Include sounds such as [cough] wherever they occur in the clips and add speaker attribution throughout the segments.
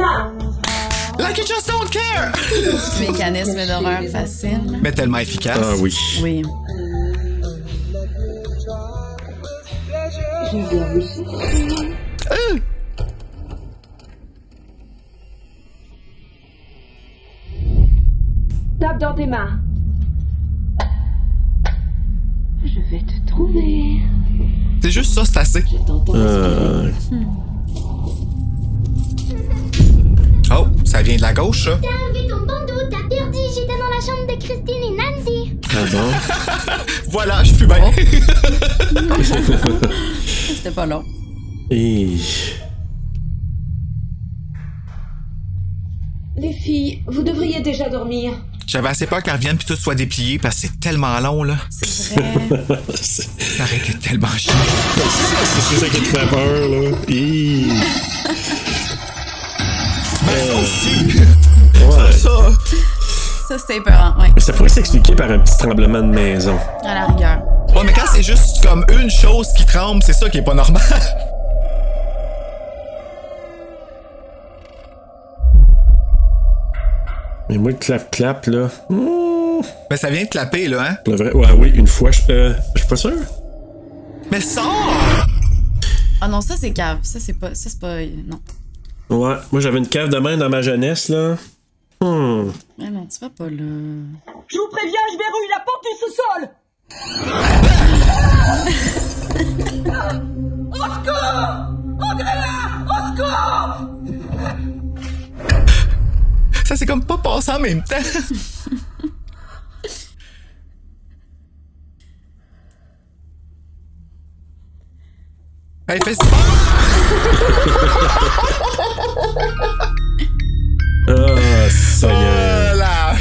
Speaker 1: Like it just don't care!
Speaker 2: Mécanisme d'horreur facile.
Speaker 1: Mais tellement efficace.
Speaker 3: Ah oui.
Speaker 2: Oui.
Speaker 1: Euh.
Speaker 4: Tape dans tes mains. Je vais te trouver.
Speaker 1: C'est juste ça, c'est assez. Hmm.
Speaker 4: Je t'entends.
Speaker 3: Euh,
Speaker 1: Oh, ça vient de la gauche, ça.
Speaker 5: T'as enlevé ton bandeau, t'as perdu, j'étais dans la chambre de Christine et Nancy.
Speaker 3: ah bon?
Speaker 1: Voilà, je suis bien.
Speaker 2: C'était pas long.
Speaker 3: Et...
Speaker 4: Les filles, vous devriez déjà dormir.
Speaker 1: J'avais assez peur qu'elle revienne puis tout soit déplié parce que c'est tellement long, là.
Speaker 2: C'est
Speaker 3: [laughs]
Speaker 2: vrai.
Speaker 3: C'est
Speaker 1: Ça aurait été tellement chiant.
Speaker 3: c'est ça qui te fait peur, là. Et... Oh.
Speaker 1: Mais ça aussi,
Speaker 3: Ouais.
Speaker 1: ça.
Speaker 2: Ça, c'était épeurant, ouais.
Speaker 3: Ça pourrait s'expliquer par un petit tremblement de maison.
Speaker 2: À la rigueur.
Speaker 1: Ouais, mais quand c'est juste comme une chose qui tremble, c'est ça qui est pas normal. [laughs]
Speaker 3: Mais moi, le clap-clap, là. hmm,
Speaker 1: Mais ça vient de clapper, là, hein.
Speaker 3: le vrai. Ouais, oui, une fois. Je euh, je suis pas sûr.
Speaker 1: Mais sors!
Speaker 2: Ah non, ça, c'est cave. Ça, c'est pas. Ça, c'est pas. Non.
Speaker 3: Ouais, moi, j'avais une cave de main dans ma jeunesse, là. Hmm.
Speaker 2: Mais non, tu vas pas là.
Speaker 6: Je vous préviens, je verrouille la porte du sous-sol
Speaker 1: Ça, c'est comme pas passé en même temps. [laughs] hey, fais
Speaker 3: Oh, Seigneur.
Speaker 1: Voilà!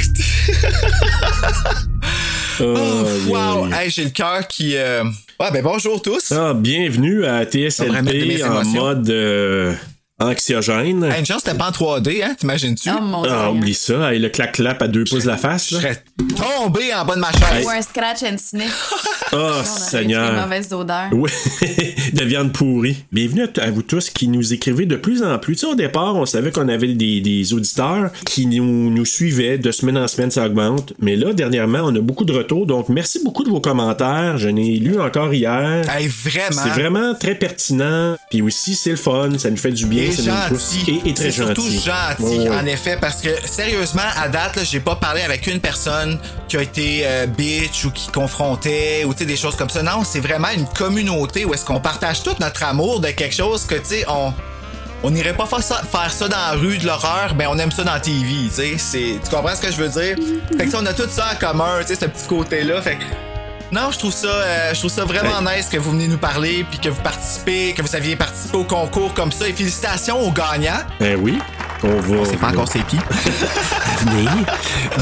Speaker 3: Oh,
Speaker 1: wow!
Speaker 3: yeah.
Speaker 1: Hey, j'ai le cœur qui. euh, Ouais, ben bonjour tous!
Speaker 3: Ah, bienvenue à
Speaker 1: remettre mes
Speaker 3: TSLP en
Speaker 1: émotions.
Speaker 3: mode euh, anxiogène.
Speaker 1: Hey, une chance, t'es pas en 3D, hein? T'imagines-tu?
Speaker 2: Oh mon dieu.
Speaker 3: Ah, oublie ça. Hey, le clac-clap à deux pouces de la face,
Speaker 1: Je
Speaker 3: là.
Speaker 1: serais tombé en bas de ma chaise!
Speaker 2: Ou un scratch and sniff.
Speaker 3: Oh,
Speaker 2: On a Une
Speaker 3: Seigneur.
Speaker 2: mauvaise odeur.
Speaker 3: Oui, [laughs] de viande pourrie. Bienvenue à, t- à vous tous qui nous écrivez de plus en plus. Tu sais, au départ, on savait qu'on avait des, des auditeurs qui nous, nous suivaient de semaine en semaine, ça augmente. Mais là, dernièrement, on a beaucoup de retours. Donc, merci beaucoup de vos commentaires. Je n'ai lu encore hier.
Speaker 1: Hey, Ah, vraiment!
Speaker 3: C'est vraiment très pertinent. Puis aussi, c'est le fun. Ça nous fait du bien.
Speaker 1: Et
Speaker 3: ça nous pousse.
Speaker 1: gentil.
Speaker 3: Et, et très
Speaker 1: C'est
Speaker 3: gentil.
Speaker 1: Surtout gentil,
Speaker 3: Ouais, ouais.
Speaker 1: en effet, parce que sérieusement, à date, là, j'ai pas parlé avec une personne qui a été euh, bitch ou qui confrontait ou tu sais des choses comme ça. Non, c'est vraiment une communauté où est-ce qu'on partage tout notre amour de quelque chose que tu sais on on n'irait pas faire ça, faire ça dans la rue de l'horreur, mais on aime ça dans la TV, tu sais. c'est- Tu comprends ce que je veux dire? Fait que ça, on a tout ça en commun, tu sais, ce petit côté-là. Fait que non, je trouve ça, euh, je trouve ça vraiment nice que vous venez nous parler, puis que vous participez, que vous aviez participé au concours comme ça. Et félicitations aux gagnants.
Speaker 3: Ben oui. On va.
Speaker 1: C'est pas encore
Speaker 3: [laughs]
Speaker 1: c'est qui.
Speaker 3: venir.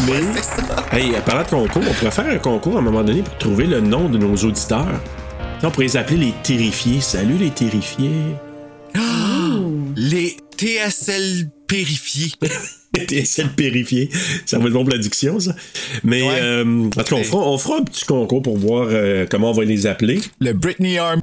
Speaker 3: Mais.
Speaker 1: [laughs] C'est ça.
Speaker 3: Hey, à parlant de concours, on pourrait faire un concours à un moment donné pour trouver le nom de nos auditeurs. Tu sais, On pourrait les appeler les terrifiés. Salut les terrifiés.
Speaker 1: [gasps]
Speaker 3: [laughs]
Speaker 1: Les TSL périfiés.
Speaker 3: TSL périfiés. Ça va être bon pour l'addiction, ça. Mais
Speaker 1: Ouais.
Speaker 3: euh, en tout cas, on fera, on fera un petit concours pour voir euh, comment on va les appeler.
Speaker 1: Le Britney Arm.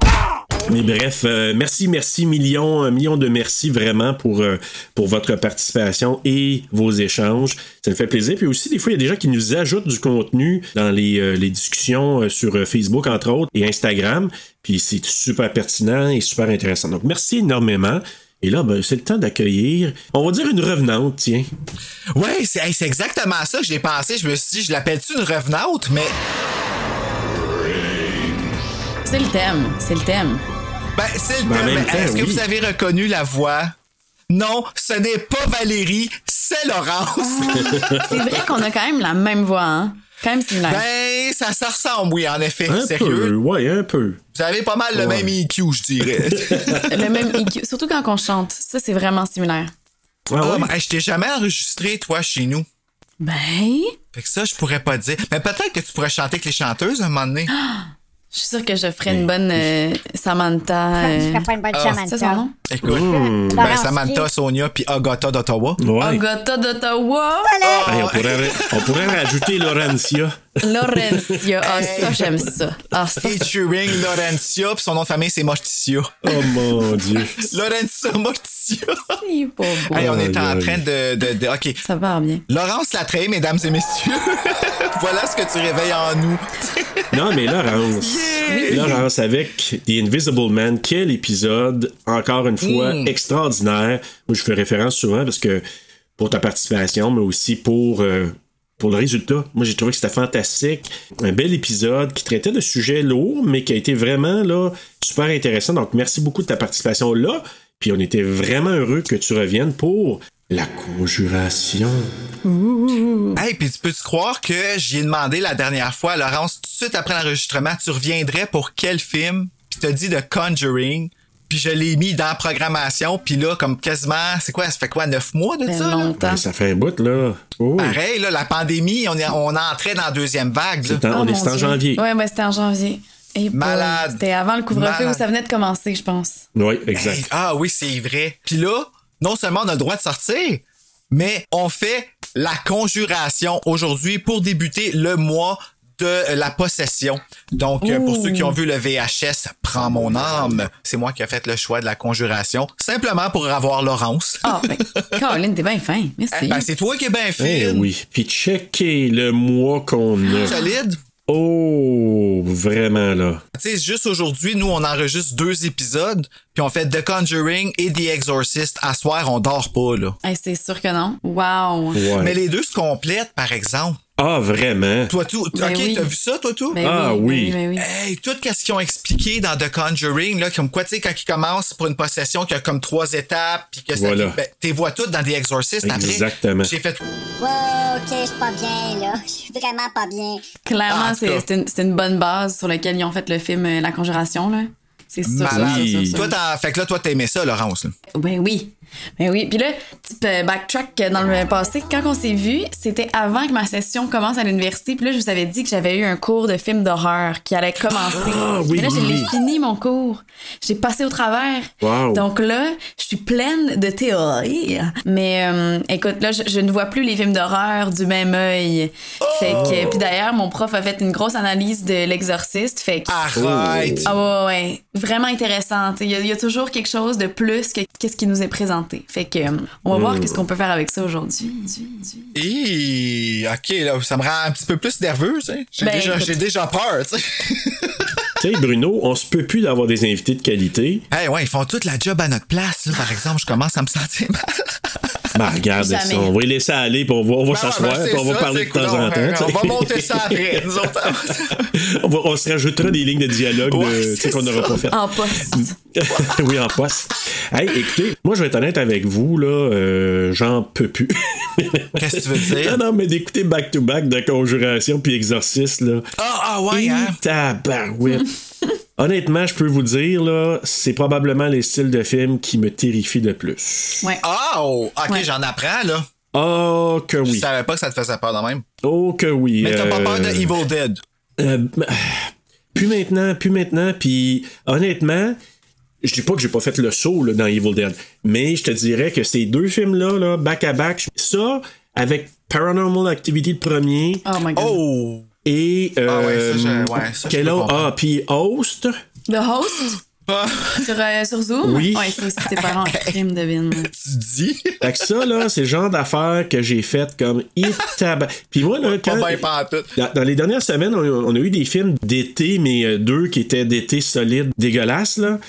Speaker 3: Mais bref, euh, merci, merci, millions, euh, millions de merci vraiment pour, euh, pour votre participation et vos échanges. Ça nous fait plaisir. Puis aussi, des fois, il y a des gens qui nous ajoutent du contenu dans les, euh, les discussions euh, sur euh, Facebook, entre autres, et Instagram. Puis c'est super pertinent et super intéressant. Donc, merci énormément. Et là, ben, c'est le temps d'accueillir, on va dire une revenante, tiens.
Speaker 1: Ouais, c'est hey, c'est exactement ça que j'ai pensé. Je me suis dit, je l'appelle-tu une revenante? Mais,
Speaker 2: C'est le thème. C'est le thème.
Speaker 1: ben, c'est le
Speaker 3: Ben, en
Speaker 1: thème.
Speaker 3: même
Speaker 1: Est-ce
Speaker 3: temps,
Speaker 1: que
Speaker 3: oui.
Speaker 1: vous avez reconnu la voix Non, ce n'est pas Valérie, c'est Laurence.
Speaker 2: C'est vrai qu'on a quand même la même voix, hein? Quand même similaire.
Speaker 1: ben, ça, ça ressemble, oui, en effet.
Speaker 3: Un
Speaker 1: Sérieux.
Speaker 3: peu, ouais, un peu.
Speaker 1: Vous avez pas mal le
Speaker 3: Ouais.
Speaker 1: même IQ, je dirais.
Speaker 2: Ben, Le même EQ. Surtout quand on chante. Ça, c'est vraiment similaire.
Speaker 3: Ah,
Speaker 1: Ah,
Speaker 3: ouais.
Speaker 1: mais, hey, je t'ai jamais enregistré, toi, chez nous.
Speaker 2: Ben,
Speaker 1: Fait que ça, je pourrais pas dire. Mais peut-être que tu pourrais chanter avec les chanteuses à un moment
Speaker 3: Ah!
Speaker 1: donné.
Speaker 2: je suis sûre que je ferais
Speaker 3: Ben,
Speaker 2: une bonne euh, Samantha. euh,
Speaker 5: Je pas une bonne
Speaker 1: Ah,
Speaker 5: chamane,
Speaker 2: C'est ça
Speaker 5: ça.
Speaker 2: son nom?
Speaker 1: Écoute,
Speaker 3: Hmm.
Speaker 1: ben,
Speaker 5: Laurence
Speaker 1: Samantha,
Speaker 5: qui-
Speaker 1: Sonia puis Agatha d'Ottawa.
Speaker 3: Ouais.
Speaker 2: Agata d'Ottawa.
Speaker 3: Hey, on, pourrait, on pourrait rajouter Laurentia.
Speaker 2: Laurentia. Ah, ça, j'aime ça. Ah, ça.
Speaker 1: Featuring Laurentia, puis son nom de famille, c'est
Speaker 3: [laughs]
Speaker 1: Morticia.
Speaker 3: Oh mon dieu.
Speaker 1: Laurentia
Speaker 3: [laughs]
Speaker 1: Morticia.
Speaker 2: c'est pas beau.
Speaker 1: Hey, on est en
Speaker 3: Aïe, aïe.
Speaker 1: train de, de, de- OK.
Speaker 2: Ça part bien.
Speaker 1: Laurence Latreille, mesdames et messieurs. [laughs] voilà ce que tu réveilles en nous.
Speaker 3: Non, mais Laurence. Laurence avec The Invisible Man. Quel épisode, encore une fois,
Speaker 2: Hmm.
Speaker 1: Mm.
Speaker 3: extraordinaire. Moi, je fais référence souvent parce que pour ta participation, mais aussi pour. euh, pour le résultat, moi j'ai trouvé que c'était fantastique. Un bel épisode qui traitait de sujets lourds, mais qui a été vraiment là, super intéressant. Donc merci beaucoup de ta participation là. Puis on était vraiment heureux que tu reviennes pour la conjuration.
Speaker 1: Hey, puis tu peux-tu croire que j'y ai demandé la dernière fois à Laurence, tout de suite après l'enregistrement, tu reviendrais pour quel film? Puis t'as dit The Conjuring. Puis je l'ai mis dans la programmation. Puis là, comme quasiment, c'est quoi, ça fait quoi, neuf mois de
Speaker 2: Ben,
Speaker 1: ça? là?
Speaker 2: longtemps.
Speaker 3: Ben, ça fait un bout là. Oh,
Speaker 1: Pareil, là, la pandémie, on, est- on entrait dans la deuxième vague. là.
Speaker 3: c'est en- on
Speaker 2: Oh,
Speaker 3: est
Speaker 2: mon
Speaker 3: en
Speaker 2: Dieu.
Speaker 3: janvier.
Speaker 2: Ouais, ben, c'était en janvier. Et boy,
Speaker 1: Malade.
Speaker 2: C'était avant le couvre-feu ou
Speaker 1: Malade.
Speaker 2: ça venait de commencer, je pense.
Speaker 3: Oui, exact.
Speaker 1: Hey, ah oui, c'est vrai. Puis là, non seulement on a le droit de sortir, mais on fait la conjuration aujourd'hui pour débuter le mois de la possession. Donc, euh, pour ceux qui ont vu le VHS Prends mon âme, c'est moi qui ai fait le choix de la conjuration, simplement pour avoir Laurence.
Speaker 2: Ah,
Speaker 1: [laughs]
Speaker 2: ben, Caroline, t'es bien fin. Merci.
Speaker 1: Ben, c'est toi qui es bien fait.
Speaker 3: Ah, Eh oui. Puis checker le mois qu'on a.
Speaker 1: Solide.
Speaker 3: Oh, vraiment là.
Speaker 1: Tu sais, juste aujourd'hui, nous, on enregistre deux épisodes, puis on fait The Conjuring et The Exorcist. À soir, on dort pas, là.
Speaker 2: Hey, c'est sûr que non. Wow.
Speaker 3: Ouais.
Speaker 1: Mais les deux se complètent, par exemple.
Speaker 3: Ah, vraiment.
Speaker 1: Toi tout, ok,
Speaker 2: Ben oui.
Speaker 1: t'as vu ça, toi tout?
Speaker 2: Ben
Speaker 3: Ah oui.
Speaker 2: ben oui, ben oui.
Speaker 1: Hey, tout ce qu'ils ont expliqué dans The Conjuring, là, comme quoi, tu sais, quand ils commencent pour une possession qui a comme trois étapes, puis que ça
Speaker 3: Voilà.
Speaker 1: fait- ben, t'es vois toutes dans The Exorcist
Speaker 3: Exactement.
Speaker 1: après. J'ai fait,
Speaker 5: Ouais, ok, je suis pas bien, là. Je suis vraiment pas bien.
Speaker 2: Clairement,
Speaker 1: Ah,
Speaker 2: c'est
Speaker 1: ça.
Speaker 2: c'est une, c'est une bonne base sur laquelle ils ont fait le film euh, La Conjuration, là. C'est sûr, sûr,
Speaker 1: malade.
Speaker 3: Oui.
Speaker 2: sûr, sûr.
Speaker 1: Toi, t'as, fait que là, toi, t'aimais ça, Laurence, là.
Speaker 2: Ben oui. Ben oui. Puis là, type euh, backtrack euh, dans le passé, quand on s'est vu, c'était avant que ma session commence à l'université. Puis là, je vous avais dit que j'avais eu un cours de film d'horreur qui allait commencer.
Speaker 3: Ah, oui,
Speaker 2: Mais là, je
Speaker 3: oui,
Speaker 2: l'ai
Speaker 3: oui.
Speaker 2: fini, mon cours. J'ai passé au travers.
Speaker 3: Wow.
Speaker 2: Donc là, je suis pleine de théories. Mais euh, écoute, là, je, je ne vois plus les films d'horreur du même œil. Fait
Speaker 3: Oh!
Speaker 2: que, puis d'ailleurs, mon prof a fait une grosse analyse de l'exorciste. Fait que.
Speaker 1: Arrête!
Speaker 2: Ah ouais, ouais, ouais. Vraiment intéressant. Tu sais, Il y, a- il y a toujours quelque chose de plus que qu'est-ce qui nous est présenté. Fait que euh, on va
Speaker 3: Mmh.
Speaker 2: voir qu'est-ce qu'on peut faire avec ça aujourd'hui. Aujourd'hui, aujourd'hui.
Speaker 3: Oh.
Speaker 1: Hi, ok, là, ça me rend un petit peu plus nerveuse, hein. J'ai,
Speaker 2: Ben,
Speaker 1: déjà,
Speaker 2: écoute.
Speaker 1: j'ai déjà peur, tu sais.
Speaker 3: tu sais, Bruno, on se peut plus d'avoir des invités de qualité.
Speaker 1: Hey, ouais, ils font toute la job à notre place, là, par exemple. Je commence à me sentir mal.
Speaker 3: Bah, regarde,
Speaker 2: Jamais.
Speaker 3: ça, on va les laisser aller, puis on va, on va
Speaker 1: Ah,
Speaker 3: s'asseoir,
Speaker 1: ben, c'est
Speaker 3: puis on va
Speaker 1: ça,
Speaker 3: parler
Speaker 1: c'est
Speaker 3: de temps
Speaker 1: cool. Ben,
Speaker 3: en temps. tu
Speaker 1: On
Speaker 3: sais.
Speaker 1: va monter ça après, nous autres.
Speaker 3: [laughs] on, va- on se rajoutera des lignes de dialogue de-
Speaker 1: Ouais,
Speaker 3: tu sais,
Speaker 1: c'est
Speaker 3: qu'on n'aura
Speaker 1: ça. [laughs]
Speaker 3: pas fait.
Speaker 2: En
Speaker 3: Mmh.
Speaker 2: poste.
Speaker 3: [laughs] oui, en poste. Hey, écoutez, moi, je vais être honnête avec vous, là, euh, j'en peux plus.
Speaker 1: Qu'est-ce que tu veux dire?
Speaker 3: [laughs] non, non, mais d'écouter back-to-back de Conjuration puis Exorciste, là.
Speaker 1: Ah, ah, ouais, hein.
Speaker 3: Tabarouette. [laughs] Honnêtement, je peux vous dire, là, c'est probablement les styles de films qui me terrifient le plus.
Speaker 2: Ouais.
Speaker 1: Oh, ok,
Speaker 2: Ouais.
Speaker 1: j'en apprends, là.
Speaker 3: Oh, que
Speaker 1: Je
Speaker 3: oui.
Speaker 1: savais pas que ça te faisait peur de même.
Speaker 3: Oh, que oui.
Speaker 1: Mais t'as pas
Speaker 3: euh,
Speaker 1: peur de Evil Dead.
Speaker 3: euh, bah, [sighs] plus maintenant, plus maintenant, puis honnêtement, je dis pas que j'ai pas fait le saut là, dans Evil Dead, mais je te dirais que ces deux films-là, là, back à back, ça, avec Paranormal Activity le premier,
Speaker 2: Oh my god.
Speaker 1: Oh!
Speaker 3: et... euh,
Speaker 1: Ah ouais, ça, je- ouais, ça, je
Speaker 3: quel
Speaker 1: peux
Speaker 3: autre?
Speaker 1: comprendre.
Speaker 3: Ah, puis Host,
Speaker 2: The host
Speaker 1: Ah,
Speaker 2: sur, euh, sur Zoom?
Speaker 3: Oui.
Speaker 2: Ouais, ça aussi, c'était vraiment un crime de vin.
Speaker 1: tu
Speaker 3: [laughs]
Speaker 1: dis?
Speaker 3: Fait que ça, là, c'est le genre d'affaires que j'ai faites comme itab. Puis moi, là,
Speaker 1: Pas
Speaker 3: quand-
Speaker 1: bien pantoute.
Speaker 3: dans, dans les dernières semaines, on, on a eu des films d'été, mais euh, deux qui étaient d'été solides, dégueulasses, là.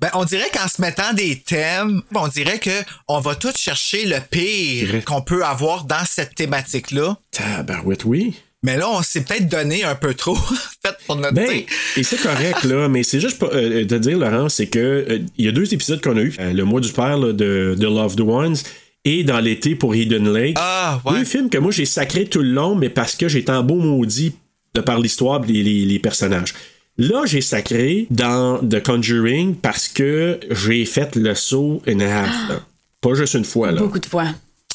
Speaker 1: Ben, on dirait qu'en se mettant des thèmes, on dirait que on va tous chercher le pire
Speaker 3: Vrai.
Speaker 1: qu'on peut avoir dans cette thématique-là.
Speaker 3: Tabarouette, oui.
Speaker 1: Mais là, on s'est peut-être donné un peu trop, [laughs] en fait, pour notre
Speaker 3: Ben,
Speaker 1: thé.
Speaker 3: et c'est correct, là, mais c'est juste pour, euh, te dire, Laurent, c'est que euh, il y a deux épisodes qu'on a eu, euh, le mois du père là, de, de Loved Ones et dans l'été pour Hidden Lake.
Speaker 1: Ah, ouais.
Speaker 3: Deux films que moi j'ai sacré tout le long, mais parce que j'étais en beau maudit de par l'histoire et les, les- les personnages. Là, j'ai sacré dans The Conjuring parce que j'ai fait le saut une half. là. Pas juste une fois, là.
Speaker 2: Beaucoup de fois.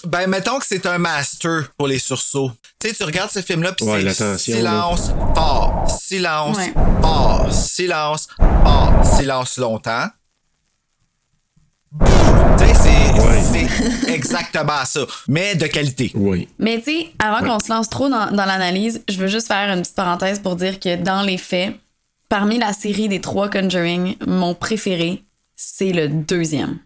Speaker 1: Ben, mettons que c'est un master pour les sursauts. Tu sais, tu regardes ce film-là, puis
Speaker 3: Ouais,
Speaker 1: c'est
Speaker 3: l'attention,
Speaker 1: silence, fort, silence,
Speaker 2: Ouais.
Speaker 1: fort, silence, fort, silence longtemps. Boum! Tu sais, c'est c'est exactement ça, mais de qualité.
Speaker 3: Oui.
Speaker 2: Mais tu sais, avant qu'on se lance trop dans, dans l'analyse, je veux juste faire une petite parenthèse pour dire que dans les faits, parmi la série des trois Conjuring, mon préféré, c'est le deuxième.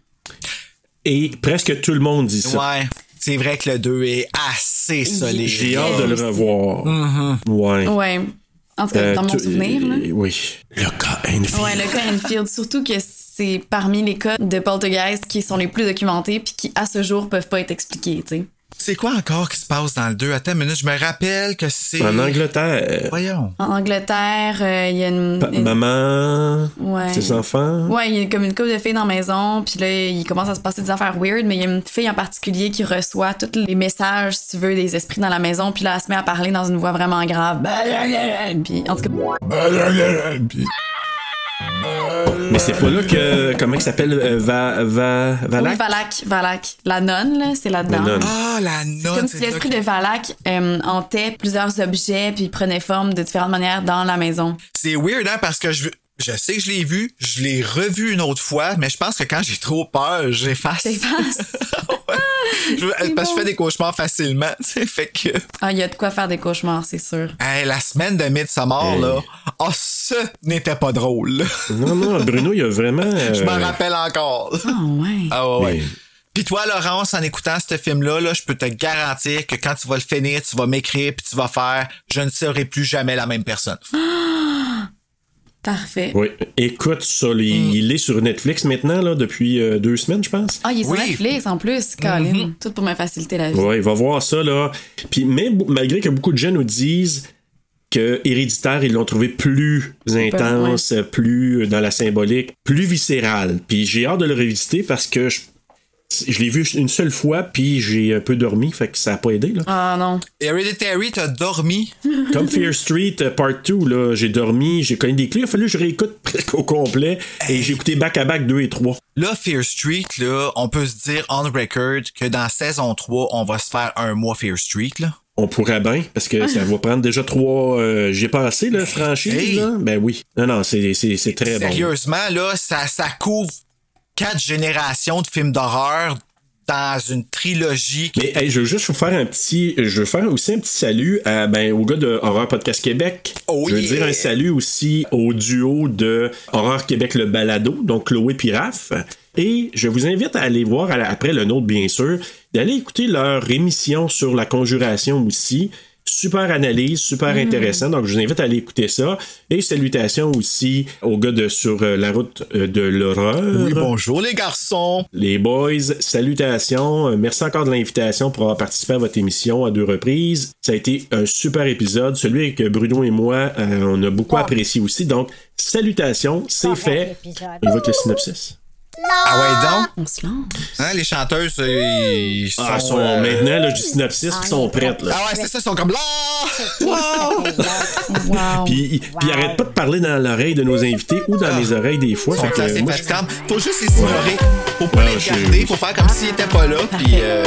Speaker 3: Et presque tout le monde dit ça.
Speaker 1: Ouais, c'est vrai que le 2 est assez solide.
Speaker 3: J'ai hâte de le revoir. Ouais.
Speaker 2: Ouais. En tout cas,
Speaker 3: Euh,
Speaker 2: dans mon
Speaker 3: tu-
Speaker 2: souvenir. là.
Speaker 3: euh, Oui.
Speaker 7: Le cas Enfield.
Speaker 2: Ouais, le cas Enfield, surtout que c'est parmi les cas de poltergeist qui sont les plus documentés puis qui, à ce jour, peuvent pas être expliqués, tu sais.
Speaker 1: C'est quoi encore qui se passe dans le 2? Attends une minute, je me rappelle que c'est...
Speaker 3: En Angleterre, euh,
Speaker 1: Voyons.
Speaker 2: En Angleterre, euh, il y a une.
Speaker 3: pa-
Speaker 2: une-
Speaker 3: maman,
Speaker 2: Ouais.
Speaker 3: ses enfants.
Speaker 2: Ouais, il y a comme une couple de filles dans la maison, puis là, il commence à se passer des affaires weird, mais il y a une fille en particulier qui reçoit tous les messages, si tu veux, des esprits dans la maison, puis là, elle se met à parler dans une voix vraiment grave. Puis, en tout cas,
Speaker 3: Mais c'est pas là que. Comment il s'appelle euh, va, va, Valak?
Speaker 2: oui, Valak, Valak, la nonne, là, c'est
Speaker 3: La
Speaker 2: là-dedans.
Speaker 3: nonne.
Speaker 1: Ah, la note.
Speaker 2: Comme si
Speaker 1: c'est
Speaker 2: l'esprit
Speaker 1: ça.
Speaker 2: de Valak euh, hantait plusieurs objets, puis prenait forme de différentes manières dans la maison.
Speaker 1: C'est weird, hein, parce que je, je sais que je l'ai vu, je l'ai revu une autre fois, mais je pense que quand j'ai trop peur, j'efface.
Speaker 2: T'effaces.
Speaker 1: [laughs] Ouais. Je- parce que je
Speaker 2: bon.
Speaker 1: fais des cauchemars facilement, tu sais, fait que...
Speaker 2: [laughs] Ah, il y a de quoi faire des cauchemars, c'est sûr.
Speaker 1: Hey, la semaine de Midsommar,
Speaker 3: Hey.
Speaker 1: là, oh, ce n'était pas drôle. là.
Speaker 3: Non, non, Bruno, il a vraiment. euh,
Speaker 1: Je m'en rappelle encore. là.
Speaker 2: Ah, ouais.
Speaker 1: [laughs] Ah ouais, ouais.
Speaker 3: Mais-
Speaker 1: Puis toi, Laurence, en écoutant ce film-là, là, je peux te garantir que quand tu vas le finir, tu vas m'écrire puis tu vas faire « Je ne serai plus jamais la même personne
Speaker 2: Parfait.
Speaker 3: Oui. Écoute ça,
Speaker 2: Mm.
Speaker 3: il, il est sur Netflix maintenant, là, depuis euh, deux semaines, je pense.
Speaker 2: Ah, il est sur
Speaker 1: Oui.
Speaker 2: Netflix en plus, Colin. Tout pour me faciliter la vie.
Speaker 3: Ouais, il va voir ça, là. Puis, mais bo- malgré que beaucoup de gens nous disent que Héréditaire, ils l'ont trouvé plus intense, plus euh, dans la symbolique, plus viscéral. Puis j'ai hâte de le revisiter parce que je, je l'ai vu une seule fois, puis j'ai un peu dormi, fait que ça n'a pas aidé, là.
Speaker 2: Ah non. ».
Speaker 1: Hereditary, t'as dormi.
Speaker 3: Comme Fear Street euh, Part 2, là, j'ai dormi, j'ai connu des clés, il a fallu que je réécoute [laughs] presque au complet, et j'ai écouté back-à-back 2 et 3.
Speaker 1: Là, Fear Street, là, on peut se dire on record que dans saison 3, on va se faire un mois Fear Street, là.
Speaker 3: On pourrait bien, parce que ça va prendre déjà trois. euh, J'ai pensé, là, franchise,
Speaker 1: Hey!
Speaker 3: là. Ben oui. Non, non, c'est c'est- c'est très bon.
Speaker 1: Sérieusement, là, ça, ça couvre quatre générations de films d'horreur dans une trilogie. qui-
Speaker 3: Mais hey, je veux juste vous faire un petit. Je veux faire aussi un petit salut à, ben, au gars de Horreur Podcast Québec.
Speaker 1: Oh
Speaker 3: je veux
Speaker 1: yeah!
Speaker 3: dire un salut aussi au duo de Horreur Québec le balado, donc Chloé puis Raph. Et je vous invite à aller voir à la- après le nôtre, bien sûr, d'aller écouter leur émission sur la conjuration aussi. Super analyse,
Speaker 1: Mm.
Speaker 3: super intéressant. Donc, je vous invite à aller écouter ça. Et salutations aussi au gars de sur euh, la route euh, de l'horreur.
Speaker 1: Oui, bonjour les garçons.
Speaker 3: Les boys, salutations. Euh, Merci encore de l'invitation pour avoir participé à votre émission à deux reprises. Ça a été un super épisode, celui que Bruno et moi, euh, on a beaucoup apprécié aussi. Donc, salutations, c'est fait. Il va que le synopsis.
Speaker 1: Ah ouais donc,
Speaker 2: On se lance.
Speaker 1: hein, les chanteuses, euh, ils sont...
Speaker 3: Ah, sont,
Speaker 1: euh,
Speaker 3: maintenant, là, du synopsis, puis ils sont prêtes. Là.
Speaker 1: Ah ouais, c'est ça, ils sont comme là.
Speaker 2: Wow.
Speaker 3: Puis, ils- puis ils arrêtent pas de parler dans l'oreille de nos invités ou dans mes oreilles des fois. Fait
Speaker 1: Ah. Ils sont
Speaker 3: que,
Speaker 1: assez
Speaker 3: moi, je-
Speaker 1: fatigantes. Faut juste les ignorer. Faut pas
Speaker 3: Ah,
Speaker 1: les
Speaker 3: je-
Speaker 1: garder. Faut faire comme s'ils étaient pas là. Puis, euh,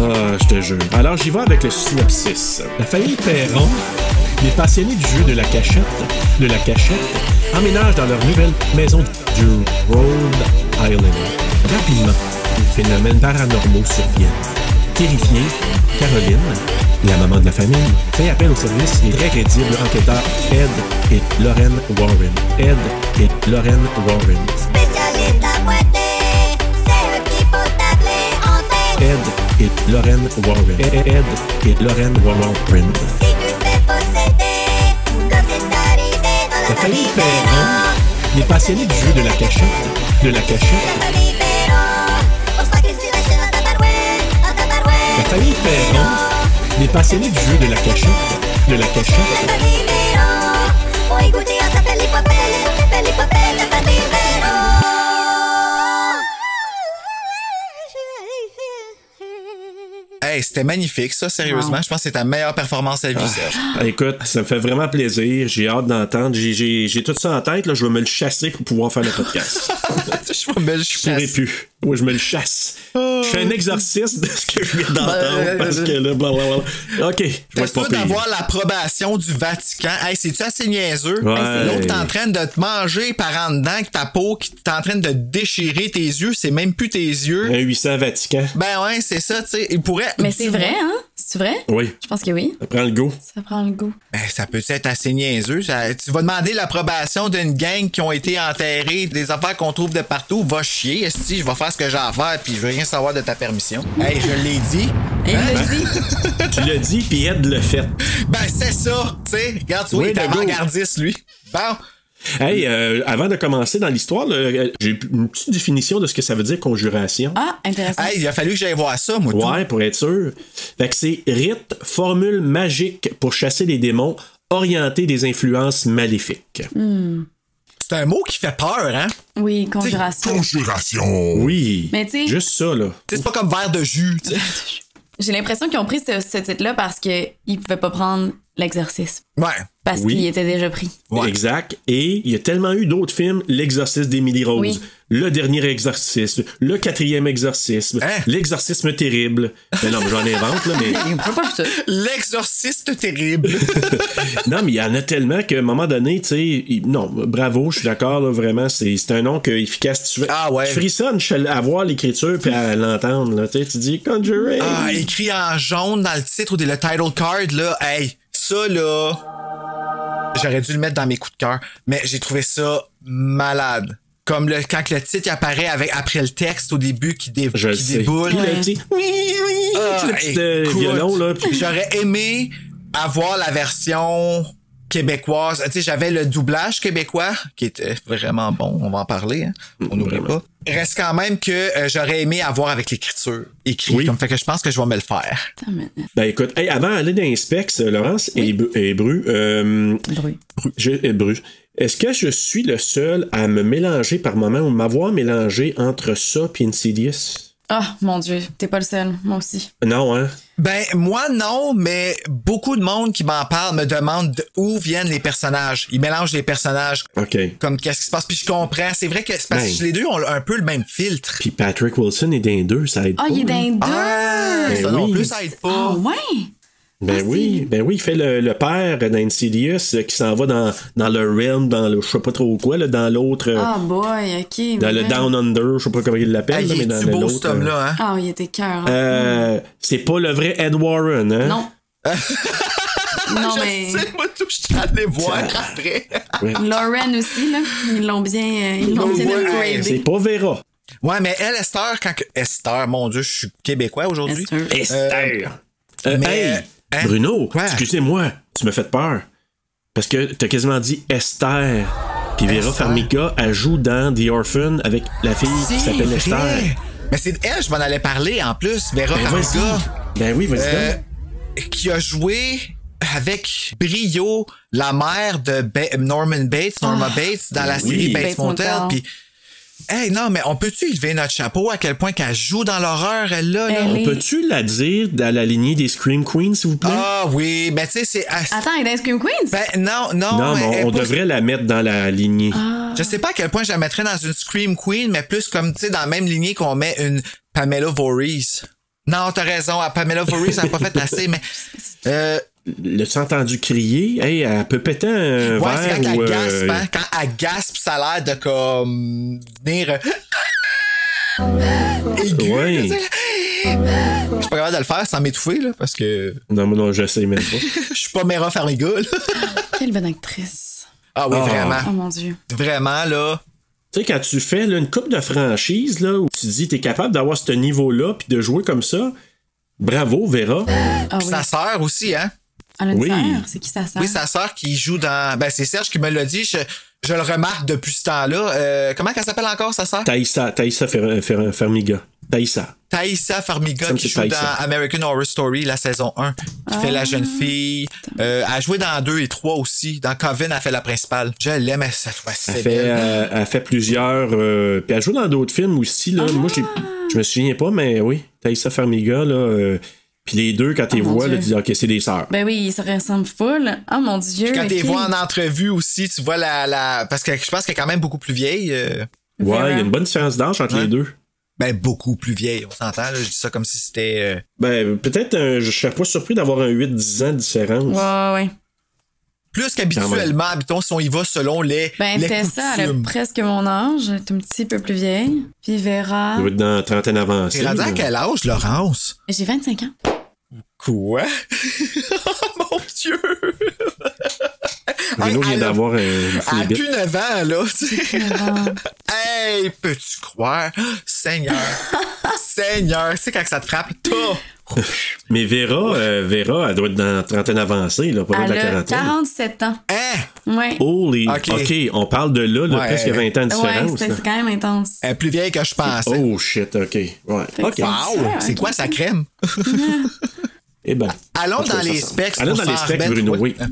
Speaker 3: Ah, je te jure. Alors, j'y vais avec le synopsis. La famille Perron, les passionnés du jeu de la cachette, de la cachette, emménagent dans leur nouvelle maison du Rhode Island. Rapidement, des phénomènes paranormaux surviennent. Terrifiée, Caroline, la maman de la famille, fait appel au service des très crédibles enquêteurs Ed et Lauren Warren. Ed et Lauren Warren.
Speaker 5: Spécialiste à boiter, c'est eux qui faut t'appeler en tête.
Speaker 3: Ed et Lauren Warren. Ed et Lauren Warren.
Speaker 5: Si tu fais posséder, que c'est arrivé dans la,
Speaker 3: La famille
Speaker 5: famille
Speaker 3: Perron, les passionnés du jeu de la cachette, de la cachette,
Speaker 5: La famille Perron, on se croit que c'est la chaîne à tabarouette, à tabarouette.
Speaker 3: la famille Perron,
Speaker 8: Les passionnés du jeu de la cachette, de la cachette,
Speaker 5: Pepe Libero. Voy Gucci a Pepe Lipopel, Pepe Lipopel, Pepe Libero.
Speaker 1: Hey, c'était magnifique, ça, sérieusement. Je pense que c'est ta meilleure performance à vie, Serge.
Speaker 3: Ah, Écoute, ça me fait vraiment plaisir. J'ai hâte d'entendre. J'ai- J'ai j'ai tout ça en tête. Là. Je vais me le chasser pour pouvoir faire
Speaker 1: [laughs]
Speaker 3: le podcast.
Speaker 1: je vais me le
Speaker 3: Je pourrais
Speaker 1: chasser.
Speaker 3: plus. Oui, je me le chasse.
Speaker 1: Oh.
Speaker 3: Je fais un exorcisme de ce que je
Speaker 1: Ben,
Speaker 3: viens d'entendre parce que là, blablabla. OK, je vais
Speaker 1: T'es
Speaker 3: être pas
Speaker 1: sûr
Speaker 3: pire.
Speaker 1: d'avoir l'approbation du Vatican. Hey, c'est-tu assez niaiseux?
Speaker 3: Ouais.
Speaker 1: L'autre t'es en train de te manger par en dedans que ta peau qui t'est en train de déchirer tes yeux, c'est même plus tes yeux.
Speaker 3: Un 800 Vatican.
Speaker 1: Ben ouais, c'est ça, tu sais. Il pourrait.
Speaker 2: Mais c'est vrai, hein? C'est vrai?
Speaker 3: Oui,
Speaker 2: Je pense que oui.
Speaker 3: ça prend le go.
Speaker 2: Ça prend le goût.
Speaker 1: Ben, ça peut être assez niaiseux. Ça- tu vas demander l'approbation d'une gang qui ont été enterrées, des affaires qu'on trouve de partout. Va chier, si je vais faire ce que j'ai à faire, puis je veux rien savoir de ta permission. Hey, je l'ai dit.
Speaker 2: Et il le dit.
Speaker 3: Tu l'as dit, puis Ed le fait.
Speaker 1: Ben, c'est ça, tu sais. Regarde, tu vois,
Speaker 3: Oui,
Speaker 1: il est
Speaker 3: le go.
Speaker 1: avant-gardiste, lui. Bon.
Speaker 3: Hey, euh, avant de commencer dans l'histoire, là, euh, j'ai une petite définition de ce que ça veut dire conjuration.
Speaker 2: Ah, intéressant.
Speaker 1: Hey, il a fallu que j'aille voir ça, moi. tout.
Speaker 3: Ouais, pour être sûr. Fait que c'est rite, formule magique pour chasser les démons, orienter des influences maléfiques.
Speaker 2: Mm-hmm.
Speaker 1: C'est un mot qui fait peur, hein?
Speaker 2: Oui, conjuration.
Speaker 8: conjuration.
Speaker 3: Oui.
Speaker 2: Mais tu sais-
Speaker 3: Juste ça, là.
Speaker 1: Tu sais, c'est pas comme verre de jus, tu sais.
Speaker 2: J'ai l'impression qu'ils ont pris ce, ce titre-là parce qu'ils pouvaient pas prendre l'exorcisme.
Speaker 1: Ouais.
Speaker 2: Parce
Speaker 3: Oui.
Speaker 2: qu'il était déjà pris.
Speaker 1: Ouais.
Speaker 3: Exact. Et il y a tellement eu d'autres films, L'exorcisme d'Emily Rose,
Speaker 2: Oui.
Speaker 3: Le dernier exorcisme, Le quatrième exorcisme,
Speaker 1: Hein?
Speaker 3: L'exorcisme terrible. Mais non, mais j'en invente, là,
Speaker 2: [laughs]
Speaker 3: mais.
Speaker 2: On peut pas plus ça.
Speaker 1: L'exorciste terrible.
Speaker 3: Non, mais il y en a tellement qu'à un moment donné, tu sais, il- non, bravo, je suis d'accord, là, vraiment, c'est c'est un nom que, efficace. Tu, fais-
Speaker 1: Ah ouais.
Speaker 3: tu frissonnes je- à voir l'écriture puis à l'entendre, là, tu sais, tu dis Conjuring.
Speaker 1: ah, écrit en jaune dans le titre ou dans le title card, là. Hey, ça, là. J'aurais dû le mettre dans mes coups de cœur, mais j'ai trouvé ça malade. Comme le, quand le titre apparaît avec, après le texte au début qui, dé-
Speaker 3: je le
Speaker 1: qui
Speaker 3: sais.
Speaker 1: déboule.
Speaker 3: Puis le petit, oui, oui,
Speaker 1: Ah,
Speaker 3: le petit
Speaker 1: écoute,
Speaker 3: euh, violon, là, puis-
Speaker 1: J'aurais aimé avoir la version québécoise. Euh, Tu sais, j'avais le doublage québécois qui était vraiment bon. On va en parler. hein. On n'oublie
Speaker 3: Mm, vraiment.
Speaker 1: pas. Reste quand même que euh, j'aurais aimé avoir avec l'écriture écrite.
Speaker 3: Oui.
Speaker 1: Comme fait que je pense que je vais me le faire.
Speaker 2: Attends, mais-
Speaker 3: Ben écoute, hey, avant d'aller dans les specs, euh, Laurence et Bru- et Bru, euh,
Speaker 2: Bruit.
Speaker 3: Bru- je- et Bru, est-ce que je suis le seul à me mélanger par moment ou m'avoir mélangé entre ça et Insidious?
Speaker 2: Ah, mon Dieu, t'es pas le seul. Moi aussi.
Speaker 3: Non, hein?
Speaker 1: Ben, moi, non, mais beaucoup de monde qui m'en parle me demande d'où viennent les personnages. Ils mélangent les personnages.
Speaker 3: OK.
Speaker 1: Comme qu'est-ce qui se passe. Puis je comprends. C'est vrai que c'est parce
Speaker 3: Ben.
Speaker 1: que les deux ont un peu le même filtre.
Speaker 3: Puis Patrick Wilson est d'un deux, ça aide
Speaker 2: Ah,
Speaker 3: pas,
Speaker 2: il est
Speaker 3: hein?
Speaker 2: d'un
Speaker 1: Ah,
Speaker 2: deux.
Speaker 3: Ben
Speaker 1: ça non
Speaker 3: oui.
Speaker 1: plus, ça aide pas.
Speaker 2: Ah, ouais.
Speaker 3: Ben
Speaker 2: Ah,
Speaker 3: oui,
Speaker 2: c'est-
Speaker 3: ben oui, il fait le, le père d'Insidious euh, qui s'en va dans, dans le realm, dans le je sais pas trop quoi, là, dans l'autre, euh,
Speaker 2: Ah, boy, ok.
Speaker 3: dans le
Speaker 2: mais-
Speaker 3: Down Under, je sais pas comment il l'appelle,
Speaker 1: Hey,
Speaker 3: là,
Speaker 1: Ah, il
Speaker 3: mais
Speaker 1: est-tu
Speaker 3: dans
Speaker 1: beau, cet
Speaker 3: l'autre. euh,
Speaker 1: homme-là, hein?
Speaker 2: Ah, il était cœur.
Speaker 3: euh, c'est pas le vrai Ed Warren, hein?
Speaker 2: Non.
Speaker 3: [laughs]
Speaker 2: non, mais.
Speaker 1: sais, moi, tout, je suis allé voir après.
Speaker 2: Lauren aussi, là. Ils l'ont bien, euh, ils l'ont bien
Speaker 1: Ouais,
Speaker 2: upgradé.
Speaker 3: C'est pas Vera.
Speaker 1: [laughs] Ouais, mais elle, Esther, quand que... Esther, mon Dieu, je suis québécois aujourd'hui.
Speaker 2: Esther.
Speaker 3: Esther. Euh,
Speaker 1: mais-
Speaker 3: hey,
Speaker 1: hein?
Speaker 3: Bruno,
Speaker 1: Quoi?
Speaker 3: excusez-moi, tu me fais peur. Parce que t'as quasiment dit Esther. Puis Vera
Speaker 1: Esther.
Speaker 3: Farmiga, elle joue dans The Orphan avec la fille qui
Speaker 1: C'est
Speaker 3: s'appelle
Speaker 1: vrai.
Speaker 3: Esther.
Speaker 1: Mais c'est de elle, je m'en allais parler en plus. Vera
Speaker 3: Ben
Speaker 1: Farmiga,
Speaker 3: vas-y. Ben oui, vas-y.
Speaker 1: Ah, Euh,
Speaker 3: donc.
Speaker 1: qui a joué avec brio la mère de Ba- Norman Bates, Norma Bates, dans la
Speaker 3: oui.
Speaker 1: série Bates,
Speaker 2: Ah. Bates
Speaker 1: Motel.
Speaker 2: Motel.
Speaker 1: Puis, hey, non, mais on peut-tu y lever notre chapeau à quel point qu'elle joue dans l'horreur, elle, là? là?
Speaker 2: Elle est-
Speaker 3: Peux-tu la dire dans la lignée des Scream Queens, s'il vous plaît?
Speaker 1: Ah oui, mais tu sais, c'est...
Speaker 2: Attends, il est dans Scream Queens?
Speaker 1: Ben non, non.
Speaker 3: non,
Speaker 1: elle
Speaker 3: mais
Speaker 1: est
Speaker 3: on, on
Speaker 1: pas-
Speaker 3: devrait la mettre dans la lignée.
Speaker 1: Je sais pas à quel point je la mettrais dans une Scream Queen, mais plus comme, tu sais, dans la même lignée qu'on met une Pamela Voorhees. Non, t'as raison, à Pamela Voorhees, elle n'a pas fait assez, mais... Euh,
Speaker 3: L'as-tu entendu crier? Hey, elle peut péter un
Speaker 1: ouais, c'est
Speaker 3: verre
Speaker 1: quand
Speaker 3: ou...
Speaker 1: elle
Speaker 3: euh,
Speaker 1: gaspe, hein? Quand elle gaspe, ça a l'air de comme... venir... [laughs] euh, aigu,
Speaker 3: Ouais.
Speaker 1: là, tu sais. Je suis pas capable de le faire sans m'étouffer, là, parce que
Speaker 3: Non, moi, non, je sais
Speaker 1: [laughs]
Speaker 3: même pas.
Speaker 1: je suis pas méra faire les gars, là.
Speaker 2: Quelle bonne actrice.
Speaker 1: Ah oui,
Speaker 3: Ah.
Speaker 2: Oh
Speaker 1: vraiment.
Speaker 2: mon Dieu.
Speaker 1: Vraiment, là.
Speaker 3: tu sais, quand tu fais là, une coupe de franchise, là, où tu te dis, t'es capable d'avoir ce niveau-là, puis de jouer comme ça, bravo, Vera.
Speaker 2: Ah
Speaker 1: Puis
Speaker 2: oui.
Speaker 1: sa sœur aussi, hein?
Speaker 2: Elle a une
Speaker 3: Oui.
Speaker 2: sœur. C'est qui sa sœur?
Speaker 1: Oui, sa sœur qui joue dans. Ben, c'est Serge qui me l'a dit. Je, je le remarque depuis ce temps-là. Euh, comment qu'elle s'appelle encore, sa sœur?
Speaker 3: Taïsa, Taïsa Fer- Fer- Fermiga. Taïssa.
Speaker 1: Taïssa Farmiga
Speaker 3: Ça me
Speaker 1: qui
Speaker 3: dit
Speaker 1: joue
Speaker 3: Taïssa.
Speaker 1: dans American Horror Story, la saison 1, qui fait
Speaker 2: Ah.
Speaker 1: la jeune fille. Euh, elle a joué dans 2 et 3 aussi. Dans Coven, elle fait la principale. Je l'aime, elle- cette fois-ci.
Speaker 3: Elle
Speaker 1: c'est
Speaker 3: fait,
Speaker 1: belle.
Speaker 3: euh, elle fait plusieurs. euh, puis elle joue dans d'autres films aussi. Là. Moi, j'ai-
Speaker 2: Ah!
Speaker 3: je me souviens pas, mais oui, Thaïsa Farmiga. Là, euh, puis les deux, quand tu les
Speaker 2: Ah, mon
Speaker 3: vois, là,
Speaker 2: Dieu.
Speaker 3: tu dis OK, c'est des sœurs.
Speaker 2: Ben oui, ça ressemble full. Oh mon dieu.
Speaker 1: Quand tu les
Speaker 2: ok.
Speaker 1: vois en entrevue aussi, tu vois la, la... Parce que je pense qu'elle est quand même beaucoup plus vieille. euh,
Speaker 3: ouais,
Speaker 2: Vera.
Speaker 3: il y a une bonne différence d'âge entre
Speaker 1: Ouais.
Speaker 3: les deux.
Speaker 1: Ben, beaucoup plus vieille, on s'entend. là. Je dis ça comme si c'était... euh,
Speaker 3: Ben, peut-être, un- je serais pas surpris d'avoir un 8-10 ans de différence.
Speaker 2: Ouais, ouais.
Speaker 1: Plus qu'habituellement, habitons si on y va selon les,
Speaker 2: Ben,
Speaker 1: les
Speaker 2: Tessa, elle a
Speaker 1: coutumes.
Speaker 2: presque mon âge. Elle est un petit peu plus vieille. Puis Vera.
Speaker 3: Il doit être dans la trentaine avancée.
Speaker 1: T'es rendu à
Speaker 3: là.
Speaker 1: quel âge, Laurence?
Speaker 2: J'ai 25
Speaker 3: [laughs]
Speaker 2: ans.
Speaker 1: Quoi? oh mon Dieu!
Speaker 3: Bruno
Speaker 1: Hey,
Speaker 3: vient
Speaker 1: elle a-
Speaker 3: d'avoir un
Speaker 1: Elle a
Speaker 3: bébé.
Speaker 1: plus 9 ans, là. tu sais.
Speaker 3: [laughs]
Speaker 2: Vera.
Speaker 1: hey, peux-tu croire? [gasps]
Speaker 3: [laughs]
Speaker 1: Seigneur! Seigneur! Tu sais, quand ça te frappe, toi!
Speaker 3: Mais Vera, euh, Vera, elle doit être dans la trentaine avancée, là, pas loin de la
Speaker 2: Elle a
Speaker 3: quarantaine. Oh,
Speaker 2: 47 ans.
Speaker 1: Hein?
Speaker 2: Ouais.
Speaker 3: Holy,
Speaker 1: Ok.
Speaker 3: ok, on parle de là, là
Speaker 1: Ouais.
Speaker 3: presque 20 ans de
Speaker 2: ouais,
Speaker 3: différence.
Speaker 2: c'était-
Speaker 3: là.
Speaker 2: c'est quand même intense.
Speaker 1: Elle est plus vieille que je pensais.
Speaker 3: Oh shit, ok. Ouais.
Speaker 2: que
Speaker 3: Ok.
Speaker 2: c'est-
Speaker 1: Wow!
Speaker 2: Ouais,
Speaker 1: C'est quoi sa crème?
Speaker 3: Eh ben.
Speaker 1: Allons
Speaker 3: on se
Speaker 1: dans
Speaker 3: fait
Speaker 1: les
Speaker 3: ça ensemble.
Speaker 1: specs
Speaker 3: Allons
Speaker 1: pour
Speaker 3: dans les
Speaker 1: s'en
Speaker 3: specs,
Speaker 1: remettre,
Speaker 3: Bruno,
Speaker 1: oui.
Speaker 3: oui.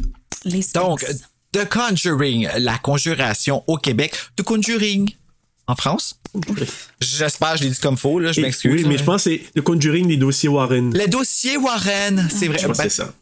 Speaker 3: Eh,
Speaker 2: Les specs.
Speaker 1: Donc,
Speaker 3: euh,
Speaker 1: The Conjuring, la conjuration au Québec. The Conjuring, en France? J'espère que je l'ai dit comme faux, là. Je
Speaker 3: Et-
Speaker 1: m'excuse.
Speaker 3: oui, mais je pense que c'est le Conjuring des dossiers Warren.
Speaker 1: Le dossier Warren, c'est vrai.
Speaker 3: Je pense que
Speaker 1: Ben,
Speaker 3: c'est ça.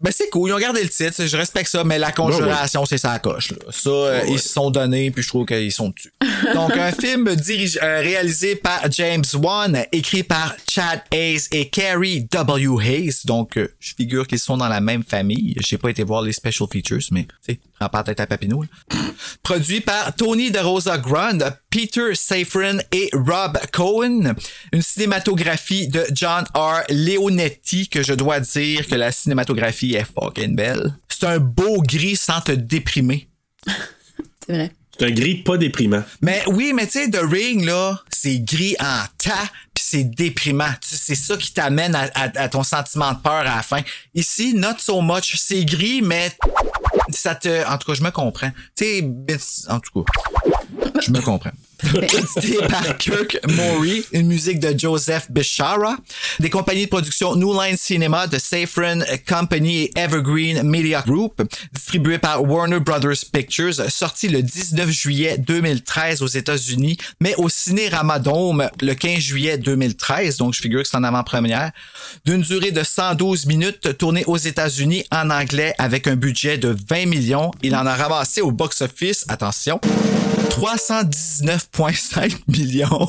Speaker 1: Ben c'est cool, ils ont gardé le titre, je respecte ça, mais la conjuration, c'est ça coche. Là. Ça, euh, ils se sont donnés, puis je trouve qu'ils sont dessus. Donc, un film dirigé, euh, réalisé par James Wan, écrit par Chad Hayes et Carrie W. Hayes. Donc, euh, je figure qu'ils sont dans la même famille. J'ai pas été voir les special features, mais tu sais, prends pas la tête à Papineau. là. Produit par Tony De Rosa Grund, Peter Safran et Rob Cohen. Une cinématographie de John R. Leonetti que je dois dire que la cinématographie est fucking belle. C'est un beau gris sans te déprimer.
Speaker 2: C'est vrai.
Speaker 3: C'est un gris pas déprimant.
Speaker 1: Mais oui, mais tu sais, The Ring, là, c'est gris en tas, puis c'est déprimant. Tu- C'est ça qui t'amène à, à- à ton sentiment de peur à la fin. Ici, not so much. C'est gris, mais ça te... En tout cas, je me comprends. Tu sais, ben, en tout cas, je me comprends. [laughs] Édité par Kirk Maury, une musique de Joseph Bishara, des compagnies de production New Line Cinema, de Safran Company et Evergreen Media Group, distribué par Warner Brothers Pictures, sorti le 19 juillet 2013 aux États-Unis, mais au Cinérama Dome le 15 juillet 2013, donc je figure que c'est en avant-première, d'une durée de 112 minutes, tournée aux États-Unis en anglais avec un budget de 20 millions. Il en a ramassé au box-office, attention, 319,5 [laughs] millions.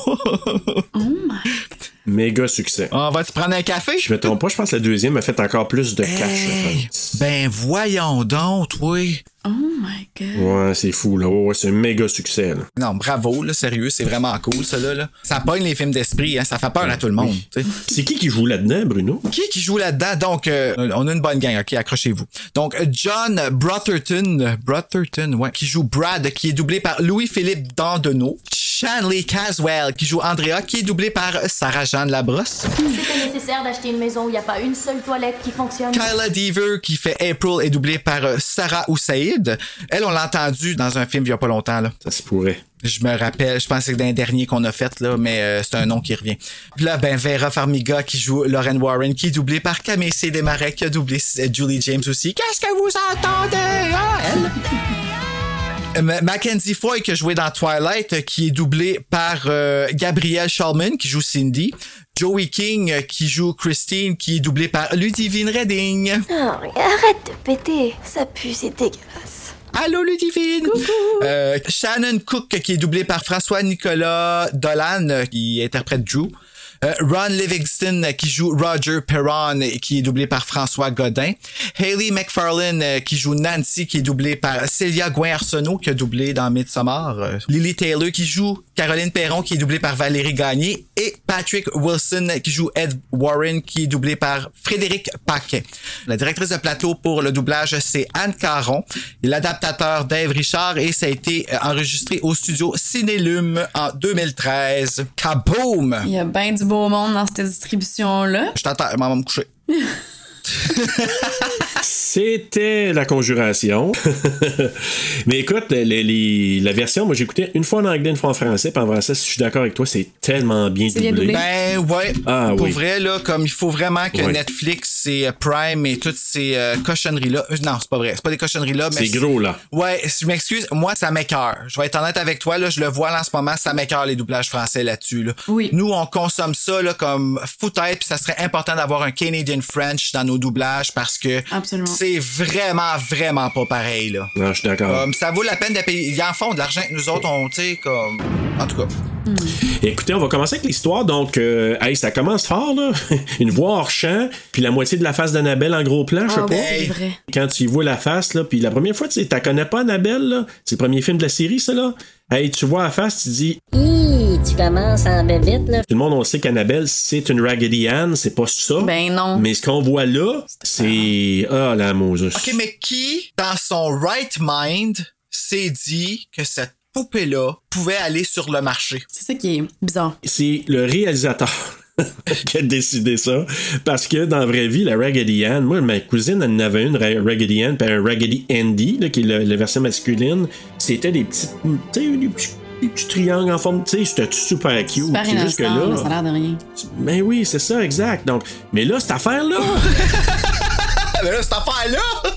Speaker 3: Méga succès.
Speaker 1: On va-tu prendre un café?
Speaker 3: Je me trompe pas, je pense que la deuxième a fait encore plus de cash.
Speaker 1: Hey,
Speaker 3: je pense.
Speaker 1: ben voyons donc, oui.
Speaker 2: Oh my god.
Speaker 3: Ouais, c'est fou, là. Ouais, ouais, c'est un méga succès, là.
Speaker 1: Non, bravo, là, sérieux, c'est vraiment cool, ça, là. là. Ça pogne les films d'esprit, hein, ça fait peur à tout le monde. tu sais.
Speaker 3: C'est qui qui joue là-dedans, Bruno?
Speaker 1: Qui qui joue là-dedans? Donc, euh, on a une bonne gang, ok, accrochez-vous. Donc, euh, John Brotherton, euh, Brotherton, ouais, qui joue Brad, qui est doublé par Louis-Philippe Dandenot. Shanley Caswell, qui joue Andrea, qui est doublé par Sarah-Jeanne Labrosse.
Speaker 9: C'était nécessaire d'acheter une maison où il n'y a pas une seule toilette qui fonctionne.
Speaker 1: Kyla Deaver, qui fait April, est doublée par euh, Sarah Oussaïd. Elle, on l'a entendue dans un film il y a pas longtemps, là.
Speaker 3: Ça se pourrait.
Speaker 1: Je me rappelle, je pense que c'est d'un dernier qu'on a fait, là, mais euh, c'est un nom qui revient. Puis là, ben, Vera Farmiga qui joue Lauren Warren, qui est doublée par Camille C. Desmarais, qui a doublé euh, Julie James aussi. Qu'est-ce que vous entendez? Ah, elle! Euh, Ma- Mackenzie Foy qui a joué dans Twilight, euh, qui est doublée par euh, Gabrielle Shulman qui joue Cindy. Joey King euh, qui joue Christine, qui est doublée par Ludivine Redding.
Speaker 5: Non, mais arrête de péter. Ça pue, c'est dégueulasse.
Speaker 1: Allô Ludivine! Euh, Shannon Cook qui est doublée par François-Nicolas Dolan euh, qui interprète Drew. Euh, Ron Livingston euh, qui joue Roger Perron et qui est doublé par François Godin. Hayley McFarlane euh, qui joue Nancy qui est doublée par Célia Gouin-Arsenault qui a doublé dans Midsommar. Euh, Lily Taylor qui joue Caroline Perron qui est doublée par Valérie Gagné. Et Patrick Wilson euh, qui joue Ed Warren qui est doublé par Frédéric Paquet. La directrice de plateau pour le doublage, c'est Anne Caron. Et L'adaptateur Dave Richard et ça a été euh, enregistré au studio Cinélume en 2013. Kaboom!
Speaker 2: Il y a bien du beau monde dans cette distribution-là.
Speaker 1: Je t'entends, maman me coucher.
Speaker 3: C'était La Conjuration. [laughs] Mais écoute, les- les- la version, moi j'écoutais une fois en anglais, une fois en français. Puis en français, si je suis d'accord avec toi, c'est tellement bien
Speaker 2: C'est bien
Speaker 3: doublé.
Speaker 2: doublé.
Speaker 1: Ben ouais.
Speaker 3: Ah
Speaker 1: pour
Speaker 3: oui.
Speaker 1: vrai, là, comme il faut vraiment que
Speaker 3: Oui.
Speaker 1: Netflix et euh, Prime et toutes ces euh, cochonneries-là. euh, Non, c'est pas vrai. C'est pas des cochonneries-là, mais.
Speaker 3: C'est gros, là.
Speaker 1: Ouais, je m'excuse, moi ça m'écœure. Je vais être honnête avec toi, là, je le vois là, en ce moment, ça m'écœure les doublages français là-dessus. Là.
Speaker 2: Oui.
Speaker 1: Nous, on consomme ça là, comme foutaise, puis ça serait important d'avoir un Canadian French dans nos doublages parce que
Speaker 2: Absolument.
Speaker 1: c'est vraiment, vraiment pas pareil. Là.
Speaker 3: Non, je suis d'accord.
Speaker 1: Comme ça vaut la peine de payer. Ils en font de l'argent que nous autres, on, tu sais, comme. En tout cas.
Speaker 3: Écoutez, on va commencer avec l'histoire. Donc, euh, hey, ça commence fort, là. [laughs] Une voix hors champ, puis la moitié de la face d'Annabelle en gros plan, je sais
Speaker 2: Ah
Speaker 3: pas.
Speaker 2: oui, c'est vrai.
Speaker 3: Quand tu y vois la face, là, puis la première fois, tu sais, t'as connais pas Annabelle, là. C'est le premier film de la série, ça, là. Hey, tu vois la face, tu dis,
Speaker 5: Hi, tu commences en bébite, là.
Speaker 3: tout le monde, on sait qu'Annabelle, c'est une Raggedy Ann, c'est pas ça.
Speaker 2: Ben non.
Speaker 3: Oh. Mais ce qu'on voit
Speaker 5: Ah.
Speaker 3: là, c'est. Ah, la Moses.
Speaker 1: OK, mais qui, dans son right mind, s'est dit que cette poupée-là pouvait aller sur le marché?
Speaker 2: C'est ça qui est bizarre.
Speaker 3: c'est le réalisateur [laughs] qui a décidé ça. Parce que dans la vraie vie, la Raggedy Ann, moi, ma cousine, elle en avait une, Ra- Raggedy Ann, puis un Raggedy Andy, là, qui est le, le version masculine. C'était des petits, tu sais, des petits, des petits triangles en forme, tu sais, c'était super cute.
Speaker 2: Super
Speaker 3: C'est juste que
Speaker 2: innocent, mais ça a
Speaker 3: là,
Speaker 2: l'air de rien.
Speaker 3: mais oui, c'est ça, exact. Donc, mais là, cette affaire-là,
Speaker 1: Ah, mais là, cette affaire-là!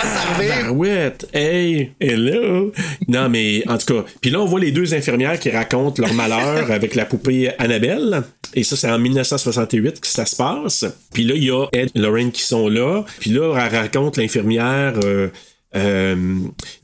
Speaker 3: Ah,
Speaker 1: arrive.
Speaker 3: Tabarouette, ben hey, hello. Non, mais en tout cas, puis là, on voit les deux infirmières qui racontent
Speaker 2: [laughs]
Speaker 3: leur malheur avec la poupée Annabelle. Et ça, c'est en 1968 que ça se passe. Puis là, il y a Ed et Lorraine qui sont là. Puis là, elle raconte l'infirmière. euh, euh,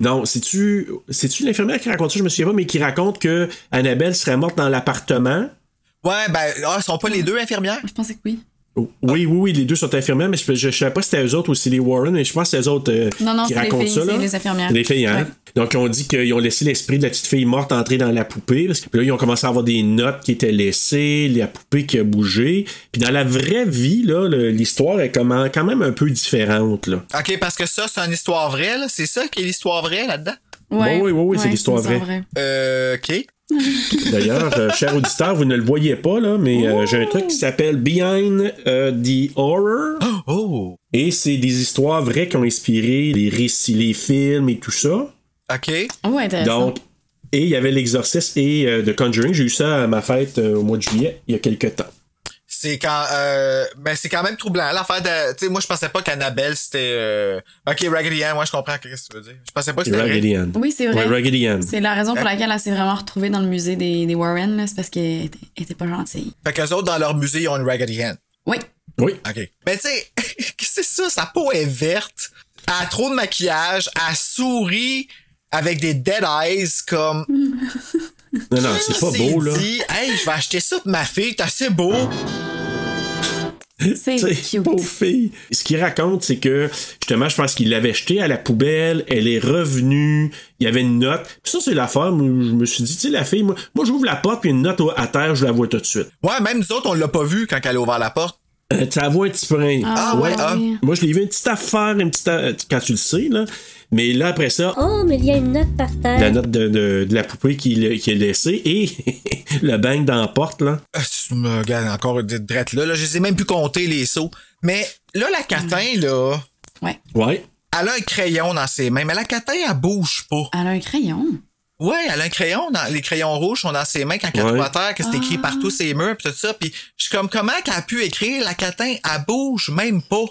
Speaker 3: non, c'est-tu, c'est-tu l'infirmière qui raconte ça? Je me souviens pas, mais qui raconte que Annabelle serait morte dans l'appartement.
Speaker 1: [laughs] Ouais, ben, ah, sont pas les deux infirmières?
Speaker 2: Je pensais que oui.
Speaker 3: Oui,
Speaker 2: Ah.
Speaker 3: oui, oui, les deux sont infirmières, mais je, je, je savais pas si c'était eux autres ou si les Warren, mais je pense que c'est eux autres euh,
Speaker 2: Non, non,
Speaker 3: qui
Speaker 2: c'est les
Speaker 3: racontent
Speaker 2: filles,
Speaker 3: ça.
Speaker 2: c'est
Speaker 3: là.
Speaker 2: les infirmières.
Speaker 3: Les filles, hein?
Speaker 2: Ouais.
Speaker 3: Donc, on dit qu'ils ont laissé l'esprit de la petite fille morte entrer dans la poupée. Parce que, puis là, ils ont commencé à avoir des notes qui étaient laissées, la poupée qui a bougé. Puis dans la vraie vie, là, le- l'histoire est comment, quand même un peu différente. Là.
Speaker 1: OK, parce que ça, c'est une histoire vraie, là. C'est ça qui est l'histoire vraie là-dedans?
Speaker 2: Ouais.
Speaker 3: Bon, oui, oui, oui, c'est
Speaker 2: Ouais,
Speaker 3: l'histoire
Speaker 2: me semble
Speaker 3: vraie.
Speaker 1: Euh, OK. [gasps]
Speaker 3: D'ailleurs,
Speaker 2: [laughs]
Speaker 3: euh, cher auditeur, vous ne le voyez pas, là, mais euh, j'ai un truc qui s'appelle Behind euh, the Horror.
Speaker 1: Oh!
Speaker 3: Et c'est des histoires vraies qui ont inspiré les récits, les films et tout ça.
Speaker 1: OK.
Speaker 2: Oh, intéressant.
Speaker 3: Donc, et il y avait l'exorciste et euh, The Conjuring. J'ai eu ça à ma fête euh, au mois de juillet, il y a quelques temps.
Speaker 1: C'est quand, euh, ben, c'est quand même troublant. L'affaire de, tu sais, moi, je pensais pas qu'Annabelle, c'était, euh, OK, Raggedy Ann, moi, je comprends qu'est-ce que tu veux dire. Je pensais pas que
Speaker 3: C'est
Speaker 1: c'était vrai.
Speaker 3: Raggedy Ann.
Speaker 2: Oui, c'est vrai.
Speaker 3: Ouais, Raggedy Ann.
Speaker 2: C'est la raison pour laquelle elle s'est vraiment retrouvée dans le musée des, des Warren, là, c'est parce qu'elle était, elle était pas gentille.
Speaker 1: Fait qu'eux autres, dans leur musée, ils ont une Raggedy Ann.
Speaker 2: Oui.
Speaker 3: Oui.
Speaker 1: OK. Mais tu sais, [laughs] qu'est-ce que c'est ça? Sa peau est verte. Elle a trop de maquillage. Elle sourit avec des dead eyes comme.
Speaker 3: Non, non, c'est pas
Speaker 1: S'est
Speaker 3: beau, là. [laughs]
Speaker 1: dit, hey, je vais acheter ça pour ma fille. T'as assez beau.
Speaker 2: C'est
Speaker 3: Tu sais,
Speaker 2: cute.
Speaker 3: pauvre fille. Ce qu'il raconte, c'est que justement, je pense qu'il l'avait jetée à la poubelle, elle est revenue, il y avait une note. Puis ça, c'est l'affaire où je me suis dit, tu sais, la fille, moi, moi j'ouvre la porte, puis une note au- à terre, je la vois tout de suite.
Speaker 1: Ouais, même nous autres, on l'a pas vu quand elle a ouvert la porte.
Speaker 3: Euh, tu la vois un petit peu. hein.
Speaker 1: Ah, ouais, ah.
Speaker 2: oui.
Speaker 3: Moi, je l'ai vu une petite affaire, une petite. a- Quand tu le sais, là. Mais là, après ça,
Speaker 5: Oh, mais il y a une note par terre.
Speaker 3: la note de, de- de la poupée qui, l'a- qui est laissée et [laughs] le bang dans la porte, là.
Speaker 1: Euh, tu me regardes encore des drettes là, là. Je les ai même plus compter, les sauts. Mais là, la catin, là,
Speaker 2: Ouais.
Speaker 3: Ouais.
Speaker 1: elle a un crayon dans ses mains. Mais la catin, elle bouge pas.
Speaker 2: Elle a un crayon.
Speaker 1: Ouais, elle a un crayon. Dans, les crayons rouges sont dans ses mains quand elle
Speaker 3: Ouais.
Speaker 1: trouve à terre, que c'est écrit partout ses murs, pis tout ça. Puis je suis comme, comment qu'elle a pu écrire la catin? Elle bouge même pas.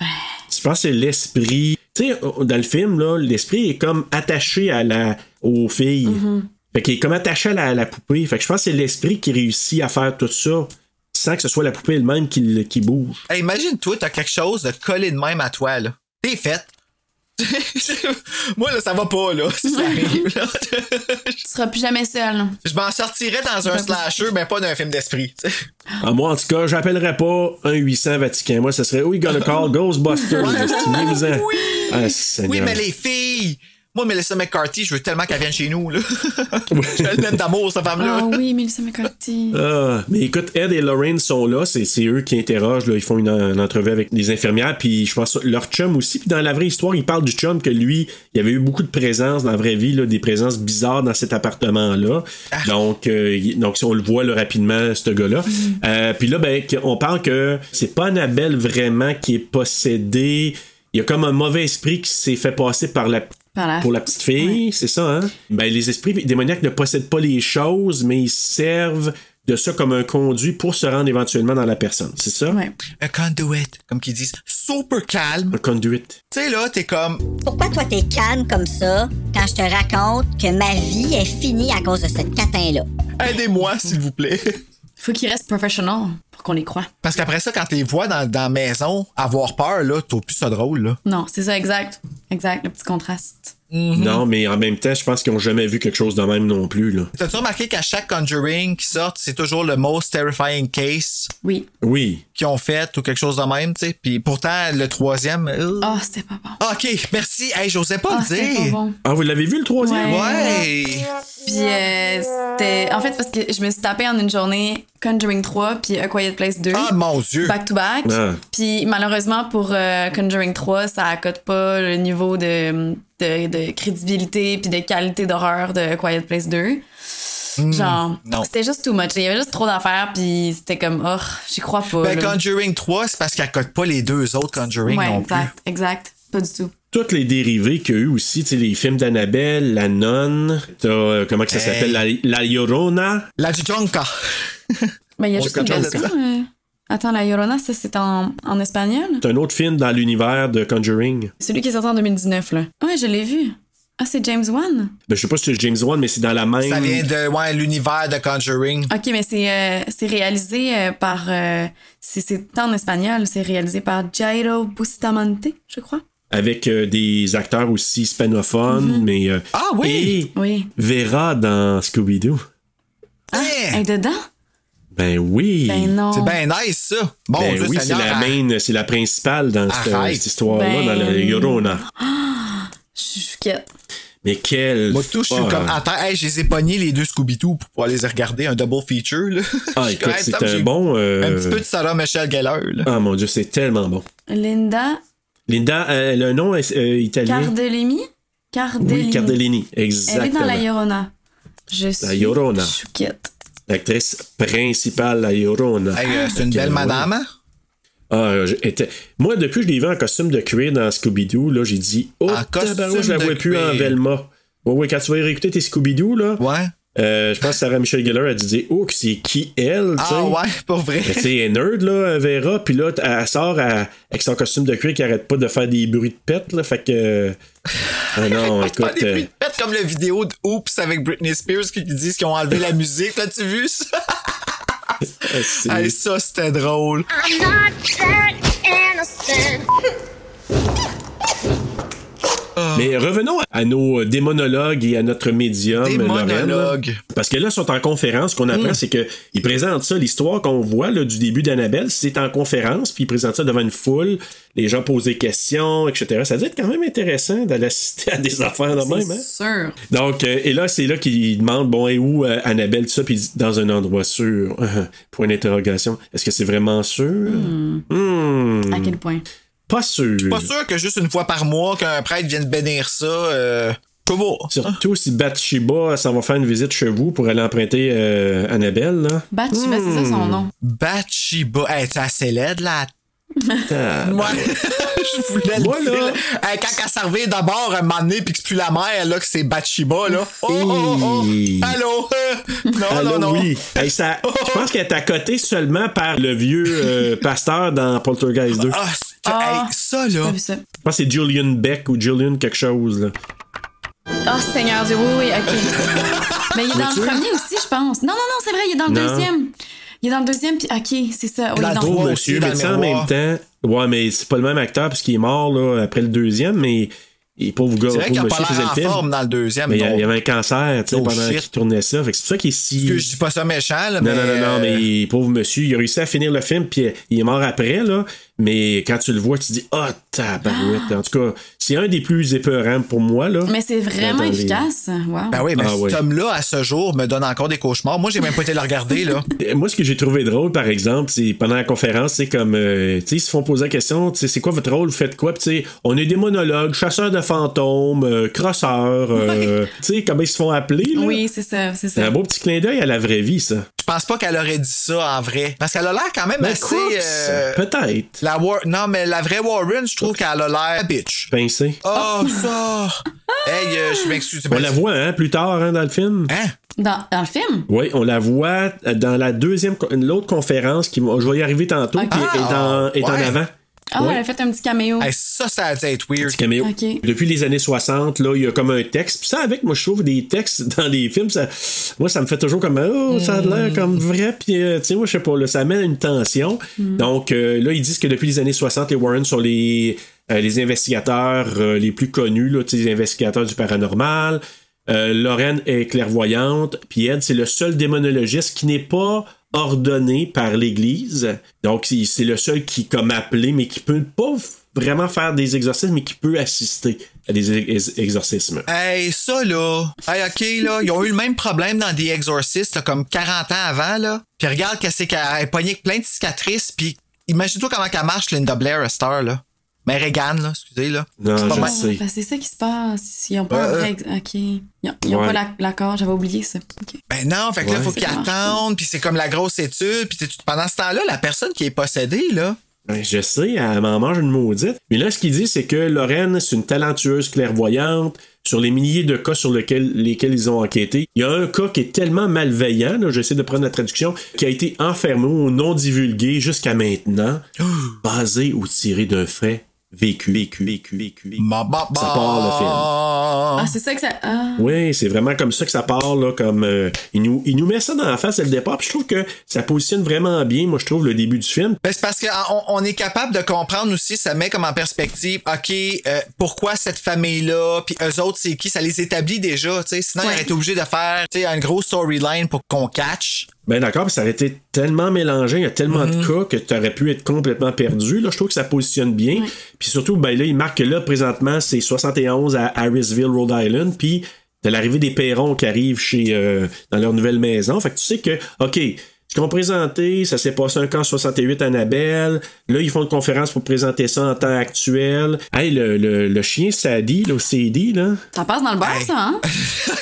Speaker 3: Je pense que c'est l'esprit. Tu sais, dans le film, là, l'esprit est comme attaché à la, aux filles.
Speaker 1: Mhm.
Speaker 3: Fait qu'il est comme attaché à la, la poupée. Fait que je pense que c'est l'esprit qui réussit à faire tout ça sans que ce soit la poupée elle-même qui, le- qui bouge.
Speaker 1: Hey, imagine-toi, t'as quelque chose de collé de même à toi, là. T'es faite. [laughs] Moi, là, ça va pas, là, si ça arrive, là.
Speaker 2: Tu seras plus jamais
Speaker 3: Ah
Speaker 2: seule.
Speaker 1: Je m'en sortirais dans un slasher, mais pas d'un film d'esprit. tu sais.
Speaker 3: Ah, moi, en tout cas, j'appellerais pas un 800 Vatican. Moi, ce serait Oh, you
Speaker 1: [laughs]
Speaker 3: gotta call Ghostbusters. Estimez-vous-en. Ah, Seigneur.
Speaker 1: Oui, mais les filles! Moi, Melissa McCarthy, je veux tellement qu'elle vienne chez nous, là. je l'aime d'amour, cette femme-là.
Speaker 2: Ah oui, Melissa McCarthy.
Speaker 3: [laughs] Ah, mais écoute, Ed et Lorraine sont là, c'est c'est eux qui interrogent, là, ils font une, une entrevue avec les infirmières, puis je pense leur chum aussi. Puis dans la vraie histoire, ils parlent du chum que lui, il y avait eu beaucoup de présences dans la vraie vie, là, des présences bizarres dans cet appartement-là. Donc, euh, il- donc si on le voit là, rapidement, ce gars-là. Euh, puis là, ben, que- on parle que c'est pas Annabelle vraiment qui est possédée. Il y a comme un mauvais esprit qui s'est fait passer par la,
Speaker 2: Par la-
Speaker 3: pour la petite fille, c'est ça, hein? Ben, les esprits démoniaques ne possèdent pas les choses, mais ils servent de ça comme un conduit pour se rendre éventuellement dans la personne, c'est ça?
Speaker 2: Ouais.
Speaker 1: Un conduit, comme qu'ils disent. Super calme.
Speaker 3: Un conduit.
Speaker 1: Tu sais, là, t'es comme.
Speaker 5: Pourquoi toi t'es calme comme ça quand je te raconte que ma vie est finie à cause de cette catin-là?
Speaker 1: Aidez-moi, s'il vous plaît.
Speaker 2: Faut qu'ils restent professionnels pour qu'on les croit.
Speaker 1: [laughs] Parce qu'après ça, quand t'es vois dans, dans la maison, avoir peur, là, t'as plus ça drôle, là.
Speaker 2: Non, c'est ça, exact. Exact, le petit contraste.
Speaker 1: Mm-hmm.
Speaker 3: Non, mais en même temps, je pense qu'ils n'ont jamais vu quelque chose de même non plus, là.
Speaker 1: T'as-tu remarqué qu'à chaque Conjuring qui sort, c'est toujours le most terrifying case
Speaker 2: Oui.
Speaker 3: Oui.
Speaker 1: qu'ils ont fait ou quelque chose de même, tu sais. Puis pourtant, le troisième. euh,
Speaker 2: Oh, c'était pas bon.
Speaker 1: OK, merci. Hey, j'osais pas
Speaker 2: Ah,
Speaker 1: le
Speaker 2: c'était
Speaker 1: dire.
Speaker 2: pas bon.
Speaker 3: Ah, vous l'avez vu le troisième?
Speaker 2: Ouais.
Speaker 1: Ouais.
Speaker 2: Puis euh, c'était. En fait, parce que je me suis tapé en une journée Conjuring 3 puis A Quiet Place 2.
Speaker 1: Ah, mon Dieu.
Speaker 2: Back to back.
Speaker 3: Ah.
Speaker 2: Puis malheureusement pour euh, Conjuring 3, ça accote pas le niveau de, de, de crédibilité puis de qualité d'horreur de A Quiet Place 2.
Speaker 1: Hmm.
Speaker 2: Genre,
Speaker 1: non.
Speaker 2: c'était juste too much. Il y avait juste trop d'affaires puis c'était comme, oh, j'y crois pas.
Speaker 1: Ben,
Speaker 2: là.
Speaker 1: Conjuring 3, c'est parce qu'elle cote pas les deux autres Conjuring
Speaker 2: ouais,
Speaker 1: non plus.
Speaker 2: exact, exact. Pas du tout.
Speaker 3: toutes les dérivés qu'il y a eu aussi, tu sais, les films d'Annabelle, La Nonne, t'as, euh, comment que ça
Speaker 1: Hey.
Speaker 3: s'appelle, la, la Llorona.
Speaker 1: La Jujonka.
Speaker 2: Mais il y a
Speaker 1: On
Speaker 2: juste
Speaker 1: se
Speaker 2: une
Speaker 1: cache
Speaker 2: version. euh, Attends, la Llorona, ça c'est en, en espagnol?
Speaker 3: C'est un autre film dans l'univers de Conjuring.
Speaker 2: Celui qui est sorti en 2019, là. Ouais, je l'ai vu. Ah, c'est James Wan?
Speaker 3: Ben, je sais pas si c'est James Wan, mais c'est dans la même.
Speaker 1: Ça vient de ouais, l'univers de Conjuring.
Speaker 2: Ok, mais c'est euh, c'est réalisé euh, par. euh, c'est- c'est en espagnol, c'est réalisé par Jairo Bustamante, je crois.
Speaker 3: Avec euh, des acteurs aussi hispanophones, mais. euh,
Speaker 1: Ah oui!
Speaker 3: Et
Speaker 2: Oui.
Speaker 3: Vera dans Scooby-Doo.
Speaker 1: Hein?
Speaker 2: Elle est dedans?
Speaker 3: Ben oui!
Speaker 2: Ben Ah, non.
Speaker 1: C'est bien nice, ça. Bon,
Speaker 3: Ben
Speaker 1: Dieu
Speaker 3: oui, c'est
Speaker 1: Seigneur.
Speaker 3: la
Speaker 1: ah,
Speaker 3: main, c'est la principale dans cette, euh,
Speaker 1: Arrête.
Speaker 3: cette histoire-là,
Speaker 2: Ben-
Speaker 3: dans la Llorona.
Speaker 2: Je suis chouquette.
Speaker 3: Mais quelle.
Speaker 1: Moi, tout, je suis
Speaker 3: folle.
Speaker 1: comme. ah, Attends, hey, je les ai pognés, les deux Scooby-Doo, pour pouvoir les regarder, un double feature, là.
Speaker 3: Ah,
Speaker 1: Je suis comme,
Speaker 3: écoute,
Speaker 1: hey,
Speaker 3: c'est
Speaker 1: Tom,
Speaker 3: un
Speaker 1: j'ai
Speaker 3: bon. euh,
Speaker 1: Un petit peu de Sarah Michelle Geller, là.
Speaker 3: Ah mon dieu, c'est tellement bon.
Speaker 2: Linda
Speaker 3: Linda, euh, elle a un nom euh, euh, italien.
Speaker 2: Cardellini? Cardellini.
Speaker 3: Oui, Cardellini,
Speaker 2: Elle est dans
Speaker 3: exactement.
Speaker 2: La Llorona. Je suis
Speaker 3: Llorona.
Speaker 2: chouquette.
Speaker 3: L'actrice principale, la Llorona.
Speaker 1: Hey, euh, c'est une
Speaker 3: Ah, Ok,
Speaker 1: belle
Speaker 3: oui.
Speaker 1: madame. hein?
Speaker 3: Ah, j'étais- Moi, depuis que je l'ai vu en costume de cuir dans Scooby-Doo, là, j'ai dit Oh,
Speaker 1: En costume
Speaker 3: tabarou, je la
Speaker 1: de
Speaker 3: vois plus
Speaker 1: cuir.
Speaker 3: en Velma. Oui, oui, quand tu vas réécouter tes Scooby-Doo, là,
Speaker 1: Ouais.
Speaker 3: euh, je pense que Sarah Michelle Gellar a dit Oh, que c'est qui elle tu sais.
Speaker 1: Ah ouais, pour vrai.
Speaker 3: Mais tu
Speaker 1: [laughs]
Speaker 3: sais, elle est nerd, là, euh, Vera, puis là, elle sort à- avec son costume de cuir qui arrête pas de faire des bruits de pète, là, fait que. euh,
Speaker 1: [laughs]
Speaker 3: Ah non,
Speaker 1: Pas
Speaker 3: écoute.
Speaker 1: des
Speaker 3: euh,
Speaker 1: bruits de pète comme la vidéo de Oops avec Britney Spears qui qui disent qu'ils ont enlevé la musique. Là, tu vu
Speaker 3: [laughs]
Speaker 1: ça?
Speaker 3: c'est-
Speaker 1: Hey, ça, c'était drôle.
Speaker 5: I'm not that innocent.
Speaker 3: Mais revenons à nos euh, démonologues et à notre médium.
Speaker 1: Des
Speaker 3: Lorraine.
Speaker 1: monologues.
Speaker 3: Parce que là, ils sont en conférence. Ce qu'on apprend, c'est qu'ils présentent ça, l'histoire qu'on voit là, du début d'Annabelle, c'est en conférence, puis ils présentent ça devant une foule. Les gens posent des questions, etc. Ça doit être quand même intéressant d'aller assister à des affaires de même. Hein?
Speaker 2: Sûr.
Speaker 3: Donc, euh, et là, c'est là qu'ils demandent bon, et où euh, Annabelle, tout ça, puis ils disent, dans un endroit sûr. [laughs] Point d'interrogation. Est-ce que c'est vraiment sûr? Hmm,
Speaker 1: Mm.
Speaker 2: À quel point?
Speaker 3: Pas sûr.
Speaker 1: Pas sûr que juste une fois par mois qu'un prêtre vienne bénir ça. Euh, comment?
Speaker 3: Surtout si Bathsheba s'en va faire une visite chez vous pour aller emprunter euh, Annabelle, là.
Speaker 1: Oh,
Speaker 2: Bah, tu vois, c'est ça
Speaker 1: Mm.
Speaker 2: son nom.
Speaker 1: Bachiba. Hey, c'est assez laide, [laughs] là. Moi, [laughs] je voulais
Speaker 3: Moi,
Speaker 1: le
Speaker 3: là-
Speaker 1: dire. là. Hey, quand elle servait d'abord un moment donné puis que c'est plus la mère, là, que c'est Bachiba, là. Oh, oh, oh.
Speaker 3: Hey.
Speaker 1: Allô? [laughs] Euh, Non,
Speaker 3: Allô,
Speaker 1: non, non.
Speaker 3: Ah, oui. Hey, ça- je pense qu'elle est à côté seulement par le vieux
Speaker 1: [laughs]
Speaker 3: euh, pasteur dans Poltergeist 2.
Speaker 1: Ah, c'est-
Speaker 2: Ah.
Speaker 1: hey, ça, là.
Speaker 2: T'as vu ça?
Speaker 3: Je pense que c'est Julian Beck ou Julian quelque chose. Là.
Speaker 2: Oh, Seigneur Dieu, oui, oui, ok. Mais il est dans le premier aussi, je pense. Non, non, non, c'est vrai, il est dans le
Speaker 3: Non.
Speaker 2: deuxième. Il est dans le deuxième, puis ok, c'est ça. Oui,
Speaker 1: Dans
Speaker 2: il
Speaker 1: le
Speaker 2: est dans
Speaker 1: trois.
Speaker 3: Oh,
Speaker 1: Moi
Speaker 3: monsieur,
Speaker 1: aussi, dans
Speaker 3: mais
Speaker 1: le
Speaker 3: tu sais, en même
Speaker 1: miroir.
Speaker 3: temps. Ouais, mais c'est pas le même acteur parce qu'il est mort là, après le deuxième, mais il pauvre gars,
Speaker 1: C'est vrai
Speaker 3: pauvre
Speaker 1: qu'il a pas
Speaker 3: monsieur faisait
Speaker 1: l'air
Speaker 3: le
Speaker 1: en
Speaker 3: film.
Speaker 1: forme dans le deuxième.
Speaker 3: Mais il y a-
Speaker 1: non.
Speaker 3: il y avait un cancer tu sais,
Speaker 1: Oh,
Speaker 3: pendant
Speaker 1: shit.
Speaker 3: qu'il tournait ça. Fait que c'est pour ça qu'il est si.
Speaker 1: Parce que je dis pas ça méchant, là,
Speaker 3: Non,
Speaker 1: mais... euh,
Speaker 3: non, non, non, mais pauvre monsieur, il a réussi à finir le film, puis il est mort après, là. Mais quand tu le vois, tu dis, ah, tabarouette. En tout cas, c'est un des plus épeurants pour moi, là.
Speaker 2: Mais c'est vraiment
Speaker 3: Attendez.
Speaker 2: efficace. Wow.
Speaker 1: Ben oui, mais
Speaker 3: Ah,
Speaker 1: cet
Speaker 3: oui.
Speaker 1: homme-là, à ce jour, me donne encore des cauchemars. Moi, j'ai même pas été le regarder,
Speaker 3: [laughs]
Speaker 1: là.
Speaker 3: Euh, Moi, ce que j'ai trouvé drôle, par exemple, c'est pendant la conférence, c'est comme, euh, tu sais, ils se font poser la question, tu sais, c'est quoi votre rôle, vous faites quoi, puis tu sais, on est des monologues, chasseurs de fantômes, euh, crosseurs, euh, [laughs] tu sais, comment ils se font appeler, là.
Speaker 2: Oui, c'est ça, c'est
Speaker 3: C'est
Speaker 2: ça.
Speaker 3: un beau petit clin d'œil à la vraie vie, ça.
Speaker 1: pense pas qu'elle aurait dit ça en vrai. Parce qu'elle a l'air quand même
Speaker 3: Mais
Speaker 1: assez.
Speaker 3: Crooks,
Speaker 1: euh,
Speaker 3: peut-être.
Speaker 1: la War- Non, mais la vraie Warren, je trouve qu'elle a l'air bitch.
Speaker 3: Pincé.
Speaker 1: Oh, ça! hey, euh, je m'excuse.
Speaker 3: On la voit hein, plus tard hein, dans le film.
Speaker 1: Hein?
Speaker 2: Dans, dans le film?
Speaker 3: Oui, on la voit euh, dans la deuxième, con- l'autre conférence qui, je vais y arriver tantôt,
Speaker 2: Ok.
Speaker 3: qui est, en, est en
Speaker 1: ouais.
Speaker 3: avant.
Speaker 2: Ah,
Speaker 3: Ouais.
Speaker 2: elle a fait un petit caméo.
Speaker 1: Hey, ça, ça a dû être weird.
Speaker 3: Petit caméo.
Speaker 2: Ok.
Speaker 3: Depuis les années 60, là, il y a comme un texte. Puis ça, avec, moi, je trouve des textes [laughs] dans les films, ça, moi, ça me fait toujours comme, oh, ça a
Speaker 2: Mm.
Speaker 3: l'air comme vrai. Puis, euh, tu sais, moi, je sais pas, là, ça amène une tension.
Speaker 2: Mm.
Speaker 3: Donc, euh, là, ils disent que depuis les années 60, les Warren sont les, euh, les investigateurs euh, les plus connus, là, tu sais, les investigateurs du paranormal. Euh, Lorraine est clairvoyante, puis Ed, c'est le seul démonologiste qui n'est pas ordonné par l'Église. Donc, c'est c'est le seul qui, comme appelé, mais qui peut pas vraiment faire des exorcismes, mais qui peut assister à des ex- exorcismes.
Speaker 1: Hey, ça, là. Hey, OK, là. Ils ont eu le même problème dans The Exorcist, là, comme 40 ans avant, là. Puis regarde qu'elle s'est qu'elle est pognée avec plein de cicatrices. Puis imagine-toi comment qu'elle marche, Linda Blair, à Star, là. Mais Regan, là, excusez, là.
Speaker 3: Non,
Speaker 1: C'est pas
Speaker 3: je
Speaker 1: mal.
Speaker 3: sais.
Speaker 2: Ben, c'est ça qui se passe. Ils ont pas un
Speaker 1: Euh,
Speaker 2: vrai ex- Ok. Ils ont, ils ont
Speaker 3: ouais.
Speaker 2: pas la- l'accord. J'avais oublié ça. Ok.
Speaker 1: Ben non, fait que là,
Speaker 3: Ouais.
Speaker 1: faut qu'ils
Speaker 2: marche
Speaker 1: attendent. Puis c'est comme la grosse étude. Puis t'es- pendant ce temps-là, la personne qui est possédée, là.
Speaker 3: Ben, je sais, elle m'en mange une maudite. Mais là, ce qu'il dit, c'est que Lorraine, c'est une talentueuse clairvoyante. Sur les milliers de cas sur lesquels, lesquels ils ont enquêté, il y a un cas qui est tellement malveillant, là, j'essaie de prendre la traduction, qui a été enfermé ou non divulgué jusqu'à [gasps] maintenant, basé ou tiré d'un fait vécu, vécu, vécu, vécu. vécu.
Speaker 1: Bah, bah, bah.
Speaker 3: Ça part,
Speaker 2: Ah, c'est ça que ça. Ah.
Speaker 3: Oui, c'est vraiment comme ça que ça part, là, comme euh, il, nous, il nous met ça dans la face dès le départ, puis je trouve que ça positionne vraiment bien, moi je trouve, le début du film.
Speaker 1: Ben, c'est parce qu'on on on est capable de comprendre aussi, ça met comme en perspective, OK, euh, pourquoi cette famille-là, puis eux autres, c'est qui, ça les établit déjà, tu sais. Sinon, ils
Speaker 2: Ouais.
Speaker 1: auraient été obligés de faire, tu sais, un gros storyline pour qu'on catch.
Speaker 3: Ben d'accord, puis ça aurait été tellement mélangé, il y a tellement
Speaker 1: Mhm.
Speaker 3: de cas que tu aurais pu être complètement perdu. Là, je trouve que ça positionne bien. Puis surtout, ben là, il marque que là, présentement, c'est 71 à Harrisville, Rhode Island, puis de l'arrivée des Perrons qui arrivent chez euh, dans leur nouvelle maison. Fait que tu sais que, OK, ce qu'on présentait, ça s'est passé un camp 68 à Annabelle. Là, ils font une conférence pour présenter ça en temps actuel. Hey, le, le, le chien Sadie, là, au CD, là.
Speaker 2: Ça passe dans le beurre,
Speaker 1: Hey.
Speaker 2: ça, hein?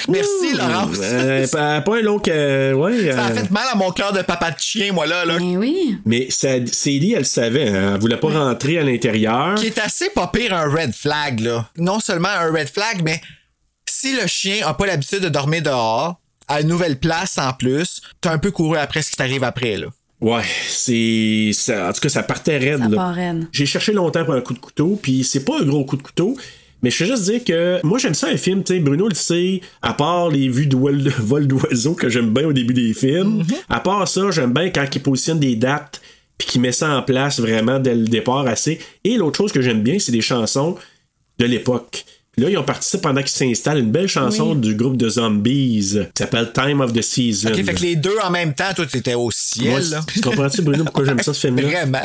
Speaker 1: Merci, Laurence.
Speaker 3: Euh, pas, pas un long que. Ouais.
Speaker 1: [laughs] Ça a
Speaker 3: euh,
Speaker 1: fait mal à mon cœur de papa de chien, moi, là, là.
Speaker 2: Ben oui.
Speaker 3: Mais ça- Sadie, elle le savait, hein, elle voulait pas rentrer à l'intérieur.
Speaker 1: Qui est assez pas pire un red flag, là. Non seulement un red flag, mais si le chien a pas l'habitude de dormir dehors, à une nouvelle place en plus, t'as un peu couru après ce qui t'arrive après, là.
Speaker 3: Ouais, c'est. ça- en tout cas, ça partait raide.
Speaker 2: Ça
Speaker 3: là.
Speaker 2: part raide.
Speaker 3: J'ai cherché longtemps pour un coup de couteau, puis c'est pas un gros coup de couteau. Mais je veux juste dire que moi j'aime ça un film, tu sais, Bruno le sait, à part les vues de vol- de vol d'oiseaux que j'aime bien au début des films,
Speaker 1: Mm-hmm.
Speaker 3: à part ça, j'aime bien quand il positionne des dates puis qu'il met ça en place vraiment dès le départ assez. Et l'autre chose que j'aime bien, c'est des chansons de l'époque. Puis Là, ils ont participé pendant qu'ils s'installent une belle chanson du groupe de Zombies qui s'appelle Time of the Season.
Speaker 1: OK, fait que les deux en même temps, toi, t'étais au ciel,
Speaker 3: Moi,
Speaker 1: là.
Speaker 3: tu comprends-tu, Bruno, pourquoi j'aime ça ce film-là?
Speaker 1: [laughs] Vraiment.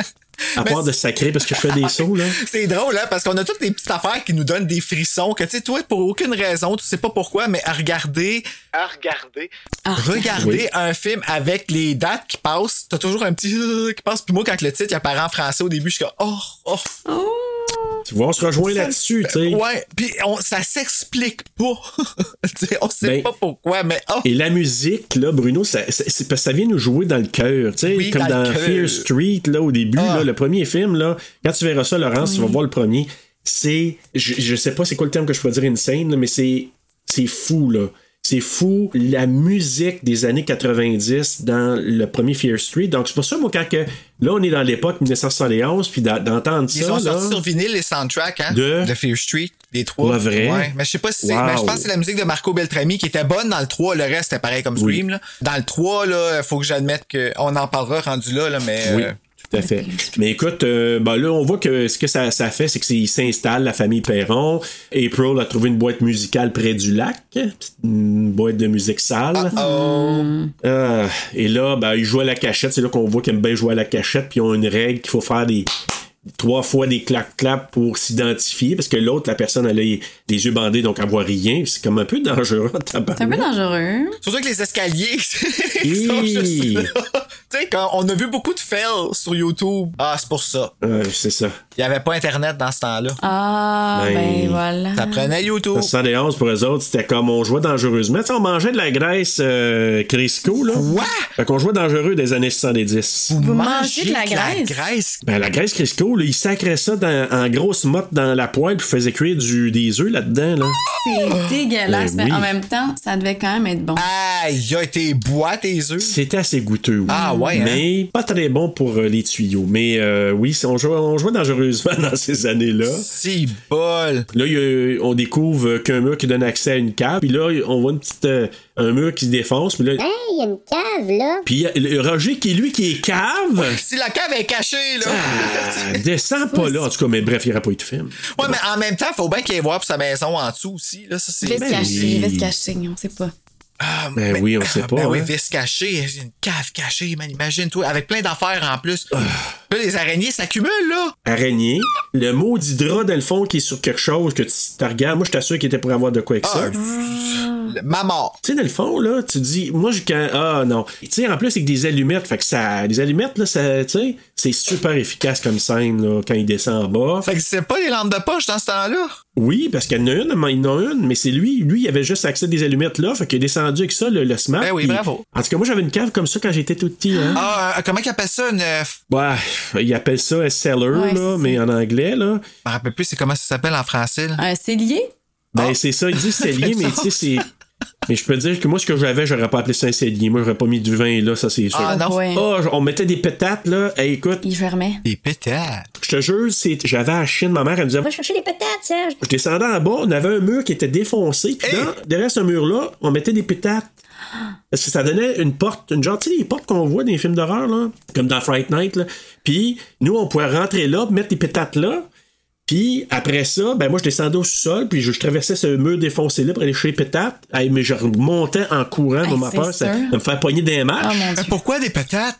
Speaker 1: Ah,
Speaker 3: À
Speaker 1: Mais
Speaker 3: part de
Speaker 1: c'est-
Speaker 3: sacré parce que je
Speaker 1: [laughs]
Speaker 3: fais des sauts, là.
Speaker 1: C'est drôle, hein, parce qu'on a toutes des petites affaires qui nous donnent des frissons, que tu sais, toi, pour aucune raison, tu sais pas pourquoi, mais à regarder, à regarder,
Speaker 2: Ah,
Speaker 1: regarder
Speaker 3: Oui.
Speaker 1: un film avec les dates qui passent, t'as toujours un petit [laughs] euh, qui passe, puis moi, quand le titre il apparaît en français au début, je suis comme, oh, oh,
Speaker 3: Tu vois, on se rejoint là-dessus, Ah, tu sais.
Speaker 1: ouais, puis on, ça s'explique pas, [laughs] tu sais, on sait
Speaker 3: Ben,
Speaker 1: pas pourquoi, mais oh,
Speaker 3: Et la musique, là, Bruno, ça, ça- c'est parce que ça vient nous jouer dans le cœur, tu sais,
Speaker 1: Oui,
Speaker 3: comme
Speaker 1: dans
Speaker 3: dans,
Speaker 1: le cœur.
Speaker 3: Fear Street, là, au début,
Speaker 1: Ah.
Speaker 3: là, le premier film, là, quand tu verras ça, Laurence, tu vas voir le premier, c'est, je, je sais pas c'est quoi le terme que je peux dire insane, là, mais c'est, c'est fou, là. C'est fou, la musique des années 90 dans le premier Fear Street. Donc, c'est pour ça, moi, quand que, là, on est dans l'époque 1971, puis d'a- d'entendre
Speaker 1: Ils
Speaker 3: ça,
Speaker 1: ont
Speaker 3: là...
Speaker 1: sorti sur vinyle les soundtracks hein,
Speaker 3: De-
Speaker 1: Fear Street, des trois.
Speaker 3: Pas vrai?
Speaker 1: Ouais, mais je sais pas si c'est.
Speaker 3: Wow.
Speaker 1: mais je pense que c'est la musique de Marco Beltrami qui était bonne dans le 3, le reste était pareil comme Scream. Là. Dans le 3, là, faut que j'admette qu'on en parlera rendu là, là mais.
Speaker 3: Oui,
Speaker 1: euh,
Speaker 3: tout à fait. Mais écoute, euh, ben là, on voit que ce que ça, ça fait, c'est qu'ils s'installent, la famille Perron. April a trouvé une boîte musicale près du lac, une boîte de musique sale.
Speaker 1: oh.
Speaker 3: Ah, et là, ben, ils jouent à la cachette. C'est là qu'on voit qu'ils aiment bien jouer à la cachette. Puis ils ont une règle qu'il faut faire des trois fois des clac-clap pour s'identifier. Parce que l'autre, la personne, elle a les, les yeux bandés, donc elle voit rien. C'est comme un peu dangereux.
Speaker 2: C'est un peu dangereux.
Speaker 1: Surtout que les escaliers. [laughs]
Speaker 3: Hi.
Speaker 1: ils sont juste là. [laughs] Tu sais, Tu sais, quand on a vu beaucoup de fails sur YouTube. Ah, c'est pour ça.
Speaker 3: Euh, c'est ça.
Speaker 1: Il y avait pas Internet dans ce temps-là.
Speaker 2: Ah, ben,
Speaker 3: Ben,
Speaker 2: voilà.
Speaker 1: Ça prenait YouTube.
Speaker 3: En 71, pour eux autres, c'était comme on jouait dangereusement. Tu sais, on mangeait de la graisse euh, Crisco, là.
Speaker 1: Quoi?
Speaker 3: Fait qu'on jouait dangereux des années 70.
Speaker 2: Vous mangez de la graisse?
Speaker 3: Ben, la graisse Crisco, là, ils sacraient ça dans- en grosse motte dans la poêle puis faisaient cuire du, des œufs là-dedans, là.
Speaker 2: C'est dégueulasse,
Speaker 3: Ben
Speaker 2: mais en
Speaker 3: oui. Ah,
Speaker 2: même temps, ça devait quand même être bon.
Speaker 1: Aïe, a été bois tes œufs.
Speaker 3: C'était assez goûteux, oui.
Speaker 1: Ah ouais, hein?
Speaker 3: Mais pas très bon pour euh, les tuyaux. Mais euh, oui, c'est- on jouait, on jouait dangereusement [laughs] dans ces années-là.
Speaker 1: Si bol.
Speaker 3: Là, il y a- on découvre euh, qu'un mur qui donne accès à une cave. Puis là, on voit une petite, euh, un mur qui se défonce. Puis là,
Speaker 5: Ben, il y a une cave, là.
Speaker 3: puis il y a le- Roger qui, lui, qui est cave.
Speaker 1: Si la cave est cachée, là.
Speaker 3: Ah, descends pas là, en tout cas, mais bref, il n'y aurait pas eu de film.
Speaker 1: ouais, mais en même temps, faut bien qu'il y ait voir pour sa maison en dessous aussi. Là, ça, c'est.
Speaker 2: Veste
Speaker 3: ben
Speaker 2: cachée,
Speaker 3: oui.
Speaker 2: veste cachée, on sait pas.
Speaker 1: Ah,
Speaker 3: Ben oui, on sait
Speaker 1: ah,
Speaker 3: pas,
Speaker 1: Ben oui,
Speaker 3: hein.
Speaker 1: vis cachée, une cave cachée, man. Imagine-toi, avec plein d'affaires en plus.
Speaker 3: Ah.
Speaker 1: Là, les araignées s'accumulent, là.
Speaker 3: Araignée, le maudit drap dans le fond qui est sur quelque chose que tu t'as regardes. Moi, je t'assure qu'il était pour avoir de quoi avec
Speaker 1: Ah,
Speaker 3: ça.
Speaker 1: Le- Ma mort.
Speaker 3: Tu sais, dans le fond, là, tu dis, moi, je. Quand, ah, non. Tu sais, en plus, avec des allumettes, fait que ça. Les allumettes, là, ça. Tu sais, c'est super efficace comme scène, là, quand il descend en bas.
Speaker 1: Fait que c'est pas les lampes de poche dans ce temps-là.
Speaker 3: Oui, parce qu'il y en a une, mais il y en a une, mais c'est lui. Lui, il avait juste accès à des allumettes là, fait qu'il est descendu avec ça, le, le smart.
Speaker 1: Ben oui,
Speaker 3: puis-
Speaker 1: bravo.
Speaker 3: En tout cas, moi, j'avais une cave comme ça quand j'étais tout petit, hein.
Speaker 1: Ah, euh, comment qu'ils appellent ça? Une... euh, f-
Speaker 3: Ouais, ils appellent ça un seller,
Speaker 2: Ouais,
Speaker 3: là,
Speaker 2: c'est
Speaker 3: mais en anglais, là.
Speaker 1: Je me rappelle plus, c'est comment ça s'appelle en français, là.
Speaker 2: Un cellier?
Speaker 3: Ben,
Speaker 1: Ah.
Speaker 3: c'est ça, ils
Speaker 1: [laughs]
Speaker 3: disent cellier, mais
Speaker 1: Ça
Speaker 3: tu sais, c'est. Mais je peux te dire que moi, ce que j'avais, j'aurais pas appelé ça un cellier. Moi, j'aurais pas mis du vin, là, ça, c'est sûr.
Speaker 1: Ah, non.
Speaker 2: Ouais.
Speaker 3: Ah, on mettait des pétates, là. Hey, écoute,
Speaker 2: Il fermait.
Speaker 1: Des pétards.
Speaker 3: je te jure, c'est- j'avais à la Chine, ma mère, elle me disait,
Speaker 5: Va chercher les patates, Serge.
Speaker 3: je descendais en bas, on avait un mur qui était défoncé, puis
Speaker 1: Hey!
Speaker 3: dans- derrière ce mur-là, on mettait des pétates. Parce que ça donnait une porte, une genre, tu sais, les portes qu'on voit dans les films d'horreur, là, comme dans Fright Night, là. Puis, nous, on pouvait rentrer là, mettre des pétates là. Puis, après ça, ben, moi, je descendais au sous-sol, puis je, je traversais ce mur défoncé-là pour aller chez les pétates. Hey, mais je remontais en courant,
Speaker 2: Hey,
Speaker 3: pour ma
Speaker 2: c'est
Speaker 3: peur, ça,
Speaker 2: sûr.
Speaker 3: de me faire poigner des
Speaker 2: Oh
Speaker 3: marches.
Speaker 2: mon
Speaker 1: Mais
Speaker 3: [laughs]
Speaker 2: dieu.
Speaker 1: pourquoi des pétates?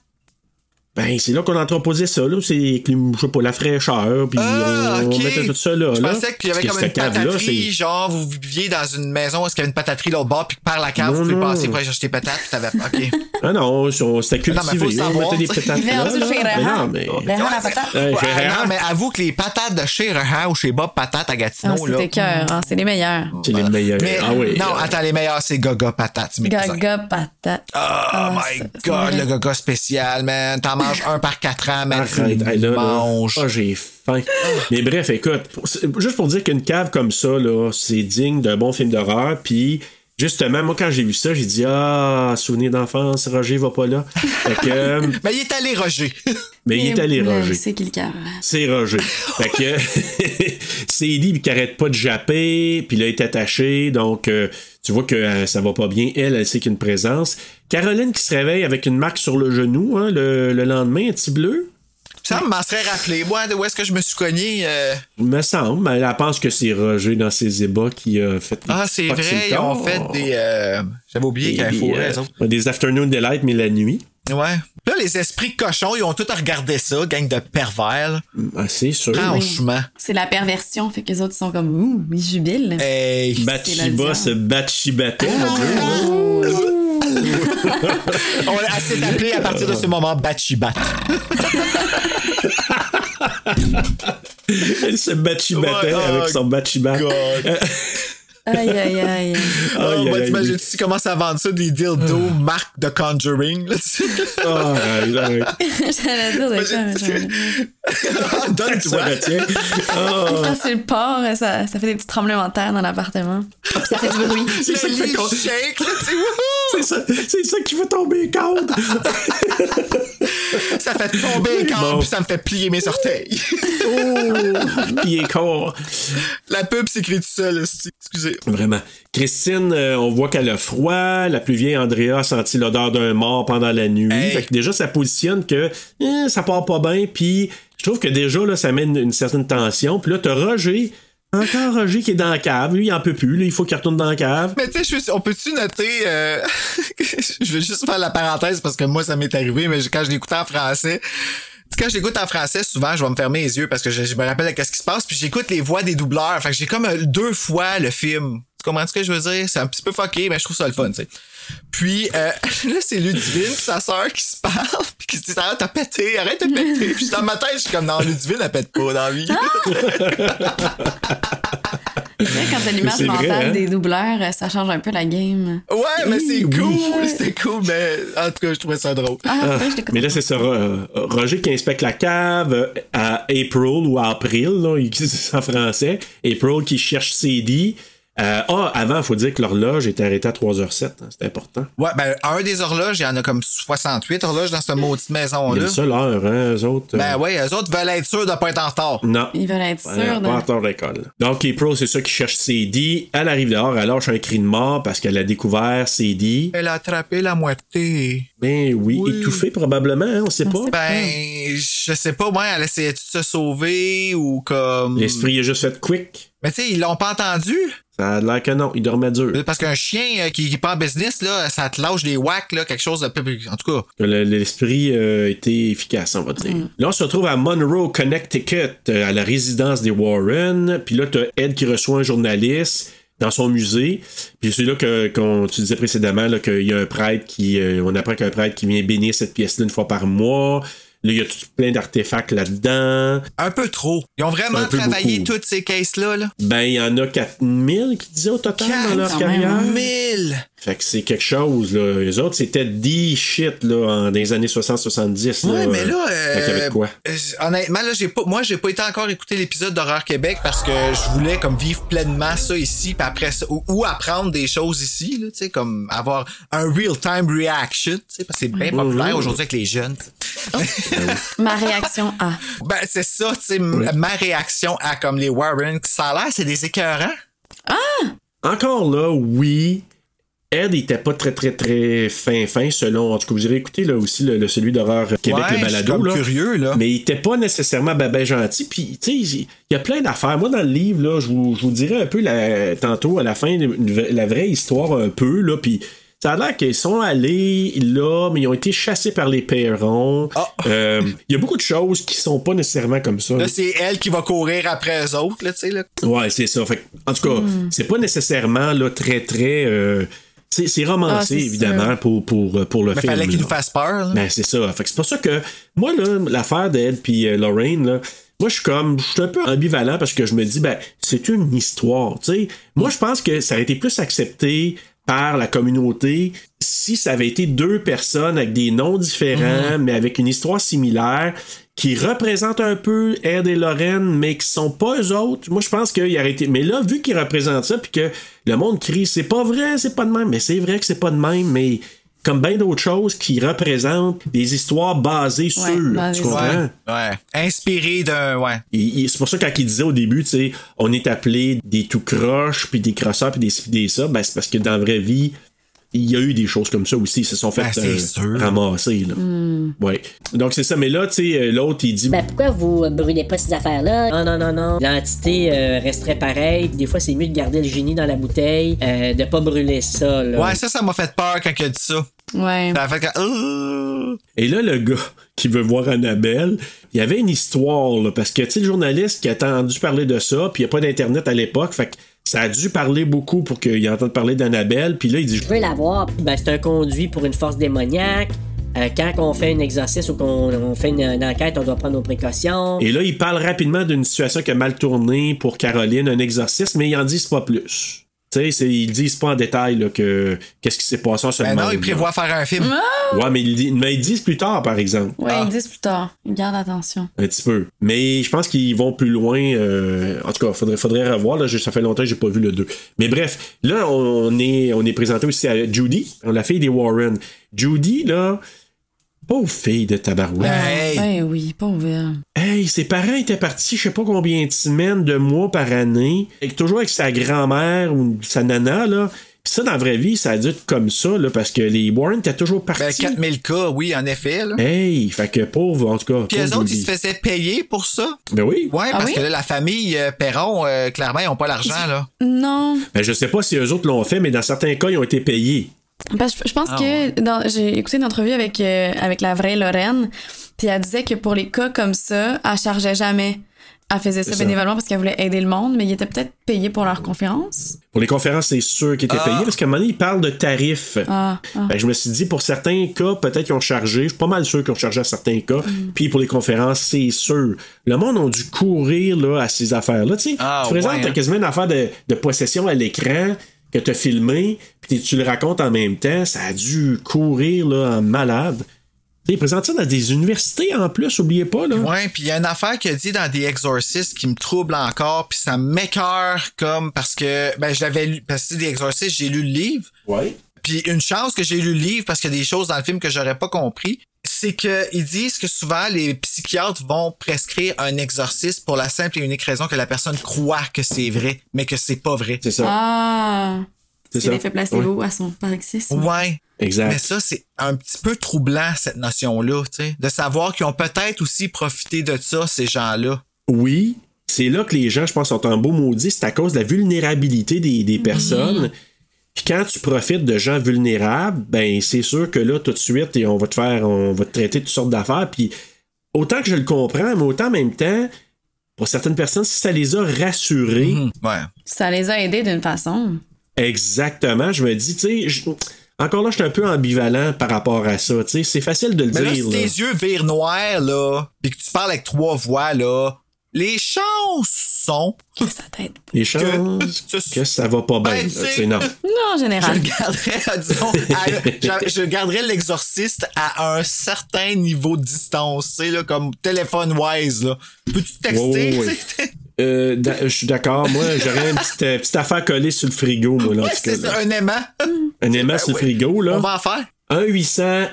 Speaker 3: ben, c'est là qu'on entreposait ça, là. C'est, avec les- je sais pas, la fraîcheur, puis
Speaker 1: Ah,
Speaker 3: on, on
Speaker 1: ok.
Speaker 3: mettait tout ça là.
Speaker 1: Je
Speaker 3: là.
Speaker 1: pensais qu'il y avait
Speaker 3: Parce
Speaker 1: comme
Speaker 3: que
Speaker 1: une
Speaker 3: cette cave-là,
Speaker 1: pataterie,
Speaker 3: c'est-
Speaker 1: genre vous viviez dans une maison où est-ce qu'il y avait une pataterie l'autre bord, puis par la cave,
Speaker 3: Non,
Speaker 1: vous pouvez
Speaker 3: non.
Speaker 1: passer pour aller chercher des patates, puis
Speaker 2: [laughs]
Speaker 1: t'avais. Ok.
Speaker 3: Ah non, on, on s'était
Speaker 1: Non, mais faut
Speaker 3: cultivé, on
Speaker 1: savoir,
Speaker 3: mettait des
Speaker 1: t'sais.
Speaker 3: pétates
Speaker 2: Il vient
Speaker 3: là,
Speaker 2: en dessous
Speaker 3: là.
Speaker 2: chez
Speaker 3: Mais
Speaker 2: Rahan.
Speaker 3: non, mais... Ah,
Speaker 2: Le rang à patate.
Speaker 3: Hey,
Speaker 1: Ouais,
Speaker 3: Gérard,
Speaker 1: non, mais avoue que les patates de chez Rehan ou chez Bob Patate à
Speaker 2: Ah,
Speaker 1: Gatineau, là.
Speaker 2: C'était cœur, hein, c'est les meilleurs.
Speaker 3: c'est les meilleurs.
Speaker 1: Mais,
Speaker 3: ah oui.
Speaker 1: Non,
Speaker 3: euh,
Speaker 1: attends, les meilleurs, c'est Gaga Patate. c'est mes cousins.
Speaker 2: Gaga patate.
Speaker 1: Oh
Speaker 2: Ah,
Speaker 1: my
Speaker 2: ça, c'est
Speaker 1: god,
Speaker 2: vrai.
Speaker 1: le gaga spécial, man. T'en manges un par quatre ans, man. Tu
Speaker 3: Arrête, hey, là, là.
Speaker 1: manges.
Speaker 3: Ah, j'ai faim. Mais bref, écoute, pour- c'est- juste pour dire qu'une cave comme ça, là, c'est digne d'un bon film d'horreur. Puis, justement, moi, quand j'ai vu ça, j'ai dit Ah, souvenir d'enfance, Roger va pas là. Fait que, euh,
Speaker 1: Mais il est allé, Roger. [laughs]
Speaker 3: mais il est
Speaker 2: [laughs]
Speaker 3: allé,
Speaker 2: Mais
Speaker 3: Roger.
Speaker 2: C'est qui le cœur?
Speaker 3: C'est Roger. Fait que [laughs] c'est Ellie qui arrête pas de japper, puis là, elle est attachée, donc euh, tu vois que euh, ça va pas bien. Elle, elle sait qu'il y a une présence. Caroline qui se réveille avec une marque sur le genou hein, le, le lendemain, un petit bleu.
Speaker 1: ça m'en serait rappelé, moi, de où est-ce que je me suis cogné. euh.
Speaker 3: Il me semble, elle, elle pense que c'est Roger dans ses ébats qui a fait.
Speaker 1: Ah, c'est
Speaker 3: pas que
Speaker 1: vrai,
Speaker 3: le
Speaker 1: ils
Speaker 3: corps.
Speaker 1: ont fait des. euh, J'avais oublié qu'il y
Speaker 3: Des,
Speaker 1: avait un fourré,
Speaker 3: euh,
Speaker 1: eux autres.
Speaker 3: des afternoon delight, mais la nuit.
Speaker 1: Ouais. Là, les esprits cochons, ils ont tout à regarder ça, gang de pervers. là.
Speaker 3: Ah, c'est sûr.
Speaker 1: Franchement.
Speaker 2: C'est la perversion, fait que les autres sont comme ouh, ils jubilent.
Speaker 3: Eh.
Speaker 1: Hey.
Speaker 3: Bathsheba
Speaker 2: la
Speaker 3: se batchibatait. mon Dieu.
Speaker 1: Ah!
Speaker 3: Ben,
Speaker 1: On a assez appelé à partir de ce moment Batchibat.
Speaker 3: [laughs] Elle se batchibattait
Speaker 1: Ouais, oh,
Speaker 3: avec son batchibat.
Speaker 1: God.
Speaker 2: Aïe aïe
Speaker 3: [laughs]
Speaker 2: aïe.
Speaker 1: Oh,
Speaker 3: Aïe, aïe,
Speaker 1: moi,
Speaker 3: aïe.
Speaker 1: t'imagines-tu comment ça vend ça des dildos marque de Conjuring? Là, tu sais?
Speaker 3: Ah, arrête, arrête.
Speaker 2: J'allais dire de quoi, mais je-
Speaker 1: Donne-toi.
Speaker 3: [laughs] Ça retient. Ah.
Speaker 2: je pense que c'est le porc, hein, ça, ça fait des petits tremblements de terre dans l'appartement. Puis Ça fait du bruit.
Speaker 3: C'est ça,
Speaker 1: Le
Speaker 3: qui fait
Speaker 1: lit
Speaker 3: qu'on-
Speaker 1: shake, là, tu sais, wouhou!
Speaker 3: c'est ça- c'est ça qui fait tomber corde.
Speaker 1: Ça fait tomber le corps,
Speaker 3: Bon.
Speaker 1: puis ça me fait plier mes
Speaker 3: [laughs]
Speaker 1: orteils.
Speaker 3: Pied corps.
Speaker 1: La pub s'écrit tout seul, esti. excusez.
Speaker 3: Vraiment. Christine, euh, on voit qu'elle a froid. La plus vieille Andrea a senti l'odeur d'un mort pendant la nuit.
Speaker 1: Hey.
Speaker 3: Fait que déjà, ça positionne que eh, ça part pas bien. Puis je trouve que déjà, là, ça mène une certaine tension. Puis là, t'as Roger. Encore Roger qui est dans la cave. Lui, il en peut plus. Là, il faut qu'il retourne dans la cave.
Speaker 1: Mais tu sais, je suis- on peut-tu noter... euh, [laughs] je vais juste faire la parenthèse, parce que moi, ça m'est arrivé, mais je- quand je l'écoutais en français... Quand je l'écoute en français, souvent, je vais me fermer les yeux parce que je, je me rappelle de ce qui se passe, puis j'écoute les voix des doubleurs. Fait que j'ai comme euh, deux fois le film. Tu comprends ce que je veux dire? C'est un petit peu fucké, mais je trouve ça le fun, tu sais. Puis euh, [laughs] là, c'est Ludivine pis sa sœur qui se parle, puis qui se dit Arrête de péter, arrête de péter. Puis dans ma tête, je suis comme Non, Ludivine, elle pète pas dans la vie.
Speaker 3: Ah!
Speaker 2: C'est vrai, quand t'as l'image
Speaker 3: C'est vrai,
Speaker 2: mentale
Speaker 3: hein?
Speaker 2: des doubleurs, euh, ça change un peu la game.
Speaker 1: ouais, mais c'est
Speaker 3: Oui,
Speaker 1: cool,
Speaker 3: oui.
Speaker 1: c'était cool, mais en tout cas, je trouvais ça drôle.
Speaker 2: Ah, putain, je l'écoute.
Speaker 3: Euh, Mais là, c'est ça. Ro- euh, Roger qui inspecte la cave euh, à April ou à April, là, il dit ça en français. April qui cherche CD. Euh, ah, avant, il faut dire que l'horloge était arrêtée à 3h07. hein, c'est important.
Speaker 1: Ouais, ben, un des horloges, il y en a comme 68 horloges dans cette maudite
Speaker 3: Il y a
Speaker 1: maison-là.
Speaker 3: une seule heure, hein, eux autres. euh,
Speaker 1: Ben ouais, eux autres veulent être sûrs de pas être en retard.
Speaker 3: Non.
Speaker 2: Ils veulent être sûrs
Speaker 3: Euh,
Speaker 2: de-
Speaker 3: Pas en retard d'école. Donc, April, c'est ça qui cherche CD. Elle arrive dehors, elle lâche un cri de mort parce qu'elle a découvert CD.
Speaker 1: Elle a attrapé la moitié.
Speaker 3: Ben oui,
Speaker 1: Oui.
Speaker 3: étouffée probablement, hein, on sait pas.
Speaker 1: Ben, je sais pas, moi, elle essayait de se sauver ou comme.
Speaker 3: L'esprit est juste fait quick.
Speaker 1: Mais tu sais, ils l'ont pas entendu.
Speaker 3: Ça a l'air que non, il dormait dur.
Speaker 1: Parce qu'un chien euh, qui, qui est pas en business, là, ça te lâche des whacks, là, quelque chose de plus. En tout cas.
Speaker 3: Que le- L'esprit euh, était efficace, on va dire.
Speaker 1: Mm.
Speaker 3: Là, on se retrouve à Monroe, Connecticut, euh, à la résidence des Warren. Puis là, t'as Ed qui reçoit un journaliste dans son musée. Puis c'est là que, qu'on, tu disais précédemment, là, qu'il y a un prêtre qui, euh, on apprend qu'il y a un prêtre qui vient bénir cette pièce-là une fois par mois. Là, il y a tout plein d'artefacts là-dedans.
Speaker 1: Un peu trop. Ils ont vraiment
Speaker 3: Un peu
Speaker 1: travaillé
Speaker 3: beaucoup.
Speaker 1: toutes ces caisses-là, là.
Speaker 3: Ben, il y en a 4000 qui disaient au total dans leur
Speaker 2: quand même,
Speaker 3: carrière.
Speaker 1: hein. 1000!
Speaker 3: Fait que c'est quelque chose, là. Eux autres, c'était 10 shit, là, en- dans les années 60-70.
Speaker 1: Ouais, mais là, euh,
Speaker 3: Fait qu'il y avait de quoi.
Speaker 1: euh, honnêtement, là, j'ai pas, moi, j'ai pas été encore écouter l'épisode d'Horreur Québec parce que je voulais comme vivre pleinement ça ici, puis après ça, ou, ou apprendre des choses ici, là, tu sais, comme avoir un real-time reaction, tu sais, parce que c'est bien populaire aujourd'hui avec les jeunes.
Speaker 2: Ma réaction Ah, à.
Speaker 1: Ben, c'est ça, tu sais, m- ma réaction à comme les Warren, ça a l'air, c'est des écœurants.
Speaker 3: Encore là, oui. Ed il était pas très très très fin fin selon. En tout cas, vous irez écouter là aussi le, le- celui d'horreur
Speaker 1: Ouais,
Speaker 3: Québec le
Speaker 1: je suis
Speaker 3: balado
Speaker 1: comme
Speaker 3: là.
Speaker 1: curieux, là.
Speaker 3: Mais il était pas nécessairement babin gentil. Puis tu sais, il y a plein d'affaires. Moi dans le livre là, je vous, je vous dirai un peu la, tantôt à la fin une vraie- la vraie histoire un peu là. Puis ça a l'air qu'ils sont allés là, mais ils ont été chassés par les perrons.
Speaker 1: Ah.
Speaker 3: Euh, il y a beaucoup de choses qui sont pas nécessairement comme ça.
Speaker 1: Là, c'est elle qui va courir après eux autres, là, tu sais, là.
Speaker 3: Ouais, c'est ça. Fait que, en tout cas,
Speaker 2: Hmm.
Speaker 3: c'est pas nécessairement là, très, très. euh, c'est c'est romancé,
Speaker 2: Ah, c'est
Speaker 3: évidemment,
Speaker 2: sûr.
Speaker 3: pour, pour, pour le
Speaker 1: Mais
Speaker 3: film.
Speaker 1: Ben, fallait qu'ils
Speaker 3: là.
Speaker 1: nous fassent peur, là.
Speaker 3: Ben, c'est ça. Fait que c'est pour ça que, moi, là, l'affaire d'Ed puis euh, Lorraine, là, moi, je suis comme, je suis un peu ambivalent parce que je me dis, ben, c'est une histoire, tu sais. Moi, je pense que ça aurait été plus accepté par la communauté si ça avait été deux personnes avec des noms différents, mais avec une histoire similaire, qui représentent un peu Ed et Lorraine, mais qui sont pas eux autres. Moi, je pense qu'il aurait été... Mais là, vu qu'ils représentent ça, puis que le monde crie, c'est pas vrai, c'est pas de même, mais c'est vrai que c'est pas de même, mais comme bien d'autres choses qui représentent des histoires basées sur.
Speaker 2: basées
Speaker 3: tu
Speaker 2: sur.
Speaker 3: comprends?
Speaker 1: Ouais. Ouais. Inspiré d'un, ouais.
Speaker 3: Il- il- c'est pour ça que quand il disait au début, tu sais, on est appelé des tout croches, puis des crosseurs, puis des ci, puis des ça, ben c'est parce que dans la vraie vie, il y a eu des choses comme ça aussi. Ils se sont fait euh,
Speaker 1: Ben, c'est sûr.
Speaker 3: ramasser. Là.
Speaker 2: Hmm.
Speaker 3: Ouais. Donc c'est ça, mais là, tu sais, euh, l'autre, il dit.
Speaker 10: Ben pourquoi vous euh, brûlez pas ces affaires-là? Non, non, non, non. L'entité euh, resterait pareille. Des fois, c'est mieux de garder le génie dans la bouteille, euh, de pas brûler ça, là.
Speaker 1: Ouais, ça, ça m'a fait peur quand il a dit ça.
Speaker 2: Ouais.
Speaker 1: Ça a fait que, euh,
Speaker 3: Et là, le gars [laughs] qui veut voir Annabelle, il y avait une histoire, là, parce que, tu sais, le journaliste qui a entendu parler de ça, puis il n'y a pas d'Internet à l'époque, fait que ça a dû parler beaucoup pour qu'il entende parler d'Annabelle, puis là, il dit.
Speaker 10: Je veux la voir. Ben, c'est un conduit pour une force démoniaque. Euh, quand on fait un exercice ou qu'on on fait une, une enquête, on doit prendre nos précautions.
Speaker 3: Et là, il parle rapidement d'une situation qui a mal tourné pour Caroline, un exorcisme, mais ils en disent pas plus. Tu sais, c'est- ils disent pas en détail là, que qu'est-ce qui s'est passé en ce
Speaker 1: ben
Speaker 3: moment.
Speaker 1: non, il prévoit faire un film.
Speaker 2: Hein?
Speaker 3: Ouais, mais ils, dit- mais ils disent plus tard, par exemple,
Speaker 2: Ouais,
Speaker 1: Ah.
Speaker 2: ils disent plus tard. Ils gardent attention.
Speaker 3: un petit peu. Mais je pense qu'ils vont plus loin. euh, en tout cas, faudrait, faudrait revoir. Là, je- ça fait longtemps que j'ai pas vu le 2. Mais bref, là, on est, on est présenté aussi à Judy, la fille des Warren. Judy, là, pauvre fille de tabarouette.
Speaker 1: Hey.
Speaker 2: Ben oui, pauvre. elle.
Speaker 3: Hey, ses parents étaient partis, je sais pas combien de semaines, de mois par année, et toujours avec sa grand-mère ou sa nana, là. Pis ça, dans la vraie vie, ça a dû être comme ça, là, parce que les Warren étaient toujours
Speaker 1: Ben,
Speaker 3: partis.
Speaker 1: 4000 cas, oui, en effet, là.
Speaker 3: Hey, fait que pauvre, en tout cas.
Speaker 1: Puis eux
Speaker 3: pauvre
Speaker 1: autres, ils
Speaker 3: Judy.
Speaker 1: se faisaient payer pour ça.
Speaker 3: Ben oui.
Speaker 1: Ouais,
Speaker 2: Ah
Speaker 1: parce
Speaker 2: oui?
Speaker 1: que là, la famille euh, Perron, euh, clairement, ils ont pas l'argent, là.
Speaker 2: Non.
Speaker 3: Ben, je sais pas si eux autres l'ont fait, mais dans certains cas, ils ont été payés.
Speaker 2: Parce que je pense
Speaker 3: Ah,
Speaker 2: que dans- j'ai écouté une entrevue avec, euh, avec la vraie Lorraine, puis elle disait que pour les cas comme ça, elle chargeait jamais. Elle faisait ça
Speaker 3: C'est ça.
Speaker 2: bénévolement parce qu'elle voulait aider le monde, mais ils étaient peut-être payés pour leur conférence.
Speaker 3: Pour les conférences, c'est sûr qu'ils étaient
Speaker 1: Ah.
Speaker 3: payés parce qu'à un moment donné, ils parlent de tarifs.
Speaker 2: Ah, ah.
Speaker 3: Fait que je me suis dit, pour certains cas, peut-être qu'ils ont chargé. Je suis pas mal sûr qu'ils ont chargé à certains cas.
Speaker 2: Mm.
Speaker 3: Puis pour les conférences, c'est sûr. Le monde a dû courir là, à ces affaires-là. Tu sais,
Speaker 1: Ah,
Speaker 3: tu présentes,
Speaker 1: ouais,
Speaker 3: t'as
Speaker 1: hein.
Speaker 3: quasiment une affaire de, de possession à l'écran que t'as filmé, puis tu le racontes en même temps. Ça a dû courir là, en malade. Tu sais, Ils présentent ça dans des universités en plus, oubliez pas. Là.
Speaker 1: Ouais, puis il y a une affaire qu'il a dit dans The Exorcist qui me trouble encore, puis ça m'écœure comme parce que ben je l'avais lu parce que The Exorcist, j'ai lu le livre,
Speaker 3: Ouais.
Speaker 1: puis une chance que j'ai lu le livre parce qu'il y a des choses dans le film que j'aurais pas compris, c'est que ils disent que souvent les psychiatres vont prescrire un exorcisme pour la simple et unique raison que la personne croit que c'est vrai, mais que c'est pas vrai.
Speaker 3: C'est ça.
Speaker 2: Ah!
Speaker 3: c'est
Speaker 2: C'est
Speaker 3: ça.
Speaker 2: l'effet placebo à son paroxysme.
Speaker 1: Ouais.
Speaker 3: Exact.
Speaker 1: Mais ça, c'est un petit peu troublant, cette notion-là, tu sais. De savoir qu'ils ont peut-être aussi profité de ça, ces gens-là.
Speaker 3: Oui, c'est là que les gens, je pense, sont en beau maudit. C'est à cause de la vulnérabilité des,
Speaker 1: Mhm.
Speaker 3: des personnes. Puis quand tu profites de gens vulnérables, ben c'est sûr que là, tout de suite, et on va te faire, on va te traiter de toutes sortes d'affaires. Puis autant que je le comprends, mais autant en même temps, pour certaines personnes, si ça les a rassurés,
Speaker 1: Hmm, Ouais.
Speaker 2: Ça les a aidés d'une façon.
Speaker 3: exactement, je me dis, tu sais, je- encore là, je suis un peu ambivalent par rapport à ça. Tu sais, c'est facile de le
Speaker 1: Mais là,
Speaker 3: dire.
Speaker 1: si tes
Speaker 3: là.
Speaker 1: yeux virent noirs, là, pis que tu parles avec trois voix, là, les chances sont
Speaker 2: Que ça t'aide.
Speaker 3: Les chances
Speaker 1: ce-
Speaker 3: que ça va pas bien.
Speaker 1: Ben,
Speaker 3: là,
Speaker 1: tu sais-
Speaker 3: tu sais, non.
Speaker 2: Non, en
Speaker 5: Ah.
Speaker 1: je
Speaker 2: général.
Speaker 1: le garderais, [laughs] disons, à- je, je garderais l'exorciste à un certain niveau de distance, tu sais, là, comme téléphone-wise, là. Peux-tu te texter?
Speaker 3: Ouais, ouais, ouais.
Speaker 1: [laughs] tu sais?
Speaker 3: Euh, d'a- je suis d'accord. Moi, j'aurais une petite, euh, petite affaire collée sur le frigo, moi, là, en
Speaker 1: Ouais,
Speaker 3: tout cas,
Speaker 1: c'est ça,
Speaker 3: là.
Speaker 1: un aimant.
Speaker 3: Un aimant sur le
Speaker 1: ouais.
Speaker 3: frigo,
Speaker 1: On
Speaker 3: là.
Speaker 1: va en faire.
Speaker 3: 1 800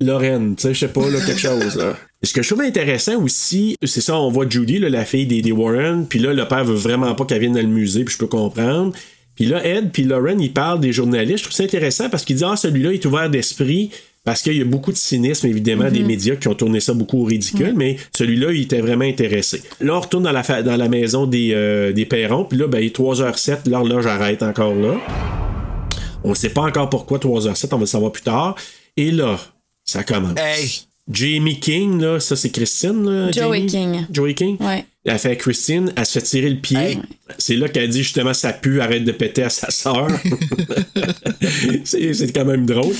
Speaker 3: Lorraine, tu sais, je sais pas, là, quelque chose, là. Et Ce que je trouve intéressant aussi, c'est ça, on voit Judy, là, la fille des, des Warren, puis là, le père veut vraiment pas qu'elle vienne dans le musée, puis je peux comprendre. Puis là, Ed, puis Lauren, ils parlent des journalistes. Je trouve ça intéressant parce qu'ils disent, ah, celui-là est ouvert d'esprit. Parce qu'il y a beaucoup de cynisme, évidemment, des médias qui ont tourné ça beaucoup au ridicule, mais celui-là, il était vraiment intéressé. Là, on retourne dans la, fa- dans la maison des, euh, des Perrons, puis là, ben, il est 3h07, l'horloge arrête encore là. On ne sait pas encore pourquoi 3h07, on va le savoir plus tard. Et là, ça commence.
Speaker 1: Hey.
Speaker 3: Jamie King, là, ça c'est Christine. là,
Speaker 2: Joey
Speaker 3: Jamie?
Speaker 2: King.
Speaker 3: Joey King.
Speaker 2: Ouais.
Speaker 3: Elle fait Christine, elle se fait tirer le pied.
Speaker 1: Hey.
Speaker 3: C'est là qu'elle dit justement ça pue, arrête de péter à sa
Speaker 1: [laughs]
Speaker 3: sœur. c'est c'est quand même drôle.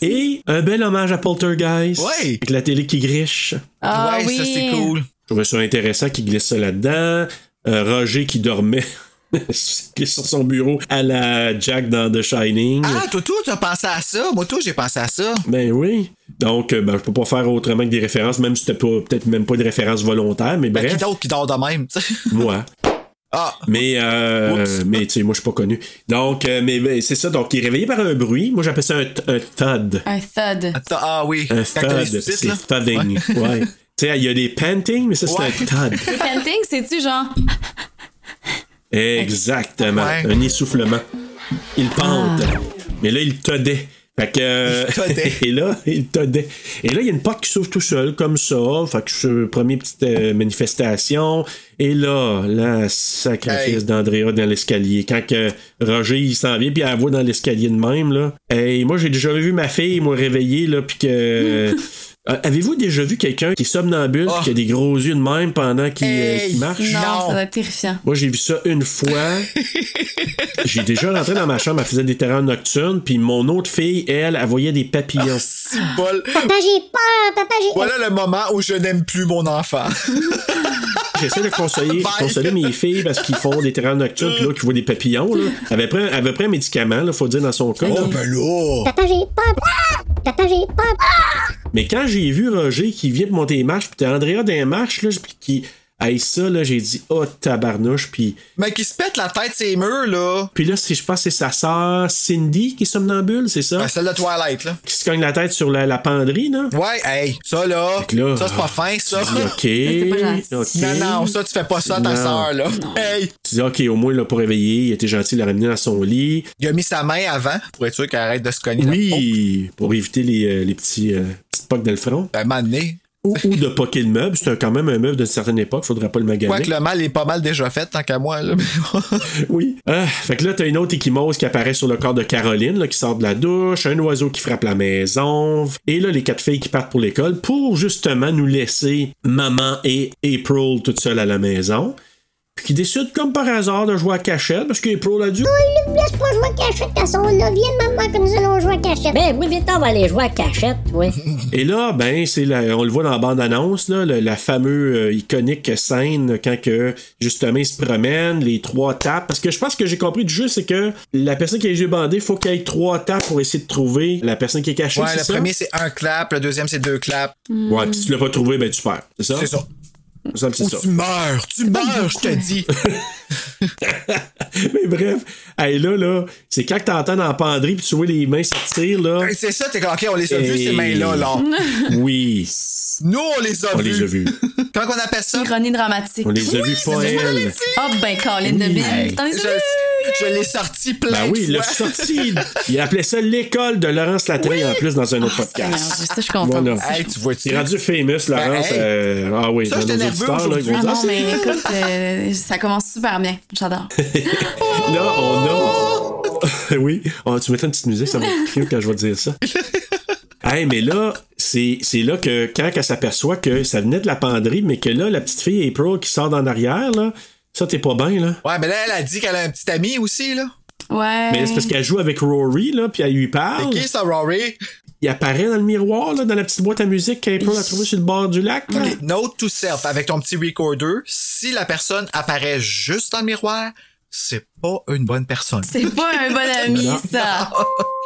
Speaker 3: Et un bel hommage à Poltergeist.
Speaker 1: Ouais.
Speaker 3: Avec la télé qui griche.
Speaker 2: Ah
Speaker 1: ouais,
Speaker 2: oui.
Speaker 1: ça, c'est cool.
Speaker 3: Je trouvais ça intéressant qu'il glisse ça là-dedans. Euh, Roger qui dormait [laughs] sur son bureau à la Jack dans The Shining.
Speaker 1: Ah, Toto, t'as pensé à ça? Moi, toi, j'ai pensé à ça.
Speaker 3: Ben oui. Donc, euh, ben, je peux pas faire autrement que des références, même si c'était pas- peut-être même pas de références volontaires, mais
Speaker 1: Ben, qui
Speaker 3: bref,
Speaker 1: d'autre qui dort de même, tu sais?
Speaker 3: moi.
Speaker 1: Ah,
Speaker 3: Mais, euh,
Speaker 1: Oups.
Speaker 3: mais tu sais, moi, je suis pas connu. Donc, euh, mais, ben, c'est ça. Donc, il est réveillé par un bruit. Moi, j'appelle ça un, t- un thud.
Speaker 2: Un
Speaker 3: [laughs]
Speaker 2: thud.
Speaker 1: attends, ah oui.
Speaker 3: Un
Speaker 1: Quand t'as les
Speaker 3: thud.
Speaker 1: sous-titres, là.
Speaker 3: C'est thudding. Ouais. [laughs] Tu sais, il y a des panting, mais ça, c'est
Speaker 1: Ouais.
Speaker 3: un thud.
Speaker 2: Le panting, c'est-tu genre.
Speaker 3: Exactement.
Speaker 1: Ouais.
Speaker 3: Un essoufflement. Il pente. Mais là, il todait. Fait que. euh,
Speaker 1: Il todait.
Speaker 3: [laughs] et là, il todait. Et là, il y a une porte qui s'ouvre tout seul, comme ça. Fait que je première petite euh, manifestation. Et là, là, sacrifice
Speaker 1: Hey.
Speaker 3: d'Andrea dans l'escalier. Quand que Roger, il s'en vient, puis elle la voit dans l'escalier de même, là. Et moi, j'ai déjà vu ma fille, moi, réveillée, là, puis que. Euh, Avez-vous déjà vu quelqu'un qui est somnambule,
Speaker 1: Ah.
Speaker 3: puis qui a des gros yeux de même pendant qu'il euh,
Speaker 1: Hey,
Speaker 3: qu'il marche?
Speaker 2: Non,
Speaker 1: Non.
Speaker 2: ça doit être terrifiant.
Speaker 3: Moi, j'ai vu ça une fois. j'ai déjà rentré dans ma chambre, elle faisait des terreurs nocturnes, puis mon autre fille, elle, elle voyait des papillons.
Speaker 1: [laughs] Si bol.
Speaker 5: Papa, j'ai peur, papa, j'ai
Speaker 1: Voilà le moment où je n'aime plus mon enfant. [laughs]
Speaker 3: J'essaie de conseiller,
Speaker 1: Bye.
Speaker 3: consoler mes filles parce qu'ils font des terreurs nocturnes, puis là, qu'ils voient des papillons. Là. Elle, avait pris, un- elle avait pris un médicament, là, faut dire, dans son cas.
Speaker 1: ben là.
Speaker 5: Papa, j'ai peur. Ah! Papa, j'ai Ah, peur.
Speaker 3: Mais quand j'ai vu Roger qui vient de monter les marches, puis t'as Andrea dans les marches, là, puis qui aille ça, là, j'ai dit, oh, tabarnouche, puis.
Speaker 1: Mais qui se pète la tête ses murs, là.
Speaker 3: Puis là, c'est- je pense que c'est sa sœur Cindy qui est somnambule, c'est ça?
Speaker 1: Ben, celle de Twilight, là.
Speaker 3: Qui se cogne la tête sur la, la penderie, là?
Speaker 1: Ouais, hey, ça, là.
Speaker 3: que là,
Speaker 1: ça, c'est pas fin, ça.
Speaker 3: OK.
Speaker 2: pas
Speaker 3: ok.
Speaker 1: Non, non, ça, tu fais pas ça à ta
Speaker 3: Non.
Speaker 1: sœur, là. Hey!
Speaker 3: Tu dis, OK, au moins, là, pour réveiller, il était gentil, il l'a ramené dans son lit.
Speaker 1: Il a mis sa main avant pour être sûr qu'elle arrête de se cogner.
Speaker 3: Oui, pour éviter les, euh, les petits, euh, petites pocs dans le front.
Speaker 1: Ben, m'amener.
Speaker 3: ou, ou de poquer le meuble. C'est un- quand même un meuble d'une certaine époque, faudrait pas le maganer.
Speaker 1: Quoique le mal est pas mal déjà fait, tant qu'à moi. Là.
Speaker 3: [laughs] Oui. Ah, fait que là, t'as une autre échymose qui apparaît sur le corps de Caroline, là, qui sort de la douche, un oiseau qui frappe la maison, et là, les quatre filles qui partent pour l'école pour justement nous laisser maman et April toutes seules à la maison. Puis qui décident, comme par hasard, de jouer à cachette, parce qu'April a dit
Speaker 5: Laisse pas jouer à cachette à son là. Viens maman que nous allons jouer à cachette. Ben oui, vite, on va aller jouer à cachette, oui.
Speaker 3: Et là, ben, c'est la- on le voit dans la bande-annonce, là, le- la fameuse euh, iconique scène quand que justement ils se promènent, les trois tapes. Parce que je pense que j'ai compris du jeu, c'est que la personne qui a les yeux bandés, faut qu'elle ait trois tapes pour essayer de trouver la personne qui est cachée.
Speaker 1: Ouais,
Speaker 3: c'est
Speaker 1: le
Speaker 3: ça?
Speaker 1: premier c'est un clap, le deuxième c'est deux claps.
Speaker 3: Ouais, pis si tu l'as pas trouvé, ben tu perds. C'est ça?
Speaker 1: C'est ça.
Speaker 3: Il me semble que
Speaker 1: Ou
Speaker 3: c'est ça. Ben,
Speaker 1: tu meurs, tu meurs, je te
Speaker 3: [laughs]
Speaker 1: dis.
Speaker 3: Mais bref, hey, là, là, c'est quand que t'entends dans la penderie pis tu vois les mains sortir, là.
Speaker 1: Hey, Ben, c'est ça, t'es comme, OK, on les a vus,
Speaker 3: Et-
Speaker 1: ces mains-là, là.
Speaker 3: [laughs] Mm. Oui,
Speaker 1: Nous, on les a
Speaker 3: on
Speaker 1: vus.
Speaker 3: les a vus.
Speaker 1: Comment qu'on appelle ça?
Speaker 2: Ironie dramatique.
Speaker 3: On les a vus, pas elle.
Speaker 2: Oh ben, Colin de Bill. T'en es
Speaker 1: Je,
Speaker 2: sûr?
Speaker 1: je l'ai sorti plein
Speaker 3: Ben oui,
Speaker 1: de
Speaker 3: il l'a
Speaker 1: fois.
Speaker 3: [laughs] sorti. Il appelait ça l'école de Laurence Latreille en plus dans un autre
Speaker 2: Oh, Seigneur,
Speaker 3: podcast.
Speaker 2: ça, je suis contente.
Speaker 3: Voilà.
Speaker 1: Hey, tu vois-tu?
Speaker 3: C'est rendu famous, Laurence.
Speaker 1: Ben, hey.
Speaker 3: euh, ah oui,
Speaker 1: Ça,
Speaker 3: dans
Speaker 1: j'étais
Speaker 3: nos
Speaker 1: nerveux
Speaker 3: auditeurs, là, ils vont
Speaker 2: Ah
Speaker 3: dire,
Speaker 2: non,
Speaker 3: Ah,
Speaker 2: mais écoute, euh, ça commence super bien.
Speaker 3: [laughs]
Speaker 2: J'adore.
Speaker 3: c'est- Là, on a. [laughs] oui, Ah, tu mettrais une petite musique, ça va être cute quand je vais te [laughs] dire ça. Hey, mais là, c'est c'est là que quand elle s'aperçoit que ça venait de la penderie, mais que là, la petite fille April qui sort d'en arrière, là, ça, t'es pas bien, là.
Speaker 1: Ouais, mais là, elle a dit qu'elle a un petit ami aussi, là.
Speaker 2: Ouais.
Speaker 3: Mais c'est parce qu'elle joue avec Rory, là, puis elle lui
Speaker 1: C'est
Speaker 2: Ah
Speaker 3: parle.
Speaker 1: qui, ça, Rory?
Speaker 3: Il apparaît dans le miroir, là, dans la petite boîte à musique qu'April a trouvée sur le bord du lac. là.
Speaker 1: Note to self, avec ton petit recorder, si la personne apparaît juste dans le miroir, c'est pas une bonne personne.
Speaker 2: C'est pas
Speaker 3: [laughs]
Speaker 2: un bon ami,
Speaker 3: Non.
Speaker 2: ça.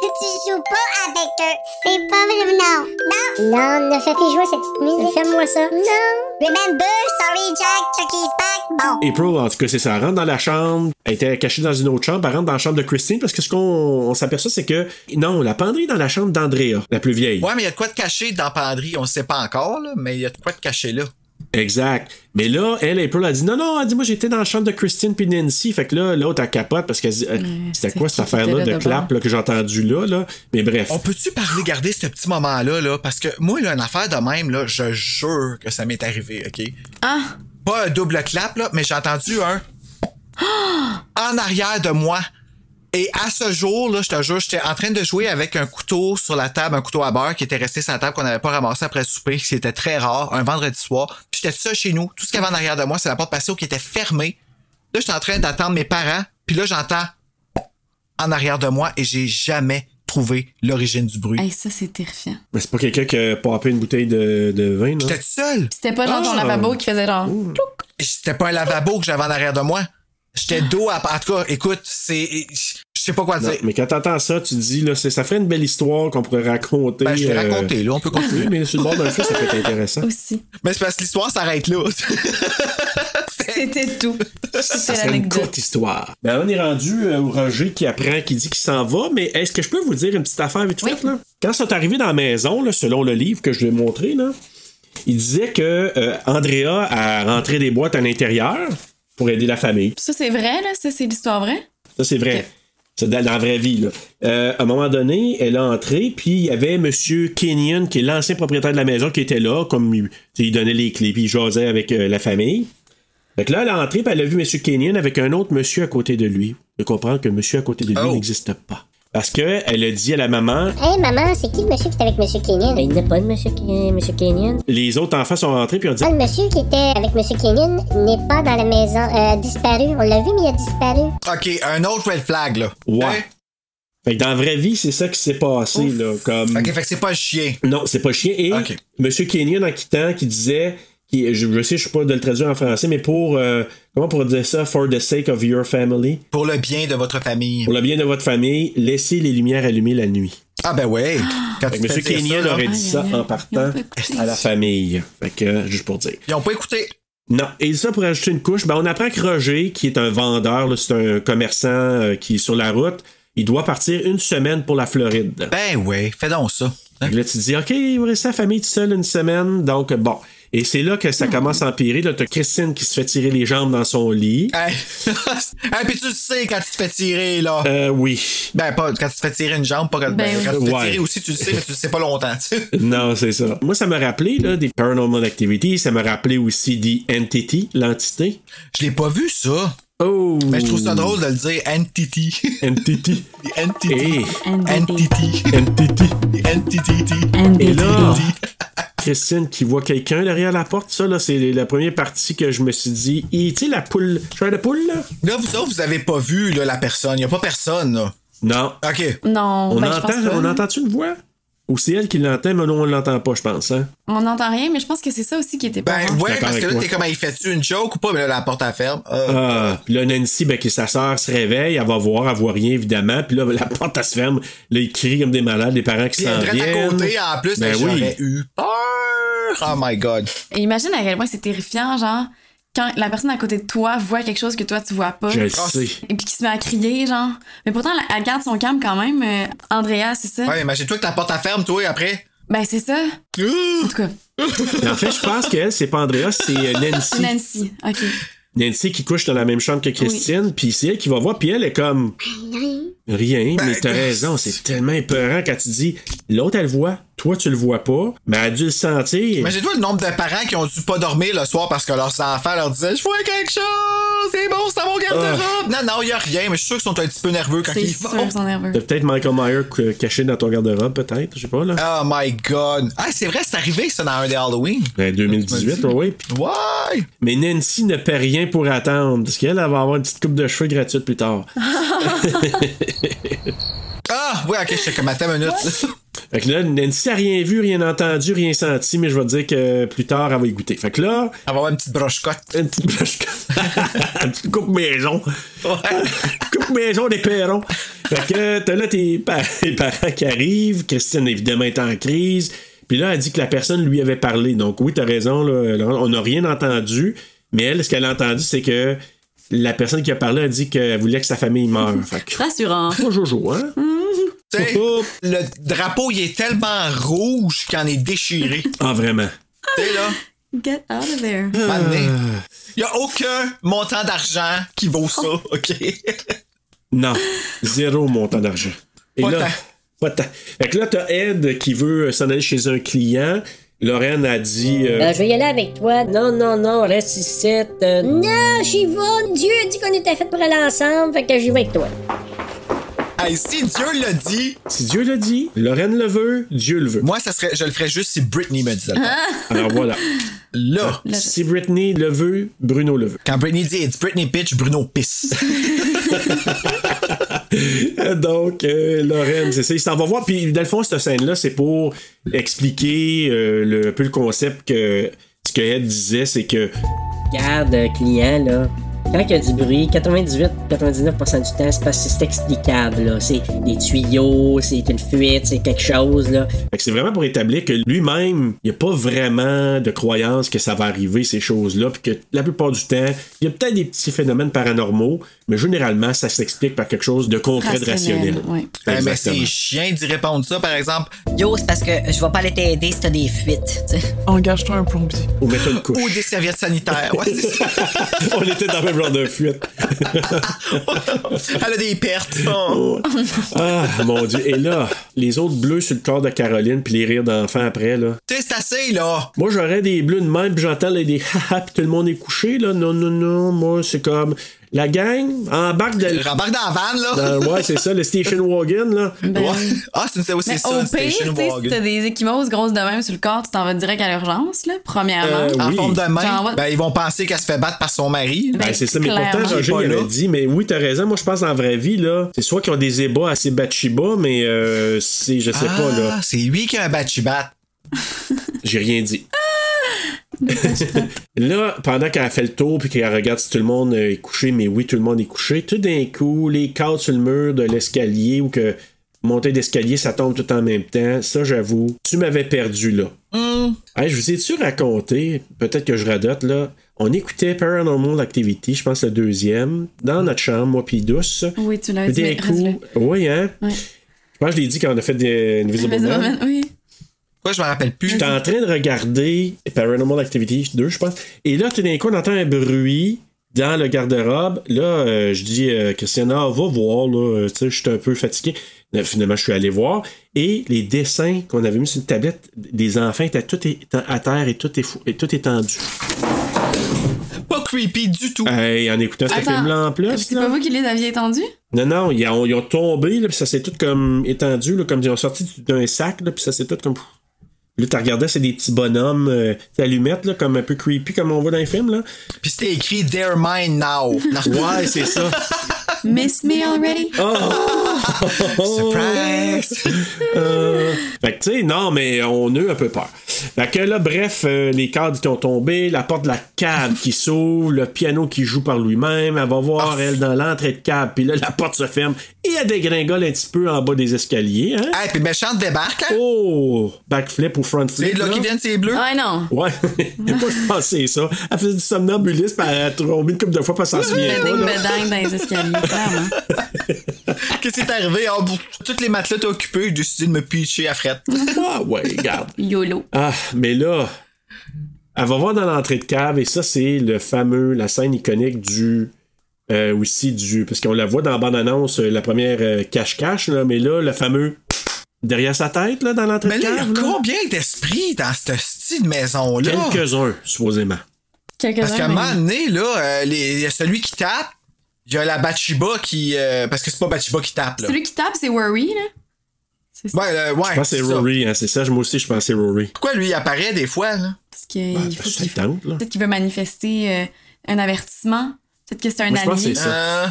Speaker 5: Tu joues pas avec eux. C'est pas vrai, non. Non. Non, ne fais plus jouer cette petite musique. Fais-moi ça. Non. Remember, sorry Jack, Chucky's back. Bon.
Speaker 3: April, en tout cas, c'est ça. Elle rentre dans la chambre. Elle était cachée dans une autre chambre. Elle rentre dans la chambre de Christine parce que ce qu'on on s'aperçoit, c'est que. Non, la penderie est dans la chambre d'Andrea, la plus vieille.
Speaker 1: Ouais, mais il y a de quoi de cacher dans Penderie, on le sait pas encore, là, mais il y a de quoi de cacher là.
Speaker 3: Exact. Mais là, elle, April, a dit non, non, elle dit moi, j'étais dans la chambre de Christine puis Nancy. Fait que là, l'autre, elle capote parce qu'elle se dit euh, c'était
Speaker 2: c'est
Speaker 3: quoi
Speaker 2: qui
Speaker 3: cette
Speaker 2: qui était
Speaker 3: affaire-là
Speaker 2: là
Speaker 3: de
Speaker 2: d'abord?
Speaker 3: clap là, que j'ai entendu là, là. Mais bref.
Speaker 1: On peut-tu parler, garder ce petit moment-là, là? Parce que moi, là, une affaire de même, là, je jure que ça m'est arrivé, OK?
Speaker 2: Ah,
Speaker 1: Pas un double clap, là, mais j'ai entendu un
Speaker 2: Ah!
Speaker 1: en arrière de moi. Et à ce jour, là, je te jure, j'étais en train de jouer avec un couteau sur la table, un couteau à beurre qui était resté sur la table qu'on n'avait pas ramassé après le souper, c'était très rare, un vendredi soir. Puis j'étais seul chez nous. Tout ce qu'il y avait en arrière de moi, c'est la porte patio qui était fermée. Là, j'étais en train d'attendre mes parents. Puis là, j'entends en arrière de moi et j'ai jamais trouvé l'origine du bruit.
Speaker 2: hey, ça, c'est terrifiant.
Speaker 3: Mais c'est pas quelqu'un qui a popé une bouteille de, de vin, là.
Speaker 1: J'étais seul.
Speaker 2: C'était pas genre ton
Speaker 3: Ah.
Speaker 2: lavabo qui faisait genre.
Speaker 1: C'était pas un lavabo que j'avais en arrière de moi. J'étais dos à... En tout cas, écoute, c'est... Je sais pas quoi
Speaker 3: Non,
Speaker 1: dire.
Speaker 3: mais quand t'entends ça, tu te dis, là, c'est- ça ferait une belle histoire qu'on pourrait raconter.
Speaker 1: Ben, je l'ai
Speaker 3: euh,
Speaker 1: raconté, là, on peut
Speaker 3: Oui, [laughs]
Speaker 1: continuer.
Speaker 3: mais sur le bord d'un feu, ça peut être intéressant. [laughs]
Speaker 2: Aussi.
Speaker 1: Mais c'est parce que l'histoire s'arrête là.
Speaker 2: C'était tout. C'était
Speaker 3: C'est une
Speaker 2: l'anecdote.
Speaker 3: courte histoire. Ben, on est rendu euh, au Roger qui apprend, qui dit qu'il s'en va, mais est-ce que je peux vous dire une petite affaire vite fait, là? Quand ils sont arrivés dans la maison, là, selon le livre que je lui ai montré, là, il disait que euh, Andrea a rentré des boîtes à l'intérieur pour aider la famille.
Speaker 2: Ça, c'est vrai, là? Ça, c'est l'histoire vraie?
Speaker 3: Ça, c'est vrai.
Speaker 2: Ok.
Speaker 3: C'est dans dans la vraie vie. Là. Euh, à un moment donné, elle a entré, puis il y avait M. Kenyon, qui est l'ancien propriétaire de la maison, qui était là, comme il, tu sais, il donnait les clés, puis il jasait avec euh, la famille. Fait que là, elle est entrée, puis elle a vu M. Kenyon avec un autre monsieur à côté de lui. De comprendre que monsieur à côté de lui
Speaker 1: Oh.
Speaker 3: n'existe pas. Parce que elle a dit à la maman,
Speaker 5: Hey maman, c'est qui le monsieur qui était avec monsieur Kenyon? Ben, il n'est pas le monsieur, monsieur Kenyon.
Speaker 3: les autres enfants sont rentrés, puis ont dit
Speaker 5: Ah, le monsieur qui était avec monsieur Kenyon n'est pas dans la maison, euh, disparu. On l'a vu, mais il a disparu.
Speaker 1: OK, un autre red flag, là.
Speaker 3: Ouais.
Speaker 1: Hein?
Speaker 3: Fait que dans la vraie vie, c'est ça qui s'est passé. Là, comme...
Speaker 1: Hein? OK, fait que c'est pas un chien.
Speaker 3: Non, c'est pas chien. Et
Speaker 1: Ok.
Speaker 3: Monsieur Kenyon en quittant qui disait, qui, je, je sais, je suis pas de le traduire en français, mais pour euh, comment pour dire ça, for the sake of your family,
Speaker 1: Pour le bien de votre famille.
Speaker 3: pour le bien de votre famille, laissez les lumières allumées la nuit.
Speaker 1: Ah ben ouais. Quand
Speaker 3: Fait
Speaker 1: tu
Speaker 3: que
Speaker 1: te fais
Speaker 3: Monsieur
Speaker 1: dire
Speaker 3: Kenyon
Speaker 1: ça, hein? là,
Speaker 3: aurait dit
Speaker 2: Aïe,
Speaker 3: ça
Speaker 2: aïe, aïe.
Speaker 3: en partant
Speaker 2: Ils ont pas écouté.
Speaker 3: à la famille. Fait que euh, juste pour dire.
Speaker 1: Ils ont pas écouté.
Speaker 3: Non. Et ça, pour ajouter une couche, ben, on apprend que Roger, qui est un vendeur, là, c'est un commerçant euh, qui est sur la route, il doit partir une semaine pour la Floride.
Speaker 1: Ben ouais, fais donc ça. Hein?
Speaker 3: Fait que là, tu te dis, OK, il va rester à la famille tout seul une semaine. Donc, bon. Et c'est là que ça commence à empirer. Là, t'as Christine qui se fait tirer les jambes dans son lit.
Speaker 1: Hey. [laughs] hey, puis tu le sais quand tu te fais tirer, là.
Speaker 3: Euh, oui. [laughs]
Speaker 1: Ben, pas quand tu te fais tirer une jambe, pas quand,
Speaker 2: Ben
Speaker 1: ben, quand tu
Speaker 3: oui.
Speaker 1: te
Speaker 3: Ouais.
Speaker 1: fais tirer aussi, tu le sais, mais tu le sais pas longtemps, tu sais. [laughs]
Speaker 3: Non, c'est ça. Moi, ça m'a rappelé là, des Paranormal Activity. Ça m'a rappelé aussi The Entity, l'entité.
Speaker 1: Je l'ai pas vu, ça.
Speaker 3: Oh!
Speaker 1: Mais je trouve ça drôle de le dire entity. [laughs]
Speaker 3: Entity.
Speaker 1: The entity.
Speaker 3: Hey!
Speaker 1: Entity.
Speaker 3: Entity.
Speaker 1: The entity.
Speaker 2: Entity.
Speaker 3: Et là, Christine qui voit quelqu'un derrière la porte, ça, là, c'est la première partie que je me suis dit. Et, Tu sais, la poule. Tu de poule, là?
Speaker 1: Là, vous autres, vous avez pas vu, là, la personne. Y a pas personne, là.
Speaker 3: Non.
Speaker 1: OK.
Speaker 2: Non,
Speaker 3: On
Speaker 2: ben, je
Speaker 3: entend,
Speaker 2: pense pas.
Speaker 3: on entend-tu une voix? Ou c'est elle qui l'entend, mais nous, on l'entend pas, je pense, hein?
Speaker 2: On n'entend rien, mais je pense que c'est ça aussi qui était pas.
Speaker 1: Ben,
Speaker 2: bon.
Speaker 1: ouais,
Speaker 3: d'accord
Speaker 1: parce que
Speaker 3: avec
Speaker 1: là,
Speaker 3: toi.
Speaker 1: t'es comme, il fait-tu une joke ou pas? Mais là, la porte à ferme. Euh,
Speaker 3: Ah, puis là, Nancy, ben, que sa sœur se réveille, elle va voir, elle voit rien, évidemment. Puis là, ben, la porte, elle se ferme. Là, ils crient comme des malades, les parents qui
Speaker 1: Puis elle est
Speaker 3: s'en
Speaker 1: direct à
Speaker 3: viennent.
Speaker 1: côté, hein? en plus,
Speaker 3: Ben
Speaker 1: mais
Speaker 3: oui.
Speaker 1: j'aurais eu peur. Oh my God.
Speaker 2: Et imagine à quel point c'est terrifiant, genre, quand la personne à côté de toi voit quelque chose que toi tu vois pas.
Speaker 3: Je le
Speaker 1: Ah,
Speaker 3: sais.
Speaker 2: Et puis qui se met à crier, genre. Mais pourtant, la- elle garde son calme quand même. euh, Andrea, c'est ça?
Speaker 1: Ouais, imagine-toi que ta porte à ferme, toi, après.
Speaker 2: Ben, c'est ça. En
Speaker 1: Ouh!
Speaker 2: tout cas,
Speaker 3: Mais en fait, je pense qu'elle, c'est pas Andrea, c'est euh,
Speaker 2: [laughs]
Speaker 3: Nancy.
Speaker 2: Nancy. OK.
Speaker 3: Nancy qui couche dans la même chambre que Christine, puis c'est elle qui va voir, puis elle est comme. Rien,
Speaker 1: Ben,
Speaker 3: mais t'as raison, c'est tellement épeurant quand tu dis l'autre elle le voit, toi tu le vois pas, mais elle a dû le sentir.
Speaker 1: Imagine-toi le nombre de parents qui ont dû pas dormir le soir parce que leurs enfants leur disaient Je vois quelque chose, c'est bon, c'est à mon garde-robe.
Speaker 3: Ah.
Speaker 1: Non, non, y a rien, mais je suis sûr qu'ils sont un petit peu nerveux quand
Speaker 2: C'est
Speaker 1: ils
Speaker 2: sûr,
Speaker 1: vont.
Speaker 2: ils sont nerveux.
Speaker 3: T'as peut-être Michael Myers euh, caché dans ton garde-robe, peut-être, je sais pas là.
Speaker 1: Oh my god. Ah, c'est vrai, c'est arrivé ça dans un des Halloween.
Speaker 3: En 2018, ouais, ouais.
Speaker 1: Ouais!
Speaker 3: Mais Nancy ne paie rien pour attendre, parce qu'elle elle va avoir une petite coupe de cheveux gratuite plus tard.
Speaker 1: Ah, ouais, ok, je sais comme attends une minute.
Speaker 3: Fait que là, Nancy a rien vu, rien entendu, rien senti, mais je vais te dire que plus tard, elle va y goûter. Fait que
Speaker 1: On
Speaker 3: là, [laughs]
Speaker 1: va [laughs] avoir une petite broche-cotte.
Speaker 3: une petite blush- [laughs] une petite coupe maison. [laughs] coupe maison des perrons. Fait que t'as là tes pa- [laughs] tes parents qui arrivent. Christine, évidemment, est en crise. Puis là, elle dit que la personne lui avait parlé. Donc oui, t'as raison, là, Laurent, on n'a rien entendu. Mais elle, ce qu'elle a entendu, c'est que la personne qui a parlé a dit qu'elle voulait que sa famille meure. Fait que
Speaker 2: Rassurant.
Speaker 3: pas Jojo, hein?
Speaker 1: Tu sais, le drapeau, il est tellement rouge qu'il en est déchiré.
Speaker 3: Ah, vraiment.
Speaker 1: tu sais, là,
Speaker 2: Get out of there.
Speaker 1: il y a aucun montant d'argent qui vaut ça,
Speaker 2: Oh.
Speaker 1: ok? [laughs]
Speaker 3: Non, zéro montant d'argent. Et
Speaker 1: Pas
Speaker 3: là,
Speaker 1: tant.
Speaker 3: pas tant. Fait que là, t'as Ed qui veut s'en aller chez un client. Lorraine a dit. euh,
Speaker 10: Euh, je vais y aller avec toi. Non, non, non, reste ici. euh, non, j'y vais. Dieu a dit qu'on était fait pour aller ensemble, fait que j'y vais avec toi.
Speaker 1: Hey, si Dieu l'a dit,
Speaker 3: Si Dieu l'a dit, Lorraine le veut, Dieu le veut.
Speaker 1: moi, ça serait, je le ferais juste si Britney me
Speaker 2: Hein?
Speaker 1: disait. le faire.
Speaker 3: Alors voilà.
Speaker 1: Là,
Speaker 3: Si Britney le veut, Bruno le veut.
Speaker 1: quand Britney dit It's Britney Pitch, Bruno pisse.
Speaker 3: [laughs] Donc, euh, Lorraine, c'est ça. Il s'en va voir. Puis, dans le fond, cette scène-là, c'est pour expliquer euh, le, un peu le concept que ce que Ed disait, c'est que
Speaker 10: Garde, euh, client, là. Quand il y a du bruit, 98-99% du temps, c'est parce que c'est explicable, là. C'est des tuyaux, c'est une fuite, c'est quelque chose, là.
Speaker 3: Fait que c'est vraiment pour établir que lui-même, il n'y a pas vraiment de croyance que ça va arriver, ces choses-là, puis que la plupart du temps, il y a peut-être des petits phénomènes paranormaux, mais généralement, ça s'explique par quelque chose de concret, de
Speaker 2: Rationnel,
Speaker 3: rationnel.
Speaker 2: ouais.
Speaker 1: Euh, mais
Speaker 3: Exactement.
Speaker 1: c'est chiant d'y répondre ça, par exemple.
Speaker 11: Yo, c'est parce que je vais pas aller t'aider si t'as des fuites. tu sais.
Speaker 12: Engage-toi un plombier.
Speaker 3: Ou mettons
Speaker 1: [laughs]
Speaker 3: une
Speaker 1: Ou
Speaker 3: couche. [laughs]
Speaker 1: des serviettes sanitaires. Ouais, c'est
Speaker 2: [laughs]
Speaker 1: ça.
Speaker 3: On était dans le même genre de fuite.
Speaker 1: Elle a des pertes. Oh.
Speaker 3: Ah, mon Dieu. Et là, les autres bleus sur le corps de Caroline, puis les rires d'enfants après, là.
Speaker 1: Tu sais, c'est assez, là.
Speaker 3: Moi, j'aurais des bleus de même, puis j'entends là, des haha, puis tout le monde est couché, là. Non, non, non. Moi, c'est comme. La gang embarque de.
Speaker 1: Rembarque dans la van, là. [laughs]
Speaker 3: dans- ouais, c'est ça, le station wagon, là.
Speaker 2: Ben,
Speaker 1: Ouais. Ah, c'est c'est- c'est
Speaker 2: Mais
Speaker 1: ça,
Speaker 2: au
Speaker 1: une
Speaker 2: pire, tu
Speaker 1: station
Speaker 2: sais, si t'as
Speaker 1: wagon.
Speaker 2: des échymoses grosses de même sur le corps, tu t'en vas direct à l'urgence, là, premièrement.
Speaker 3: Euh,
Speaker 1: En
Speaker 3: Oui.
Speaker 1: forme de
Speaker 2: Genre,
Speaker 1: main,
Speaker 2: ouais.
Speaker 1: ben, ils vont penser qu'elle se fait battre par son mari.
Speaker 3: Ben, c'est ça, mais
Speaker 2: Clairement.
Speaker 3: pourtant, Roger
Speaker 1: Pas
Speaker 3: il
Speaker 1: là.
Speaker 3: avait dit, mais oui, t'as raison, moi je pense en vraie vie, là, c'est soit qu'ils ont des ébats assez bachiba, mais euh, c'est, je sais pas, là,
Speaker 1: Ah, c'est lui qui a un batchibat.
Speaker 3: j'ai rien dit. [laughs] là, pendant qu'elle fait le tour puis qu'elle regarde si tout le monde euh, est couché, mais oui, tout le monde est couché, tout d'un coup, les cadres sur le mur de l'escalier ou que monter d'escalier, ça tombe tout en même temps, ça j'avoue, tu m'avais perdu là. Hey, je vous ai-tu raconté, peut-être que je radote là, on écoutait Paranormal Activity, je pense le deuxième, dans notre chambre, moi puis Douce.
Speaker 2: Oui, tu l'as dit.
Speaker 3: D'un
Speaker 2: mais
Speaker 3: coup,
Speaker 2: reste-le.
Speaker 3: oui, hein?
Speaker 2: Ouais.
Speaker 3: Je pense que je l'ai dit quand on a fait des Invisible
Speaker 2: Invisible
Speaker 3: Man.
Speaker 2: Man, oui.
Speaker 1: Quoi, je me rappelle plus.
Speaker 3: J'étais en train de regarder Paranormal Activity 2, je pense. Et là, tout d'un coup, on entend un bruit dans le garde-robe. Là, euh, je dis, euh, Christiana, va voir, là. euh, Tu sais, je suis un peu fatigué. Là, finalement, je suis allé voir. Et les dessins qu'on avait mis sur une tablette des enfants étaient tout é- à terre et tout, est et tout étendu.
Speaker 1: Pas creepy du tout.
Speaker 3: Hey, en écoutant ce
Speaker 2: Attends,
Speaker 3: film-là en plus.
Speaker 2: C'est pas
Speaker 3: là.
Speaker 2: vous qui les aviez étendus?
Speaker 3: Non, non, ils ont, ils ont tombé, là, puis ça s'est tout comme étendu, là, comme ils ont sorti d'un sac, là, puis ça s'est tout comme. Là, t'as regardé, c'est des petits bonhommes, euh, des allumettes, là, comme un peu creepy, comme on voit dans les films, là.
Speaker 1: Puis c'était écrit They're mine now.
Speaker 3: [laughs] Ouais, c'est ça. Oh!
Speaker 2: Miss me already?
Speaker 3: Hein?
Speaker 1: Surprise!
Speaker 3: [laughs] Euh, fait que, tu sais, non, mais on a eu un peu peur. Fait que là, bref, euh, les cadres qui ont tombé, la porte de la cave qui s'ouvre, le piano qui joue par lui-même, elle va voir, elle, dans l'entrée de cave, puis là, la porte se ferme et elle dégringole un petit peu en bas des escaliers, hein.
Speaker 1: Hey, puis méchante débarque, hein?
Speaker 3: Oh! Backflip ou front
Speaker 1: C'est
Speaker 3: flip.
Speaker 1: de là
Speaker 3: là.
Speaker 1: qui viennent, c'est bleu.
Speaker 2: Ouais, non.
Speaker 3: Ouais, [laughs] moi je pensais ça. Elle faisait du somnambulisme, elle a tombé une couple de fois parce qu'elle s'en souvient pas.
Speaker 2: Bedding,
Speaker 3: là.
Speaker 2: bedding dans les
Speaker 3: [laughs]
Speaker 2: escaliers, clairement.
Speaker 1: Qu'est-ce qui est arrivé? Oh, bouf, toutes les matelas étaient occupées, j'ai décidé de me pitcher à frette.
Speaker 3: Ah ouais, regarde.
Speaker 2: YOLO.
Speaker 3: Ah, mais là, elle va voir dans l'entrée de cave, et ça, c'est le fameux, la scène iconique du. euh, aussi du. Parce qu'on la voit dans la bande-annonce, euh, la première euh, cache-cache, là, mais là, le fameux. derrière sa tête, là, dans l'entrée
Speaker 1: Mais
Speaker 3: de
Speaker 1: là, il
Speaker 3: cave.
Speaker 1: y a
Speaker 3: là.
Speaker 1: combien d'esprits dans cette style maison-là?
Speaker 3: Quelques-uns, supposément.
Speaker 2: Quelques-uns,
Speaker 1: Parce qu'à un
Speaker 2: mais-
Speaker 1: moment donné, là, euh, les- il y a celui qui tape, il y a la Bachiba qui. euh, parce que c'est pas Bachiba qui tape, là.
Speaker 2: Celui qui tape, c'est Worry, là. C'est ça.
Speaker 1: Ouais, euh, ouais.
Speaker 3: Je pense que c'est
Speaker 1: ça.
Speaker 3: Rory, hein, c'est ça, moi aussi, je pense que c'est Rory.
Speaker 1: Pourquoi lui, il apparaît des fois, là?
Speaker 2: Parce qu'il
Speaker 3: Ben,
Speaker 2: faut
Speaker 3: parce que
Speaker 2: qu'il
Speaker 3: ça tente, là.
Speaker 2: Peut-être qu'il veut manifester euh, un avertissement. Peut-être que c'est un
Speaker 3: Moi, je pense que
Speaker 2: allié.
Speaker 3: c'est ça.
Speaker 1: Euh,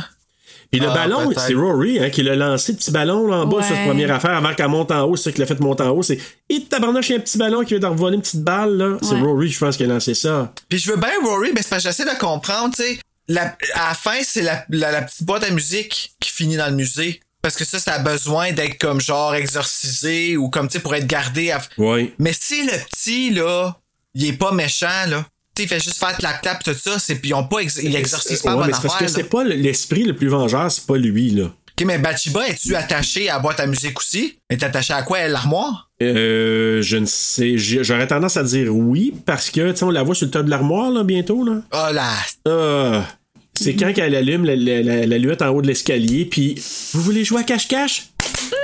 Speaker 3: Puis le
Speaker 1: Ah,
Speaker 3: ballon,
Speaker 1: peut-être.
Speaker 3: c'est Rory hein, qui l'a lancé, le petit ballon là, en bas
Speaker 2: Ouais.
Speaker 3: sur cette première affaire avant qu'elle monte en haut. C'est ça qu'il a fait monter en haut. C'est Et tabarnache, il y a un petit ballon qui vient de revoler une petite balle. là. C'est
Speaker 2: Ouais.
Speaker 3: Rory, je pense, qui a lancé ça.
Speaker 1: Puis je veux bien Rory, mais c'est parce que j'essaie de comprendre, tu sais. La, à la fin, c'est la, la, la petite boîte à musique qui finit dans le musée. Parce que ça, ça a besoin d'être comme genre exorcisé ou comme, tu sais, pour être gardé. à-
Speaker 3: Oui.
Speaker 1: Mais si le petit, là, il est pas méchant, là, tu sais, il fait juste faire clap-clap, tout ça, c'est puis ils ont pas, ex- ils exorcisent pas
Speaker 3: Euh, Ouais,
Speaker 1: la
Speaker 3: mais
Speaker 1: bonne
Speaker 3: c'est parce que
Speaker 1: affaire.
Speaker 3: c'est
Speaker 1: là.
Speaker 3: pas le- l'esprit le plus vengeur, c'est pas lui. là.
Speaker 1: Ok, mais Bachiba, es-tu attaché à la boîte à musique aussi? Elle Est attaché à quoi? Elle, l'armoire?
Speaker 3: Euh, je ne sais. j'ai- J'aurais tendance à dire oui parce que, tu sais, on la voit sur le tas de l'armoire là, bientôt. là.
Speaker 1: Oh là!
Speaker 3: Ah, c'est quand qu'elle allume la, la, la- la luette en haut de l'escalier, puis vous voulez jouer à cache-cache?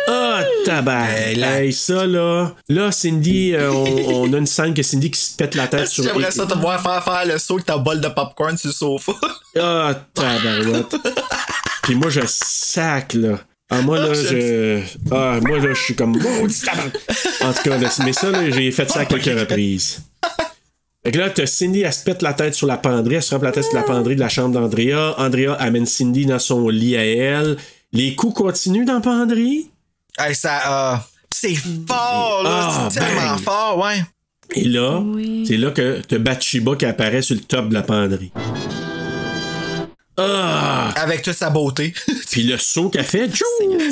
Speaker 3: Ah, tabac!
Speaker 1: Hey, là.
Speaker 3: Hey, ça, là. Là, Cindy, euh, on, on a une scène que Cindy qui se pète la
Speaker 1: [laughs]
Speaker 3: tête sur.
Speaker 1: J'aimerais ça te voir faire faire le saut avec ta bolle de popcorn sur le sofa.
Speaker 3: Ah, tabarouette. puis moi, je sac, là. Ah, moi, là, je. Ah, moi, là, je suis comme. Maudit tabarnak. En tout cas, là, mais ça, là, j'ai fait ça à quelques reprises. Fait que là, t'as Cindy, elle se pète la tête sur la penderie, elle se frappe la tête sur la penderie de la chambre d'Andrea. Andrea amène Cindy dans son lit à elle. Les coups continuent dans la penderie.
Speaker 1: [laughs] Hey, ça, euh, c'est fort, là.
Speaker 3: Ah,
Speaker 1: c'est tellement
Speaker 3: bang.
Speaker 1: fort, ouais.
Speaker 3: Et là,
Speaker 2: Oui.
Speaker 3: c'est là que t'as Bathsheba qui apparaît sur le top de la penderie. Ah!
Speaker 1: Avec toute sa beauté.
Speaker 3: Puis le saut qu'elle fait, tchou!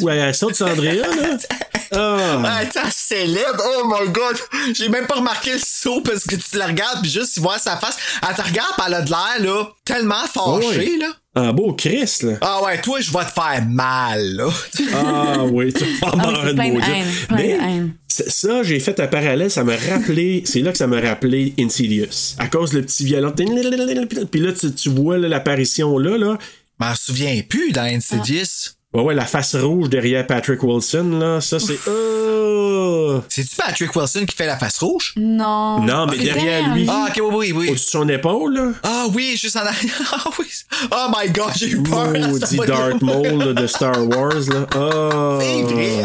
Speaker 3: Ouais, elle saute sur Andrea,
Speaker 2: [laughs]
Speaker 3: là. Ah!
Speaker 1: [laughs] Ah, attends, c'est laide. Oh my god. J'ai même pas remarqué le saut parce que tu la regardes puis juste, tu vois sa face. Elle te regarde pis elle a de l'air, là, tellement fâchée,
Speaker 3: Ouais.
Speaker 1: là.
Speaker 3: Un beau Chris, là.
Speaker 1: Ah ouais, toi, je vais te faire mal, là. [laughs]
Speaker 3: Ah oui, tu vas
Speaker 2: Ah oui,
Speaker 3: avoir
Speaker 2: c'est
Speaker 3: une
Speaker 2: plein de
Speaker 3: maudite.
Speaker 2: haine, plein de
Speaker 3: Mais
Speaker 2: haine.
Speaker 3: c'est- ça, j'ai fait un parallèle, ça m'a rappelé, c'est là que ça m'a rappelé Insidious. À cause le petit violon. Puis là, tu, tu vois là, l'apparition là, là.
Speaker 1: Je m'en souviens plus dans NC10.
Speaker 3: Ouais, ouais, la face rouge derrière Patrick Wilson, là. Ça, c'est.
Speaker 1: euh.
Speaker 3: Oh!
Speaker 1: C'est-tu Patrick Wilson qui fait la face rouge?
Speaker 2: Non.
Speaker 3: Non, mais
Speaker 2: C'est
Speaker 3: derrière lui,
Speaker 1: Ah, ok, oui, oui, oui.
Speaker 3: au-dessus de son épaule, là.
Speaker 1: Ah oui, juste en arrière. [laughs] Ah oui. Oh my god, j'ai eu peur. à [laughs] ce
Speaker 3: Maudit
Speaker 1: moment-là.
Speaker 3: Dark Maul là, de Star Wars, là. Oh!
Speaker 1: C'est vrai.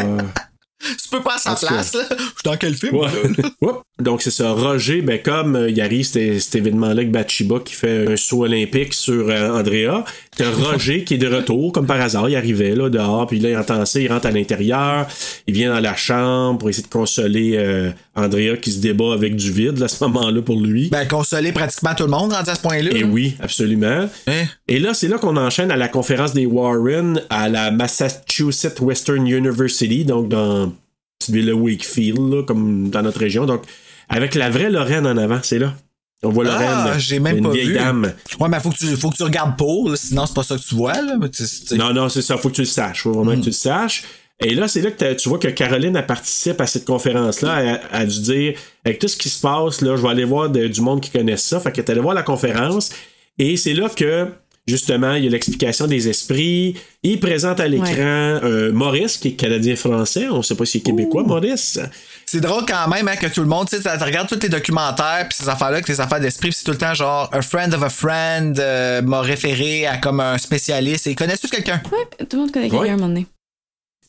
Speaker 1: Tu peux pas à sa
Speaker 3: En tout cas.
Speaker 1: place, là. Je suis dans quel film?
Speaker 3: [laughs] Ouais.
Speaker 1: là?
Speaker 3: Oups. Donc c'est ça, Roger, ben comme euh, il arrive c'était- cet événement-là avec Bathsheba qui fait un saut olympique sur euh, Andrea, [laughs] t'as Roger qui est de retour, comme par hasard, il arrivait là dehors, puis là il entend ça, il rentre à l'intérieur, il vient dans la chambre pour essayer de consoler euh, Andrea qui se débat avec du vide là, à ce moment-là pour lui.
Speaker 1: [laughs] Ben, consoler pratiquement tout le monde rendu à ce point-là.
Speaker 3: Et
Speaker 1: là.
Speaker 3: oui, absolument.
Speaker 1: Hein?
Speaker 3: Et là, c'est là qu'on enchaîne à la conférence des Warren à la Massachusetts Western University, donc dans la petite ville de Wakefield, là, comme dans notre région. Donc, avec la vraie Lorraine en avant, c'est là. On voit Lorraine,
Speaker 1: Ah, j'ai même
Speaker 3: une
Speaker 1: pas
Speaker 3: vieille
Speaker 1: vu.
Speaker 3: dame.
Speaker 1: Ouais, mais faut que tu, faut que tu regardes pour, là, sinon c'est pas ça que tu vois, là. Mais tu- tu-
Speaker 3: Non, non, c'est ça, faut que tu le saches. Faut vraiment que tu le saches. Et là, c'est là que t'as- tu vois que Caroline, elle participe à cette conférence-là. Elle, elle a dû dire, avec tout ce qui se passe, là, je vais aller voir de- du monde qui connaît ça. Fait que t'es allé voir la conférence. Et c'est là que, justement, il y a l'explication des esprits. Il présente à l'écran euh, Maurice, qui est canadien-français. On sait pas s'il est québécois, Maurice.
Speaker 1: C'est drôle quand même hein, que tout le monde, tu sais, ça- ça regarde tous tes documentaires, puis ces affaires-là, que tes affaires d'esprit, puis c'est tout le temps genre un friend of a friend euh, m'a référé à comme un spécialiste. Et ils connaissent tous quelqu'un.
Speaker 2: Tout le monde connaît quelqu'un
Speaker 3: Ah. Ouais.
Speaker 2: à un moment donné.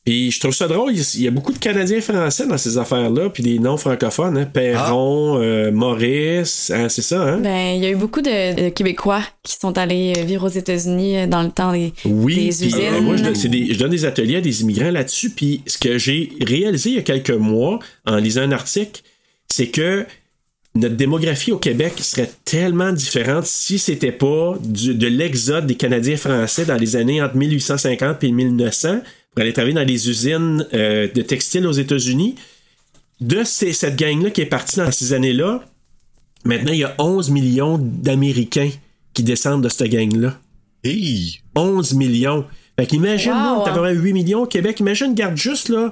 Speaker 3: Puis je trouve ça drôle, il y a beaucoup de Canadiens français dans ces affaires-là, puis des noms francophones, hein. Perron, euh, Maurice, hein, c'est ça, hein?
Speaker 2: Ben, il y a eu beaucoup de, de Québécois qui sont allés euh, vivre aux États-Unis euh, dans le temps des,
Speaker 3: Oui,
Speaker 2: des
Speaker 3: puis,
Speaker 2: usines.
Speaker 3: euh, moi, je, donne- c'est des- je donne des ateliers à des immigrants là-dessus. Puis ce que j'ai réalisé il y a quelques mois en lisant un article, c'est que notre démographie au Québec serait tellement différente si c'était pas du- de l'exode des Canadiens français dans les années entre 1850 et 1900 pour aller travailler dans les usines euh, de textiles aux États-Unis. De ces- cette gang-là qui est partie dans ces années-là, maintenant, il y a 11 millions d'Américains qui descendent de cette gang-là. 11 millions. Fait qu'imagine,
Speaker 2: Wow,
Speaker 3: là, t'as
Speaker 2: hein.
Speaker 3: quand même 8 millions au Québec. Imagine, garde juste là,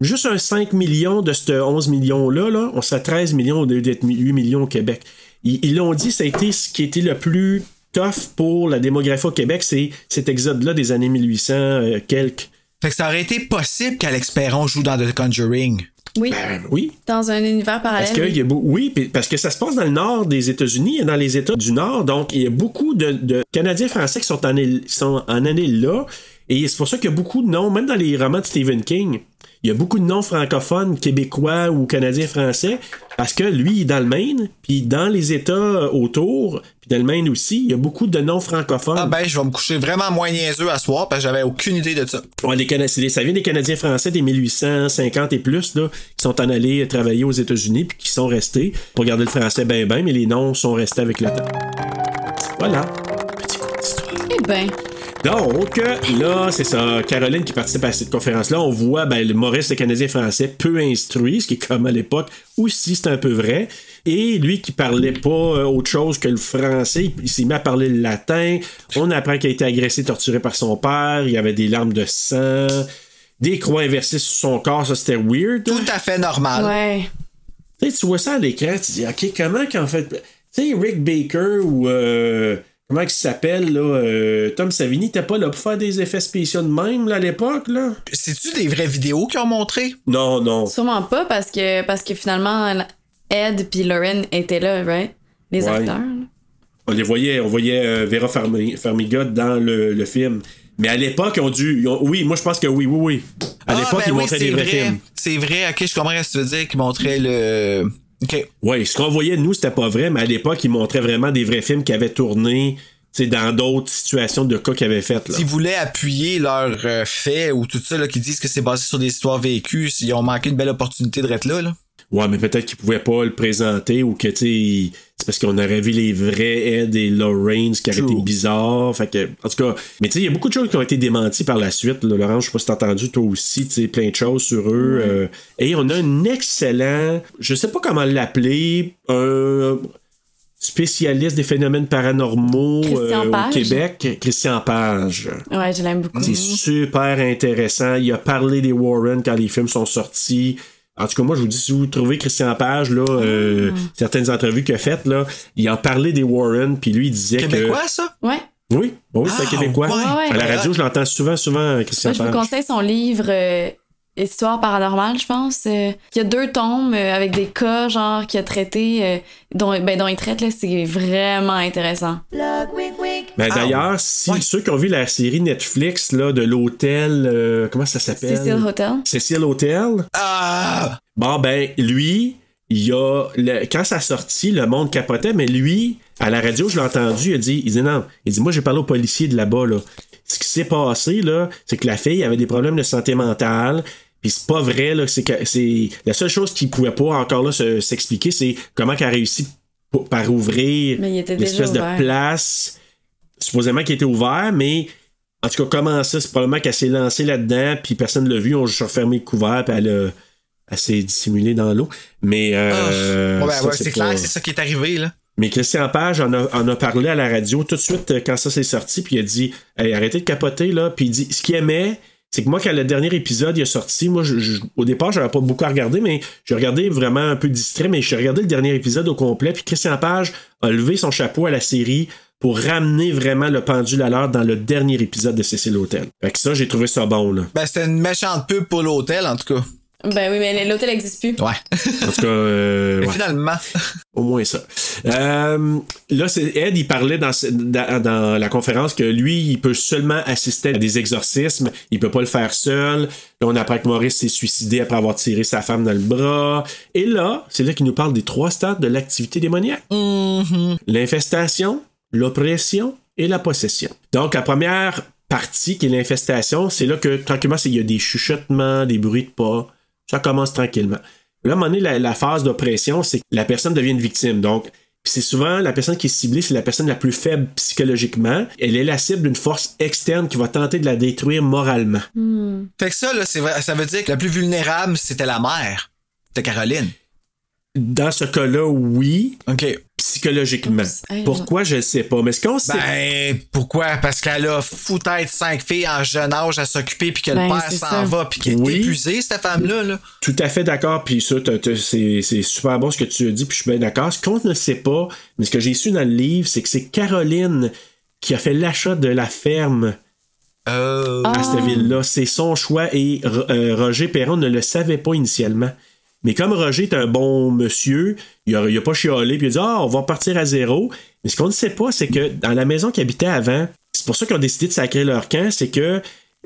Speaker 3: juste un 5 millions de ce 11 millions-là, là, on serait 13 millions au lieu d'être 8 millions au Québec. Ils ils l'ont dit, ça a été ce qui était le plus tough pour la démographie au Québec, c'est cet exode-là des années 1800 euh, quelques.
Speaker 1: Fait que ça aurait été possible qu'Alex Perron joue dans The Conjuring.
Speaker 2: Ah, Oui,
Speaker 3: Oui,
Speaker 2: dans un univers
Speaker 3: Ben, Parce
Speaker 2: parallèle.
Speaker 3: que
Speaker 2: oui.
Speaker 3: il y a beau- oui, puis parce que ça se passe dans le nord des États-Unis et dans les États du Nord. Donc, il y a beaucoup de, de Canadiens français qui sont en, île- qui sont en année là. Et c'est pour ça qu'il y a beaucoup de noms, même dans les romans de Stephen King, il y a beaucoup de noms francophones, québécois ou canadiens français, parce que lui, il est dans le Maine, puis dans les États autour, puis dans le Maine aussi, il y a beaucoup de noms francophones.
Speaker 1: Ah ben, je vais me coucher vraiment moins niaiseux à soir parce que j'avais aucune idée de ça.
Speaker 3: Ouais, les Cana- c'est des- ça vient des Canadiens français des 1850 et plus, là, qui sont en allés travailler aux États-Unis puis qui sont restés pour garder le français ben ben, mais les noms sont restés avec le temps. Voilà. Petit coup d'histoire.
Speaker 2: Eh ben,
Speaker 3: Donc, euh, là, c'est ça. Caroline qui participe à cette conférence-là, on voit ben, le Maurice, le Canadien français, peu instruit, ce qui est comme à l'époque aussi, c'est un peu vrai. Et lui qui parlait pas euh, autre chose que le français, il s'est mis à parler le latin. On apprend qu'il a été agressé, torturé par son père. Il y avait des larmes de sang, des croix inversées sur son corps. Ça, c'était weird.
Speaker 1: Tout à fait normal.
Speaker 2: ouais.
Speaker 3: Tu sais, tu vois ça à l'écran, tu dis, OK, comment qu'en fait. Tu sais, Rick Baker ou. euh, comment il s'appelle, là euh, Tom Savini, t'es pas là pour faire des effets spéciaux de même, là, à l'époque, là
Speaker 1: C'est-tu des vraies vidéos qu'ils ont montrées?
Speaker 3: Non, non.
Speaker 2: Sûrement pas parce que, parce que finalement, Ed puis Lauren étaient là, right? Les
Speaker 3: Ouais.
Speaker 2: acteurs. là.
Speaker 3: On les voyait, on voyait euh, Vera Farmi- Farmiga dans le, le film. Mais à l'époque, ils ont dû. ils ont- oui, moi, je pense que oui, oui, oui.
Speaker 1: Ah,
Speaker 3: À l'époque,
Speaker 1: ben
Speaker 3: ils
Speaker 1: oui,
Speaker 3: montraient
Speaker 1: c'est
Speaker 3: des vrais
Speaker 1: vrai.
Speaker 3: films.
Speaker 1: C'est vrai, ok, je comprends ce que tu veux dire, qu'ils montraient le. Ok.
Speaker 3: Oui, ce qu'on voyait de nous, c'était pas vrai, mais à l'époque, ils montraient vraiment des vrais films qui avaient tourné, tu sais, dans d'autres situations de cas qu'ils avaient faites, là.
Speaker 1: S'ils voulaient appuyer leur euh, fait ou tout ça, là, qu'ils disent que c'est basé sur des histoires vécues, ils ont manqué une belle opportunité de être là, là.
Speaker 3: Ouais, mais peut-être qu'ils pouvaient pas le présenter ou que, tu sais, il- c'est parce qu'on aurait vu les vrais Ed et Lorraine, ce qui aurait
Speaker 1: True.
Speaker 3: été bizarre. Fait que, en tout cas, mais tu sais, il y a beaucoup de choses qui ont été démenties par la suite. là. Laurent, je sais pas si t'as entendu, toi aussi, tu sais, plein de choses sur eux. euh, et on a un excellent, je sais pas comment l'appeler, un spécialiste des phénomènes paranormaux
Speaker 2: Christian
Speaker 3: euh, au
Speaker 2: Page.
Speaker 3: Québec, Christian Page.
Speaker 2: Ouais, je l'aime beaucoup.
Speaker 3: C'est super intéressant. Il a parlé des Warren quand les films sont sortis. En tout cas, moi, je vous dis, si vous trouvez Christian Page, là, euh,
Speaker 2: Mm.
Speaker 3: certaines entrevues qu'il a faites, là, il en parlait des Warren, puis lui, il disait
Speaker 1: Québécois, ça?
Speaker 2: Ouais.
Speaker 3: que... Oui, oui, c'est un
Speaker 1: Ah,
Speaker 3: Québécois.
Speaker 1: ouais.
Speaker 3: À la radio, je l'entends souvent, souvent, Christian
Speaker 2: Moi, je vous
Speaker 3: Page.
Speaker 2: conseille son livre euh, Histoire paranormale, je pense. Euh, il y a deux tomes euh, avec des cas, genre, qu'il a traités, euh, dont, ben, dont il traite, là. C'est vraiment intéressant.
Speaker 3: Ben,
Speaker 2: Ah.
Speaker 3: D'ailleurs, si ceux qui ont vu la série Netflix là, de l'hôtel, euh, comment ça s'appelle?
Speaker 2: Cecil Hotel.
Speaker 3: Cécile Hôtel.
Speaker 1: Ah!
Speaker 3: Bon, ben, lui, il a. le- quand ça a sorti, le monde capotait, mais lui, à la radio, je l'ai entendu, il a dit, il dit non. Il dit, moi, j'ai parlé aux policiers de là-bas, là. Ce qui s'est passé, là, c'est que la fille avait des problèmes de santé mentale. Puis c'est pas vrai, là. C'est que- c'est. La seule chose qui pouvait pas encore là se- s'expliquer, c'est comment qu'elle a réussi pour- par ouvrir
Speaker 2: Mais il était déjà
Speaker 3: l'espèce de
Speaker 2: ouvert.
Speaker 3: place supposément qui était ouvert, mais en tout cas, comment ça, c'est probablement qu'elle s'est lancée là-dedans, puis personne ne l'a vu, ils ont juste refermé le couvert, puis elle, a- elle s'est dissimulée dans l'eau. Mais. euh,
Speaker 1: Ouais, ben,
Speaker 3: ça,
Speaker 1: ouais, c'est clair,
Speaker 3: pas-
Speaker 1: c'est ça qui est arrivé, là.
Speaker 3: Mais Christian Page en a, en a parlé à la radio tout de suite euh, quand ça s'est sorti, puis il a dit Hey, arrêtez de capoter, là. Puis il dit ce qu'il aimait, c'est que moi, quand le dernier épisode il est sorti, moi, je- je- au départ, j'avais pas beaucoup à regarder, mais j'ai regardé vraiment un peu distrait, mais j'ai regardé le dernier épisode au complet, puis Christian Page a levé son chapeau à la série pour ramener vraiment le pendule à l'heure dans le dernier épisode de Cécile Hôtel. Fait que ça, j'ai trouvé ça bon, là.
Speaker 1: Ben, c'était une méchante pub pour l'hôtel, en tout cas.
Speaker 2: Ben oui, mais l'hôtel n'existe plus.
Speaker 1: Ouais.
Speaker 3: En tout
Speaker 1: [laughs]
Speaker 3: cas, euh,
Speaker 1: Mais
Speaker 3: ouais.
Speaker 1: finalement.
Speaker 3: Au moins ça. Euh, là, c'est Ed, il parlait dans, ce- dans, dans la conférence que lui, il peut seulement assister à des exorcismes. Il peut pas le faire seul. Là, on apprend que Maurice s'est suicidé après avoir tiré sa femme dans le bras. Et là, c'est là qu'il nous parle des trois stades de l'activité démoniaque. L'infestation, l'oppression et la possession. Donc, la première partie, qui est l'infestation, c'est là que tranquillement, c'est- il y a des chuchotements, des bruits de pas. Ça commence tranquillement. Là, à un moment donné, la, la phase d'oppression, c'est que la personne devient une victime. Donc, puis c'est souvent la personne qui est ciblée, c'est la personne la plus faible psychologiquement. Elle est la cible d'une force externe qui va tenter de la détruire moralement.
Speaker 1: Fait que ça, là, c'est vrai- ça veut dire que la plus vulnérable, c'était la mère. C'était Caroline.
Speaker 3: Dans ce cas-là, oui,
Speaker 1: OK.
Speaker 3: psychologiquement.
Speaker 2: hey,
Speaker 3: Pourquoi, je ne sais pas. Mais ce qu'on sait...
Speaker 1: Ben, pourquoi? Parce qu'elle a foutaide cinq filles en jeune âge à s'occuper, puis que le
Speaker 2: Ben,
Speaker 1: père
Speaker 2: c'est
Speaker 1: s'en
Speaker 2: ça.
Speaker 1: va, puis qu'elle
Speaker 3: Oui.
Speaker 1: est épuisée, cette femme-là. Là.
Speaker 3: Tout à fait d'accord, puis ça, t'as- t'as- c'est c'est super bon ce que tu as dit, puis je suis bien d'accord. Ce qu'on ne sait pas, mais ce que j'ai su dans le livre, c'est que c'est Caroline qui a fait l'achat de la ferme
Speaker 1: Euh,
Speaker 3: à cette ville-là. C'est son choix et Ro- euh, Roger Perron ne le savait pas initialement. Mais comme Roger est un bon monsieur, il a, il a pas chialé puis il a dit Ah, on va partir à zéro. Mais ce qu'on ne sait pas, c'est que dans la maison qu'il habitait avant, c'est pour ça qu'ils ont décidé de sacrer leur camp, c'est que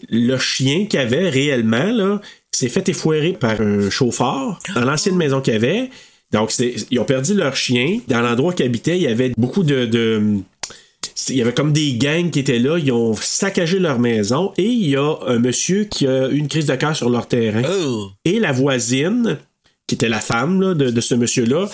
Speaker 3: le chien qu'il avait réellement là, s'est fait effouérer par un chauffeur dans l'ancienne maison qu'il avait. Donc, c'est- ils ont perdu leur chien. Dans l'endroit qu'il habitait, il y avait beaucoup de- de c'est- il y avait comme des gangs qui étaient là, ils ont saccagé leur maison et il y a un monsieur qui a eu une crise de cœur sur leur terrain.
Speaker 1: oh.
Speaker 3: Et la voisine, qui était la femme là, de, de ce monsieur-là,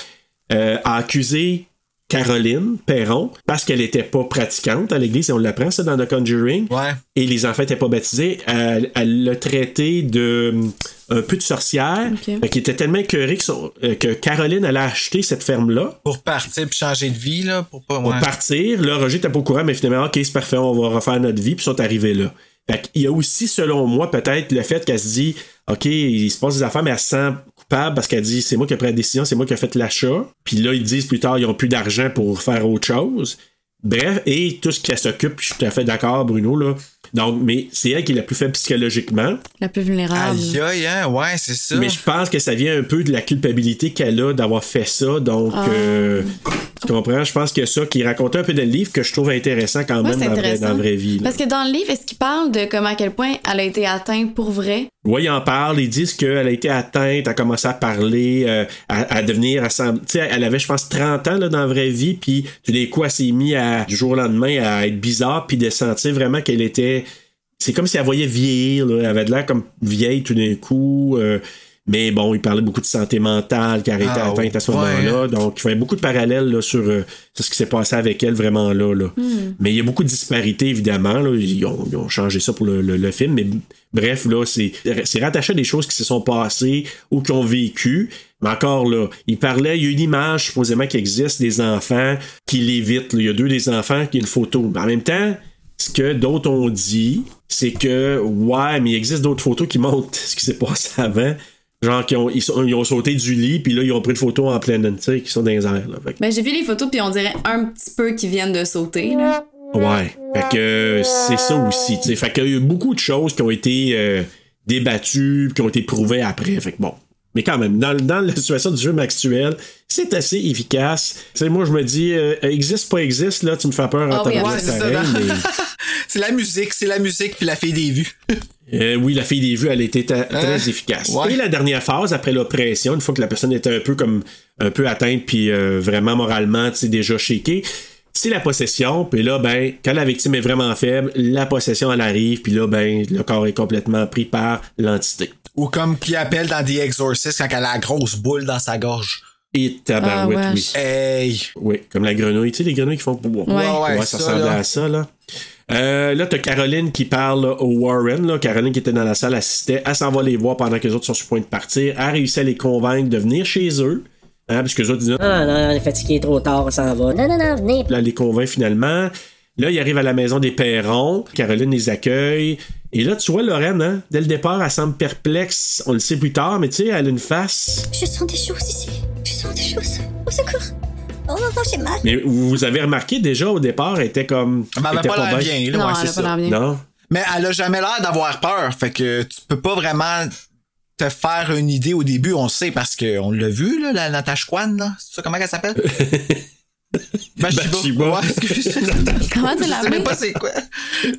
Speaker 3: euh, a accusé Caroline Perron parce qu'elle n'était pas pratiquante à l'église, et on l'apprend ça dans The Conjuring,
Speaker 1: Ouais.
Speaker 3: et les enfants n'étaient pas baptisés. Elle elle l'a traité de hum, un peu de sorcière,
Speaker 2: Ok.
Speaker 3: qui était tellement écœurée que, son- euh, que Caroline allait acheter cette ferme-là.
Speaker 1: Pour partir, puis changer de vie, là, pour pas.
Speaker 3: On va
Speaker 1: ouais.
Speaker 3: partir. Là, Roger était pas au courant, mais finalement, OK, c'est parfait, on va refaire notre vie, puis ils sont arrivés là. Fait qu'il y a aussi, selon moi, peut-être le fait qu'elle se dit, OK, il se passe des affaires, mais elle se sent coupable parce qu'elle dit, c'est moi qui ai pris la décision, c'est moi qui ai fait l'achat. Puis là, ils disent plus tard, ils ont plus d'argent pour faire autre chose. Bref, et tout ce qu'elle s'occupe, je suis tout à fait d'accord, Bruno, là. Donc, mais c'est elle qui est la plus faible psychologiquement.
Speaker 2: La plus vulnérable.
Speaker 1: Aïe, aïe, hein, ouais, c'est ça.
Speaker 3: Mais je pense que ça vient un peu de la culpabilité qu'elle a d'avoir fait ça. Donc,
Speaker 2: Ah.
Speaker 3: euh, tu comprends? Je pense que ça qui racontait un peu dans le livre que je trouve intéressant quand
Speaker 2: Ouais,
Speaker 3: même
Speaker 2: c'est
Speaker 3: dans, la vraie-
Speaker 2: intéressant.
Speaker 3: dans la vraie vie. là.
Speaker 2: Parce que dans le livre, est-ce qu'il parle de comment à quel point elle a été atteinte pour vrai?
Speaker 3: Oui, ils en parlent. Ils disent qu'elle a été atteinte, a commencé à parler, euh, à, à devenir. à s'en- tu sais, elle avait, je pense, 30 ans là, dans la vraie vie, puis tout d'un coup, elle s'est mise à, du jour au lendemain à être bizarre, puis de sentir vraiment qu'elle était. C'est comme si elle voyait vieillir. là. Elle avait de l'air comme vieille tout d'un coup. euh, mais bon, il parlait beaucoup de santé mentale, qu'elle était
Speaker 1: Ah,
Speaker 3: atteinte à ce
Speaker 1: ouais.
Speaker 3: moment-là. Donc, il y avait beaucoup de parallèles là, sur, euh, sur ce qui s'est passé avec elle vraiment là. là. Mais il y a beaucoup de disparités, évidemment. là. Ils, ont, ils ont changé ça pour le, le- le film. Mais bref, là, c'est c'est rattaché à des choses qui se sont passées ou qui ont vécu. Mais encore là, il parlait, il y a une image supposément qui existe des enfants qui l'évitent. là. Il y a deux des enfants qui ont une photo. Mais en même temps, ce que d'autres ont dit, c'est que ouais, mais il existe d'autres photos qui montrent [laughs] ce qui s'est passé avant. Genre qu'ils ont, ils sont- ils ont sauté du lit, puis là, ils ont pris une photo en pleine, tu sais, qui sont dans les airs. là. Fait que-
Speaker 2: Ben, j'ai vu les photos, puis on dirait un petit peu qu'ils viennent de sauter. là.
Speaker 3: Ouais. Fait que euh, c'est ça aussi. tu sais. Fait qu'il y a eu beaucoup de choses qui ont été euh, débattues, qui ont été prouvées après. Fait que bon. Mais quand même, dans, dans la situation du film actuel, c'est assez efficace. Tu sais, moi, je me dis, euh, existe, pas existe, là, tu me fais peur en
Speaker 2: Ah oui,
Speaker 3: tabarnak
Speaker 2: ouais,
Speaker 1: c'est ça,
Speaker 3: pareil,
Speaker 1: dans-
Speaker 3: mais-
Speaker 1: C'est la musique, c'est la musique, puis la fille des vues.
Speaker 3: Euh, oui, la fille des vues, elle était
Speaker 2: Hein?
Speaker 3: ta- très efficace.
Speaker 1: ouais.
Speaker 3: Et la dernière phase, après l'oppression, une fois que la personne était un peu comme un peu atteinte, puis euh, vraiment moralement, tu sais, déjà shaké, c'est la possession. Puis là, ben, quand la victime est vraiment faible, la possession, elle arrive, puis là, ben, le corps est complètement pris par l'entité.
Speaker 1: [laughs] Ou comme qui appelle dans The Exorcist quand elle a la grosse boule dans sa gorge.
Speaker 3: Et tabarouette,
Speaker 2: Ah,
Speaker 3: oui.
Speaker 2: wesh.
Speaker 1: Hey!
Speaker 3: Oui, comme la grenouille. Tu sais, les grenouilles qui font...
Speaker 1: Ouais, ouais,
Speaker 3: ça,
Speaker 1: ça,
Speaker 3: ressemble
Speaker 1: là.
Speaker 3: à ça, là. Euh, là, t'as Caroline qui parle là, au Warren. Là. Caroline qui était dans la salle assistait. Elle s'en va les voir pendant que les autres sont sur le point de partir. Elle réussit à les convaincre de venir chez eux. Hein, parce que les autres disent non.
Speaker 10: Ah non, non, on est fatigué, trop tard, on s'en va. Non, non, non, venez.
Speaker 3: Là, elle les convainc finalement. Là, ils arrivent à la maison des Perrons. Caroline les accueille. Et là, tu vois Lorraine, hein? Dès le départ, elle semble perplexe. On le sait plus tard, mais tu sais, elle a une face.
Speaker 5: Je sens des choses ici. Je sens des choses. Au secours. Oh non, non, j'ai mal.
Speaker 3: Mais vous avez remarqué déjà au départ, elle était comme.
Speaker 1: Ben, elle a
Speaker 3: était
Speaker 1: pas l'air
Speaker 3: bien.
Speaker 1: bien, là, Non, ouais, elle c'est a pas ça. l'air bien.
Speaker 3: Non.
Speaker 1: Mais elle a jamais l'air d'avoir peur. Fait que tu peux pas vraiment te faire une idée au début. On le sait parce qu'on l'a vu, là, la Natasha Kwan, là. C'est ça, comment elle
Speaker 3: [laughs]
Speaker 1: s'appelle? Bathsheba.
Speaker 3: Bathsheba.
Speaker 1: Ouais, excuse.
Speaker 3: [laughs]
Speaker 1: Natasha
Speaker 2: Comment
Speaker 1: Kwan,
Speaker 2: tu l'as
Speaker 1: Je sais même
Speaker 2: appelée?
Speaker 1: pas c'est quoi.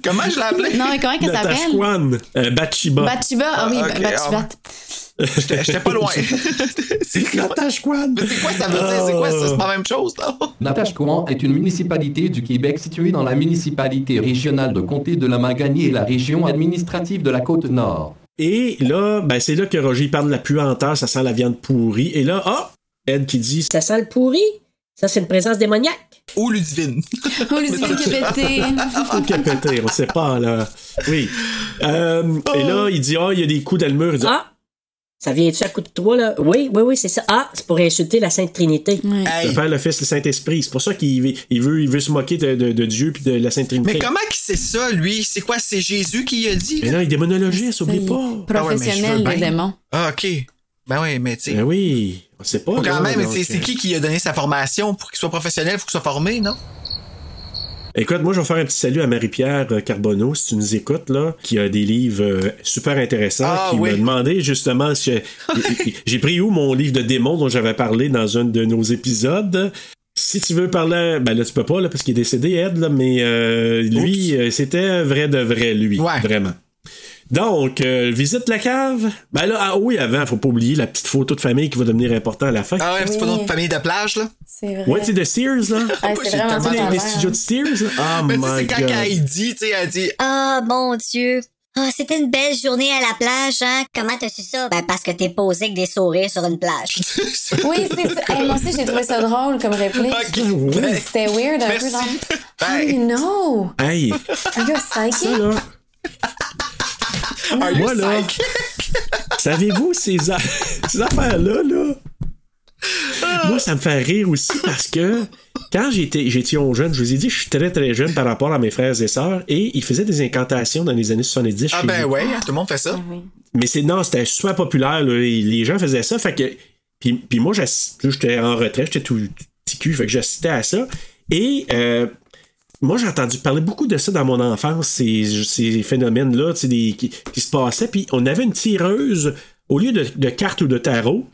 Speaker 1: Comment je l'ai appelée?
Speaker 2: Non, mais comment qu'elle
Speaker 3: Natasha
Speaker 2: s'appelle?
Speaker 3: Kwan. Euh, Bathsheba.
Speaker 2: Bathsheba, ah oui,
Speaker 1: Ah, ok,
Speaker 2: [laughs] Bathsheba.
Speaker 1: J'étais Euh, j'étais pas
Speaker 3: [laughs]
Speaker 1: loin. c'est quoi?
Speaker 3: Natasha Kwan.
Speaker 1: Mais c'est quoi ça veut dire? C'est quoi ça? C'est pas la même chose, non?
Speaker 12: Natashquan est une municipalité du Québec située dans la municipalité régionale de Comté de la Maganie et la région administrative de la Côte-Nord.
Speaker 3: Et là, ben, c'est là que Roger parle de la puanteur. Ça sent la viande pourrie. Et là, ah! Ed qui dit.
Speaker 10: Ça sent le pourri? Ça, c'est une présence démoniaque?
Speaker 1: Ou Ludivine.
Speaker 2: Oh, les yeux qui pétaient.
Speaker 1: [laughs]
Speaker 3: Faut qu'il y ait pété, on sait pas, là. Oui. Euh, Et là, il dit, ah, il y a des coups dans le mur. Il dit,
Speaker 10: Ah! Ça vient-tu à coup de toi, là? Oui, oui, oui, c'est ça. Ah, c'est pour insulter la Sainte Trinité.
Speaker 3: Le [laughs]
Speaker 1: Hey,
Speaker 3: Père, le Fils, le Saint-Esprit. C'est pour ça qu'il il veut, il veut se moquer de, de- de Dieu puis de la Sainte Trinité.
Speaker 1: mais comment qu'il sait ça, lui? C'est quoi? C'est Jésus qui a dit?
Speaker 3: Mais
Speaker 1: là?
Speaker 3: non, il est démonologiste,
Speaker 2: Ça y
Speaker 3: oublie
Speaker 2: est.
Speaker 3: pas. Ah
Speaker 2: Professionnel
Speaker 1: Ah ouais, mais je veux
Speaker 2: des
Speaker 1: bien.
Speaker 2: démons.
Speaker 1: Ah, OK. Ben oui, mais tu sais.
Speaker 3: Ben oui, on sait pas.
Speaker 1: Faut
Speaker 3: là,
Speaker 1: quand même,
Speaker 3: donc,
Speaker 1: c'est c'est
Speaker 3: euh,
Speaker 1: qui qui a donné sa formation pour qu'il soit professionnel, faut qu'il soit formé, non?
Speaker 3: Écoute, moi, je vais faire un petit salut à Marie-Pierre euh, Carbonneau, si tu nous écoutes, là, qui a des livres euh, super intéressants,
Speaker 1: Ah,
Speaker 3: qui
Speaker 1: oui.
Speaker 3: m'a demandé justement si
Speaker 1: [laughs]
Speaker 3: j'ai- j'ai pris où mon livre de démons dont j'avais parlé dans un de nos épisodes. Si tu veux parler, ben là, tu peux pas, là, parce qu'il est décédé, Ed, là, mais euh, lui, euh, c'était vrai de vrai, lui.
Speaker 1: Ouais.
Speaker 3: Vraiment. Donc, euh, visite la cave. Ben là, ah oui, avant, faut pas oublier la petite photo de famille qui va devenir importante à la fin.
Speaker 1: Ah ouais, c'est pas notre famille de plage, là.
Speaker 3: Oh
Speaker 2: C'est vrai.
Speaker 3: Ouais, c'est de Sears, là.
Speaker 2: Ah,
Speaker 1: Moi,
Speaker 2: c'est
Speaker 1: j'ai tellement
Speaker 2: vraiment ça,
Speaker 3: Les,
Speaker 2: ça a
Speaker 3: les
Speaker 2: l'air.
Speaker 3: studios de Sears, là. Ah,
Speaker 1: Mais tu sais,
Speaker 3: my
Speaker 1: c'est quand
Speaker 3: God.
Speaker 1: elle dit, tu sais, elle dit,
Speaker 5: Ah, mon Dieu. Ah, c'était une belle journée à la plage, hein? Comment t'as su ça? Ben, parce que t'es posé avec des sourires sur une plage.
Speaker 2: Oui, c'est ça. Hey, moi aussi, j'ai trouvé ça drôle comme réplique.
Speaker 1: Ok,
Speaker 3: ouais.
Speaker 2: C'était weird un
Speaker 1: Merci.
Speaker 2: peu. Genre, Ah,
Speaker 1: Ben.
Speaker 2: hey, no!
Speaker 3: Hey,
Speaker 2: Are you psychic?
Speaker 3: ça, là.
Speaker 1: Are you
Speaker 3: Moi, là.
Speaker 1: psych?
Speaker 3: Savez-vous ces, a- [laughs] ces affaires-là, là? Moi, ça me fait rire aussi parce que quand j'étais, j'étais au jeune, je vous ai dit, je suis très très jeune par rapport à mes frères et sœurs et ils faisaient des incantations dans les années 70.
Speaker 1: Ah
Speaker 3: chez
Speaker 1: ben
Speaker 3: nous.
Speaker 1: ouais, tout le monde fait ça.
Speaker 3: Mais c'est, non, c'était super populaire, là, et les gens faisaient ça, fait que. Puis, puis moi, j'ass- j'étais en retrait, j'étais tout petit cul, fait que j'assistais à ça. Et euh, moi, j'ai entendu parler beaucoup de ça dans mon enfance, ces, ces phénomènes-là, tu sais, des- qui, qui se passaient. Puis on avait une tireuse, au lieu de, de cartes ou de tarot,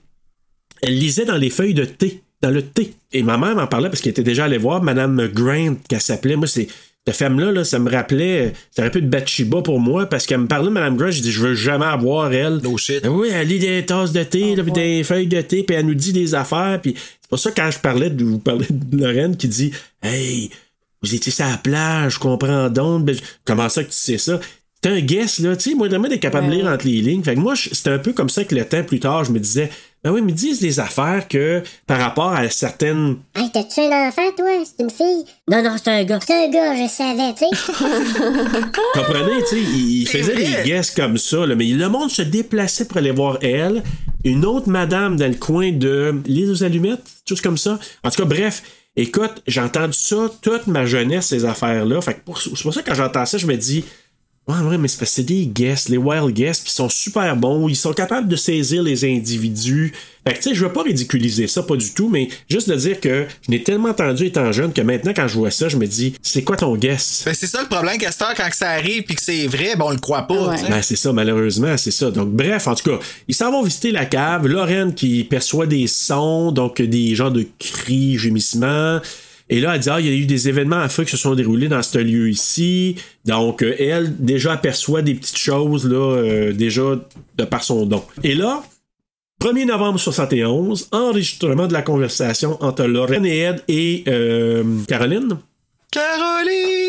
Speaker 3: elle lisait dans les feuilles de thé, dans le thé. Et ma mère m'en parlait parce qu'elle était déjà allée voir Madame Grant, qu'elle s'appelait. Moi, c'est. Cette femme-là, là, ça me rappelait, euh, ça aurait pu être Bathsheba pour moi, parce qu'elle me parlait de Madame Grant, j'ai dit, je veux jamais avoir elle.
Speaker 1: No shit.
Speaker 3: Ben oui, elle lit des tasses de thé, là, puis des feuilles de thé, puis elle nous dit des affaires. Puis c'est pour ça que quand je parlais de vous parlais de Lorraine qui dit Hey, vous étiez sur la plage, je comprends donc. Ben, je- comment ça que tu sais ça? C'est un guess, là, tu sais, moi vraiment d'être capable de lire entre les lignes. Fait que moi, je- c'était un peu comme ça que le temps plus tard, je me disais, ben oui, mais ils disent des affaires que par rapport à certaines.
Speaker 5: [laughs] Hey, t'as tué un enfant, toi? C'est une fille? Non, non, c'est un gars. C'est un gars, je savais, tu [laughs] sais.
Speaker 3: Comprenez, tu sais, il, il
Speaker 1: C'est
Speaker 3: faisait
Speaker 1: vrai.
Speaker 3: des guesses comme ça, là, mais le monde se déplaçait pour aller voir elle. Une autre madame dans le coin de l'île aux allumettes, chose comme ça. En tout cas, bref, écoute, j'ai entendu ça toute ma jeunesse, ces affaires-là. Fait que pour- c'est pour ça que quand j'entends ça, je me dis, ouais, ouais, mais c'est parce que c'est des guests, les wild guests, puis ils sont super bons, ils sont capables de saisir les individus. Fait que, tu sais, je veux pas ridiculiser ça, pas du tout, mais juste de dire que je n'ai tellement entendu étant jeune que maintenant, quand je vois ça, je me dis, c'est quoi ton guess?
Speaker 1: Ben c'est ça le problème, Castor, quand que ça arrive puis que c'est vrai, ben on le croit pas.
Speaker 2: Ouais.
Speaker 1: tu sais.
Speaker 3: Ben, c'est ça, malheureusement, c'est ça. Donc, bref, en tout cas, ils s'en vont visiter la cave. Lorraine qui perçoit des sons, donc des genres de cris, gémissements. Et là, elle dit, ah, il y a eu des événements affreux qui se sont déroulés dans ce lieu ici. Donc, euh, elle, déjà, aperçoit des petites choses, là, euh, déjà, de par son don. Et là, 1er novembre 71, enregistrement de la conversation entre Lorraine et Ed et euh, Caroline.
Speaker 1: Caroline!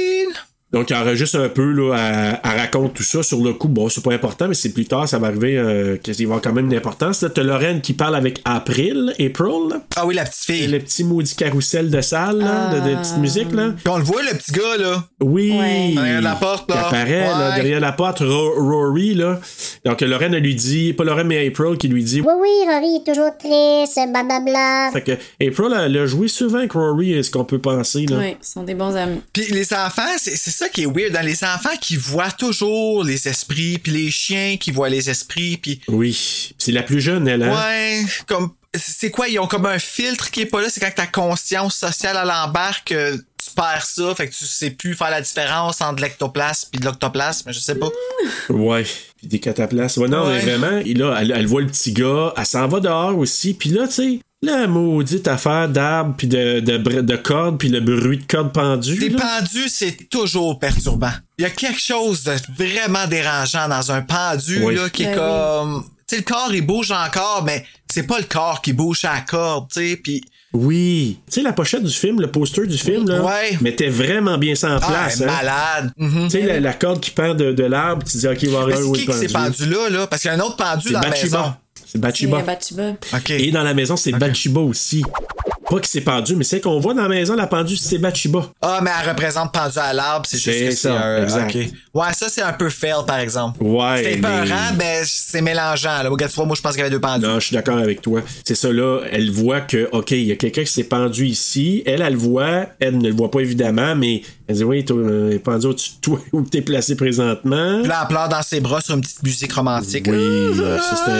Speaker 3: Donc, elle enregistre un peu, là, elle, elle raconte tout ça. Sur le coup, bon, c'est pas important, mais c'est plus tard, ça va arriver, euh, qu'il va y avoir quand même une importance. Là, t'as Lorraine qui parle avec April, April. là.
Speaker 1: Ah oui, la petite fille.
Speaker 3: Le petit maudit carousel de salle, là, de, de petite musique, là.
Speaker 1: Puis on le voit, le petit gars, là.
Speaker 3: Oui.
Speaker 1: Derrière la porte, là.
Speaker 3: Il apparaît, là,
Speaker 1: Ouais.
Speaker 3: derrière la porte, Ro- Rory, là. Donc, Lorraine, elle lui dit, pas Lorraine, mais April qui lui dit,
Speaker 5: Oui, oui, Rory est toujours triste, blablabla.
Speaker 3: Fait que April, elle a joué souvent avec Rory, est ce qu'on peut penser, là.
Speaker 2: Oui, ce sont des bons amis.
Speaker 1: Puis les enfants, c'est c'est ça qui est weird. Dans les enfants qui voient toujours les esprits, puis les chiens qui voient les esprits, puis
Speaker 3: Oui. C'est la plus jeune, elle, hein.
Speaker 1: ouais, comme c'est quoi Ils ont comme un filtre qui est pas là. C'est quand ta conscience sociale à l'embarque, euh, tu perds ça, fait que tu sais plus faire la différence entre l'ectoplasme puis de l'octoplasme. Je sais pas.
Speaker 3: Ouais. Puis des cataplasmes. Ouais, non,
Speaker 1: Ouais.
Speaker 3: mais vraiment. Et là, elle, elle voit le petit gars. Elle s'en va dehors aussi. Puis là, tu sais, la maudite affaire d'arbres, puis de, de, br- de cordes, puis le bruit de cordes pendues.
Speaker 1: T'es
Speaker 3: là.
Speaker 1: pendu, c'est toujours perturbant. Il y a quelque chose de vraiment dérangeant dans un pendu
Speaker 3: Oui.
Speaker 1: là qui est
Speaker 2: Ben
Speaker 1: comme, tu sais, le corps il bouge encore, mais c'est pas le corps qui bouge à la corde, tu sais, puis
Speaker 3: Oui. Tu sais, la pochette du film, le poster du film, là,
Speaker 1: Ouais.
Speaker 3: mettait vraiment bien ça en
Speaker 1: ah,
Speaker 3: place.
Speaker 1: elle est
Speaker 3: hein.
Speaker 1: malade. Mhm.
Speaker 3: Tu sais, la, la corde qui pend de, de l'arbre, tu dis, OK, il va y
Speaker 1: Mais
Speaker 3: avoir un
Speaker 1: c'est
Speaker 3: Ah oui
Speaker 1: qui qui s'est
Speaker 3: pendu.
Speaker 1: pendu là, là? Parce qu'il y a un autre pendu
Speaker 3: C'est
Speaker 1: dans la maison.
Speaker 3: Bachiba. C'est
Speaker 2: C'est
Speaker 3: Bachiba.
Speaker 2: Bachiba.
Speaker 1: OK.
Speaker 3: Et dans la maison, c'est Bachiba aussi. Pas qu'il s'est pendu, mais c'est qu'on voit dans la maison, la pendue, c'est Bachiba.
Speaker 1: Ah, mais elle représente pendu à l'arbre, c'est juste
Speaker 3: C'est
Speaker 1: que c'est
Speaker 3: ça,
Speaker 1: un...
Speaker 3: exact.
Speaker 1: ok. Ouais, ça, c'est un peu fail, par exemple. c'est
Speaker 3: Ouais. mais-
Speaker 1: épeurant, mais c'est mélangeant. Là. Regarde, tu vois, moi, je pense qu'il y avait deux pendus.
Speaker 3: Non, je suis d'accord avec toi. C'est ça, là, elle voit que, OK, il y a quelqu'un qui s'est pendu ici. Elle, elle le voit. Elle ne le voit pas, évidemment, mais elle dit, oui, toi, euh, elle est pendu au-dessus de toi [laughs] où t'es placé présentement.
Speaker 1: Puis là, elle pleure dans ses bras sur une petite musique romantique. là.
Speaker 3: Oui, là, ça, c'est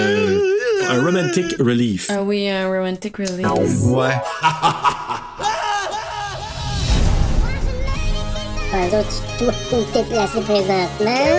Speaker 3: un, un romantic relief.
Speaker 2: Ah oui, un romantic
Speaker 3: Ah,
Speaker 2: release.
Speaker 1: Ouais.
Speaker 5: Pas autres, toi, où t'es placé présentement.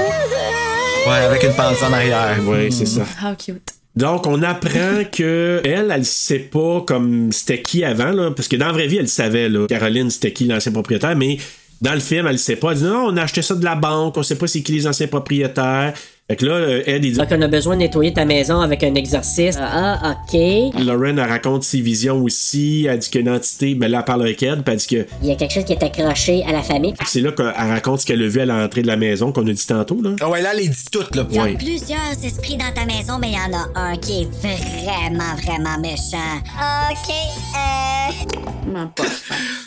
Speaker 1: Ouais, avec une pendue en arrière.
Speaker 3: Oui, Ah c'est ça.
Speaker 2: How cute.
Speaker 3: Donc, on apprend que elle, elle sait pas comme c'était qui avant, là, parce que dans la vraie vie, elle savait, là, Caroline, c'était qui l'ancien propriétaire, mais dans le film, elle sait pas. Elle dit non, on a acheté ça de la banque, on sait pas c'est qui les anciens propriétaires. Fait que là, euh, elle, il dit.
Speaker 10: Donc, on a besoin de nettoyer ta maison avec un exercice. Ah, ok. Il
Speaker 3: Lauren, elle raconte ses visions aussi. Elle dit qu'une entité, ben là, elle parle avec elle, puis elle dit que
Speaker 10: y a quelque chose qui est accroché à la famille.
Speaker 3: c'est là qu'elle raconte ce qu'elle a vu à l'entrée de la maison, qu'on a dit tantôt, là.
Speaker 1: Ah ouais, là, elle les dit toutes, là.
Speaker 5: Il y a
Speaker 3: Oui.
Speaker 5: plusieurs esprits dans ta maison, mais il y en a un qui est vraiment, vraiment méchant. Ok, euh.
Speaker 2: M'en pas.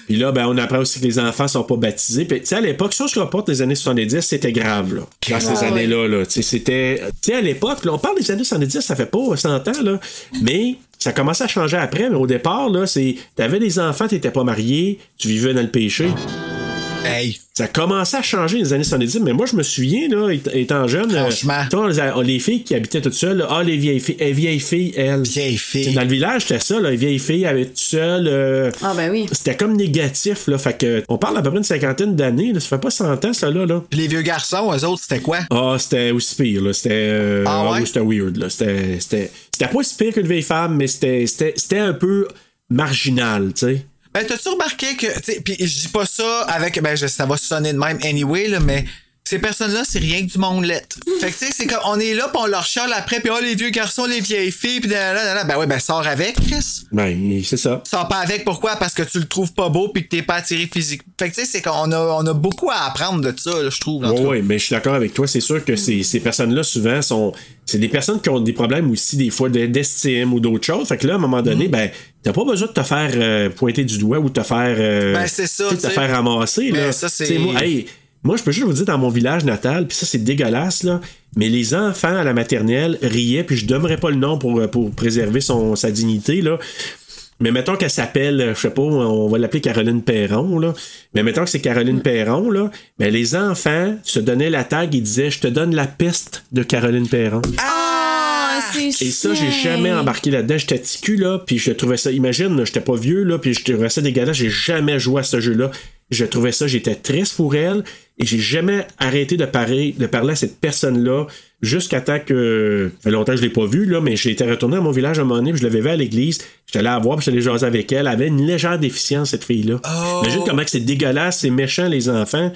Speaker 3: Puis là, ben, on apprend aussi que les enfants sont pas baptisés. Puis, tu sais, à l'époque, chose que rapporte les années 70, c'était grave, là. Dans ces
Speaker 2: Ouais,
Speaker 3: années-là, là. Tu sais, c'était. Tu sais, à l'époque, là, on parle des années 70, ça fait pas 100 ans, là. Mais. Ça commençait à changer après, mais au départ, là, c'est. T'avais des enfants, t'étais pas marié, tu vivais dans le péché.
Speaker 1: Hey.
Speaker 3: Ça commençait à changer dans les années 70, mais moi, je me souviens, là, ét- étant jeune. euh,
Speaker 1: Franchement.
Speaker 3: tu vois, les- les filles qui habitaient toutes seules, là, ah, les vieilles filles, les vieilles filles, elles.
Speaker 1: Vieille fille.
Speaker 3: Dans le village, c'était ça, là, les vieilles filles habitaient toutes seules. euh,
Speaker 2: Ah ben oui.
Speaker 3: c'était comme négatif, là. Fait que, on parle à peu près d'une cinquantaine d'années, là. Ça fait pas 100 ans, ça, là, là.
Speaker 1: Puis les vieux garçons, eux autres, c'était quoi?
Speaker 3: Ah, c'était aussi pire, là. C'était. euh,
Speaker 1: Ah ouais?
Speaker 3: oui, c'était weird, là. C'était. C'était c'était pas aussi pire qu'une vieille femme, mais c'était c'était- c'était un peu marginal, tu sais.
Speaker 1: Ben, t'as-tu remarqué que, tu sais, pis je dis pas ça avec, ben, je- ça va sonner de même anyway, là, mais ces personnes-là, c'est rien que du monde lettre. Fait que, tu sais, c'est comme, on est là, pis on leur chiale après, pis oh, les vieux garçons, les vieilles filles, pis là, ben ouais, ben, sors avec, Chris.
Speaker 3: Ben, c'est ça.
Speaker 1: Sors pas avec, pourquoi? Parce que tu le trouves pas beau, pis que t'es pas attiré physique. Fait que, tu sais, c'est qu'on a, on a beaucoup à apprendre de ça, là, je trouve, en tout
Speaker 3: Oui,
Speaker 1: cas.
Speaker 3: ouais, mais je suis d'accord avec toi. C'est sûr que ces, ces personnes-là, souvent, sont. C'est des personnes qui ont des problèmes aussi, des fois, de- d'estime ou d'autres choses. Fait que là, à un moment
Speaker 1: Mm.
Speaker 3: donné, ben, t'as pas besoin de te faire euh, pointer du doigt ou de te faire. euh,
Speaker 1: Ben, c'est ça,
Speaker 3: tu sais,
Speaker 1: tu
Speaker 3: De te
Speaker 1: sais.
Speaker 3: faire ramasser,
Speaker 1: Ben,
Speaker 3: là.
Speaker 1: ça, c'est-
Speaker 3: Tu sais, Moi, hey, moi, je peux juste vous dire, dans mon village natal, puis ça, c'est dégueulasse, là. Mais les enfants à la maternelle riaient, puis je donnerais pas le nom pour, euh, pour préserver son, sa dignité, là. Mais mettons qu'elle s'appelle, euh, je sais pas, on va l'appeler Caroline Perron, là. Mais mettons que c'est Caroline Perron, là. Mais les enfants se donnaient la tag, ils disaient, je te donne la peste de Caroline Perron.
Speaker 2: Ah, c'est
Speaker 3: Et ça, j'ai jamais embarqué là-dedans. J'étais petit cul, là, puis je trouvais ça. Imagine, là, j'étais pas vieux, là, puis je trouvais ça dégueulasse. J'ai jamais joué à ce jeu-là. Je trouvais ça, j'étais triste pour elle, et j'ai jamais arrêté de parler, de parler à cette personne-là jusqu'à temps que. Ça fait longtemps que je l'ai pas vue, là, mais j'étais retourné à mon village à un moment donné, puis je l'avais vu à l'église. J'étais allé la voir, puis j'étais allé jaser avec elle. Elle avait une légère déficience, cette fille-là. Imagine
Speaker 1: Oh.
Speaker 3: comment que c'est dégueulasse, c'est méchant, les enfants.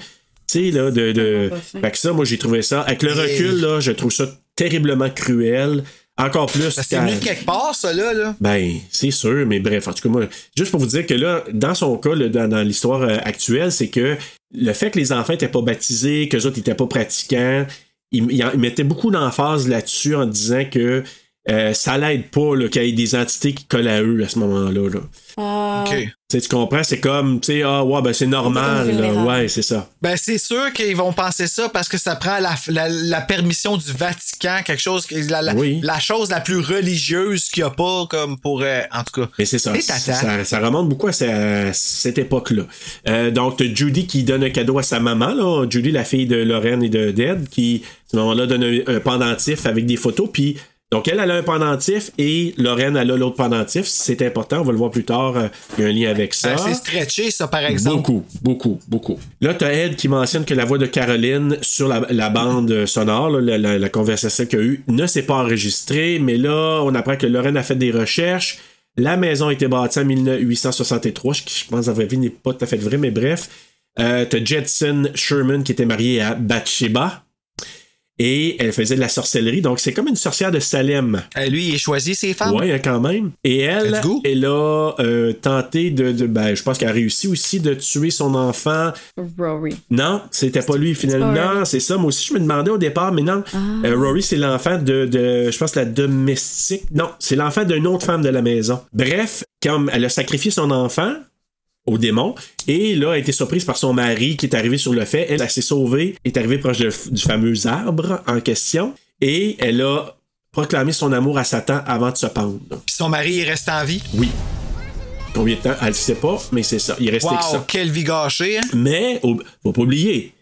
Speaker 3: Tu sais, là, de. de...
Speaker 2: pas fin.
Speaker 3: Fait que ça, moi, j'ai trouvé ça. Avec le recul, là, je trouve ça terriblement cruel. Encore plus.
Speaker 1: Ben, C'est
Speaker 3: qu'à-
Speaker 1: venu de quelque part, ça, là. là.
Speaker 3: Ben, c'est sûr, mais bref, en tout cas, moi, juste pour vous dire que là, dans son cas, là, dans, dans l'histoire euh, actuelle, c'est que le fait que les enfants n'étaient pas baptisés, qu'eux autres n'étaient pas pratiquants, il, il en- il mettait beaucoup d'emphase là-dessus en disant que euh, ça l'aide pas là, qu'il y ait des entités qui collent à eux à ce moment-là. là. Tu sais, tu comprends, c'est comme, tu sais, ah ouais, ben c'est normal, là.
Speaker 1: vulnérable.
Speaker 3: ouais, c'est ça.
Speaker 1: Ben, c'est sûr qu'ils vont penser ça parce que ça prend la, la, la permission du Vatican, quelque chose, que- la, la, la chose la plus religieuse qu'il n'y a pas, comme pour. euh, en tout cas.
Speaker 3: Mais c'est ça,
Speaker 1: Et
Speaker 3: ça,
Speaker 1: tata.
Speaker 3: ça- ça remonte beaucoup à, sa- à cette époque-là. Euh, donc, t'as Judy qui donne un cadeau à sa maman, là. Judy, la fille de Lorraine et de Ded, qui, à ce moment-là, donne un, un pendentif avec des photos. Puis, donc, elle, elle a un pendentif et Lorraine, elle a l'autre pendentif. C'est important, on va le voir plus tard. euh, Il y a un lien avec ça.
Speaker 1: Ben, c'est stretché, ça, par exemple.
Speaker 3: Beaucoup, beaucoup, beaucoup. Là, t'as Ed qui mentionne que la voix de Caroline sur la, la bande sonore, là, la, la- la conversation qu'il y a eu, ne s'est pas enregistrée, mais là, on apprend que Lorraine a fait des recherches. La maison a été bâtie en 1863, ce qui, je pense, en vrai, vie, n'est pas tout à fait vrai, mais bref. Euh, t'as Jetson Sherman qui était mariée à Bathsheba. Et elle faisait de la sorcellerie, donc c'est comme une sorcière de Salem.
Speaker 1: Euh, lui, il choisit ses femmes.
Speaker 3: Ouais, hein, quand même. Et elle, elle a euh, tenté de, de- ben, je pense qu'elle a réussi aussi de tuer son enfant.
Speaker 2: Rory.
Speaker 3: Non, c'était pas lui finalement.
Speaker 2: C'est pas Rory.
Speaker 3: Non, c'est ça. Moi aussi, je me demandais au départ, mais non. Euh, Rory, c'est l'enfant de, de- je pense, la domestique. Non, c'est l'enfant d'une autre femme de la maison. Bref, comme elle a sacrifié son enfant au démon, et là, elle a été surprise par son mari qui est arrivé sur le fait. Elle, elle s'est sauvée, est arrivée proche de- du fameux arbre en question, et elle a proclamé son amour à Satan avant de se pendre.
Speaker 1: Puis son mari, il reste en vie.
Speaker 3: Oui. Combien de temps? Elle le sait pas, mais c'est ça. Il restait
Speaker 1: Wow,
Speaker 3: que ça.
Speaker 1: quelle vie gâchée, hein?
Speaker 3: Mais, ob- faut pas oublier,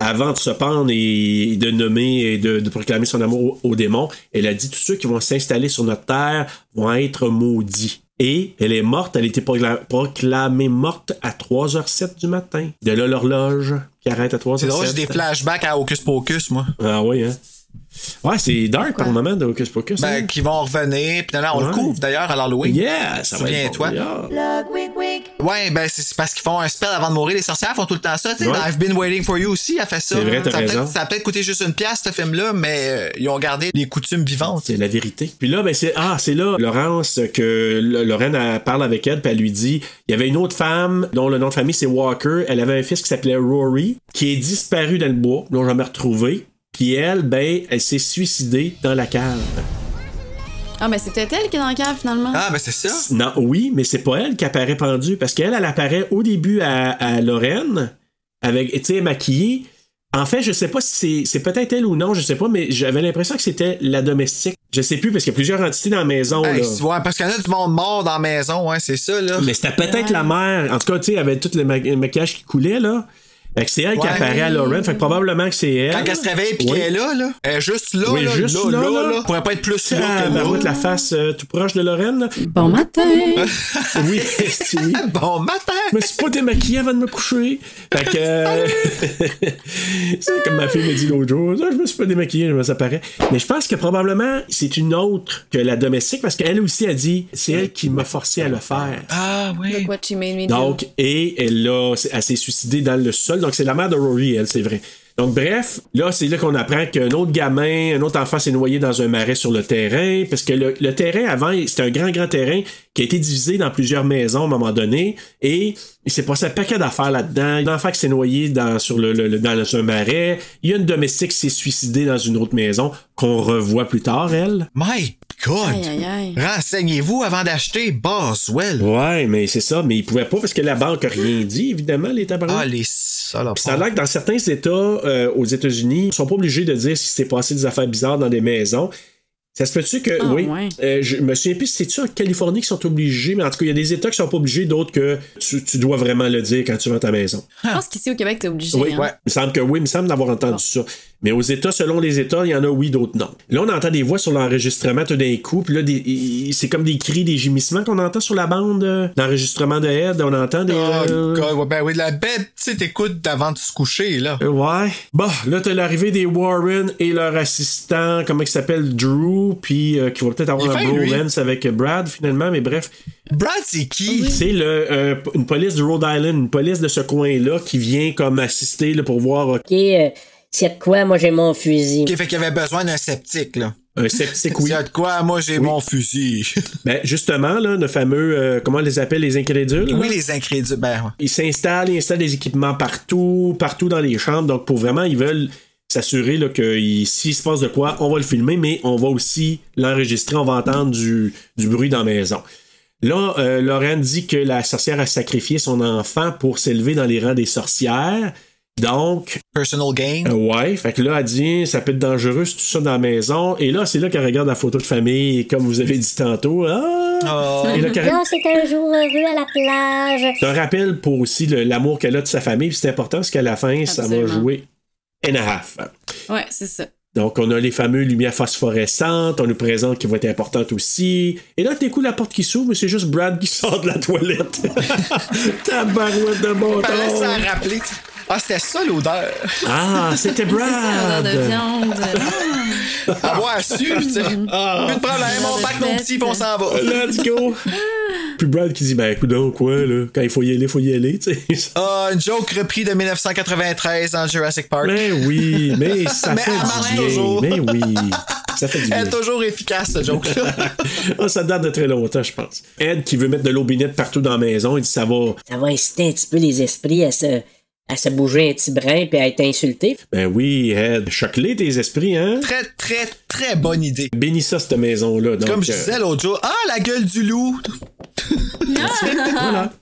Speaker 3: avant de se pendre et de nommer et de, de proclamer son amour au, au démon, elle a dit tous ceux qui vont s'installer sur notre terre vont être maudits. Et elle est morte, elle a été procla- proclamée morte à 3h07 du matin. De là, l'horloge qui arrête à 3h07.
Speaker 1: C'est drôle, j'ai des flashbacks à Hocus Pocus, moi.
Speaker 3: Ah oui, hein? Ouais, c'est dark par moment de Hocus Pocus.
Speaker 1: Ben,
Speaker 3: hein?
Speaker 1: qui vont revenir. Puis là, on le
Speaker 3: Ouais.
Speaker 1: couvre d'ailleurs à l'Halloween.
Speaker 3: Yeah, ça va être bon,
Speaker 1: Souviens-toi.
Speaker 3: yeah.
Speaker 1: Ouais, ben, c'est c'est parce qu'ils font un spell avant de mourir. Les sorcières font tout le temps ça. Tu sais,
Speaker 3: Ouais.
Speaker 1: dans I've Been Waiting for You aussi, elle fait ça.
Speaker 3: C'est vrai, t'as
Speaker 1: ça a peut-être-
Speaker 3: raison.
Speaker 1: ça a peut-être coûté juste une pièce, ce film-là, mais euh, ils ont gardé les coutumes vivantes.
Speaker 3: Oh, C'est la vérité. Puis là, ben c'est ah, c'est là Laurence que L- Lorraine elle parle avec elle, puis elle lui dit il y avait une autre femme dont le nom de famille c'est Walker. Elle avait un fils qui s'appelait Rory, qui est disparu dans le bois, l'ont jamais retrouvé. Puis elle, ben, elle s'est suicidée dans la cave.
Speaker 2: Ah, mais c'est peut-être elle qui est dans le cave finalement.
Speaker 3: Ah.
Speaker 1: ben c'est ça.
Speaker 3: Non, oui, mais c'est pas elle qui apparaît pendue, parce qu'elle, elle apparaît au début à, à Lorraine, avec, tu sais, maquillée. En fait, je sais pas si c'est- c'est peut-être elle ou non, je sais pas, mais j'avais l'impression que c'était la domestique. Je sais plus, parce qu'il y a plusieurs entités dans la maison.
Speaker 1: Hey,
Speaker 3: là.
Speaker 1: tu vois, parce qu'il y en a du monde mort dans la maison, hein, c'est ça, là.
Speaker 3: Mais c'était peut-être la mère. En tout cas, tu sais, elle avait tout le ma- maquillage qui coulait, là. Fait que c'est elle qui
Speaker 1: Ouais.
Speaker 3: apparaît à Lauren. Fait que probablement que c'est elle.
Speaker 1: Quand elle se réveille puis
Speaker 3: Oui.
Speaker 1: qu'elle est là, là, elle est juste là,
Speaker 3: Oui,
Speaker 1: là,
Speaker 3: juste là, là.
Speaker 1: pourrait pas être plus là
Speaker 3: Ah,
Speaker 1: que là.
Speaker 3: Marouette, la face euh, tout proche de
Speaker 1: [laughs]
Speaker 3: Lorraine.
Speaker 2: Bon matin!
Speaker 3: Ah. oui, si, oui.
Speaker 1: Bon matin!
Speaker 3: Je me suis pas démaquillé avant de me coucher. Fait que. euh, [laughs] c'est comme ma fille me dit l'autre jour. Ah, Je me suis pas démaquillé, ça paraît. Mais je pense que probablement, c'est une autre que la domestique parce qu'elle aussi a dit c'est elle qui m'a forcé à le faire.
Speaker 1: Ah oui.
Speaker 2: Look what she made me do.
Speaker 3: Donc, et elle, a, elle s'est suicidée dans le sol. Donc, c'est la mère de Rory, elle, c'est vrai. Donc, bref, là, c'est là qu'on apprend qu'un autre gamin, un autre enfant s'est noyé dans un marais sur le terrain. Parce que le, le terrain, avant, c'était un grand, grand terrain qui a été divisé dans plusieurs maisons à un moment donné. Et il s'est passé un paquet d'affaires là-dedans. L'enfant qui s'est noyé dans, sur le, le- le- dans un marais. Il y a une domestique qui s'est suicidée dans une autre maison qu'on revoit plus tard, elle.
Speaker 1: My God!
Speaker 2: Aïe, aïe, aïe.
Speaker 1: Renseignez-vous avant d'acheter Boswell.
Speaker 3: Ouais, mais c'est ça, mais ils pouvaient pas parce que la banque a rien dit, évidemment, les tabarnak.
Speaker 1: Ah, les salopes.
Speaker 3: Puis ça a l'air que dans certains États euh, aux États-Unis, ils sont pas obligés de dire s'il s'est passé des affaires bizarres dans des maisons. Ça se peut-tu que.
Speaker 2: Ah,
Speaker 3: oui.
Speaker 2: ouais.
Speaker 3: Euh, je me souviens plus si c'est-tu en Californie qui sont obligés, mais en tout cas, il y a des États qui sont pas obligés, d'autres que tu, tu dois vraiment le dire quand tu vends ta maison.
Speaker 2: Je pense qu'ici au Québec, t'es obligé.
Speaker 3: Oui,
Speaker 2: hein.
Speaker 3: ouais. Il me semble que oui, il me semble d'avoir entendu ça. Mais aux États, selon les États, il y en a oui, d'autres non. Là, on entend des voix sur l'enregistrement tout d'un coup, puis là, des- i- i- c'est comme des cris, des gémissements qu'on entend sur la bande euh, d'enregistrement de Ed. On entend des.
Speaker 1: Oh
Speaker 3: euh,
Speaker 1: God, ouais, ben oui, de la belle petite écoute d'avant de se coucher, là.
Speaker 3: Euh, Ouais. Bon, là, t'as l'arrivée des Warren et leur assistant, comment il s'appelle, Drew, puis euh, qui vont peut-être avoir
Speaker 1: Il
Speaker 3: un
Speaker 1: est fin, lui.
Speaker 3: bromance avec euh, Brad finalement, mais bref.
Speaker 1: Brad, c'est qui?
Speaker 3: C'est le, euh, p- une police de Rhode Island, une police de ce coin-là qui vient comme assister là, pour voir. euh,
Speaker 10: Ok, euh, s'il y a de quoi, moi j'ai mon fusil.
Speaker 1: Ok, fait qu'il avait besoin d'un sceptique, là. [laughs]
Speaker 3: Un septique, oui.
Speaker 1: Il y a de quoi, moi j'ai mon
Speaker 3: [laughs]
Speaker 1: fusil.
Speaker 3: ben, justement, là, le fameux, euh, comment on les appelle, les incrédules?
Speaker 1: Oui,
Speaker 3: là?
Speaker 1: les incrédules. Ben, ouais.
Speaker 3: Ils s'installent, ils installent des équipements partout, partout dans les chambres. Donc, pour vraiment, ils veulent s'assurer là, que il- s'il se passe de quoi, on va le filmer, mais on va aussi l'enregistrer, on va entendre du, du bruit dans la maison. Là, euh, Lorraine dit que la sorcière a sacrifié son enfant pour s'élever dans les rangs des sorcières. Donc,
Speaker 1: Personal gain.
Speaker 3: euh, ouais, fait que là, elle dit, ça peut être dangereux, c'est tout ça dans la maison. Et là, c'est là qu'elle regarde la photo de famille, et comme vous avez dit tantôt. Ah! Et là, qu'elle-
Speaker 5: Non, c'est un jour heureux à la plage.
Speaker 3: c'est un rappel pour aussi le- l'amour qu'elle a de sa famille, puis c'est important parce qu'à la fin, ça va
Speaker 2: Absolument.
Speaker 3: jouer and a half.
Speaker 2: Ouais, c'est ça.
Speaker 3: Donc, on a les fameux lumières phosphorescentes, on nous présente qui vont être importantes aussi. Et là, tout coup, la porte qui s'ouvre, mais c'est juste Brad qui [laughs] sort de
Speaker 1: [laughs]
Speaker 3: la toilette. Tabarouette de bon
Speaker 1: Fallait
Speaker 3: temps.
Speaker 1: s'en rappeler. Ah, c'était ça l'odeur.
Speaker 3: Ah,
Speaker 1: [laughs]
Speaker 3: c'était
Speaker 2: Odeur Ah, de
Speaker 3: Brad!
Speaker 2: viande. [laughs]
Speaker 1: Avoir su, tu
Speaker 3: [laughs]
Speaker 1: sais. Plus
Speaker 3: Ah.
Speaker 1: de problème, on pack nos petits, puis on s'en va.
Speaker 3: Let's go! Puis Brad qui dit, ben, écoute donc, quoi, là, quand il faut y aller, faut y aller, tu sais.
Speaker 1: Ah, une joke repris de 1993 dans Jurassic Park.
Speaker 3: Mais Ben oui, mais ça
Speaker 1: Mais
Speaker 3: fait
Speaker 1: elle marche
Speaker 3: du bien.
Speaker 1: toujours.
Speaker 3: Mais oui, ça fait du bien.
Speaker 1: Elle est toujours efficace, cette joke-là.
Speaker 3: [laughs] Ah, ça date de très longtemps, je pense. Ed qui veut mettre de l'aubinette partout dans la maison, il dit ça va.
Speaker 10: Ça va inciter un petit peu les esprits à se, à se bouger un petit brin puis à être insultés.
Speaker 3: Ben oui, Ed, chocoler tes esprits, hein?
Speaker 1: très, très, très bonne idée.
Speaker 3: Bénis ça, cette maison-là. donc,
Speaker 1: Comme je
Speaker 3: euh,
Speaker 1: disais l'autre jour, ah, la gueule du loup.
Speaker 3: voilà.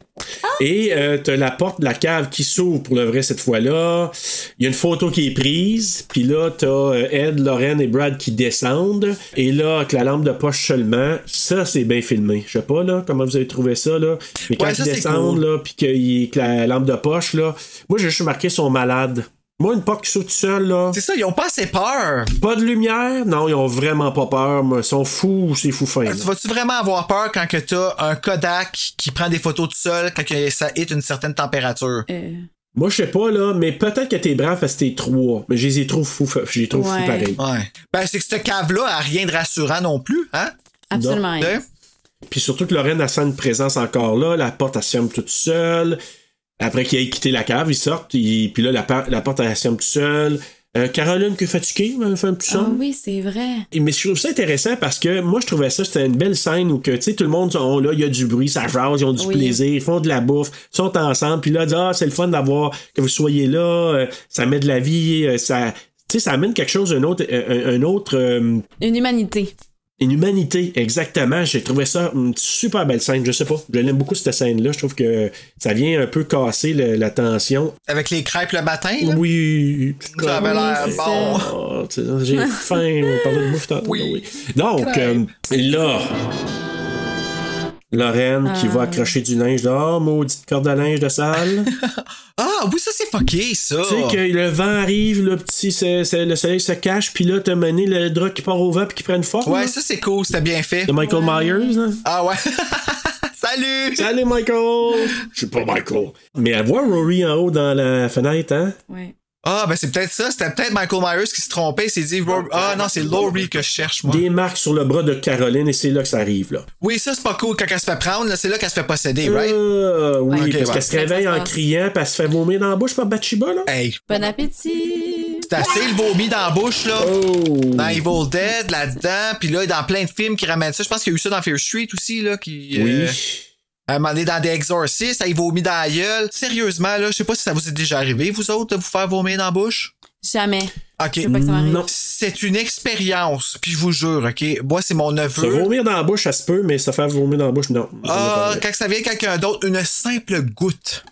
Speaker 3: Et euh, t'as la porte de la cave qui s'ouvre pour le vrai cette fois-là. Il y a une photo qui est prise. Puis là, t'as euh, Ed, Lorraine et Brad qui descendent. Et là, avec la lampe de poche seulement, ça, c'est bien filmé. Je sais pas, là, comment vous avez trouvé ça, là. Mais quand
Speaker 1: Ouais,
Speaker 3: ils
Speaker 1: ça, c'est
Speaker 3: descendent,
Speaker 1: cool.
Speaker 3: là, puis qu'il- que la lampe de poche, là, moi, j'ai juste marqué son malade. Moi, une porte qui s'ouvre toute seule, là.
Speaker 1: C'est ça, ils ont pas assez peur.
Speaker 3: Pas de lumière? Non, ils ont vraiment pas peur. moi. Ils sont fous, c'est fou fin. là.
Speaker 1: Ah, Tu vas-tu vraiment avoir peur quand que t'as un Kodak qui prend des photos tout seul quand que ça hit une certaine température?
Speaker 2: Euh,
Speaker 3: Moi, je sais pas, là, mais peut-être que t'es brave parce que t'es trois. Mais je les trouve fous, fa- je les trouve
Speaker 2: Ouais.
Speaker 3: fous pareil.
Speaker 1: Ouais. Ben, c'est que cette cave-là a rien de rassurant non plus, hein?
Speaker 2: absolument. rien.
Speaker 1: Hein?
Speaker 3: Puis surtout que Lorraine, elle sent une présence encore là. La porte, elle se ferme toute seule. Après qu'il ait quitté la cave, ils sortent. ils- Puis là, la, pa- la porte, elle se ferme toute seule. Euh, Caroline, que fatiguée, elle fait un petit
Speaker 2: Ah
Speaker 3: son.
Speaker 2: oui, c'est vrai.
Speaker 3: Et- Mais je trouve ça intéressant parce que moi, je trouvais ça, c'était une belle scène où que, tu sais, tout le monde, sont là, il y a du bruit, ça jase, ils ont du
Speaker 2: Oui.
Speaker 3: plaisir, ils font de la bouffe, ils sont ensemble, puis là, ils disent, ah, c'est le fun d'avoir, que vous soyez là, euh, ça met de la vie, euh, ça, tu sais, ça amène quelque chose, un autre, euh, un, un autre, euh,
Speaker 2: Une humanité.
Speaker 3: une humanité, exactement. J'ai trouvé ça une super belle scène, je sais pas. Je l'aime beaucoup, cette scène-là. Je trouve que ça vient un peu casser le- la tension.
Speaker 1: Avec les crêpes le matin, là?
Speaker 3: Oui,
Speaker 1: Ça avait l'air
Speaker 2: Oui, c'est
Speaker 1: bon.
Speaker 3: Oh, tu sais, [laughs] j'ai faim, on parlait de bouffe tantôt,
Speaker 1: Oui.
Speaker 3: oui. Donc, euh, là, Lorraine qui va accrocher du linge dehors, maudite corde à linge de salle.
Speaker 1: [laughs] Ah, oui, ça, c'est fucké, ça.
Speaker 3: tu sais que le vent arrive, le petit, se- se- le soleil se cache, puis là, t'as mené le drap qui part au vent puis qui prend une forme.
Speaker 1: Ouais,
Speaker 3: là.
Speaker 1: ça, c'est cool, c'était bien fait.
Speaker 3: de Michael
Speaker 1: [laughs]
Speaker 3: Myers. là.
Speaker 1: Ah, ouais. Salut!
Speaker 3: Salut, Michael! Je suis pas Michael. Mais elle voit Rory en haut dans la fenêtre, hein?
Speaker 2: Ouais.
Speaker 1: Ah, ben, c'est peut-être ça. C'était peut-être Michael Myers qui se trompait. Il s'est dit, Ro- ah, non, c'est Laurie que je cherche, moi.
Speaker 3: euh, Des marques sur le bras de Caroline, et c'est là que ça arrive, là.
Speaker 1: Oui, ça, c'est pas cool. Quand elle se fait prendre, là, c'est là qu'elle se fait posséder, right?
Speaker 3: Euh, oui,
Speaker 1: Ouais. Ok,
Speaker 3: parce
Speaker 1: ouais.
Speaker 3: qu'elle se réveille
Speaker 2: Ça se
Speaker 3: en
Speaker 2: passe.
Speaker 3: criant, puis elle se fait vomir dans la bouche par Bathsheba, là.
Speaker 1: Hey,
Speaker 2: Bon appétit.
Speaker 1: t'as assez le vomi dans la bouche, là.
Speaker 3: Euh.
Speaker 1: Dans Evil Dead, là-dedans. Puis là, dans plein de films qui ramènent ça. Je pense qu'il y a eu ça dans Fear Street aussi, là. Qui,
Speaker 3: Oui.
Speaker 1: euh, à un moment donné, dans des exorcistes, il vomit dans la gueule. Sérieusement, là, je sais pas si ça vous est déjà arrivé, vous autres, de vous faire vomir dans la bouche.
Speaker 2: Jamais.
Speaker 1: OK. Mm.
Speaker 2: Je veux pas que ça m'arrive.
Speaker 1: C'est une expérience, puis je vous jure, OK? Moi, c'est mon
Speaker 3: Se
Speaker 1: neveu.
Speaker 3: vomir dans la bouche, ça se peut, mais se faire vomir dans la bouche, non.
Speaker 1: Ah,
Speaker 3: Ça
Speaker 1: quand ça vient de quelqu'un d'autre, une simple goutte.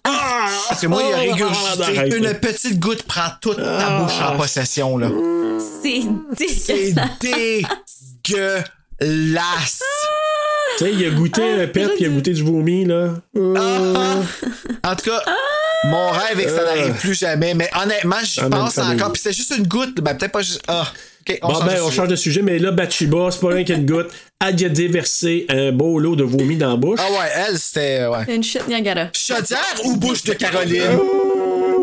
Speaker 1: Parce que moi, il a
Speaker 3: Oh,
Speaker 1: régurgité.
Speaker 3: arrête. Ah.
Speaker 1: une petite goutte prend toute ta bouche en possession, là.
Speaker 2: [laughs]
Speaker 3: Mm.
Speaker 2: C'est
Speaker 1: C'est
Speaker 2: [laughs] dégueulasse.
Speaker 1: dégueulasse.
Speaker 3: dépend. Tu sais, il a goûté
Speaker 2: Ah,
Speaker 3: un pet, puis il a goûté du vomi,
Speaker 1: Ah,
Speaker 3: là. Euh,
Speaker 1: En tout cas, mon rêve est que ça n'arrive plus jamais, mais honnêtement, j'y
Speaker 3: Ah, même
Speaker 1: pense
Speaker 3: Euh. famille.
Speaker 1: encore. Puis c'était juste une goutte. Ben, peut-être pas juste. Ah, OK, on
Speaker 3: Bon,
Speaker 1: change
Speaker 3: ben,
Speaker 1: de
Speaker 3: on
Speaker 1: sujet.
Speaker 3: change de sujet, mais là, Bathsheba, c'est pas rien qu'une goutte. Elle y a déversé un beau lot de vomi dans la bouche.
Speaker 1: Ah ouais, elle, c'était. Ouais.
Speaker 2: Une chute Niagara.
Speaker 1: Chaudière ou bouche de Caroline?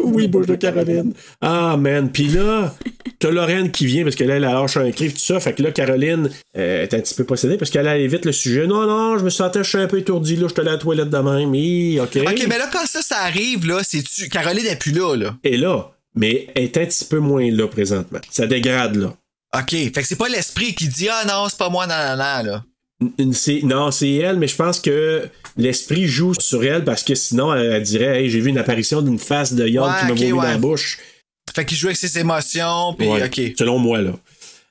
Speaker 3: Oui, bouche de Caroline. Ah, man. Puis là, t'as Lorraine qui vient parce qu'elle elle lâche un cri, tout ça. Fait que là, Caroline euh, est un petit peu possédée parce qu'elle allait vite le sujet. Non, non, je me sentais, je suis un peu étourdi. Là, je te à la toilette de même. Hi, OK.
Speaker 1: OK, mais là, quand ça, ça arrive, là, c'est-tu. Caroline n'est plus là, là.
Speaker 3: est là, mais elle est un petit peu moins là présentement. Ça dégrade là.
Speaker 1: OK. Fait que c'est pas l'esprit qui dit Ah non, c'est pas moi, non, non, non, là.
Speaker 3: N- c'est- non, c'est elle, mais je pense que l'esprit joue sur elle parce que sinon, elle, elle dirait Hey, j'ai vu une apparition d'une face de Yod
Speaker 1: Ouais,
Speaker 3: qui m'a
Speaker 1: ok,
Speaker 3: vomi dans
Speaker 1: ouais.
Speaker 3: la bouche.
Speaker 1: Fait qu'il joue avec ses émotions, puis
Speaker 3: Ouais,
Speaker 1: OK.
Speaker 3: Selon moi, là.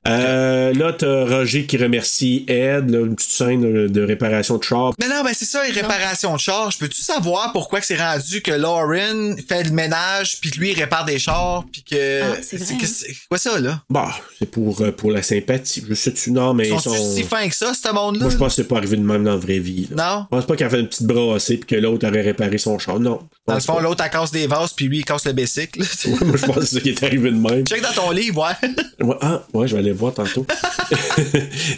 Speaker 3: Euh, Là, t'as Roger qui remercie Ed, là, une petite scène là, de réparation de char.
Speaker 1: Mais non, ben c'est ça, les réparations de chars. Je Peux-tu savoir pourquoi que c'est rendu que Lauren fait le ménage, puis que lui, il répare des chars, puis que.
Speaker 2: Ah, c'est vrai,
Speaker 1: que-
Speaker 2: hein?
Speaker 1: quoi ça, là?
Speaker 3: Bah, c'est pour, euh, pour la sympathie. Je sais tu non, mais ils
Speaker 1: Sont-tu
Speaker 3: sont.
Speaker 1: si fins que ça, ce monde-là?
Speaker 3: Moi, je pense que c'est pas arrivé de même dans la vraie vie. là.
Speaker 1: Non?
Speaker 3: Je pense pas qu'elle a fait une petite brassée puis que l'autre aurait réparé son char. Non. Je
Speaker 1: Dans le
Speaker 3: pense
Speaker 1: fond,
Speaker 3: pas.
Speaker 1: l'autre, elle casse des vases, puis lui, il casse le bicycle.
Speaker 3: [laughs] Moi, je pense que c'est ça qui est arrivé de même.
Speaker 1: Check dans ton livre, ouais.
Speaker 3: Ouais, ah, ouais, je vais aller voir tantôt.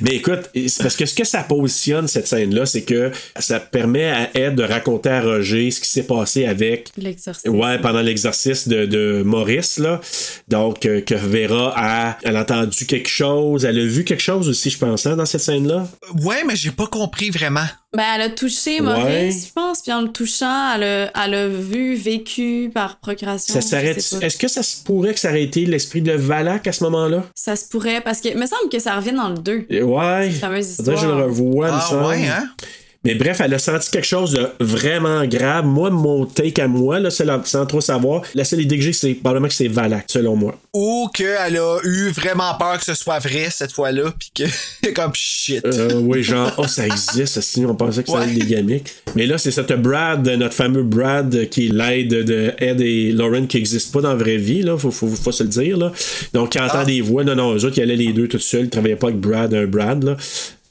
Speaker 3: Mais écoute, c'est parce que ce que ça positionne, cette scène-là, c'est que ça permet à Ed de raconter à Roger ce qui s'est passé avec
Speaker 2: L'exorciste.
Speaker 3: Ouais, pendant l'exercice de, de Maurice, là. Donc, euh, que Vera a, elle a entendu quelque chose, elle a vu quelque chose aussi, je pense, hein, dans cette scène-là.
Speaker 1: [laughs] Ouais, mais j'ai pas compris vraiment.
Speaker 2: Ben, elle a touché
Speaker 3: Ouais.
Speaker 2: Maurice, je pense, puis en le touchant, elle a, elle a vu, vécu par procuration.
Speaker 3: Ça
Speaker 2: Ah, je
Speaker 3: s'arrête.
Speaker 2: sais pas.
Speaker 3: Est-ce que ça se pourrait que ça aurait été l'esprit de Valak à ce moment-là?
Speaker 2: Ça se pourrait, parce que, il me semble que ça revient dans le 2.
Speaker 3: Et Ouais.
Speaker 2: Cette fameuse
Speaker 3: Faudrait que je le
Speaker 2: histoire.
Speaker 3: revois, il me
Speaker 1: Ah
Speaker 3: semble.
Speaker 1: ouais, hein?
Speaker 3: Mais bref, elle a senti quelque chose de vraiment grave. Moi, mon take à moi, là, c'est la- sans trop savoir, la seule idée que j'ai, c'est probablement que c'est Valak, selon moi.
Speaker 1: Ou qu'elle a eu vraiment peur que ce soit vrai cette fois-là, puis que [laughs] comme shit.
Speaker 3: Euh, oui, genre, oh, ça existe, si on pensait que ça
Speaker 1: Ouais.
Speaker 3: allait être des gamiques. Mais là, c'est cette Brad, notre fameux Brad, euh, qui est l'aide de Ed et Lauren, qui n'existe pas dans la vraie vie, là, faut, faut, faut se le dire, là. Donc, qui entend des voix, non, non, eux autres, ils allaient les deux tout seuls, ils travaillaient pas avec Brad, un Brad, là.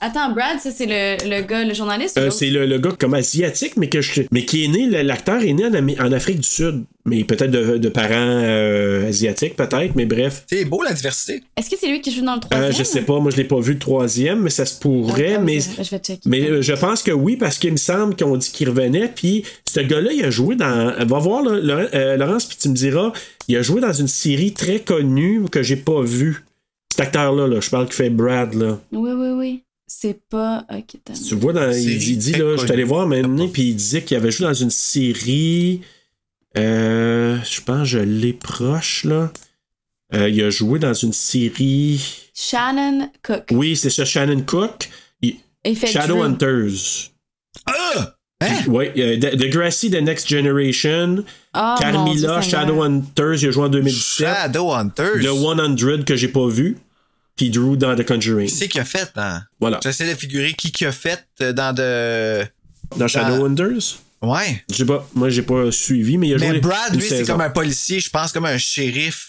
Speaker 2: Attends, Brad, ça, c'est le, le gars, le journaliste? ou
Speaker 3: Euh,
Speaker 2: l'autre?
Speaker 3: c'est le, le gars comme asiatique, mais, que je- mais qui est né, le- l'acteur est né en, Ami- en Afrique du Sud, mais peut-être de, de parents euh, asiatiques, peut-être, mais bref.
Speaker 1: C'est beau la diversité.
Speaker 2: Est-ce que c'est lui qui joue dans le 3
Speaker 3: Euh, je sais pas, moi je l'ai pas vu le troisième, mais ça se pourrait, mais.
Speaker 2: Je vais checker.
Speaker 3: Mais euh, je pense que oui, parce qu'il me semble qu'on dit qu'il revenait. Puis ce gars-là, il a joué dans. Va voir, là, Laurent- euh, Laurence, puis tu me diras, il a joué dans une série très connue que j'ai pas vue. Cet acteur-là, là, je parle qui fait Brad. Là.
Speaker 2: Oui, oui, oui. C'est pas. Ok, t'as-
Speaker 3: Tu vois, dans, il,
Speaker 1: Série
Speaker 3: il dit,
Speaker 1: très
Speaker 3: là, je suis allé
Speaker 1: connue.
Speaker 3: voir maintenant, puis il disait qu'il avait joué dans une série. euh, je pense que je l'ai proche, là. Euh, il a joué dans une série.
Speaker 2: Shannon Cook.
Speaker 3: Oui, c'est ça, Shannon Cook. Il-
Speaker 2: Il fait Drew.
Speaker 3: Shadowhunters.
Speaker 1: Ah! Hein?
Speaker 3: Oui, euh, The The Grassy, The Next Generation,
Speaker 2: Ah, mon Dieu,
Speaker 3: Carmilla,
Speaker 2: Seigneur.
Speaker 3: Shadowhunters, il a joué en 2017,
Speaker 1: Shadowhunters.
Speaker 3: The 100 que j'ai pas vu, puis Drew dans The Conjuring.
Speaker 1: Qui c'est qui a fait, hein?
Speaker 3: Voilà.
Speaker 1: J'essaie de figurer qui qui a fait euh, dans de.
Speaker 3: Dans Shadowhunters,
Speaker 1: Ouais.
Speaker 3: je sais pas, moi j'ai pas suivi, mais il a joué
Speaker 1: Mais Brad,
Speaker 3: une
Speaker 1: lui, c'est
Speaker 3: saison.
Speaker 1: comme un policier, je pense, comme un shérif.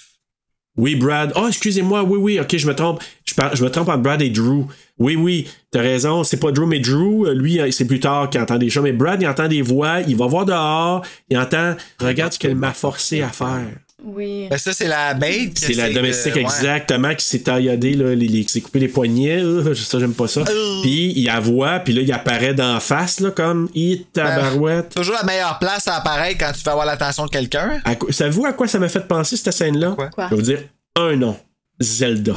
Speaker 3: Oui, Brad. Oh, excusez-moi, oui, oui, ok, je me trompe. Je, par- je me trompe entre Brad et Drew. Oui, oui, t'as raison, c'est pas Drew, mais Drew, euh, lui, euh, c'est plus tard qu'il entend des choses. Mais Brad, il entend des voix, il va voir dehors, il entend, regarde ce qu'elle m'a forcé à faire.
Speaker 2: Oui.
Speaker 1: Ben, ça, c'est la bête.
Speaker 3: C'est la domestique
Speaker 1: exact.
Speaker 3: exactement qui s'est tailladée, là, les, les- qui s'est coupé les poignets, euh, [laughs] ça j'aime pas ça.
Speaker 1: Oh.
Speaker 3: Puis il la voit, puis là il apparaît d'en face, là, comme il
Speaker 1: Ben.
Speaker 3: tabarouette.
Speaker 1: Toujours la meilleure place à apparaître quand tu veux avoir l'attention de quelqu'un.
Speaker 3: À quoi- Savez-vous à quoi ça m'a fait penser cette scène-là?
Speaker 1: Quoi?
Speaker 2: Quoi?
Speaker 3: Je vais vous dire un nom. Zelda.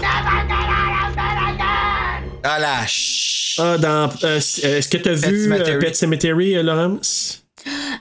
Speaker 1: Ah la ch...
Speaker 3: Ah, dans. euh, c- euh, Est-ce que t'as
Speaker 1: Pet
Speaker 3: vu euh,
Speaker 1: Sematary.
Speaker 3: Pet Cemetery, Laurence?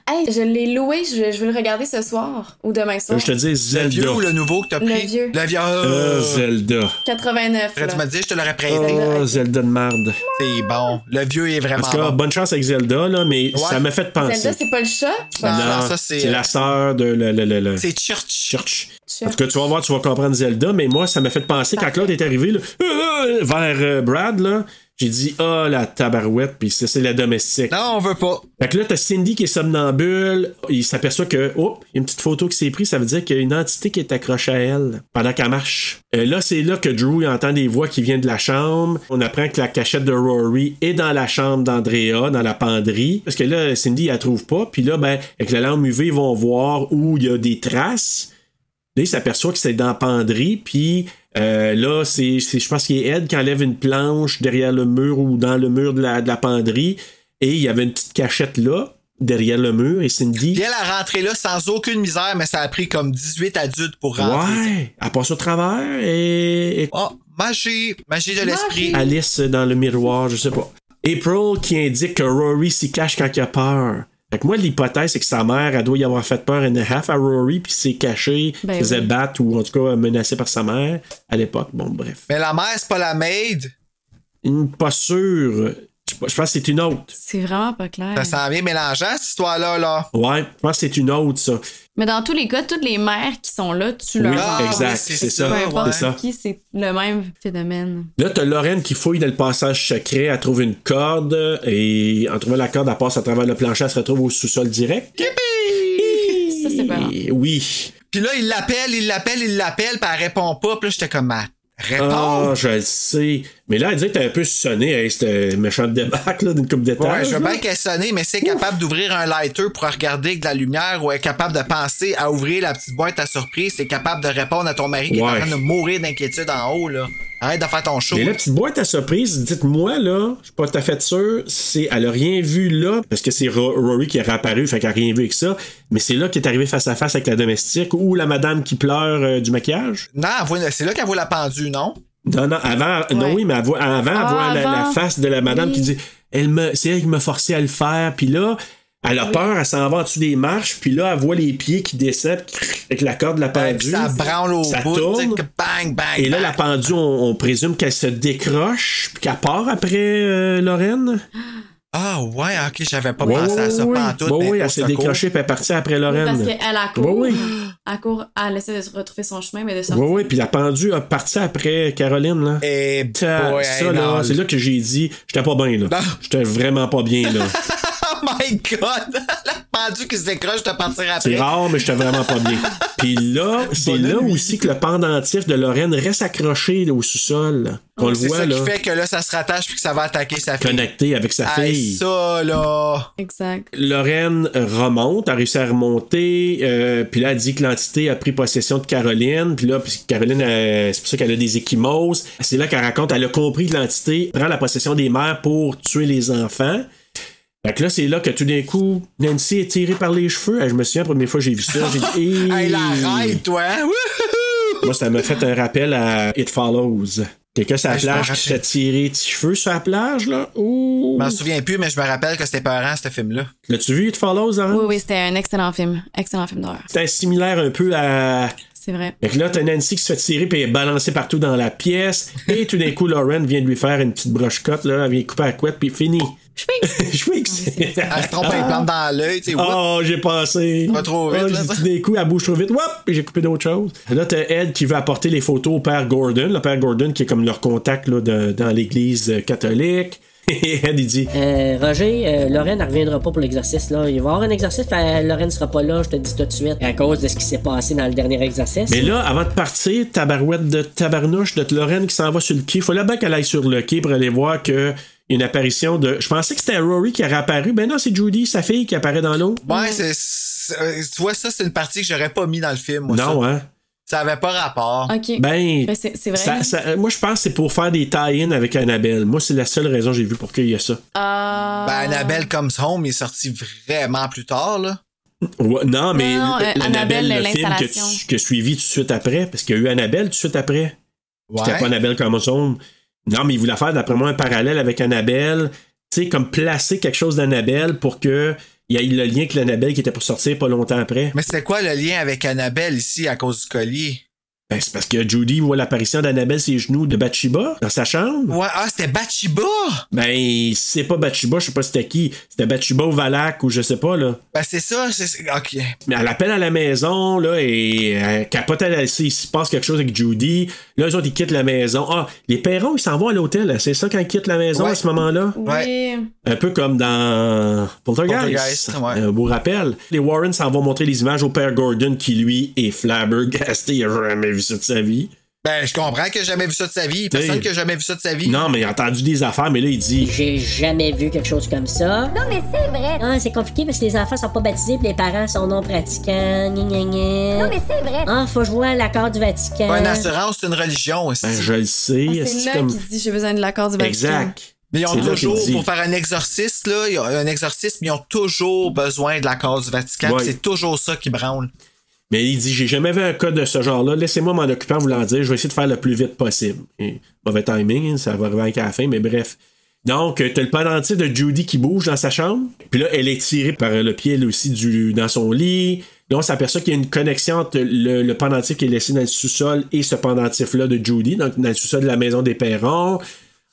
Speaker 2: Hey, je l'ai loué, je, je vais le regarder ce soir ou demain soir.
Speaker 3: je te dis
Speaker 1: Le
Speaker 3: Zelda.
Speaker 1: vieux ou le nouveau que t'as
Speaker 2: Le
Speaker 1: pris?
Speaker 2: vieux.
Speaker 1: Le vieux.
Speaker 3: Ah,
Speaker 1: Euh,
Speaker 3: Zelda.
Speaker 2: 89.
Speaker 1: tu
Speaker 2: Là.
Speaker 1: m'as dit, je te l'aurais prêté.
Speaker 2: Euh.
Speaker 3: Oh, Zelda de merde.
Speaker 1: C'est bon. Le vieux est
Speaker 3: En
Speaker 1: vraiment
Speaker 3: tout cas,
Speaker 1: bon.
Speaker 3: ah, bonne chance avec Zelda, là, mais
Speaker 1: Ouais.
Speaker 3: ça m'a fait penser.
Speaker 2: Zelda, c'est pas le chat?
Speaker 1: Ah,
Speaker 3: Non,
Speaker 1: ça, c'est-
Speaker 3: c'est la sœur de. Le, le- le- le-
Speaker 1: C'est Church.
Speaker 3: Church.
Speaker 2: Church.
Speaker 3: En tout cas, tu vas voir, tu vas comprendre Zelda, mais moi, ça m'a fait penser quand
Speaker 2: Parfait.
Speaker 3: Claude est arrivé là, euh, euh, vers euh, Brad, là, j'ai dit, ah, la tabarouette, puis ça, c'est la domestique.
Speaker 1: Non, on veut pas.
Speaker 3: Fait que là, t'as Cindy qui est somnambule, il s'aperçoit que, oh, il y a une petite photo qui s'est prise, ça veut dire qu'il y a une entité qui est accrochée à elle pendant qu'elle marche. Euh, là, c'est là que Drew il entend des voix qui viennent de la chambre. On apprend que la cachette de Rory est dans la chambre d'Andrea, dans la penderie. Parce que là, Cindy, elle trouve pas, puis là, ben, avec la lampe UV, ils vont voir où il y a des traces. Là, il s'aperçoit que c'est dans la penderie, puis euh, là, c'est, c'est- je pense qu'il est Ed qui enlève une planche derrière le mur ou dans le mur de la, de la penderie, et il y avait une petite cachette là, derrière le mur, et Cindy.
Speaker 1: Puis elle a rentré là sans aucune misère, mais ça a pris comme 18 adultes pour rentrer.
Speaker 3: Ouais, elle passe au travers et, et
Speaker 1: Oh, magie. Magie de l'esprit.
Speaker 3: Alice dans le miroir, je sais pas. April qui indique que Rory s'y cache quand il a peur. Fait que moi, l'hypothèse, c'est que sa mère, elle doit y avoir fait peur and a half à Rory, puis s'est cachée,
Speaker 1: Ben
Speaker 3: se faisait
Speaker 1: oui.
Speaker 3: battre ou en tout cas menacée par sa mère à l'époque. Bon, bref.
Speaker 1: Mais la mère, c'est pas la maid.
Speaker 3: Hum, Pas sûr. Je je pense que c'est une autre.
Speaker 2: C'est vraiment pas clair.
Speaker 1: Ça sent bien mélangeant, cette histoire-là, là.
Speaker 3: Ouais, je pense que c'est une autre, ça.
Speaker 2: Mais dans tous les cas, toutes les mères qui sont là, tu
Speaker 3: Oui,
Speaker 2: leur
Speaker 3: exact,
Speaker 2: parles.
Speaker 3: c'est ça,
Speaker 2: Peu importe
Speaker 3: ouais. C'est ça.
Speaker 2: qui, c'est le même phénomène.
Speaker 3: Là, t'as Lorraine qui fouille dans le passage secret, elle trouve une corde, et en trouvant la corde, elle passe à travers le plancher, elle se retrouve au sous-sol direct.
Speaker 2: Ça, c'est pas
Speaker 3: Et oui.
Speaker 1: Puis là, il l'appelle, il l'appelle, il l'appelle, puis elle répond pas. Puis là, j'étais comme, ah, réponds.
Speaker 3: Ah, je le sais. Mais là, elle dit que t'as un peu sonné, hein, c'était méchant de débâcle, là, d'une coupe d'étage.
Speaker 1: Ouais, je veux
Speaker 3: là.
Speaker 1: bien qu'elle sonne, mais c'est capable d'ouvrir un lighter pour regarder avec de la lumière ou est capable de penser à ouvrir la petite boîte à surprise. C'est capable de répondre à ton mari qui est en
Speaker 3: Ouais.
Speaker 1: train de mourir d'inquiétude en haut, là. Arrête de faire ton show.
Speaker 3: Mais la petite boîte à surprise, dites-moi là, je suis pas tout à fait sûr, c'est elle a rien vu là, parce que c'est Ro- Rory qui est réapparu, fait qu'elle a rien vu avec ça, mais c'est là qu'elle est arrivée face à face avec la domestique ou la madame qui pleure euh, du maquillage.
Speaker 1: Non, elle voit- c'est là qu'elle voit la pendue, non?
Speaker 3: Non, non, avant, non, oui, mais elle voit- avant, elle
Speaker 1: Ah,
Speaker 3: voit la- La,
Speaker 1: avant.
Speaker 3: face de la madame
Speaker 1: Oui.
Speaker 3: qui dit elle me, C'est elle qui m'a forcé à le faire, puis là, elle a peur, elle s'en va en dessous des marches, puis là, elle voit les pieds qui descendent crrr, avec la corde de la pendue.
Speaker 1: ça branle au
Speaker 3: ça
Speaker 1: bout, tu sais,
Speaker 3: tourne.
Speaker 1: que bang, bang.
Speaker 3: Et là, la pendue, on, on présume qu'elle se décroche, puis qu'elle part après euh, Lorraine.
Speaker 1: Ah, ouais, ok, j'avais pas
Speaker 3: Ouais,
Speaker 1: pensé
Speaker 3: ouais,
Speaker 1: à ça
Speaker 3: ouais,
Speaker 1: pantoute.
Speaker 3: ouais,
Speaker 1: mais
Speaker 3: oui,
Speaker 1: ben, au
Speaker 3: elle s'est
Speaker 1: secours.
Speaker 3: décrochée, puis elle est partie après
Speaker 2: Oui,
Speaker 3: Lorraine.
Speaker 2: parce qu'elle a court,
Speaker 3: Oui, oui.
Speaker 2: [gasps] elle court, elle essaie de se retrouver son chemin, mais de sortir.
Speaker 3: Oui, oui, puis la pendue a parti après Caroline, là.
Speaker 1: Et
Speaker 3: ça,
Speaker 1: Eh, boy,
Speaker 3: ça,
Speaker 1: hey, non.
Speaker 3: là, c'est là que j'ai dit, j'étais pas bien, là. J'étais vraiment pas
Speaker 1: [laughs]
Speaker 3: bien, là.
Speaker 1: Oh my god! [laughs] la pendue qui se décroche de partir après.
Speaker 3: C'est rare, mais j'étais vraiment pas bien. Puis là, c'est là aussi que le pendentif de Lorraine reste accroché là, au sous-sol. On le
Speaker 1: C'est
Speaker 3: voit,
Speaker 1: ça
Speaker 3: là,
Speaker 1: qui fait que là, ça se rattache puis que ça va attaquer sa fille.
Speaker 3: connecté avec sa
Speaker 1: Hey,
Speaker 3: fille.
Speaker 1: ça, là.
Speaker 2: Exact.
Speaker 3: Lorraine euh, remonte, a réussi à remonter, euh, puis là, elle dit que l'entité a pris possession de Caroline, puis là, puis Caroline, euh, c'est pour ça qu'elle a des échymoses. C'est là qu'elle raconte, elle a compris que l'entité prend la possession des mères pour tuer les enfants. Fait que là, c'est là que tout d'un coup, Nancy est tirée par les cheveux. Eh, Je me souviens, la première fois que j'ai vu ça, j'ai dit... Hey,
Speaker 1: Arrête, toi. hein? Wouhou!
Speaker 3: Moi, ça m'a fait un rappel à It Follows. Quelqu'un sur la
Speaker 1: Ah, je
Speaker 3: plage
Speaker 1: m'en
Speaker 3: qui se fait tirer petit cheveux sur la plage, là. Ouh!
Speaker 1: Je m'en souviens plus, mais je me rappelle que c'était peurant, ce film-là.
Speaker 3: L'as-tu vu, It Follows, hein?
Speaker 2: Oui, oui, c'était un excellent film. Excellent film d'horreur.
Speaker 3: C'était similaire un peu à...
Speaker 2: C'est vrai.
Speaker 3: Fait que là, t'as Nancy qui se fait tirer puis elle est balancée partout dans la pièce. Et tout d'un coup, Lauren vient de lui faire une petite broche cotte, là. Elle vient couper la couette puis fini. [laughs] Je
Speaker 1: Ah,
Speaker 3: fixe!
Speaker 1: Elle se trompe,
Speaker 3: Ah.
Speaker 1: elle plante dans l'œil, tu sais. whoop.
Speaker 3: Oh, j'ai passé.
Speaker 1: Pas trop vite,
Speaker 3: Oh,
Speaker 1: là,
Speaker 3: j'ai
Speaker 1: ça.
Speaker 3: dit des coups, elle bouge trop vite. Wop, puis j'ai coupé d'autres choses. Là, t'as Ed qui veut apporter les photos au père Gordon. Le père Gordon qui est comme leur contact là, de- dans l'église euh, catholique. [laughs] Et Ed, il dit
Speaker 10: Euh, Roger, euh, Lorraine, elle reviendra pas pour l'exercice, là. Il va y avoir un exercice, puis euh, Lorraine sera pas là, je te le dis tout de suite, à cause de ce qui s'est passé dans le dernier exercice.
Speaker 3: Mais là, avant de partir, tabarouette de tabarnouche de Lorraine qui s'en va sur le quai. Faut là-bas qu'elle aille sur le quai pour aller voir que une apparition de. Je pensais que c'était Rory qui a apparu. Ben non, c'est Judy, sa fille, qui apparaît dans l'eau.
Speaker 1: Ouais, c'est. c'est- euh, Tu vois, ça, c'est une partie que j'aurais pas mis dans le film, moi.
Speaker 3: Non,
Speaker 1: ça.
Speaker 3: hein.
Speaker 1: Ça avait pas rapport.
Speaker 2: OK.
Speaker 3: Ben,
Speaker 2: Ben, c'est c'est vrai.
Speaker 3: ça- ça- moi, je pense que c'est pour faire des tie-ins avec Annabelle. Moi, c'est la seule raison que j'ai vu pour qu'il y a ça.
Speaker 2: Ah.
Speaker 1: Ben, Annabelle Comes Home, il est sorti vraiment plus tard, là.
Speaker 3: Ouais, non, mais
Speaker 2: Non,
Speaker 3: l-
Speaker 2: euh,
Speaker 3: l'Annabelle,
Speaker 2: Annabelle,
Speaker 3: le film que,
Speaker 2: l'installation.
Speaker 3: tu, que suivi tout de suite après, parce qu'il y a eu Annabelle tout de suite après.
Speaker 1: Ouais.
Speaker 3: C'était pas Annabelle comme son. Non, mais il voulait faire, d'après moi, un parallèle avec Annabelle. Tu sais, comme placer quelque chose d'Annabelle pour que il y ait le lien avec l'Annabelle qui était pour sortir pas longtemps après.
Speaker 1: Mais c'était quoi le lien avec Annabelle ici à cause du collier?
Speaker 3: Ben, c'est parce que Judy voit l'apparition d'Annabelle ses genoux de Bathsheba dans sa chambre.
Speaker 1: Ouais, ah, c'était Bathsheba!
Speaker 3: Ben, si c'est pas Bathsheba, je sais pas c'était qui. C'était Bathsheba ou Valak ou je sais pas, là.
Speaker 1: Ben, c'est ça, c'est. c'est- Ok.
Speaker 3: Mais elle appelle à la maison, là, et elle capote, elle, elle sait, il se passe quelque chose avec Judy. Là, eux autres, ils quittent la maison. Ah, les perrons, ils s'en vont à l'hôtel. hein. C'est ça quand ils quittent la maison à ce moment-là?
Speaker 2: Oui.
Speaker 3: Un peu comme dans Poltergeist.
Speaker 1: Poltergeist, ouais.
Speaker 3: Un beau rappel. Les Warren s'en vont montrer les images au père Gordon qui, lui, est flabbergasté. Il a jamais vu ça de sa vie.
Speaker 1: Ben, je comprends que j'ai jamais vu ça de sa vie. Personne
Speaker 3: Dave.
Speaker 1: qui a jamais vu ça de sa vie.
Speaker 3: Non, mais il a entendu des affaires, mais là, il dit...
Speaker 10: J'ai jamais vu quelque chose comme ça.
Speaker 5: Non, mais c'est vrai.
Speaker 10: Ah, c'est compliqué parce que les enfants sont pas baptisés puis les parents sont non pratiquants. Gna, gna, gna.
Speaker 5: Non, mais c'est vrai.
Speaker 10: Ah, faut jouer à l'accord du Vatican.
Speaker 1: Pas une assurance, c'est une religion aussi.
Speaker 3: Ben, je le sais.
Speaker 2: Ah, C'est
Speaker 3: c'est
Speaker 2: là
Speaker 3: comme-
Speaker 2: qu'il dit ben, j'ai besoin de l'accord du Vatican.
Speaker 3: Exact.
Speaker 1: Mais ils
Speaker 3: C'est
Speaker 1: ont
Speaker 3: là qu'il
Speaker 1: toujours,
Speaker 3: dit.
Speaker 1: pour faire un exorciste, là, ils ont un exorciste, mais ils ont toujours besoin de la cause du Vatican.
Speaker 3: Ouais.
Speaker 1: puis C'est toujours ça qui branle.
Speaker 3: Mais il dit J'ai jamais vu un cas de ce genre-là. Laissez-moi m'en occuper en voulant dire Je vais essayer de faire le plus vite possible. Et mauvais timing, hein, ça va arriver à la fin, mais bref. Donc, euh, t'as le pendentif de Judy qui bouge dans sa chambre. Puis là, elle est tirée par le pied, elle aussi, du, dans son lit. Là, on s'aperçoit qu'il y a une connexion entre le, le pendentif qui est laissé dans le sous-sol et ce pendentif-là de Judy, donc dans le sous-sol de la maison des Perrons.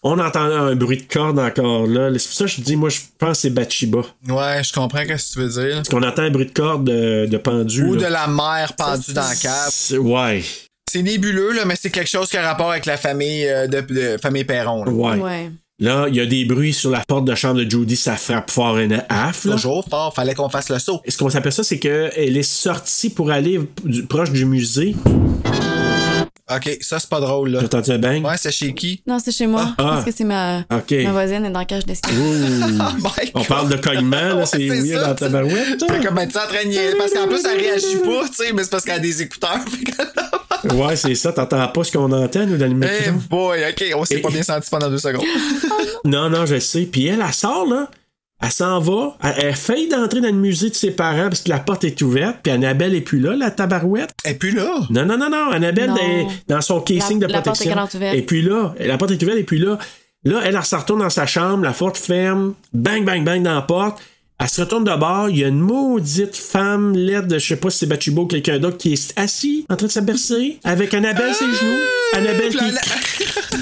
Speaker 3: On entend un bruit de corde encore là. C'est pour ça que je dis, moi, je pense que c'est Bachiba.
Speaker 1: Ouais, je comprends ce que tu veux dire.
Speaker 3: Parce qu'on entend un bruit de corde euh, de, de pendu.
Speaker 1: Ou
Speaker 3: là.
Speaker 1: de la mère pendue dans le cave.
Speaker 3: C'est- Ouais.
Speaker 1: C'est nébuleux, là, mais c'est quelque chose qui a rapport avec la famille euh, de, de- famille Perron. là.
Speaker 3: Ouais. Là, il y a des bruits sur la porte de chambre de Judy, ça frappe fort une haffe. là.
Speaker 1: Toujours fort, fallait qu'on fasse le saut.
Speaker 3: Et ce qu'on s'appelle ça, c'est qu'elle est sortie pour aller du- proche du musée.
Speaker 1: Ok, ça c'est pas drôle là.
Speaker 3: J'ai entendu un bang.
Speaker 1: Ouais, c'est chez qui?
Speaker 2: Non, c'est chez moi.
Speaker 3: Ah.
Speaker 2: Parce que c'est ma,
Speaker 3: Ok.
Speaker 2: ma voisine, elle est dans la cage d'escalier.
Speaker 3: Ouh. On parle de
Speaker 1: [laughs]
Speaker 3: cognement, là, c'est
Speaker 1: Oh c'est
Speaker 3: weird
Speaker 1: ça,
Speaker 3: dans ta barouette.
Speaker 1: Fait comme ben, tu sais, en train de niaiser, Parce qu'en plus, elle réagit pas, tu sais, mais c'est parce qu'elle a des écouteurs. [laughs] Fait que-
Speaker 3: Ouais, c'est ça, t'entends pas ce qu'on entend, nous, dans le micro.
Speaker 1: Eh boy, ok, on s'est pas bien senti pendant deux secondes.
Speaker 3: Non, non, je sais. Puis elle, elle sort, là. Elle s'en va. Elle, elle fait d'entrer dans le musée de ses parents parce que la porte est ouverte. Puis Annabelle est plus là, la tabarouette.
Speaker 1: Et puis là?
Speaker 3: Non, non, non, non. Annabelle
Speaker 2: Non.
Speaker 3: est dans son casing
Speaker 2: La-
Speaker 3: de
Speaker 2: la porte
Speaker 3: protection.
Speaker 2: est grande ouverte.
Speaker 3: Et puis là, la porte est ouverte et puis là, là, elle, elle se retourne dans sa chambre, la porte ferme, bang, bang, bang dans la porte. Elle se retourne de bord, il y a une maudite femme laide de je sais pas si c'est Bachibo ou quelqu'un d'autre qui est assis en train de se bercer avec Annabelle ses genoux. Annabelle qui.
Speaker 1: [laughs]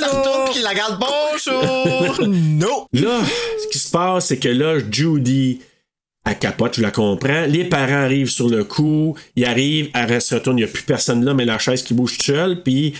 Speaker 1: Ça retourne pis qu'il la garde. Bonjour! [laughs] non!
Speaker 3: Là, ce qui se passe, c'est que là, Judy, elle capote, je la comprends. Les parents arrivent sur le coup, ils arrivent, elle reste- se retourne, il n'y a plus personne là, mais la chaise qui bouge toute seule, puis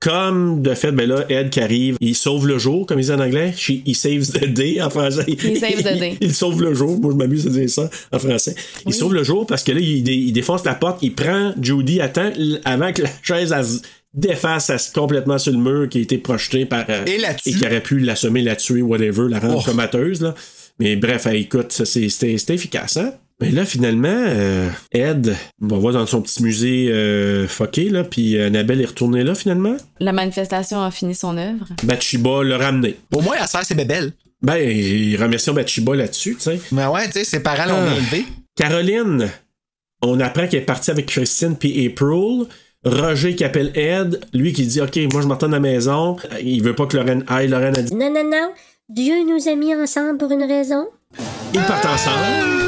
Speaker 3: comme de fait, ben là, Ed qui arrive, il sauve le jour, comme ils disent en anglais, She- he saves the day en français.
Speaker 2: He saves the day.
Speaker 3: [laughs] Il, sauve le jour, moi je m'amuse à dire ça en français. Il sauve le jour parce que là, il, dé- il défonce la porte, il prend Judy, attend l- avant que la chaise elle se défasse elle se- complètement sur le mur qui a été projeté par... euh,
Speaker 1: Et la tue.
Speaker 3: qui aurait pu l'assommer, la tuer, whatever, la rendre
Speaker 1: Oh.
Speaker 3: comateuse. Là. Mais bref, elle, écoute, ça, c'est- c'était c'était efficace. Hein? Mais là, finalement, euh, Ed, on va voir dans son petit musée euh, fucké, là, puis Annabelle est retournée là, finalement.
Speaker 2: La manifestation a fini son œuvre.
Speaker 3: Bathsheba l'a ramené.
Speaker 1: Au moins, la sœur, c'est Bébelle.
Speaker 3: Ben, et remercions Bathsheba là-dessus, tu sais.
Speaker 1: Mais ouais, tu sais, ses parents l'ont
Speaker 3: Ah.
Speaker 1: bien élevé.
Speaker 3: Caroline, on apprend qu'elle est partie avec Christine puis April. Roger qui appelle Ed, lui qui dit Ok, moi je m'entends à la maison. Il veut pas que Lorraine aille. Lorraine a dit
Speaker 5: Non, non, non. Dieu nous a mis ensemble pour une raison.
Speaker 3: Ils partent ensemble.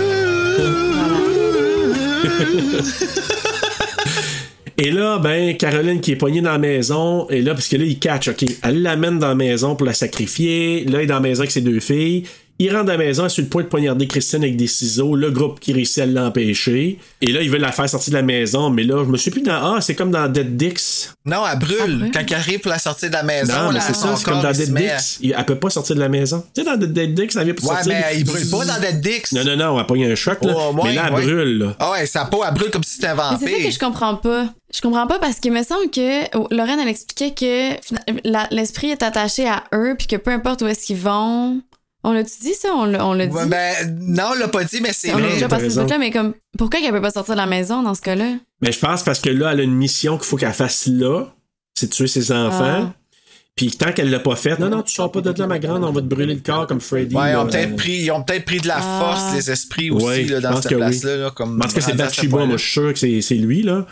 Speaker 3: Et là, ben, Caroline qui est poignée dans la maison, et là, parce que là, il catch, ok, elle l'amène dans la maison pour la sacrifier, là, il est dans la maison avec ses deux filles, il rentre dans la maison, elle est sur le point de poignarder Christine avec des ciseaux, le groupe qui réussit à l'empêcher, et là, ils veulent la faire sortir de la maison, mais là, je me suis plus dans, ah, c'est comme dans Dead Dicks.
Speaker 1: Non, elle Ah, brûle. Quand elle arrive pour la sortie de la maison,
Speaker 3: Non, mais
Speaker 1: là,
Speaker 3: c'est ça,
Speaker 1: son
Speaker 3: c'est comme
Speaker 1: corps,
Speaker 3: dans
Speaker 1: il se
Speaker 3: Dead
Speaker 1: met à-
Speaker 3: Dicks, Il- elle peut pas sortir de la maison. Tu sais, dans Dead Dicks, elle vient pour
Speaker 1: Ouais,
Speaker 3: sortir.
Speaker 1: mais il brûle pas dans Dead Dicks.
Speaker 3: Non, non, non, elle pogne un choc, là.
Speaker 1: Oh, ouais,
Speaker 3: mais là, elle
Speaker 1: ouais.
Speaker 3: brûle, là.
Speaker 1: Ah ouais, sa peau, elle brûle comme si c'était un
Speaker 2: Mais c'est ça que
Speaker 1: vampire.
Speaker 2: je comprends pas. Je comprends pas parce qu'il me semble que oh, Lorraine, elle expliquait que fina- la- l'esprit est attaché à eux puis que peu importe où est-ce qu'ils vont. On l'a-tu dit ça? On l'a on l'a dit?
Speaker 1: Ouais, ben, non, on l'a pas dit, mais c'est
Speaker 2: on a
Speaker 1: vrai.
Speaker 2: déjà passé ce
Speaker 3: raison.
Speaker 2: truc-là, mais comme, pourquoi qu'elle peut pas sortir de la maison dans ce cas-là?
Speaker 3: Mais je pense parce que là, elle a une mission qu'il faut qu'elle fasse là, c'est de tuer ses enfants.
Speaker 2: Ah.
Speaker 3: Puis tant qu'elle l'a pas faite, non, non, tu sors pas de là, ma grande, on va te brûler le corps comme Freddy.
Speaker 1: Ouais, ils
Speaker 3: là.
Speaker 1: ont peut-être pris, ils ont peut-être pris de la
Speaker 2: Ah.
Speaker 1: force, les esprits aussi,
Speaker 3: Ouais,
Speaker 1: là,
Speaker 3: je
Speaker 1: dans
Speaker 3: pense
Speaker 1: cette
Speaker 3: que oui.
Speaker 1: place-là. Là, comme
Speaker 3: En tout cas, c'est
Speaker 1: rendu à ce
Speaker 3: Bathsheba,
Speaker 1: point-là.
Speaker 3: moi, je suis sûr que c'est- c'est lui, là.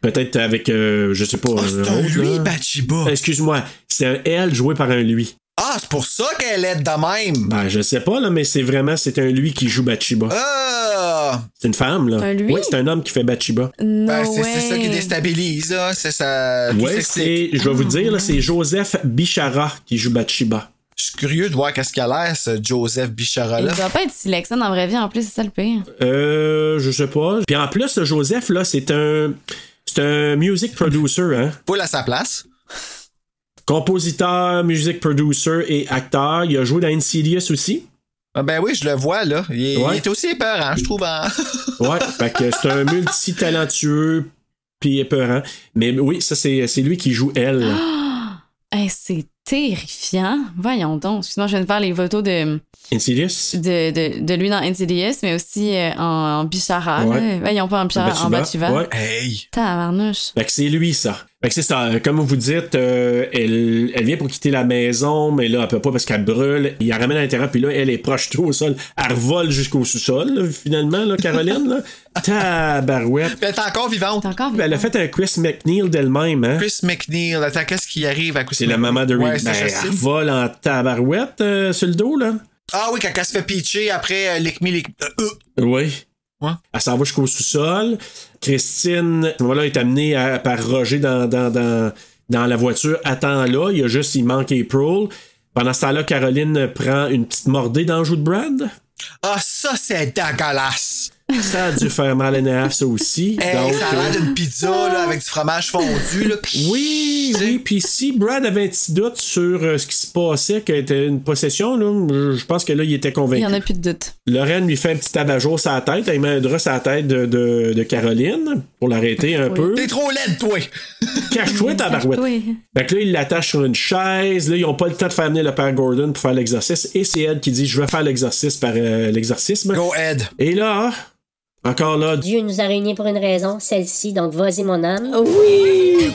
Speaker 3: Peut-être avec, euh, je sais pas.
Speaker 1: Ah,
Speaker 3: un
Speaker 1: c'est un
Speaker 3: autre,
Speaker 1: lui,
Speaker 3: là.
Speaker 1: Bachiba.
Speaker 3: Excuse-moi, c'est un elle joué par un lui.
Speaker 1: Ah, c'est pour ça qu'elle est de même.
Speaker 3: Ben, je sais pas, là, mais c'est vraiment, c'est un lui qui joue Bathsheba.
Speaker 1: Ah!
Speaker 3: C'est une femme, là.
Speaker 2: Un lui?
Speaker 3: Oui, c'est un homme qui fait Bathsheba.
Speaker 2: No
Speaker 1: Ben, c'est
Speaker 2: way.
Speaker 1: c'est ça qui déstabilise, là. C'est ça. tout
Speaker 3: Ouais,
Speaker 1: s'explique.
Speaker 3: c'est, je vais vous dire, là, c'est Joseph Bichara qui joue Bathsheba.
Speaker 1: Je suis curieux de voir qu'est-ce qu'il a l'air, ce Joseph Bichara,
Speaker 2: Il
Speaker 1: là.
Speaker 2: doit pas être si laxant dans la vraie vie, en plus, c'est ça le pire.
Speaker 3: Euh, je sais pas. Puis en plus, ce Joseph, là, c'est un. C'est un music producer, hein?
Speaker 1: Poule à sa place.
Speaker 3: Compositeur, music producer et acteur. Il a joué dans Insidious aussi.
Speaker 1: Ah, ben oui, je le vois, là. Il, est-
Speaker 3: Ouais.
Speaker 1: il est aussi épeurant, je trouve. hein.
Speaker 3: Ouais, [laughs] fait que c'est un multi-talentueux puis épeurant. Mais oui, ça, c'est, c'est lui qui joue elle.
Speaker 2: Hey, c'est terrifiant. Voyons donc. Excuse-moi, je viens de faire les photos de,
Speaker 3: Insidious.
Speaker 2: de, de, de lui dans NCDS, mais aussi euh, en, en Bichara.
Speaker 3: Ouais.
Speaker 2: Ah, là. Voyons pas en Bichara, en Bachuva.
Speaker 3: Ouais.
Speaker 1: hey!
Speaker 2: Tabarnouche.
Speaker 3: Fait que c'est lui, ça. Fait que c'est ça, comme vous dites, euh, elle, elle vient pour quitter la maison, mais là, elle peut pas parce qu'elle brûle. Il la ramène à l'intérieur, puis là, elle est projetée au sol. Elle revole jusqu'au sous-sol, là, finalement, là,
Speaker 1: [laughs]
Speaker 3: Caroline. Là. Tabarouette.
Speaker 1: [laughs] Elle est encore vivante.
Speaker 2: Encore
Speaker 3: Elle a fait un Chris McNeil d'elle-même, hein?
Speaker 1: Chris McNeil, attends, qu'est-ce qui arrive à Chris
Speaker 3: C'est la maman de Reed.
Speaker 1: Ouais, ça,
Speaker 3: Ben,
Speaker 1: je sais.
Speaker 3: elle revole en tabarouette euh, sur le dos, là.
Speaker 1: Ah oui, quand elle se fait pitcher après euh, lick me, lick... euh, euh.
Speaker 3: Oui.
Speaker 1: Ouais.
Speaker 3: Elle s'en va jusqu'au sous-sol. Christine, voilà, est amenée à- par Roger dans, dans, dans, dans la voiture. Attends là, il y a juste, il manque April. Pendant ce temps-là, Caroline prend une petite mordée dans le joue de Brad.
Speaker 1: Ah, ça, c'est dégueulasse.
Speaker 3: Ça a dû faire mal à Nahaf, ça aussi.
Speaker 1: Hey,
Speaker 3: Donc,
Speaker 1: Eh,
Speaker 3: euh,
Speaker 1: ça a l'air d'une pizza là, avec du fromage fondu. Là.
Speaker 3: [laughs] Oui, oui. Puis si Brad avait un petit doute sur euh, ce qui se passait, qu'elle était une possession, là, je- je pense que là, il était
Speaker 2: Il
Speaker 3: convaincu.
Speaker 2: y en a plus de doute.
Speaker 3: Lorraine lui fait un petit tabac sur la tête. Elle met un drap sur la tête de, de- de Caroline pour l'arrêter un peu.
Speaker 1: T'es trop laide, toi.
Speaker 3: Cache-toi, tabarouette.
Speaker 2: Oui.
Speaker 3: Fait que là, il l'attache sur une chaise. Là, ils n'ont pas le temps de faire venir le père Gordon pour faire l'exercice. Et c'est elle qui dit Je vais faire l'exercice par euh, l'exorcisme.
Speaker 1: Go ahead.
Speaker 3: Et là, encore là, du-
Speaker 5: Dieu nous a réunis pour une raison, celle-ci, donc vas-y mon âme.
Speaker 2: Oui!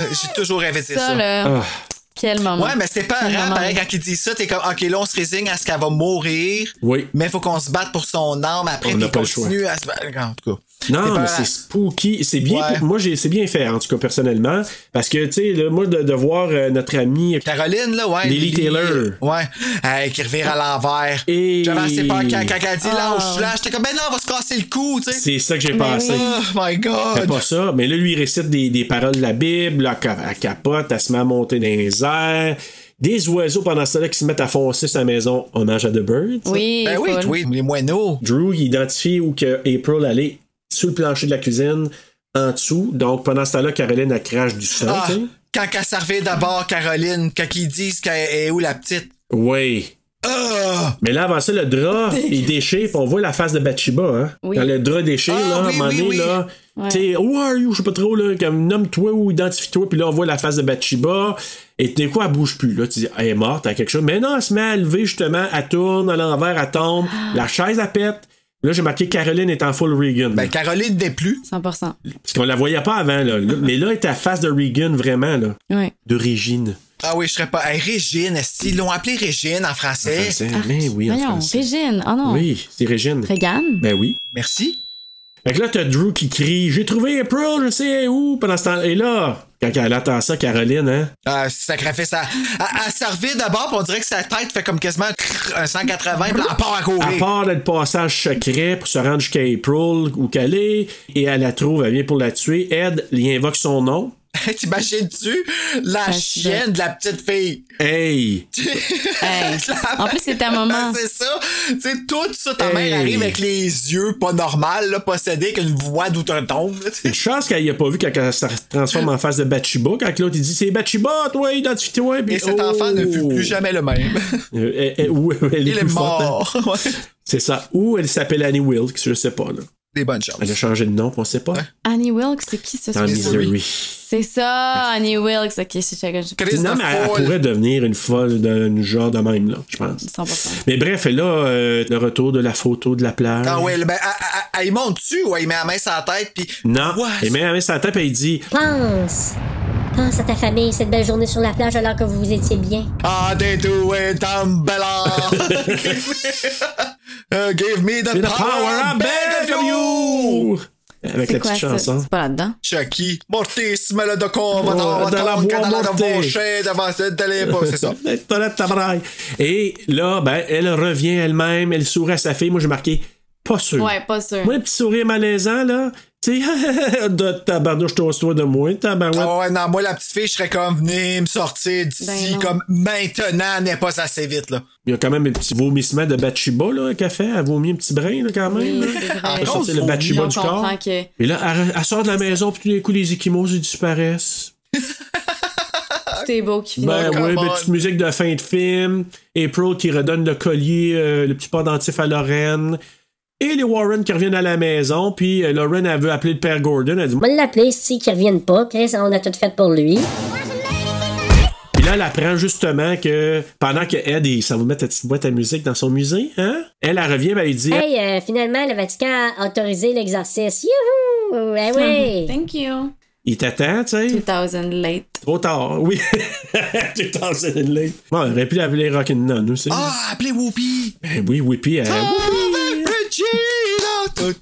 Speaker 1: Euh, J'ai toujours rêvé de dire
Speaker 2: Ça,
Speaker 1: ça.
Speaker 2: là.
Speaker 3: Ah.
Speaker 2: Quel moment.
Speaker 1: Ouais, mais c'est pas
Speaker 2: Quel
Speaker 1: rare,
Speaker 2: moment.
Speaker 1: pareil, quand il dit ça, t'es comme, OK, là, on se résigne à ce qu'elle va mourir,
Speaker 3: Oui.
Speaker 1: mais faut qu'on se batte pour son âme après,
Speaker 3: On
Speaker 1: puis
Speaker 3: n'a
Speaker 1: il
Speaker 3: pas le choix.
Speaker 1: continue à se battre. En tout cas.
Speaker 3: Non,
Speaker 1: pas
Speaker 3: mais
Speaker 1: grave.
Speaker 3: c'est spooky. C'est bien.
Speaker 1: Ouais.
Speaker 3: Moi, j'ai, c'est bien fait, en tout cas, personnellement. Parce que, tu sais, là, moi, de, de voir euh, notre ami.
Speaker 1: Caroline, là, ouais.
Speaker 3: Lily Taylor.
Speaker 1: Ouais. Hey, qui revire à l'envers.
Speaker 3: Et-
Speaker 1: J'avais assez peur quand, quand elle dit,
Speaker 2: Ah.
Speaker 1: lâche, lâche. J'étais comme, ben non, on va se casser le cou, tu sais.
Speaker 3: C'est ça que j'ai
Speaker 2: Mais
Speaker 3: pensé.
Speaker 2: Ben oui.
Speaker 1: Oh my
Speaker 3: Fait
Speaker 1: god.
Speaker 3: pas ça, mais là, lui, il récite des, des paroles de la Bible, là, elle, elle capote, elle se met à monter dans les airs. Des oiseaux pendant cela qui se mettent à foncer sa maison, hommage à The Birds.
Speaker 2: Oui,
Speaker 1: Ben oui,
Speaker 2: full.
Speaker 1: oui, les moineaux.
Speaker 3: Drew il identifie où que April allait sur le plancher de la cuisine, en dessous. Donc, pendant ce temps-là, Caroline, elle crache du sang.
Speaker 1: Ah,
Speaker 3: tu sais.
Speaker 1: quand elle servait d'abord Caroline, quand ils disent qu'elle est où la petite.
Speaker 3: Oui.
Speaker 1: Ah!
Speaker 3: Mais là, avant ça,
Speaker 1: [laughs]
Speaker 3: le drap, il déchire, puis on voit la face de Bathsheba. Hein?
Speaker 2: Oui.
Speaker 3: Quand le drap déchire,
Speaker 1: Ah,
Speaker 3: là, à un
Speaker 1: oui,
Speaker 3: moment
Speaker 1: oui,
Speaker 3: donné,
Speaker 1: oui.
Speaker 3: là,
Speaker 2: Ouais.
Speaker 3: t'sais, Who are you? Je sais pas trop, là, comme nomme-toi ou identifie-toi, puis là, on voit la face de Bathsheba. Et t'es quoi, elle bouge plus, là. Tu dis, elle est morte, elle a quelque chose. Mais non, elle se met à lever, justement, elle tourne à l'envers, elle tombe,
Speaker 2: Ah.
Speaker 3: la chaise, elle pète. Là, j'ai marqué Caroline est en full Regan.
Speaker 1: Ben, Caroline n'est plus.
Speaker 2: 100%.
Speaker 3: parce qu'on la voyait pas avant, là. Là, mais là, elle est à face de Regan, vraiment, là.
Speaker 2: Ouais.
Speaker 3: De Régine.
Speaker 1: Ah oui, je serais pas. Hey, Régine, est-ce qu'ils l'ont appelée Régine en français?
Speaker 3: Français. mais oui, en
Speaker 2: Voyons,
Speaker 3: français.
Speaker 2: Régine. Oh non.
Speaker 3: Oui, c'est Régine. [laughs]
Speaker 2: Regan.
Speaker 3: Ben oui.
Speaker 1: Merci.
Speaker 3: Fait que là, t'as Drew qui crie J'ai trouvé April, je sais où pendant ce temps Et là, quand elle entend ça, Caroline, hein
Speaker 1: Ah, sacrifice à. À, à servir d'abord, puis on dirait que sa tête fait comme quasiment crrr, un 180, puis elle part à
Speaker 3: À
Speaker 1: courir.
Speaker 3: part le passage secret pour se rendre jusqu'à April ou qu'elle est, et elle la trouve, elle vient pour la tuer. Ed, il invoque son nom.
Speaker 1: [laughs] T'imagines-tu la
Speaker 2: Ah,
Speaker 1: chienne de la petite fille?
Speaker 3: Hey!
Speaker 2: Hey. En plus, c'est un moment.
Speaker 1: Ah, c'est ça. Tu sais, tout ça, ta
Speaker 3: Ah. Hey.
Speaker 1: mère arrive avec les yeux pas normal, là, possédée qu'une voix d'où un tombe. là, tu
Speaker 3: [laughs]
Speaker 1: sais.
Speaker 3: Une chance qu'elle y a pas vu quand elle se transforme en face de Bathsheba, quand l'autre il dit C'est Bathsheba, toi, identifie-toi. Puis,
Speaker 1: Et cet
Speaker 3: oh!
Speaker 1: enfant ne fut plus jamais le
Speaker 3: [laughs]
Speaker 1: même.
Speaker 3: Euh, elle- elle- où- elle est
Speaker 1: Il est
Speaker 3: plus forte, hein?
Speaker 1: mort.
Speaker 3: [laughs]
Speaker 1: Ouais.
Speaker 3: C'est ça. Ou elle s'appelle Annie Wilkes, je sais pas, là.
Speaker 1: [laughs] Des bonnes choses.
Speaker 3: Elle a changé de nom, on sait pas.
Speaker 2: Annie Wilkes, c'est qui ce
Speaker 3: Dans
Speaker 2: soir?
Speaker 1: Missouri.
Speaker 3: Missouri.
Speaker 2: C'est ça, Annie Wilkes. Ok, c'est chacun.
Speaker 1: Christ
Speaker 3: non,
Speaker 1: de
Speaker 3: mais elle, elle
Speaker 1: folle.
Speaker 3: pourrait devenir une folle d'un genre de même, là, je pense.
Speaker 2: 100%.
Speaker 3: Mais bref, et là, euh, le retour de la photo de la plage.
Speaker 1: Ah ouais, ben, elle- elle- elle- il monte dessus ou elle met la main sur la tête puis.
Speaker 3: Non,
Speaker 1: What?
Speaker 3: et même elle met sa tête et il dit
Speaker 5: Pense. Pense à ta famille, cette belle journée sur la plage alors que vous vous étiez bien.
Speaker 1: Ah, they do it, I'm
Speaker 3: [laughs]
Speaker 1: [laughs] Bella. Uh, give me the,
Speaker 3: The
Speaker 1: power,
Speaker 3: power
Speaker 1: I
Speaker 3: I
Speaker 1: beg of you.
Speaker 3: you! Avec
Speaker 2: C'est
Speaker 3: la petite
Speaker 2: quoi ça?
Speaker 3: chanson.
Speaker 2: C'est pas là-dedans.
Speaker 1: Chucky, mortis, me le de con, va
Speaker 3: Oh,
Speaker 1: t'en- va
Speaker 3: de la
Speaker 1: t'en-
Speaker 3: voix
Speaker 1: canada de
Speaker 3: montée.
Speaker 1: vaucher, devant cette télé- pas, c'est
Speaker 3: [laughs]
Speaker 1: ça.
Speaker 3: Toilette tabraille. Et là, ben, elle revient elle-même, elle sourit à sa fille. Moi, j'ai marqué pas sûr.
Speaker 2: Ouais, pas sûr.
Speaker 3: Moi, un petit sourire malaisant, là. Tu sais, [laughs] de tabarnouche, toi de moi, tabarouette.
Speaker 1: Ah ouais, non, moi, la petite fille, je serais comme, venez me sortir d'ici,
Speaker 2: Ben non.
Speaker 1: comme maintenant, n'est pas assez vite, là.
Speaker 3: Il y a quand même un petit vomissement de Bathsheba, là, qu'elle fait. Elle vomit un petit brin, là, quand même.
Speaker 2: Oui,
Speaker 3: là.
Speaker 2: c'est vrai.
Speaker 3: Elle a sorti le
Speaker 1: Grosse
Speaker 3: Bathsheba
Speaker 2: On
Speaker 3: du corps.
Speaker 2: comprend que.
Speaker 3: Et là, elle, elle sort de la maison, puis tout d'un coup, les échimoses, ils disparaissent.
Speaker 2: Tout est beau qui finit.
Speaker 3: Ben
Speaker 1: come
Speaker 3: oui,
Speaker 1: on.
Speaker 3: petite musique de fin de film. April qui redonne le collier, euh, le petit pendentif à Lorraine. Et les Warren qui reviennent à la maison, puis euh, Lorraine, elle veut appeler le père Gordon. Elle dit...
Speaker 5: On va l'appeler si qu'il revienne pas. Chris, on a tout fait pour lui.
Speaker 3: Puis là, elle apprend justement que pendant que Ed, il- ça vous met ta petite boîte à musique dans son musée, hein? Elle, elle revient, ben, elle dit...
Speaker 5: Hey, euh, finalement, le Vatican a autorisé l'exorcisme. Youhou! Ouh, ben oui.
Speaker 2: Thank you.
Speaker 3: Il t'attend, tu sais.
Speaker 2: 2000 late.
Speaker 3: Trop tard, hein, oui. [laughs] Tout en late. Bon, on aurait pu l'appeler Rockin' Nun aussi.
Speaker 1: Ah, appelez Whoopi! Ah,
Speaker 3: Ben oui, Whippy. elle- [laughs] I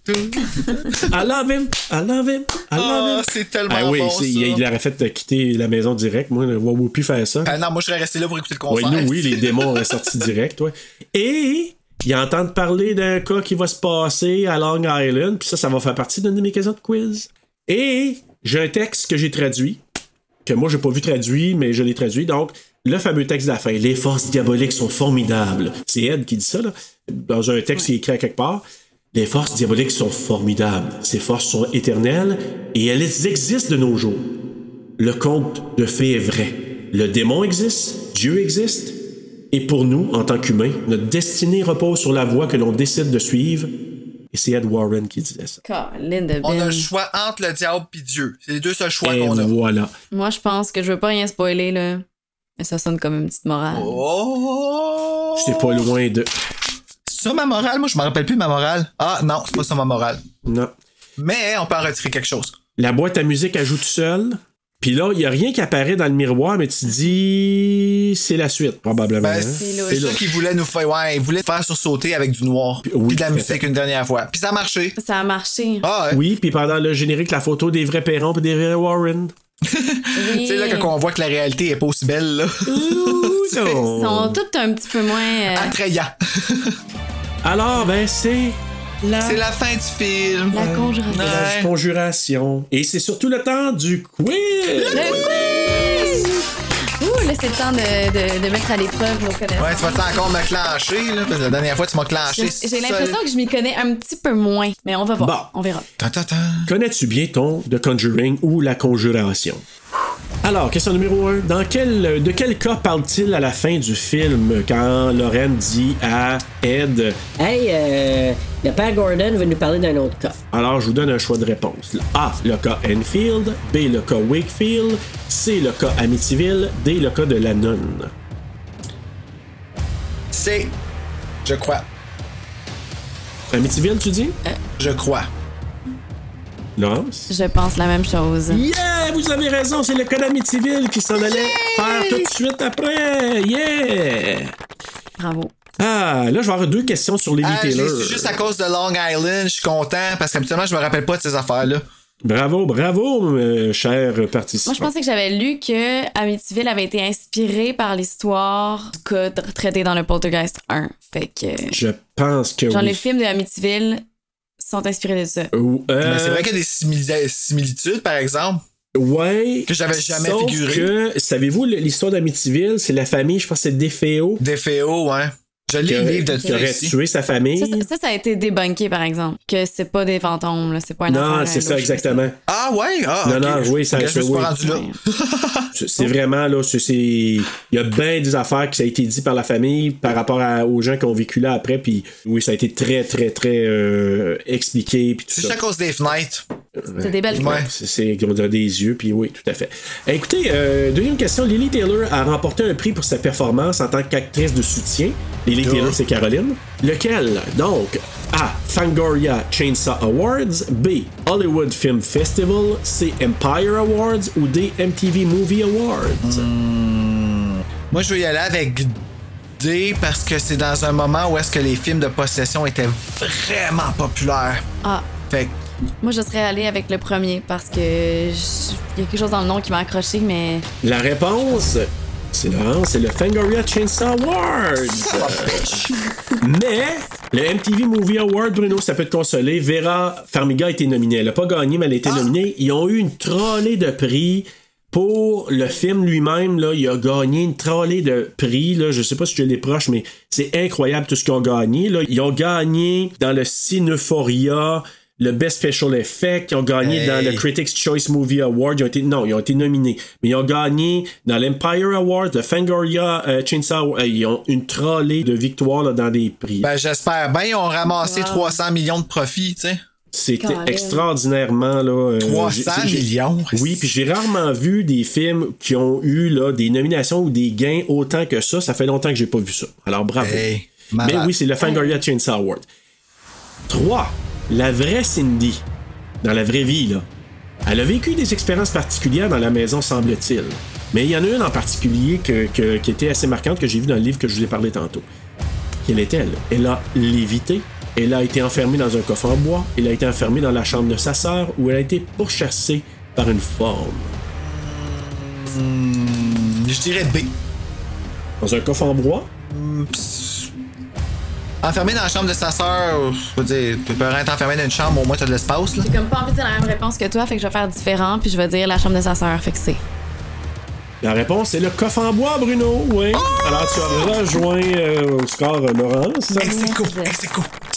Speaker 3: love him, I love him, I love him.
Speaker 1: Ah, c'est tellement
Speaker 3: Ah oui,
Speaker 1: bon,
Speaker 3: c'est- il,
Speaker 1: ça.
Speaker 3: il aurait fait euh, quitter la maison direct, moi, le voir Whoopi faire ça.
Speaker 1: Ah non, moi, je serais resté là pour écouter le
Speaker 3: Ouais,
Speaker 1: concert.
Speaker 3: nous, oui, les démons auraient sorti direct, ouais. Et ils entendent parler d'un cas qui va se passer à Long Island, puis ça, ça va faire partie d'une de mes questions de quiz. Et j'ai un texte que j'ai traduit, que moi, j'ai pas vu traduit, mais je l'ai traduit. Donc, le fameux texte de la fin. Les forces diaboliques sont formidables. C'est Ed qui dit ça, là, dans un texte qui est écrit à quelque part. Les forces diaboliques sont formidables. Ces forces sont éternelles et elles existent de nos jours. Le conte de fées est vrai. Le démon existe, Dieu existe, et pour nous, en tant qu'humains, notre destinée repose sur la voie que l'on décide de suivre. Et c'est Ed Warren qui disait ça.
Speaker 2: Colin de
Speaker 1: On a
Speaker 2: Ben.
Speaker 1: le choix entre le diable et Dieu. C'est les deux seuls choix
Speaker 3: Et
Speaker 1: qu'on a.
Speaker 3: voilà.
Speaker 2: Moi, je pense que je veux pas rien spoiler, là. Mais ça sonne comme une petite morale.
Speaker 1: Oh!
Speaker 3: J'étais pas loin de.
Speaker 1: C'est ça ma morale? Moi, je me rappelle plus de ma morale. Ah non, c'est pas ça ma morale.
Speaker 3: Non.
Speaker 1: Mais on peut en retirer quelque chose.
Speaker 3: La boîte à musique, elle joue tout seul. Puis là, il n'y a rien qui apparaît dans le miroir, mais tu dis. C'est la suite, probablement.
Speaker 1: Ben,
Speaker 3: hein?
Speaker 1: c'est
Speaker 2: louche.
Speaker 1: ça qu'ils voulaient nous faire. Ouais, ils voulaient faire sursauter avec du noir. Puis
Speaker 3: oui,
Speaker 1: de la
Speaker 3: tout à
Speaker 1: musique une dernière fois. Puis ça a marché.
Speaker 2: Ça a marché.
Speaker 1: Ah, ouais.
Speaker 3: Oui, puis pendant le générique, la photo des vrais Perrons et des vrais Warren.
Speaker 2: Oui.
Speaker 1: Tu sais, là, quand on voit que la réalité est pas aussi belle, là.
Speaker 2: Ils sont tous un petit peu moins. euh,
Speaker 1: Attrayant.
Speaker 3: Alors, ben, c'est. La...
Speaker 1: C'est la fin du film.
Speaker 2: la conjuration.
Speaker 1: Ouais.
Speaker 3: Conjuration. Et c'est surtout le temps du quiz!
Speaker 2: Le quiz! Ouh, là, c'est le temps de, de- de mettre à l'épreuve nos connaissances.
Speaker 1: Ouais, tu vas encore me clencher, là? Parce que la dernière fois, tu m'as clenché.
Speaker 2: J'ai- J'ai l'impression que je m'y connais un petit peu moins. Mais on va voir. On verra.
Speaker 1: Tan, tan, tan.
Speaker 3: Connais-tu bien ton The Conjuring ou la conjuration? Alors, question numéro 1. Dans quel, de quel cas parle-t-il à la fin du film quand Lorraine dit à Ed
Speaker 10: Hey, euh, le père Gordon veut nous parler d'un autre cas.
Speaker 3: Alors, je vous donne un choix de réponse. Le A, le cas Enfield. B, le cas Wakefield. C, le cas Amityville. D, le cas de la nonne.
Speaker 1: C'est. Je crois.
Speaker 3: Amityville, tu dis?
Speaker 1: Je crois.
Speaker 3: Laurence?
Speaker 2: Je pense la même chose.
Speaker 3: Yeah! Vous avez raison, c'est le cas d'Amityville qui s'en allait faire tout de suite après! Yeah!
Speaker 2: Bravo.
Speaker 3: Ah, là, je vais avoir deux questions sur les
Speaker 2: Euh,
Speaker 1: Ah, je
Speaker 3: Taylor.
Speaker 1: l'ai su juste à cause de Long Island, je suis content parce qu'habituellement, je me rappelle pas de ces affaires-là.
Speaker 3: Bravo, bravo, euh, cher participant.
Speaker 2: Moi, je pensais que j'avais lu que Amityville avait été inspiré par l'histoire du cas tra- traité dans le Poltergeist 1. Fait que.
Speaker 3: Je pense que
Speaker 2: Genre,
Speaker 3: oui.
Speaker 2: les films de Amityville sont inspirés de ça.
Speaker 3: Ou, euh,
Speaker 1: Mais Ben, c'est vrai qu'il y a des simili- similitudes, par exemple.
Speaker 3: ouais,
Speaker 1: que j'avais jamais
Speaker 3: sauf
Speaker 1: figuré.
Speaker 3: que, savez-vous, le- l'histoire d'Amityville, c'est la famille, je pense que c'est Defeo,
Speaker 1: Des féos, hein. Je
Speaker 3: qui
Speaker 1: lis le
Speaker 3: aurait,
Speaker 1: livre de
Speaker 3: qui aurait
Speaker 1: Tracy.
Speaker 3: tué sa famille.
Speaker 2: Ça, ça, ça a été débunké, par exemple. Que c'est pas des fantômes, là, c'est pas un
Speaker 3: non, c'est ça, exactement.
Speaker 1: Ah ouais? Ah,
Speaker 3: Non,
Speaker 1: ok.
Speaker 3: non, oui, ça-
Speaker 1: Ok, je me suis
Speaker 3: oui.
Speaker 1: pas rendu là.
Speaker 3: C'est c'est vraiment, là, c'est... c'est- Il y a bien des affaires qui ça a été dit par la famille par rapport à- aux gens qui ont vécu là après, puis oui, ça a été très, très, très euh, expliqué, puis tout
Speaker 1: C'est
Speaker 3: ça.
Speaker 1: juste à cause des fenêtres.
Speaker 2: C'est des belles
Speaker 1: Ouais.
Speaker 2: fois.
Speaker 3: C'est- C'est on dirait des yeux, puis oui, tout à fait. Écoutez, euh, deuxième question. Lily Taylor a remporté un prix pour sa performance en tant qu'actrice de soutien. Lily
Speaker 1: Oh.
Speaker 3: Taylor, c'est Caroline. Lequel Donc, A. Fangoria Chainsaw Awards. B. Hollywood Film Festival. C. Empire Awards. Ou D. MTV Movie Awards.
Speaker 1: Moi, je veux y aller avec D parce que c'est dans un moment où est-ce que les films de possession étaient vraiment populaires.
Speaker 2: Ah,
Speaker 1: Fait que
Speaker 2: moi, je serais allée avec le premier parce que je- il y a quelque chose dans le nom qui m'a accroché, mais
Speaker 3: La réponse, c'est Laurence, c'est le Fangoria Chainsaw Awards. Mais le MTV Movie Award, Bruno, ça peut te consoler. Vera Farmiga a été nominée. Elle n'a pas gagné, mais elle a été nominée. Ils ont eu une trollée de prix. Pour le film lui-même, là, il a gagné une trollée de prix. Là. Je sais pas si je les proche, mais c'est incroyable tout ce qu'ils ont gagné. Là. Ils ont gagné dans le Cinephoria, le Best Special Effect. Ils ont gagné
Speaker 1: Hey.
Speaker 3: dans le Critics' Choice Movie Award. Ils ont été, non, ils ont été nominés. Mais ils ont gagné dans l'Empire Award, le Fangoria euh, Chainsaw Award. Euh, ils ont une trollée de victoires là, dans des prix.
Speaker 1: ben, j'espère bien, ils ont ramassé
Speaker 2: Wow.
Speaker 1: 300 millions de profits, tu sais.
Speaker 3: C'était
Speaker 2: Colin.
Speaker 3: extraordinairement là. euh,
Speaker 1: 300
Speaker 3: j'ai- j'ai-
Speaker 1: millions.
Speaker 3: Oui, puis j'ai rarement vu des films qui ont eu là, des nominations ou des gains autant que ça. Ça fait longtemps que j'ai pas vu ça. Alors bravo.
Speaker 1: Hey,
Speaker 3: Mais
Speaker 1: malade.
Speaker 3: oui, c'est le Fangoria Chainsaw Award. 3. La vraie Cindy dans la vraie vie, là. Elle a vécu des expériences particulières dans la maison, semble-t-il. Mais il y en a une en particulier que- que- qui était assez marquante que j'ai vue dans le livre que je vous ai parlé tantôt. Quelle est-elle? Elle a lévité. Elle a été enfermée dans un coffre en bois. Elle a été enfermée dans la chambre de sa sœur où elle a été pourchassée par une forme.
Speaker 1: je dirais B.
Speaker 3: Dans un coffre en bois?
Speaker 1: Enfermé dans la chambre de sa sœur, je veux dire, tu peux être enfermé dans une chambre, au moins t'as de l'espace, là.
Speaker 2: J'ai comme pas envie de dire la même réponse que toi, fait que je vais faire différent, puis je vais dire la chambre de sa sœur, fait que c'est.
Speaker 3: La réponse est le coffre en bois, Bruno. Oui. Alors tu as rejoint euh, au score euh, Laurent.
Speaker 2: Ah,
Speaker 3: Ce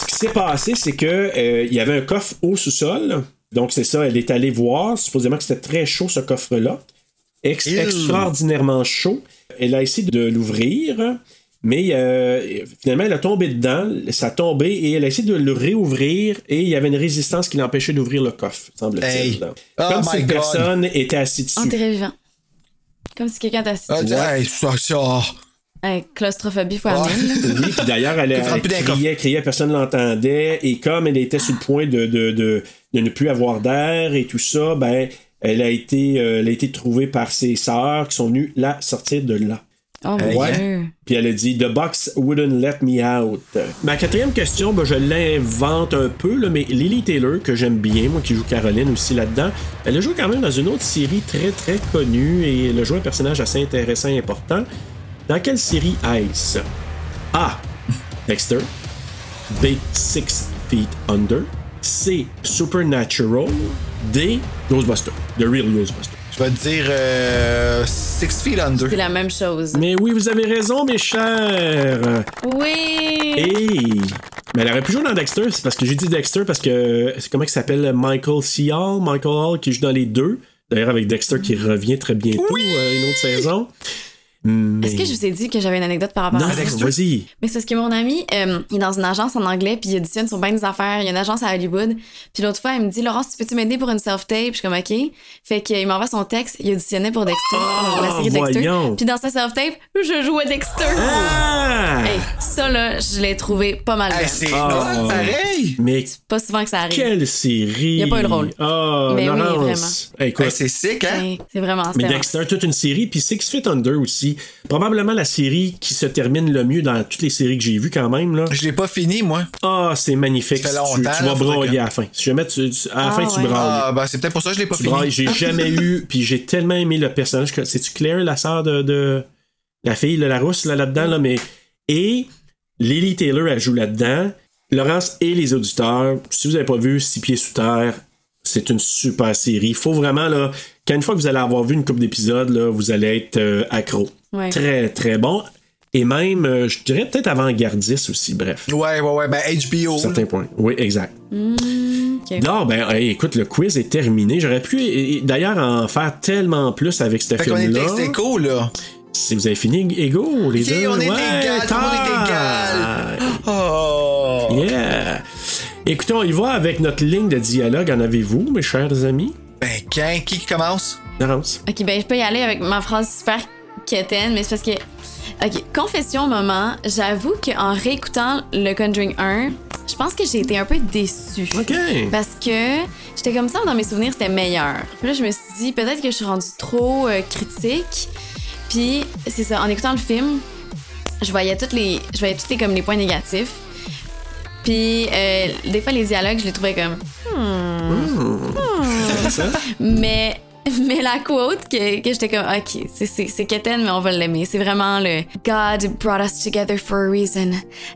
Speaker 3: qui s'est passé, c'est que euh, il y avait un coffre au sous-sol. Donc c'est ça, elle est allée voir. Supposément que c'était très chaud ce coffre-là. Ex-
Speaker 1: Ew.
Speaker 3: extraordinairement chaud. Elle a essayé de l'ouvrir, mais euh, finalement elle a tombé dedans. Ça a tombé et elle a essayé de le réouvrir et il y avait une résistance qui l'empêchait d'ouvrir le coffre, semble-t-il.
Speaker 1: Hey. Oh
Speaker 3: Comme
Speaker 1: my
Speaker 3: si une
Speaker 1: God.
Speaker 3: personne était assise dessus.
Speaker 2: Enterré vivant. Comme si quelqu'un t'a assis.
Speaker 1: Ah,
Speaker 2: dessus.
Speaker 1: hey, ça, ça.
Speaker 2: Hey, claustrophobie fois mille, là.
Speaker 3: Oui, puis
Speaker 1: [laughs]
Speaker 3: d'ailleurs, elle,
Speaker 1: Tu te frappes
Speaker 3: elle
Speaker 1: plus d'un
Speaker 3: criait, criait, personne ne l'entendait. Et comme elle était sur le point de, de, de, de ne plus avoir d'air et tout ça, ben, elle a été, euh, elle a été trouvée par ses sœurs qui sont venues la sortir de là.
Speaker 2: Oh mon
Speaker 3: Ouais.
Speaker 2: dieu.
Speaker 3: Hein? Puis elle a dit The box wouldn't let me out. Ma quatrième question, ben, je l'invente un peu, là, mais Lily Taylor, que j'aime bien, moi qui joue Caroline aussi là-dedans, elle a joué quand même dans une autre série très très connue et elle a joué un personnage assez intéressant et important. Dans quelle série est-ce A. Dexter. B. Six Feet Under. C. Supernatural. D. Ghostbusters. The Real Ghostbusters.
Speaker 1: Je vais te dire euh, Six Feet Under.
Speaker 2: C'est la même chose.
Speaker 3: Mais oui, vous avez raison, mes chers.
Speaker 2: Oui!
Speaker 3: Hey! Mais elle aurait pu jouer dans Dexter, c'est parce que j'ai dit Dexter parce que c'est comment il s'appelle Michael C. Hall, Michael Hall qui joue dans les deux. D'ailleurs avec Dexter qui revient très bientôt euh, une autre saison. Mais...
Speaker 2: Est-ce que je vous ai dit que j'avais une anecdote par rapport
Speaker 3: Non,
Speaker 2: à ça?
Speaker 3: vas-y.
Speaker 2: Mais c'est parce que mon ami, euh, il est dans une agence en anglais, puis il auditionne sur bien des affaires. Il y a une agence à Hollywood. Puis l'autre fois, il me dit Laurence, tu peux-tu m'aider pour une self-tape Je suis comme OK. Fait qu'il m'envoie son texte. Il auditionnait pour Dexter, pour la série Dexter.
Speaker 3: Oh, voyons.
Speaker 2: Puis dans sa self-tape, je jouais Dexter.
Speaker 3: Ah!
Speaker 2: Hey, ça, là, je l'ai trouvé pas mal. bonne.
Speaker 1: c'est
Speaker 3: Ah.
Speaker 1: hot, pareil!
Speaker 3: Mais
Speaker 2: Pas souvent que ça arrive.
Speaker 3: quelle série
Speaker 2: Il a pas eu le rôle.
Speaker 3: Ah,
Speaker 2: Mais oui,
Speaker 3: Laurence. Hey, écoute,
Speaker 1: Hey, c'est sick, hein?
Speaker 2: Hey, C'est vraiment
Speaker 3: Mais
Speaker 2: c'était-
Speaker 3: Dexter, toute une série, puis Six Feet Under aussi. Probablement la série qui se termine le mieux dans toutes les séries que j'ai vues quand même. Là.
Speaker 1: Je l'ai pas fini, moi.
Speaker 3: Ah, c'est magnifique.
Speaker 1: Ça fait
Speaker 3: Tu-
Speaker 1: longtemps,
Speaker 3: tu, vas
Speaker 1: là, faudrait
Speaker 3: brailler
Speaker 1: que-
Speaker 3: à la fin. Si jamais tu, tu- à la
Speaker 2: Ah,
Speaker 3: fin, tu
Speaker 2: ouais.
Speaker 3: brailles.
Speaker 1: Ah, bah c'est peut-être pour ça que je l'ai pas
Speaker 3: Tu
Speaker 1: fini.
Speaker 3: brailles. J'ai jamais
Speaker 1: [laughs]
Speaker 3: eu, puis j'ai tellement aimé le personnage. que- C'est-tu Claire, la sœur de, de- la fille, de la rousse, là, là-dedans, là, mais. Et Lily Taylor, elle joue là-dedans. Laurence et les auditeurs, si vous n'avez pas vu Six Pieds sous terre, c'est une super série. Il faut vraiment, là, qu'à une fois que vous allez avoir vu une couple d'épisodes, là, vous allez être euh, accro.
Speaker 2: Ouais.
Speaker 3: Très, très bon. Et même, euh, je dirais peut-être avant-gardiste aussi, bref.
Speaker 1: Ouais, ouais, ouais, ben HBO.
Speaker 3: À certains points. Oui, exact.
Speaker 2: Hmm, Ok.
Speaker 3: Non, ben hey, écoute, le quiz est terminé. J'aurais pu et- et d'ailleurs en faire tellement plus avec ce
Speaker 1: Fait qu'on était
Speaker 3: film-là.
Speaker 1: ex aequo, là.
Speaker 3: Si vous avez fini égaux, les
Speaker 1: Ok,
Speaker 3: deux.
Speaker 1: on est
Speaker 3: Ouais,
Speaker 1: égal, tout le monde est égal. Oh!
Speaker 3: Yeah! Écoutez, on y va avec notre ligne de dialogue. En avez-vous, mes chers amis?
Speaker 1: Ben, quand, qui qui commence?
Speaker 3: Laurence?
Speaker 2: Ok, ben je peux y aller avec ma phrase super quétaine, mais c'est parce que. Ok, confession au moment, j'avoue qu'en réécoutant le Conjuring 1, je pense que j'ai été un peu déçue.
Speaker 3: OK.
Speaker 2: Parce que j'étais comme ça, dans mes souvenirs, c'était meilleur. Puis là, je me suis dit, peut-être que je suis rendue trop euh, critique. Puis, c'est ça, en écoutant le film, je voyais toutes les, je voyais toutes les, comme les points négatifs. Puis, euh, des fois, les dialogues, je les trouvais comme.
Speaker 3: Ça?
Speaker 2: Mais, [laughs] mais la quote que, que j'étais comme, ok, c'est- c'est c'est quétaine, mais on va l'aimer. C'est vraiment le God brought us together for a reason,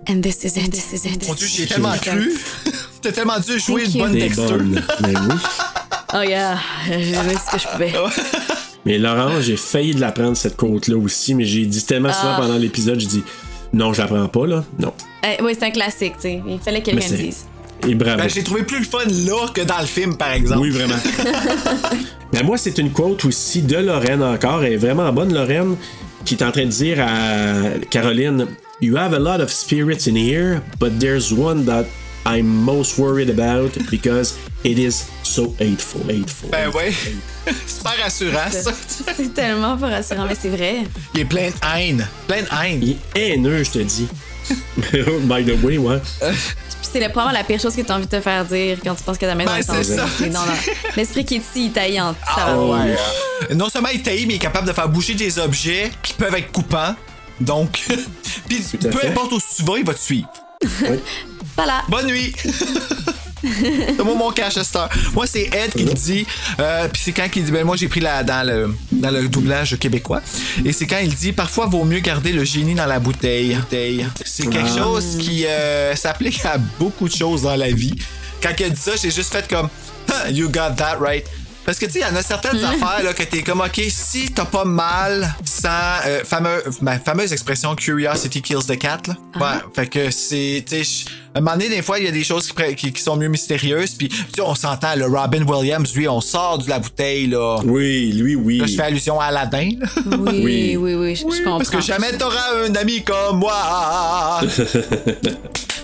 Speaker 2: and this is it, this is it.
Speaker 1: Mon dieu, j'ai tellement cru. [laughs] T'as tellement dû jouer
Speaker 2: Thank
Speaker 1: une
Speaker 2: you.
Speaker 1: bonne
Speaker 3: T'es
Speaker 1: texture. [laughs]
Speaker 3: bonne. Mais Ben oui.
Speaker 2: Oh yeah, j'ai donné ce que je pouvais.
Speaker 3: Mais Laurent, j'ai failli de la prendre, cette côte-là aussi, mais j'ai dit tellement souvent
Speaker 2: Ah.
Speaker 3: pendant l'épisode, j'ai dit non, je la prends pas, là. Non.
Speaker 1: Ah.
Speaker 2: Eh, oui, c'est un classique, tu sais. Il fallait que
Speaker 3: Mais
Speaker 2: quelqu'un le
Speaker 3: c'est.
Speaker 2: dise.
Speaker 3: Et bravo.
Speaker 1: Ben, j'ai trouvé plus le fun là que dans le film, par exemple.
Speaker 3: Oui, [laughs] vraiment. Mais moi, c'est une quote aussi de Lorraine encore. Elle est vraiment bonne, Lorraine, qui est en train de dire à Caroline You have a lot of spirits in here, but there's one that I'm most worried about because it is so hateful. hateful.
Speaker 1: Ben ouais. [laughs] C'est pas rassurant, ça.
Speaker 2: C'est tellement pas rassurant, mais c'est vrai.
Speaker 1: Il est plein de haine. Plein de haine.
Speaker 3: Il est haineux, je te dis. [laughs] By the way, ouais.
Speaker 2: Puis c'est le- probablement la pire chose que t'as envie de te faire dire quand tu penses que ta maison
Speaker 1: Ben,
Speaker 2: est en
Speaker 1: c'est ça. Ah,
Speaker 2: jeu. C'est non, non. L'esprit qui est ici, il taille en
Speaker 1: Ouais.
Speaker 2: tabarouette.
Speaker 1: Non seulement il est taillé, mais il est capable de faire bouger des objets qui peuvent être coupants. Donc, [laughs] puis
Speaker 3: à
Speaker 1: peu
Speaker 3: fait.
Speaker 1: importe où tu vas, il va te suivre.
Speaker 2: Voilà.
Speaker 1: Bonne
Speaker 3: [laughs]
Speaker 1: nuit! C'est moi mon cash à cette heure. Moi, c'est Ed qui le dit. euh, Puis c'est quand il dit Ben, moi, j'ai pris la, dans, le, dans le doublage québécois. Et c'est quand il dit Parfois, vaut mieux garder le génie dans la bouteille. Bouteille. C'est quelque
Speaker 3: Ah.
Speaker 1: chose qui euh, s'applique à beaucoup de choses dans la vie. Quand il a dit ça, j'ai juste fait comme Ah, You got that right. Parce que tu sais, il y en a certaines affaires là, que t'es comme OK, si t'as pas mal sans euh, fameux, ma fameuse expression Curiosity kills the cat. Là. Ouais, fait que c'est. tu sais, je- À un moment donné, des fois, il y a des choses qui, pré- qui- qui sont mieux mystérieuses. Puis, tu sais, on s'entend, le Robin Williams, lui, on sort de la bouteille, là.
Speaker 3: Oui, lui, oui.
Speaker 1: Là, je fais allusion à Aladdin. là.
Speaker 2: Oui, oui, oui, je, je comprends.
Speaker 1: Parce que jamais t'auras un ami comme moi.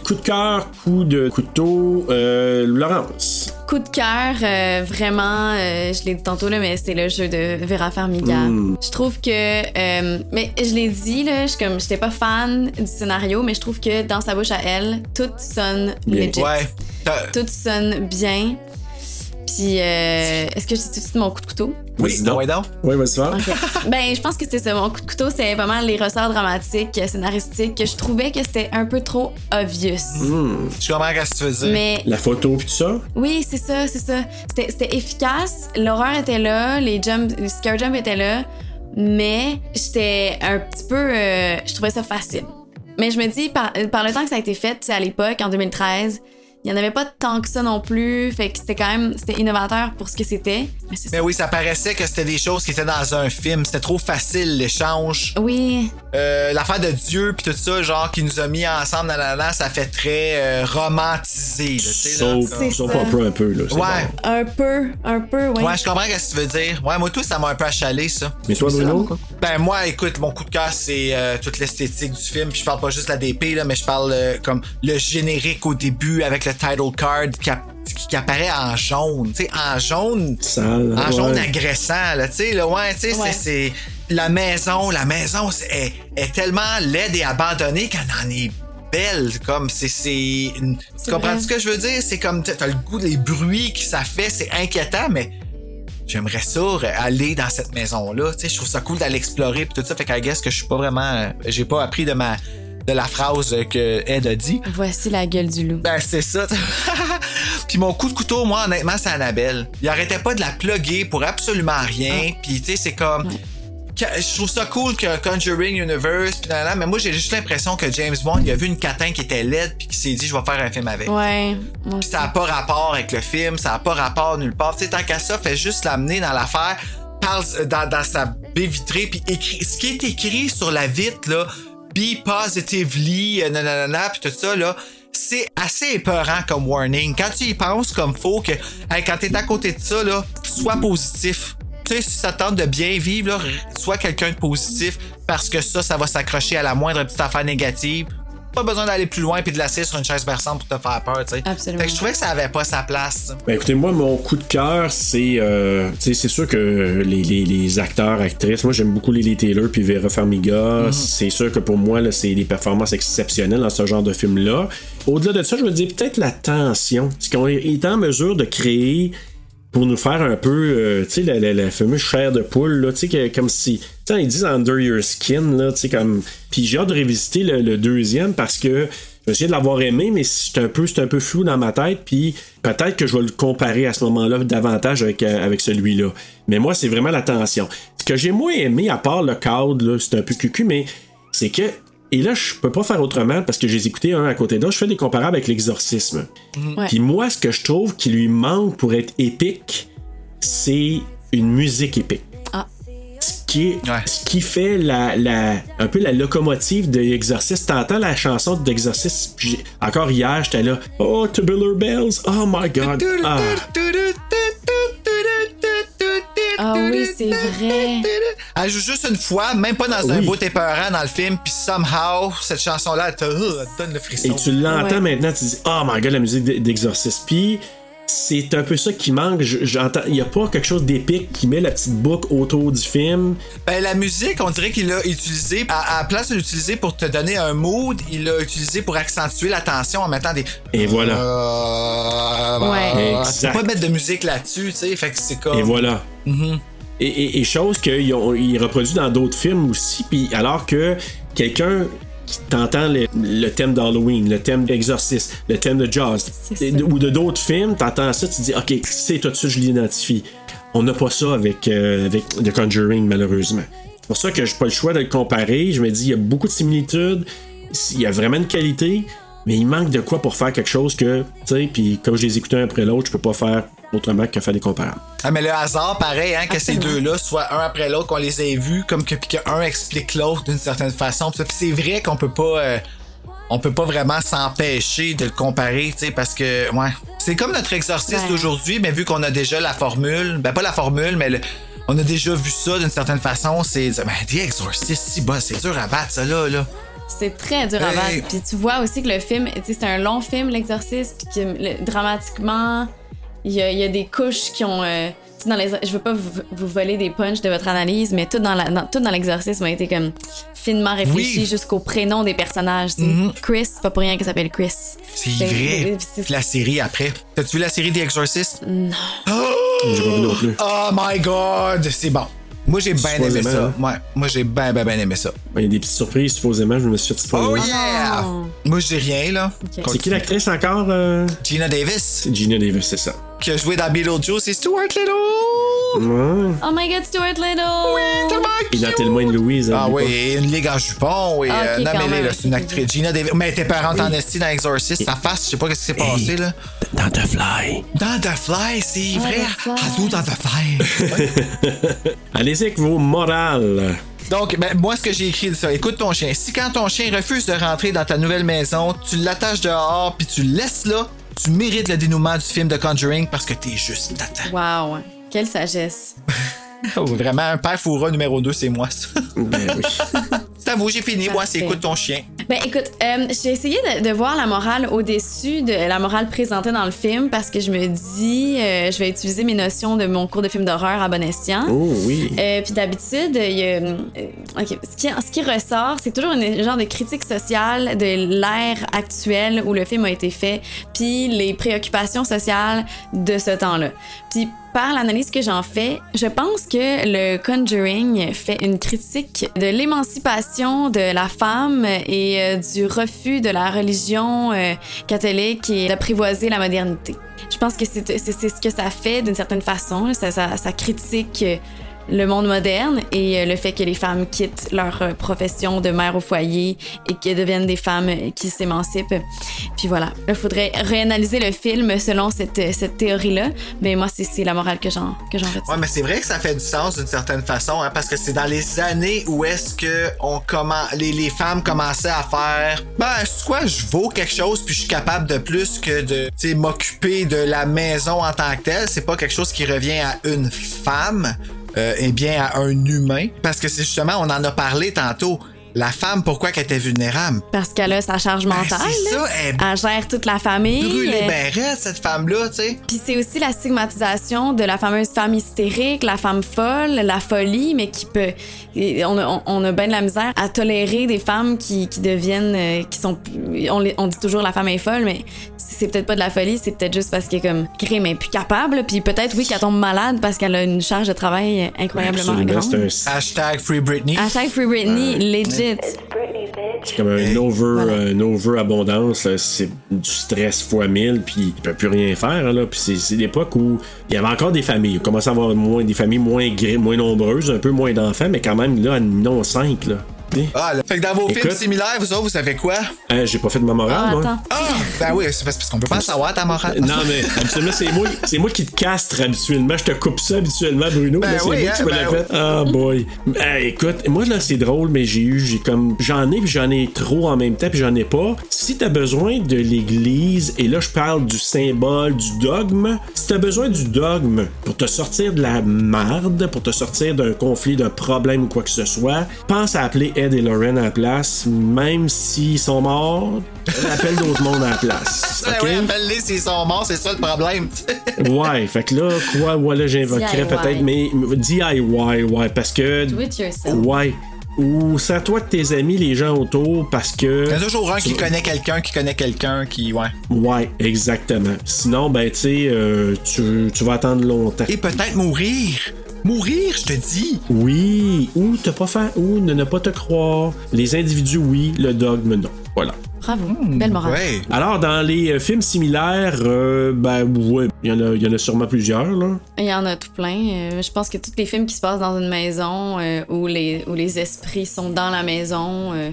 Speaker 3: coup de cœur, coup de couteau, euh, Laurence.
Speaker 2: Coup de cœur, euh, vraiment, euh, je l'ai dit tantôt, là, mais c'est le jeu de Vera Farmiga.
Speaker 3: Mm.
Speaker 2: Je trouve que. euh, mais je l'ai dit, là, je comme, j'étais pas fan du scénario, mais je trouve que dans sa bouche à elle, tout sonne
Speaker 3: Bien.
Speaker 2: legit.
Speaker 1: ouais. T'as-
Speaker 2: Tout sonne bien. Puis, euh, est-ce que je dis tout de suite mon coup de couteau?
Speaker 1: Oui,
Speaker 3: Vas-y donc.
Speaker 1: ouais, non.
Speaker 3: Oui, vas-y, faire. [laughs]
Speaker 2: ben, je pense que c'était ça. Mon coup de couteau, c'est pas mal les ressorts dramatiques, euh, scénaristiques, que je trouvais que c'était un peu trop obvious.
Speaker 3: Hmm.
Speaker 1: Je comprends ce que tu veux dire.
Speaker 2: Mais
Speaker 3: La photo, puis tout ça.
Speaker 2: oui, c'est ça, c'est ça. C'était c'était efficace, l'horreur était là, les jumps, les scare jumps étaient là, mais j'étais un petit peu. euh, je trouvais ça facile. Mais je me dis, par, par le temps que ça a été fait, tu sais, à l'époque, en 2013, il n'y en avait pas tant que ça non plus, fait que c'était quand même c'était innovateur pour ce que c'était. Mais c'est ça.
Speaker 1: Mais oui, ça paraissait que c'était des choses qui étaient dans un film. C'était trop facile, l'échange.
Speaker 2: Oui,
Speaker 1: Euh, L'affaire de Dieu, puis tout ça, genre, qui nous a mis ensemble, nanana, ça fait très euh, romantisé. Là, tu sais, là,
Speaker 3: Soap,
Speaker 1: comme-
Speaker 2: C'est
Speaker 3: soap
Speaker 2: ça.
Speaker 3: opera un peu, là. c'est
Speaker 1: Ouais.
Speaker 3: bon.
Speaker 2: un peu, un peu, ouais.
Speaker 1: Ouais, je comprends ce que tu veux dire. Ouais, moi, tout, ça m'a un peu achalé, ça.
Speaker 3: Mais toi, Bruno?
Speaker 1: Ben, moi, écoute, mon coup de cœur, c'est euh, toute l'esthétique du film. Puis je parle pas juste de la DP, là, mais je parle euh, comme le générique au début avec le title card qui, app- qui- qui apparaît en jaune. Tu sais, en jaune.
Speaker 3: Sale.
Speaker 1: En jaune
Speaker 3: ouais.
Speaker 1: agressant, là, tu sais, là, ouais, tu sais, c'est-
Speaker 2: Ouais.
Speaker 1: c'est. La maison, la maison c'est- est, est tellement laide et abandonnée qu'elle en est belle. Comme, c'est. c'est une- Tu
Speaker 2: C'est
Speaker 1: comprends
Speaker 2: vrai.
Speaker 1: ce que je veux dire? C'est comme, t'as t'as le goût des bruits que ça fait, c'est inquiétant, mais. J'aimerais ça re- aller dans cette maison-là. Tu sais, je trouve ça cool d'aller explorer pis tout ça. Fait qu'à guess que je suis pas vraiment. euh, J'ai pas appris de ma. de la phrase que Ed a dit.
Speaker 2: Voici la gueule du loup.
Speaker 1: Ben, c'est ça. [laughs] puis mon coup de couteau, moi, honnêtement, c'est Annabelle. Il arrêtait pas de la plugger pour absolument rien. Puis, tu sais, c'est comme. que- Je trouve ça cool que Conjuring Universe, puis nanana, mais moi, j'ai juste l'impression que James Bond, il a vu une catin qui était laide, puis qui s'est dit, je vais faire un film avec.
Speaker 2: Ouais, moi aussi.
Speaker 1: Ça n'a pas rapport avec le film, ça n'a pas rapport nulle part. Tu sais, tant qu'à ça, fait juste l'amener dans l'affaire, parle euh, dans, dans sa baie vitrée, puis écrit ce qui est écrit sur la vitre, là, be positively, euh, nanana, puis tout ça, là. C'est assez épeurant comme warning. Quand tu y penses comme faut, que hey, quand t'es à côté de ça, là, sois positif. Tu sais, si ça te tente de bien vivre, là, sois quelqu'un de positif parce que ça, ça va s'accrocher à la moindre petite affaire négative. Pas besoin d'aller plus loin puis de l'asseoir sur une chaise berçante pour te faire peur, tu sais.
Speaker 2: Absolument.
Speaker 1: Fait que je trouvais que ça avait pas sa place. ça.
Speaker 3: Ben écoutez, moi, mon coup de cœur, c'est. euh, tu sais, c'est sûr que les, les- les acteurs, actrices, moi, j'aime beaucoup Lily Taylor puis Vera Farmiga.
Speaker 1: Mm-hmm.
Speaker 3: C'est sûr que pour moi, là, c'est des performances exceptionnelles dans ce genre de film-là. Au-delà de ça, je me dis peut-être la tension. Ce qu'on est en mesure de créer pour nous faire un peu, euh, tu sais, la, la- la fameuse chair de poule, là, tu sais, que- comme si, tu sais, ils disent under your skin, là, tu sais, comme. Puis j'ai hâte de révisiter le, le deuxième parce que je me souviens de l'avoir aimé, mais c'est un peu, c'est un peu flou dans ma tête, puis peut-être que je vais le comparer à ce moment-là davantage avec, euh, avec celui-là. Mais moi, c'est vraiment la tension. Ce que j'ai moins aimé, à part le cadre, là, c'est un peu cucu, mais c'est que. Et là, je peux pas faire autrement parce que j'ai écouté un à côté d'autre. Je fais des comparables avec l'exorcisme.
Speaker 2: Ouais.
Speaker 3: Puis moi, ce que je trouve qui lui manque pour être épique, c'est une musique épique.
Speaker 2: Ah.
Speaker 3: Ce qui, est-
Speaker 1: Ouais.
Speaker 3: ce qui fait la, la- un peu la locomotive de l'exorciste. T'entends la chanson d'exorciste. Encore hier, j'étais là. Oh, Ah. Tubular Bells. Oh my God. Ah.
Speaker 2: Ah oui, c'est vrai.
Speaker 1: Elle joue juste une fois, même pas dans un
Speaker 3: Oui.
Speaker 1: bout épeurant dans le film, puis somehow, cette chanson-là, elle te euh, elle te donne le frisson.
Speaker 3: Et tu l'entends
Speaker 1: Ouais.
Speaker 3: maintenant, tu dis Oh my god, la musique d'E- d'Exorciste. Puis c'est un peu ça qui manque. Je- j'entends- Il n'y a pas quelque chose d'épique qui met la petite boucle autour du film.
Speaker 1: Ben, la musique, on dirait qu'il l'a utilisée, à, à la place de l'utiliser pour te donner un mood, il l'a utilisé pour accentuer la tension en mettant des.
Speaker 3: Et voilà.
Speaker 1: Euh,
Speaker 3: Ouais.
Speaker 1: Tu peux
Speaker 3: Exact.
Speaker 1: pas mettre de musique là-dessus, tu sais, fait que c'est comme.
Speaker 3: Et voilà. Et, et- et chose qu'ils ont- ils reproduisent dans d'autres films aussi, puis alors que quelqu'un qui t'entend le, le thème d'Halloween, le thème d'Exorciste, le thème de Jaws, et- ou de d'autres films, t'entends ça, tu dis, OK, c'est tout ça, je l'identifie. On n'a pas ça avec, euh, avec The Conjuring, malheureusement. C'est pour ça que j'ai pas le choix de le comparer. Je me dis, il y a beaucoup de similitudes, il y a vraiment une qualité, mais il manque de quoi pour faire quelque chose que, tu sais, puis comme je les écoutais un après l'autre, je peux pas faire autrement que faire des comparables.
Speaker 1: Ah, mais le hasard, pareil, hein, que ces deux-là soient un après l'autre, qu'on les ait vus, comme que, puis que un explique l'autre d'une certaine façon. Puis ça, puis c'est vrai qu'on peut pas. euh, on peut pas vraiment s'empêcher de le comparer, tu sais, parce que, ouais. C'est comme notre exorciste d'aujourd'hui, mais vu qu'on a déjà la formule, ben pas la formule, mais le- on a déjà vu ça d'une certaine façon, c'est. Ben, The Exorcist, si, bah, c'est dur à battre, ça, là, là.
Speaker 2: C'est très dur à
Speaker 1: Hey.
Speaker 2: battre. Puis tu vois aussi que le film, tu sais, c'est un long film, l'exorciste, puis que le- dramatiquement, il y a, il y a des couches qui ont. euh, tu sais, dans les, je veux pas vous, vous voler des punchs de votre analyse, mais tout dans, la, dans- tout dans l'exorcisme a été comme finement réfléchi
Speaker 1: Oui. Mm-hmm.
Speaker 2: jusqu'au prénom des personnages. tu sais. Chris, c'est pas pour rien qu'il s'appelle Chris.
Speaker 1: C'est
Speaker 2: Fait que-
Speaker 1: vrai.
Speaker 2: c'est-
Speaker 1: Puis la série après. T'as-tu vu la série The Exorcist?
Speaker 2: Non.
Speaker 3: J'ai pas vu non plus.
Speaker 1: Oh my god, c'est bon. Moi j'ai bien aimé
Speaker 3: Supposément,
Speaker 1: ça.
Speaker 3: hein.
Speaker 1: Ouais, moi j'ai bien bien bien aimé ça.
Speaker 3: Ben, Il y a des petites surprises, supposément. Je me suis fait spoiler.
Speaker 1: Oh yeah! Moi je dis rien là.
Speaker 3: C'est qui l'actrice encore euh?
Speaker 1: Gina Davis
Speaker 3: C'est Gina Davis, c'est ça.
Speaker 1: qui a joué dans Beetlejuice, c'est Stuart Little.
Speaker 3: Ouais.
Speaker 2: Oh my god, Stuart Little!
Speaker 3: Et dans Thelma et Louise.
Speaker 1: Ah
Speaker 3: elle
Speaker 1: oui,
Speaker 3: est
Speaker 1: et une ligue en jupon. Oui,
Speaker 2: Ah,
Speaker 1: euh,
Speaker 2: ok,
Speaker 1: non
Speaker 2: quand
Speaker 1: mais là,
Speaker 2: même.
Speaker 1: là, c'est une actrice. Gina Davis, mais elle était parente en esti dans Exorcist, sa face, je sais pas ce qui s'est passé là.
Speaker 7: Dans The Fly.
Speaker 1: Dans The Fly, c'est vrai. Ah, tout dans The Fly.
Speaker 3: pas- Allez-y avec vos morales.
Speaker 1: Donc, ben, moi, ce que j'ai écrit, c'est ça. Écoute ton chien. Si quand ton chien refuse de rentrer dans ta nouvelle maison, tu l'attaches dehors puis tu le laisses là, tu mérites le dénouement du film de Conjuring parce que t'es juste tata. Oh,
Speaker 2: Wow, quelle sagesse.
Speaker 1: Vraiment, un père fourra numéro 2, c'est moi, ça.
Speaker 3: Ben oui.
Speaker 1: [laughs] C'est à vous, j'ai fini. Moi, c'est
Speaker 2: Parfait.
Speaker 1: écoute ton chien.
Speaker 2: Ben écoute, euh, j'ai essayé de, de voir la morale au-dessus de la morale présentée dans le film parce que je me dis, euh, je vais utiliser mes notions de mon cours de film d'horreur à bon escient.
Speaker 3: Oh oui.
Speaker 2: Euh, Puis d'habitude, il y a, euh, ok, ce, qui, ce qui ressort, c'est toujours une genre de critique sociale de l'ère actuelle où le film a été fait, puis les préoccupations sociales de ce temps-là. Puis par l'analyse que j'en fais, je pense que le Conjuring fait une critique de l'émancipation de la femme et euh, du refus de la religion euh, catholique et d'apprivoiser la modernité. Je pense que c'est c'est- c'est ce que ça fait d'une certaine façon. là. Ça, ça- ça critique euh, le monde moderne et euh, le fait que les femmes quittent leur euh, profession de mère au foyer et qu'elles deviennent des femmes euh, qui s'émancipent. Puis voilà, il faudrait réanalyser le film selon cette, euh, cette théorie-là. Mais moi, c'est c'est la morale que j'en que j'en retire.
Speaker 1: Ouais, mais c'est vrai que ça fait du sens d'une certaine façon, hein, parce que c'est dans les années où est-ce que on commen- les, les femmes commençaient à faire Ben, c'est quoi, je vaux quelque chose, puis je suis capable de plus que de tu sais, m'occuper de la maison en tant que telle. C'est pas quelque chose qui revient à une femme, euh, et bien à un humain. Parce que c'est justement, on en a parlé tantôt. La femme, pourquoi qu'elle était vulnérable?
Speaker 2: Parce qu'elle a sa charge mentale.
Speaker 1: Ben, c'est
Speaker 2: là.
Speaker 1: ça, elle-
Speaker 2: gère toute la famille.
Speaker 1: Brûlée
Speaker 2: Euh,
Speaker 1: ben raide, cette femme-là, tu sais.
Speaker 2: Puis c'est aussi la stigmatisation de la fameuse femme hystérique, la femme folle, la folie, mais qui peut. et On a, on- on a bien de la misère à tolérer des femmes qui, qui deviennent. euh, qui sont. On, les- on dit toujours la femme est folle, mais c'est peut-être pas de la folie, c'est peut-être juste parce qu'elle est comme crime, elle est plus capable. Puis peut-être, oui, qu'elle tombe malade parce qu'elle a une charge de travail incroyablement
Speaker 3: Absolument,
Speaker 2: grande.
Speaker 3: c'est un-
Speaker 1: Hashtag Free Britney.
Speaker 2: Hashtag Free Britney, legit.
Speaker 3: c'est comme un over, un over abondance. là. C'est du stress fois 1000, puis il peut plus rien faire. Là. Puis c'est, c'est l'époque où il y avait encore des familles. On commençait à avoir moins, des familles moins, gré- moins nombreuses, un peu moins d'enfants, mais quand même, là, non 5. Là.
Speaker 1: Ah, là. Fait que dans vos films
Speaker 3: Écoute.
Speaker 1: similaires, vous autres, vous savez quoi?
Speaker 3: Hein, J'ai pas fait de ma morale, moi.
Speaker 1: Ah, ben oui, c'est parce parce qu'on peut pas le savoir ta Ben morale.
Speaker 3: Non,
Speaker 1: [laughs]
Speaker 3: mais absolument, c'est moi, c'est moi qui te castre habituellement. Je te coupe ça habituellement, Bruno.
Speaker 1: Ben
Speaker 3: mais c'est
Speaker 1: oui,
Speaker 3: moi qui
Speaker 1: hein,
Speaker 3: me
Speaker 1: ben
Speaker 3: l'as
Speaker 1: oui.
Speaker 3: fait. Ah, boy. Eh, écoute, moi, là, c'est drôle, mais j'ai eu, j'ai comme, j'en ai, puis j'en ai trop en même temps, puis j'en ai pas. Si t'as besoin de l'église, et là, je parle du symbole, du dogme, si t'as besoin du dogme pour te sortir de la marde, pour te sortir d'un conflit, d'un problème ou quoi que ce soit, pense à appeler Ed et Lauren à la place, même s'ils sont morts, appelle d'autres mondes à la place.
Speaker 1: [laughs] Ben
Speaker 3: OK?
Speaker 1: oui, appelle-les s'ils sont morts, c'est ça le problème.
Speaker 3: Ouais, fait que là, quoi, voilà, j'invoquerais
Speaker 2: DIY.
Speaker 3: peut-être, mais mais DIY, ouais, parce que.
Speaker 2: Do it yourself.
Speaker 3: Ouais. Ou sans toi de tes amis, les gens autour, parce que.
Speaker 1: Il y en a toujours un qui
Speaker 3: Tu-
Speaker 1: connaît quelqu'un, qui connaît quelqu'un, qui. Ouais.
Speaker 3: Ouais, exactement. Sinon, ben, tu sais, euh, tu, tu vas attendre longtemps.
Speaker 1: Et peut-être mourir. Mourir, je te dis.
Speaker 3: Oui, ou te pas faire, ou ne, ne pas te croire. Les individus, oui, le dogme, non. Voilà.
Speaker 2: Bravo.
Speaker 3: Hmm.
Speaker 2: Belle morale.
Speaker 1: Ouais.
Speaker 3: Alors, dans les euh, films similaires, euh, ben, ouais, il y, en a- il y en a sûrement plusieurs, là.
Speaker 2: Il y en a tout plein. Euh, je pense que tous les films qui se passent dans une maison euh, où, les, où les esprits sont dans la maison, euh,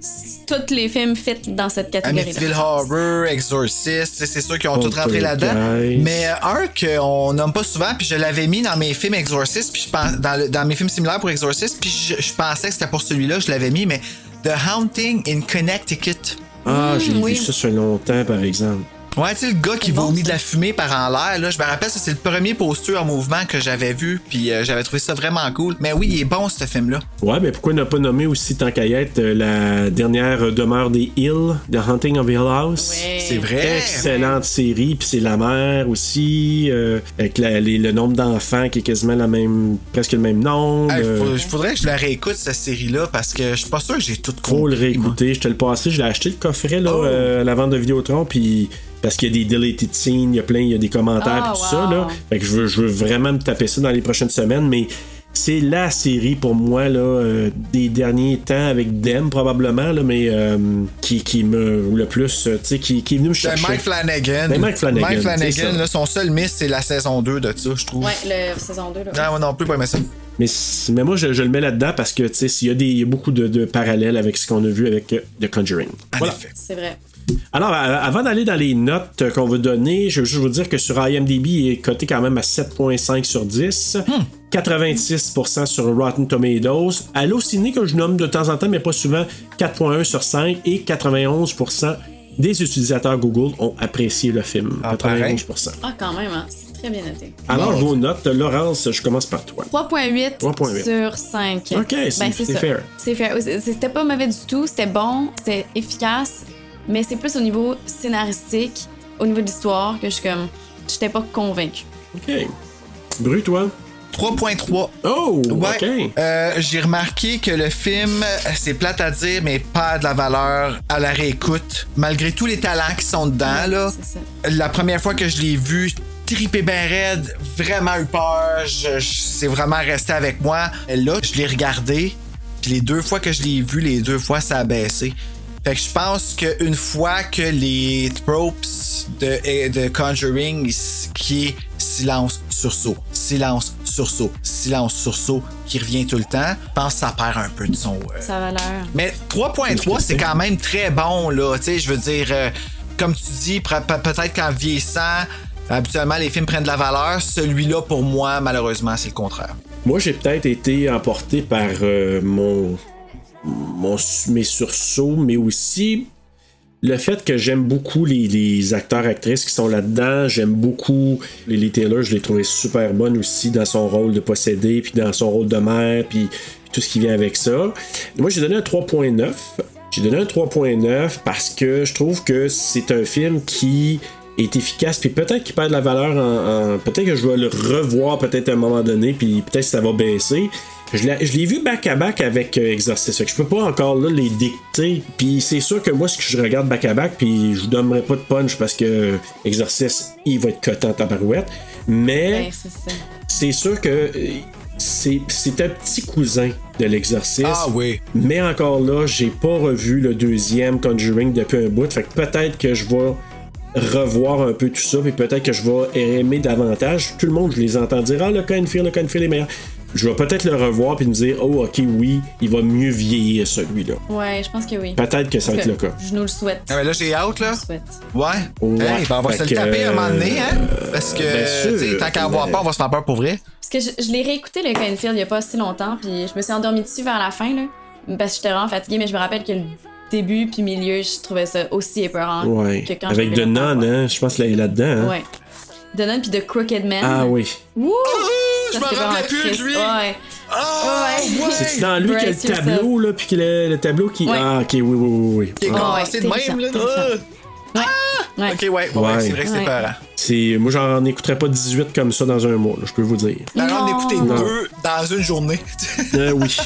Speaker 2: c- tous les films faits dans cette
Speaker 1: Amityville
Speaker 2: catégorie-là.
Speaker 1: Horror, Exorcist, c'est c'est sûr qu'ils ont tout rentré là-dedans.
Speaker 3: Poltergeist.
Speaker 1: Mais euh, un qu'on nomme pas souvent, puis je l'avais mis dans mes films Exorcist, puis je pense, dans, le- dans mes films similaires pour Exorcist, puis je, je pensais que c'était pour celui-là, je l'avais mis, mais The Haunting in Connecticut.
Speaker 3: Ah, j'ai
Speaker 2: Mm, oui.
Speaker 3: vu ça sur longtemps, par exemple.
Speaker 1: Ouais, tu sais, le gars qui vomit de la fumée par en l'air, là, je me rappelle, ça, c'est le premier poster en mouvement que j'avais vu, puis euh, j'avais trouvé ça vraiment cool. Mais oui, il est bon, ce film-là.
Speaker 3: Ouais, mais pourquoi ne pas nommer aussi tant qu'à y être, euh, la dernière euh, demeure des Hills, The Hunting of Hill House?
Speaker 2: Ouais.
Speaker 1: C'est vrai.
Speaker 3: Excellente série, puis c'est la mère aussi, euh, avec la- les- le nombre d'enfants qui est quasiment la même, presque le même nombre.
Speaker 1: Hey,
Speaker 3: euh,
Speaker 1: faut- faudrait que je la réécoute, cette série-là, parce que je suis pas sûr que j'ai tout compris.
Speaker 3: faut le réécouter. Je te le passais, je l'ai acheté le coffret là,
Speaker 1: Oh.
Speaker 3: euh, à la vente de Vidéotron, puis parce qu'il y a des deleted scenes, il y a plein, il y a des commentaires,
Speaker 2: Ah,
Speaker 3: puis tout
Speaker 2: wow.
Speaker 3: ça là. Fait que je veux, je veux vraiment me taper ça dans les prochaines semaines, mais c'est la série pour moi là, euh, des derniers temps avec Dem probablement là, mais euh, qui, qui me le plus, euh, tu sais, qui, qui est venu me
Speaker 1: Ben,
Speaker 3: chercher.
Speaker 1: Mike Flanagan.
Speaker 3: Ben, Mike Flanagan,
Speaker 1: Mike
Speaker 3: c'est ça.
Speaker 1: là, son seul miss, c'est la saison 2 de ça, je trouve.
Speaker 2: Ouais, le saison 2. Là,
Speaker 1: Non, moi non plus, pas aimé ça.
Speaker 3: Mais, c- mais moi je, je le mets là-dedans parce que tu sais, s'il y a des il y a beaucoup de, de parallèles avec ce qu'on a vu avec euh, The Conjuring.
Speaker 1: En
Speaker 3: Voilà.
Speaker 1: effet.
Speaker 2: C'est vrai.
Speaker 3: Alors, euh, avant d'aller dans les notes euh, qu'on veut donner, je veux juste vous dire que sur IMDb, il est coté quand même à 7.5 sur 10.
Speaker 1: Hmm.
Speaker 3: 86% sur Rotten Tomatoes. Allociné, que je nomme de temps en temps, mais pas souvent, 4.1 sur 5. Et 91% des utilisateurs Google ont apprécié le film.
Speaker 1: Ah, pareil.
Speaker 3: 91%.
Speaker 2: Ah, quand même, hein. C'est très bien noté.
Speaker 3: Alors, vos notes, Laurence, je commence par toi.
Speaker 2: 3.8
Speaker 3: 3.8.
Speaker 2: sur 5.
Speaker 3: Ok, c'est- c'est
Speaker 2: ça.
Speaker 3: fair.
Speaker 2: C'est fair. Oui, c'est- C'était pas mauvais du tout, c'était bon, c'était efficace, mais c'est plus au niveau scénaristique, au niveau de l'histoire, que je suis comme. J'étais pas convaincue.
Speaker 3: OK. Bru, toi?
Speaker 1: 3.3.
Speaker 3: Oh,
Speaker 1: Ouais.
Speaker 3: OK.
Speaker 1: Euh, j'ai remarqué que le film, euh, c'est plate à dire, mais perd de la valeur à la réécoute. Malgré tous les talents qui sont dedans, là,
Speaker 2: C'est ça.
Speaker 1: la première fois que je l'ai vu, tripé ben raide, vraiment eu peur, je- je- c'est vraiment resté avec moi. Là, je l'ai regardé, puis les deux fois que je l'ai vu, les deux fois, ça a baissé. Fait que je pense qu'une fois que les tropes de, eh, de Conjuring, s- qui est silence, sursaut, silence, sursaut, silence, sursaut, qui revient tout le temps, je pense que ça perd un peu de son... euh,
Speaker 2: Sa valeur.
Speaker 1: mais 3.3, c'est quand même très bon, là. Tu sais, je veux dire, euh, comme tu dis, pre- pe- peut-être qu'en vieillissant, habituellement, les films prennent de la valeur. Celui-là, pour moi, malheureusement, c'est le contraire.
Speaker 3: Moi, j'ai peut-être été emporté par euh, mon, mon- mes sursauts, mais aussi le fait que j'aime beaucoup les, les acteurs, actrices qui sont là-dedans. J'aime beaucoup Lily Taylor. Je l'ai trouvée super bonne aussi dans son rôle de possédé, puis dans son rôle de mère, puis tout ce qui vient avec ça. Moi, j'ai donné un 3.9. J'ai donné un 3.9 parce que je trouve que c'est un film qui est efficace, puis peut-être qu'il perd de la valeur en... en- peut-être que je vais le revoir peut-être à un moment donné, puis peut-être que ça va baisser. Je l'ai je l'ai vu back-à-back avec euh, Exorcist, fait que je peux pas encore là, les dicter. Puis c'est sûr que moi, ce que je regarde back-à-back, puis je vous donnerai pas de punch parce que Exorcist, il va être cotant à barouette. Mais
Speaker 2: Ouais, Ben, c'est ça.
Speaker 3: c'est sûr que euh, c'est c'est un petit cousin de l'exorciste.
Speaker 1: Ah oui.
Speaker 3: Mais encore là, j'ai pas revu le deuxième Conjuring depuis un bout. Fait que peut-être que je vais revoir un peu tout ça, puis peut-être que je vais aimer davantage. Tout le monde, je les entends dire Ah, le Confield, le Confield est meilleur. je vais peut-être le revoir puis me dire, oh, ok, oui, il va mieux vieillir celui-là.
Speaker 2: Ouais, je pense que oui.
Speaker 3: Peut-être que ça va
Speaker 2: En tout
Speaker 3: être
Speaker 2: cas,
Speaker 3: le cas.
Speaker 2: Je nous le souhaite.
Speaker 1: Ah, mais là, j'ai out, là. Ouais.
Speaker 3: Ouais.
Speaker 1: Hey, ben, on va
Speaker 3: Fait
Speaker 1: se
Speaker 3: que,
Speaker 1: le taper à un moment donné, hein.
Speaker 3: euh,
Speaker 1: Parce
Speaker 3: bien
Speaker 1: que,
Speaker 3: sûr.
Speaker 1: tu sais, tant qu'à avoir peur, on va se faire peur pour vrai.
Speaker 2: Parce que je, je l'ai réécouté le Coinfield il y a pas si longtemps, puis je me suis endormie dessus vers la fin, là. Parce que j'étais vraiment fatiguée, mais je me rappelle que le début puis milieu, je trouvais ça aussi épeurant
Speaker 3: Ouais.
Speaker 2: que quand
Speaker 3: Avec
Speaker 2: je
Speaker 3: The
Speaker 2: l'avais
Speaker 3: Nun, hein, je pense qu'il est là-dedans.
Speaker 2: fait.
Speaker 3: hein.
Speaker 2: Ouais. The Nun puis The Crooked Man.
Speaker 3: Ah oui.
Speaker 2: Wouh!
Speaker 1: je
Speaker 2: Ça,
Speaker 1: me
Speaker 2: c'était vraiment
Speaker 1: rappelais plus de
Speaker 2: triste.
Speaker 1: lui.
Speaker 2: Ouais. ouais.
Speaker 3: C'est dans lui qu'il y a
Speaker 2: Brace
Speaker 3: le tableau, là, puis que le, le tableau qui.
Speaker 2: Ouais.
Speaker 3: Ah, ok, oui, oui, oui.
Speaker 1: Qui est
Speaker 3: oui. Ah.
Speaker 1: cassé de
Speaker 2: terrifiant,
Speaker 1: même, là.
Speaker 2: terrifiant. Ouais. Ouais.
Speaker 1: Ok, ouais, ouais, ouais, c'est vrai que c'est
Speaker 2: Ouais.
Speaker 1: peurant.
Speaker 3: C'est- Moi, j'en écouterais pas 18 comme ça dans un mois, là, je peux
Speaker 2: [laughs]
Speaker 3: vous dire.
Speaker 1: Ben, là, on en écoutait
Speaker 3: Non.
Speaker 1: deux dans une journée. [laughs]
Speaker 3: Euh, oui.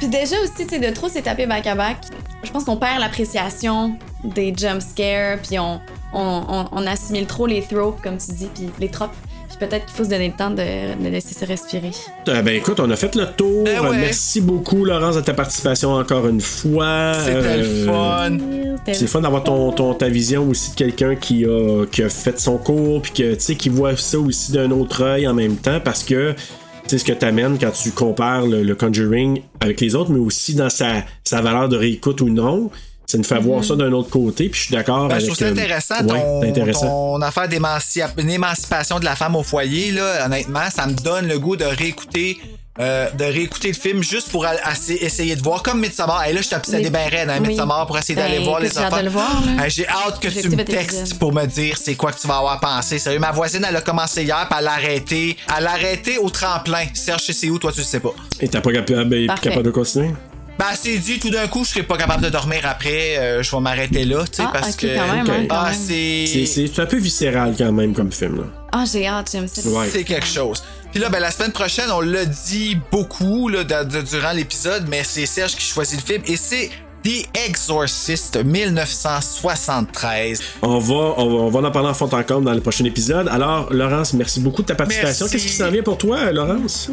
Speaker 2: Puis déjà aussi, tu sais, de trop s'étaper back à back, je pense qu'on perd l'appréciation des jump scares, puis on, on, on- on assimile trop les tropes, comme tu dis, puis les tropes. Puis peut-être qu'il faut se donner le temps de, de laisser se respirer.
Speaker 3: Ah, ben écoute, on a fait le tour.
Speaker 1: Ben ouais.
Speaker 3: Merci beaucoup, Laurence, de ta participation encore une fois.
Speaker 1: C'était le
Speaker 3: Euh,
Speaker 1: fun.
Speaker 3: C'est le fun d'avoir ton, ton- ta vision aussi de quelqu'un qui a, qui a fait son cours, puis que, tu sais, qui voit ça aussi d'un autre œil en même temps, parce que, tu sais, ce que t'amènes quand tu compares le, le Conjuring avec les autres, mais aussi dans sa, sa valeur de réécoute ou non, c'est de faire voir ça d'un autre côté, puis je suis d'accord
Speaker 1: Mhm. Ben, je
Speaker 3: avec...
Speaker 1: trouve ça
Speaker 3: euh,
Speaker 1: intéressant,
Speaker 3: ouais,
Speaker 1: ton,
Speaker 3: c'est intéressant.
Speaker 1: ton affaire d'émancipation de la femme au foyer, là, honnêtement, ça me donne le goût de réécouter. euh, de réécouter le film juste pour a- assez- essayer de voir comme Midsommar. et là, je suis obsédé
Speaker 2: Les-
Speaker 1: bien raide à
Speaker 2: oui.
Speaker 1: Midsommar pour essayer d'aller
Speaker 2: Ben,
Speaker 1: voir les
Speaker 2: écoute, j'ai hâte
Speaker 1: enfants.
Speaker 2: de le voir, là.
Speaker 1: Hey, J'ai hâte que
Speaker 2: J'ai
Speaker 1: tu
Speaker 2: activé
Speaker 1: me
Speaker 2: votre télévision.
Speaker 1: textes pour me dire c'est quoi que tu vas avoir pensé. Sérieux, ma voisine, elle a commencé hier, puis elle a arrêté. Elle a arrêté au tremplin. Serge, c'est où, toi, tu le sais pas.
Speaker 3: Et t'as pas capable, ben,
Speaker 2: Parfait.
Speaker 3: capable de continuer?
Speaker 1: Ben, c'est dit, tout d'un coup, je serai pas capable de dormir après. euh, je vais m'arrêter là, tu sais,
Speaker 2: Ah,
Speaker 1: parce
Speaker 2: ok,
Speaker 1: que.
Speaker 2: quand même, hein, quand
Speaker 1: Ah,
Speaker 2: même.
Speaker 1: c'est-
Speaker 3: C'est- C'est un peu viscéral quand même comme film, là.
Speaker 2: Ah, j'ai hâte, j'aime ça.
Speaker 3: Ouais.
Speaker 1: C'est quelque chose. Puis là, ben, la semaine prochaine, on l'a dit beaucoup là, da- de- durant l'épisode, mais c'est Serge qui choisit le film et c'est The Exorcist 1973.
Speaker 3: On va, on, va, on va en parler en fond encore dans le prochain épisode. Alors, Laurence, merci beaucoup de ta participation.
Speaker 1: Merci.
Speaker 3: Qu'est-ce qui s'en vient pour toi, Laurence?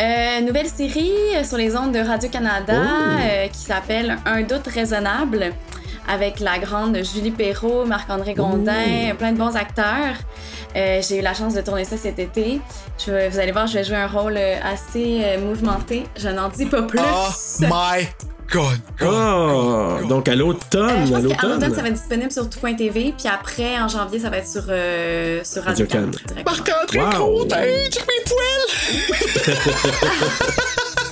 Speaker 2: Euh, nouvelle série euh, sur les ondes de Radio-Canada
Speaker 3: Oh.
Speaker 2: euh, qui s'appelle Un doute raisonnable avec la grande Julie Perrault, Marc-André
Speaker 3: Oh!
Speaker 2: Gondin, plein de bons acteurs. Euh, J'ai eu la chance de tourner ça cet été. Je vais- vous allez voir, je vais jouer un rôle euh, assez euh, mouvementé. Je n'en dis pas plus.
Speaker 1: Oh
Speaker 3: Ah!
Speaker 1: my god! god.
Speaker 3: Oh, donc à
Speaker 2: Euh,
Speaker 3: l'automne,
Speaker 2: [laughs] je
Speaker 3: à
Speaker 2: pense qu'à
Speaker 3: l'automne.
Speaker 2: l'automne, ça va être disponible sur tout.tv, puis après, en janvier, ça va être sur, euh, sur
Speaker 3: Radio-Can.
Speaker 2: Radio-Can. directement.
Speaker 1: Marc-André
Speaker 3: Wow.
Speaker 1: Crotin, check mes poils!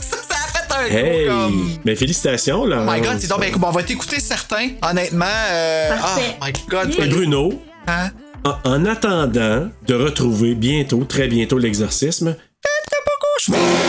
Speaker 1: ça, ça a fait un
Speaker 3: Hey,
Speaker 1: gros comme.
Speaker 3: ben félicitations,
Speaker 1: Oh
Speaker 3: Laurence.
Speaker 1: my god, dis donc, ben, écoute, on va t'écouter certains, honnêtement. euh,
Speaker 2: Parfait.
Speaker 1: Oh my god,
Speaker 3: Et Bruno,
Speaker 1: hein?
Speaker 3: en, en attendant de retrouver bientôt, très bientôt, l'exorcisme,
Speaker 1: Cauchemar.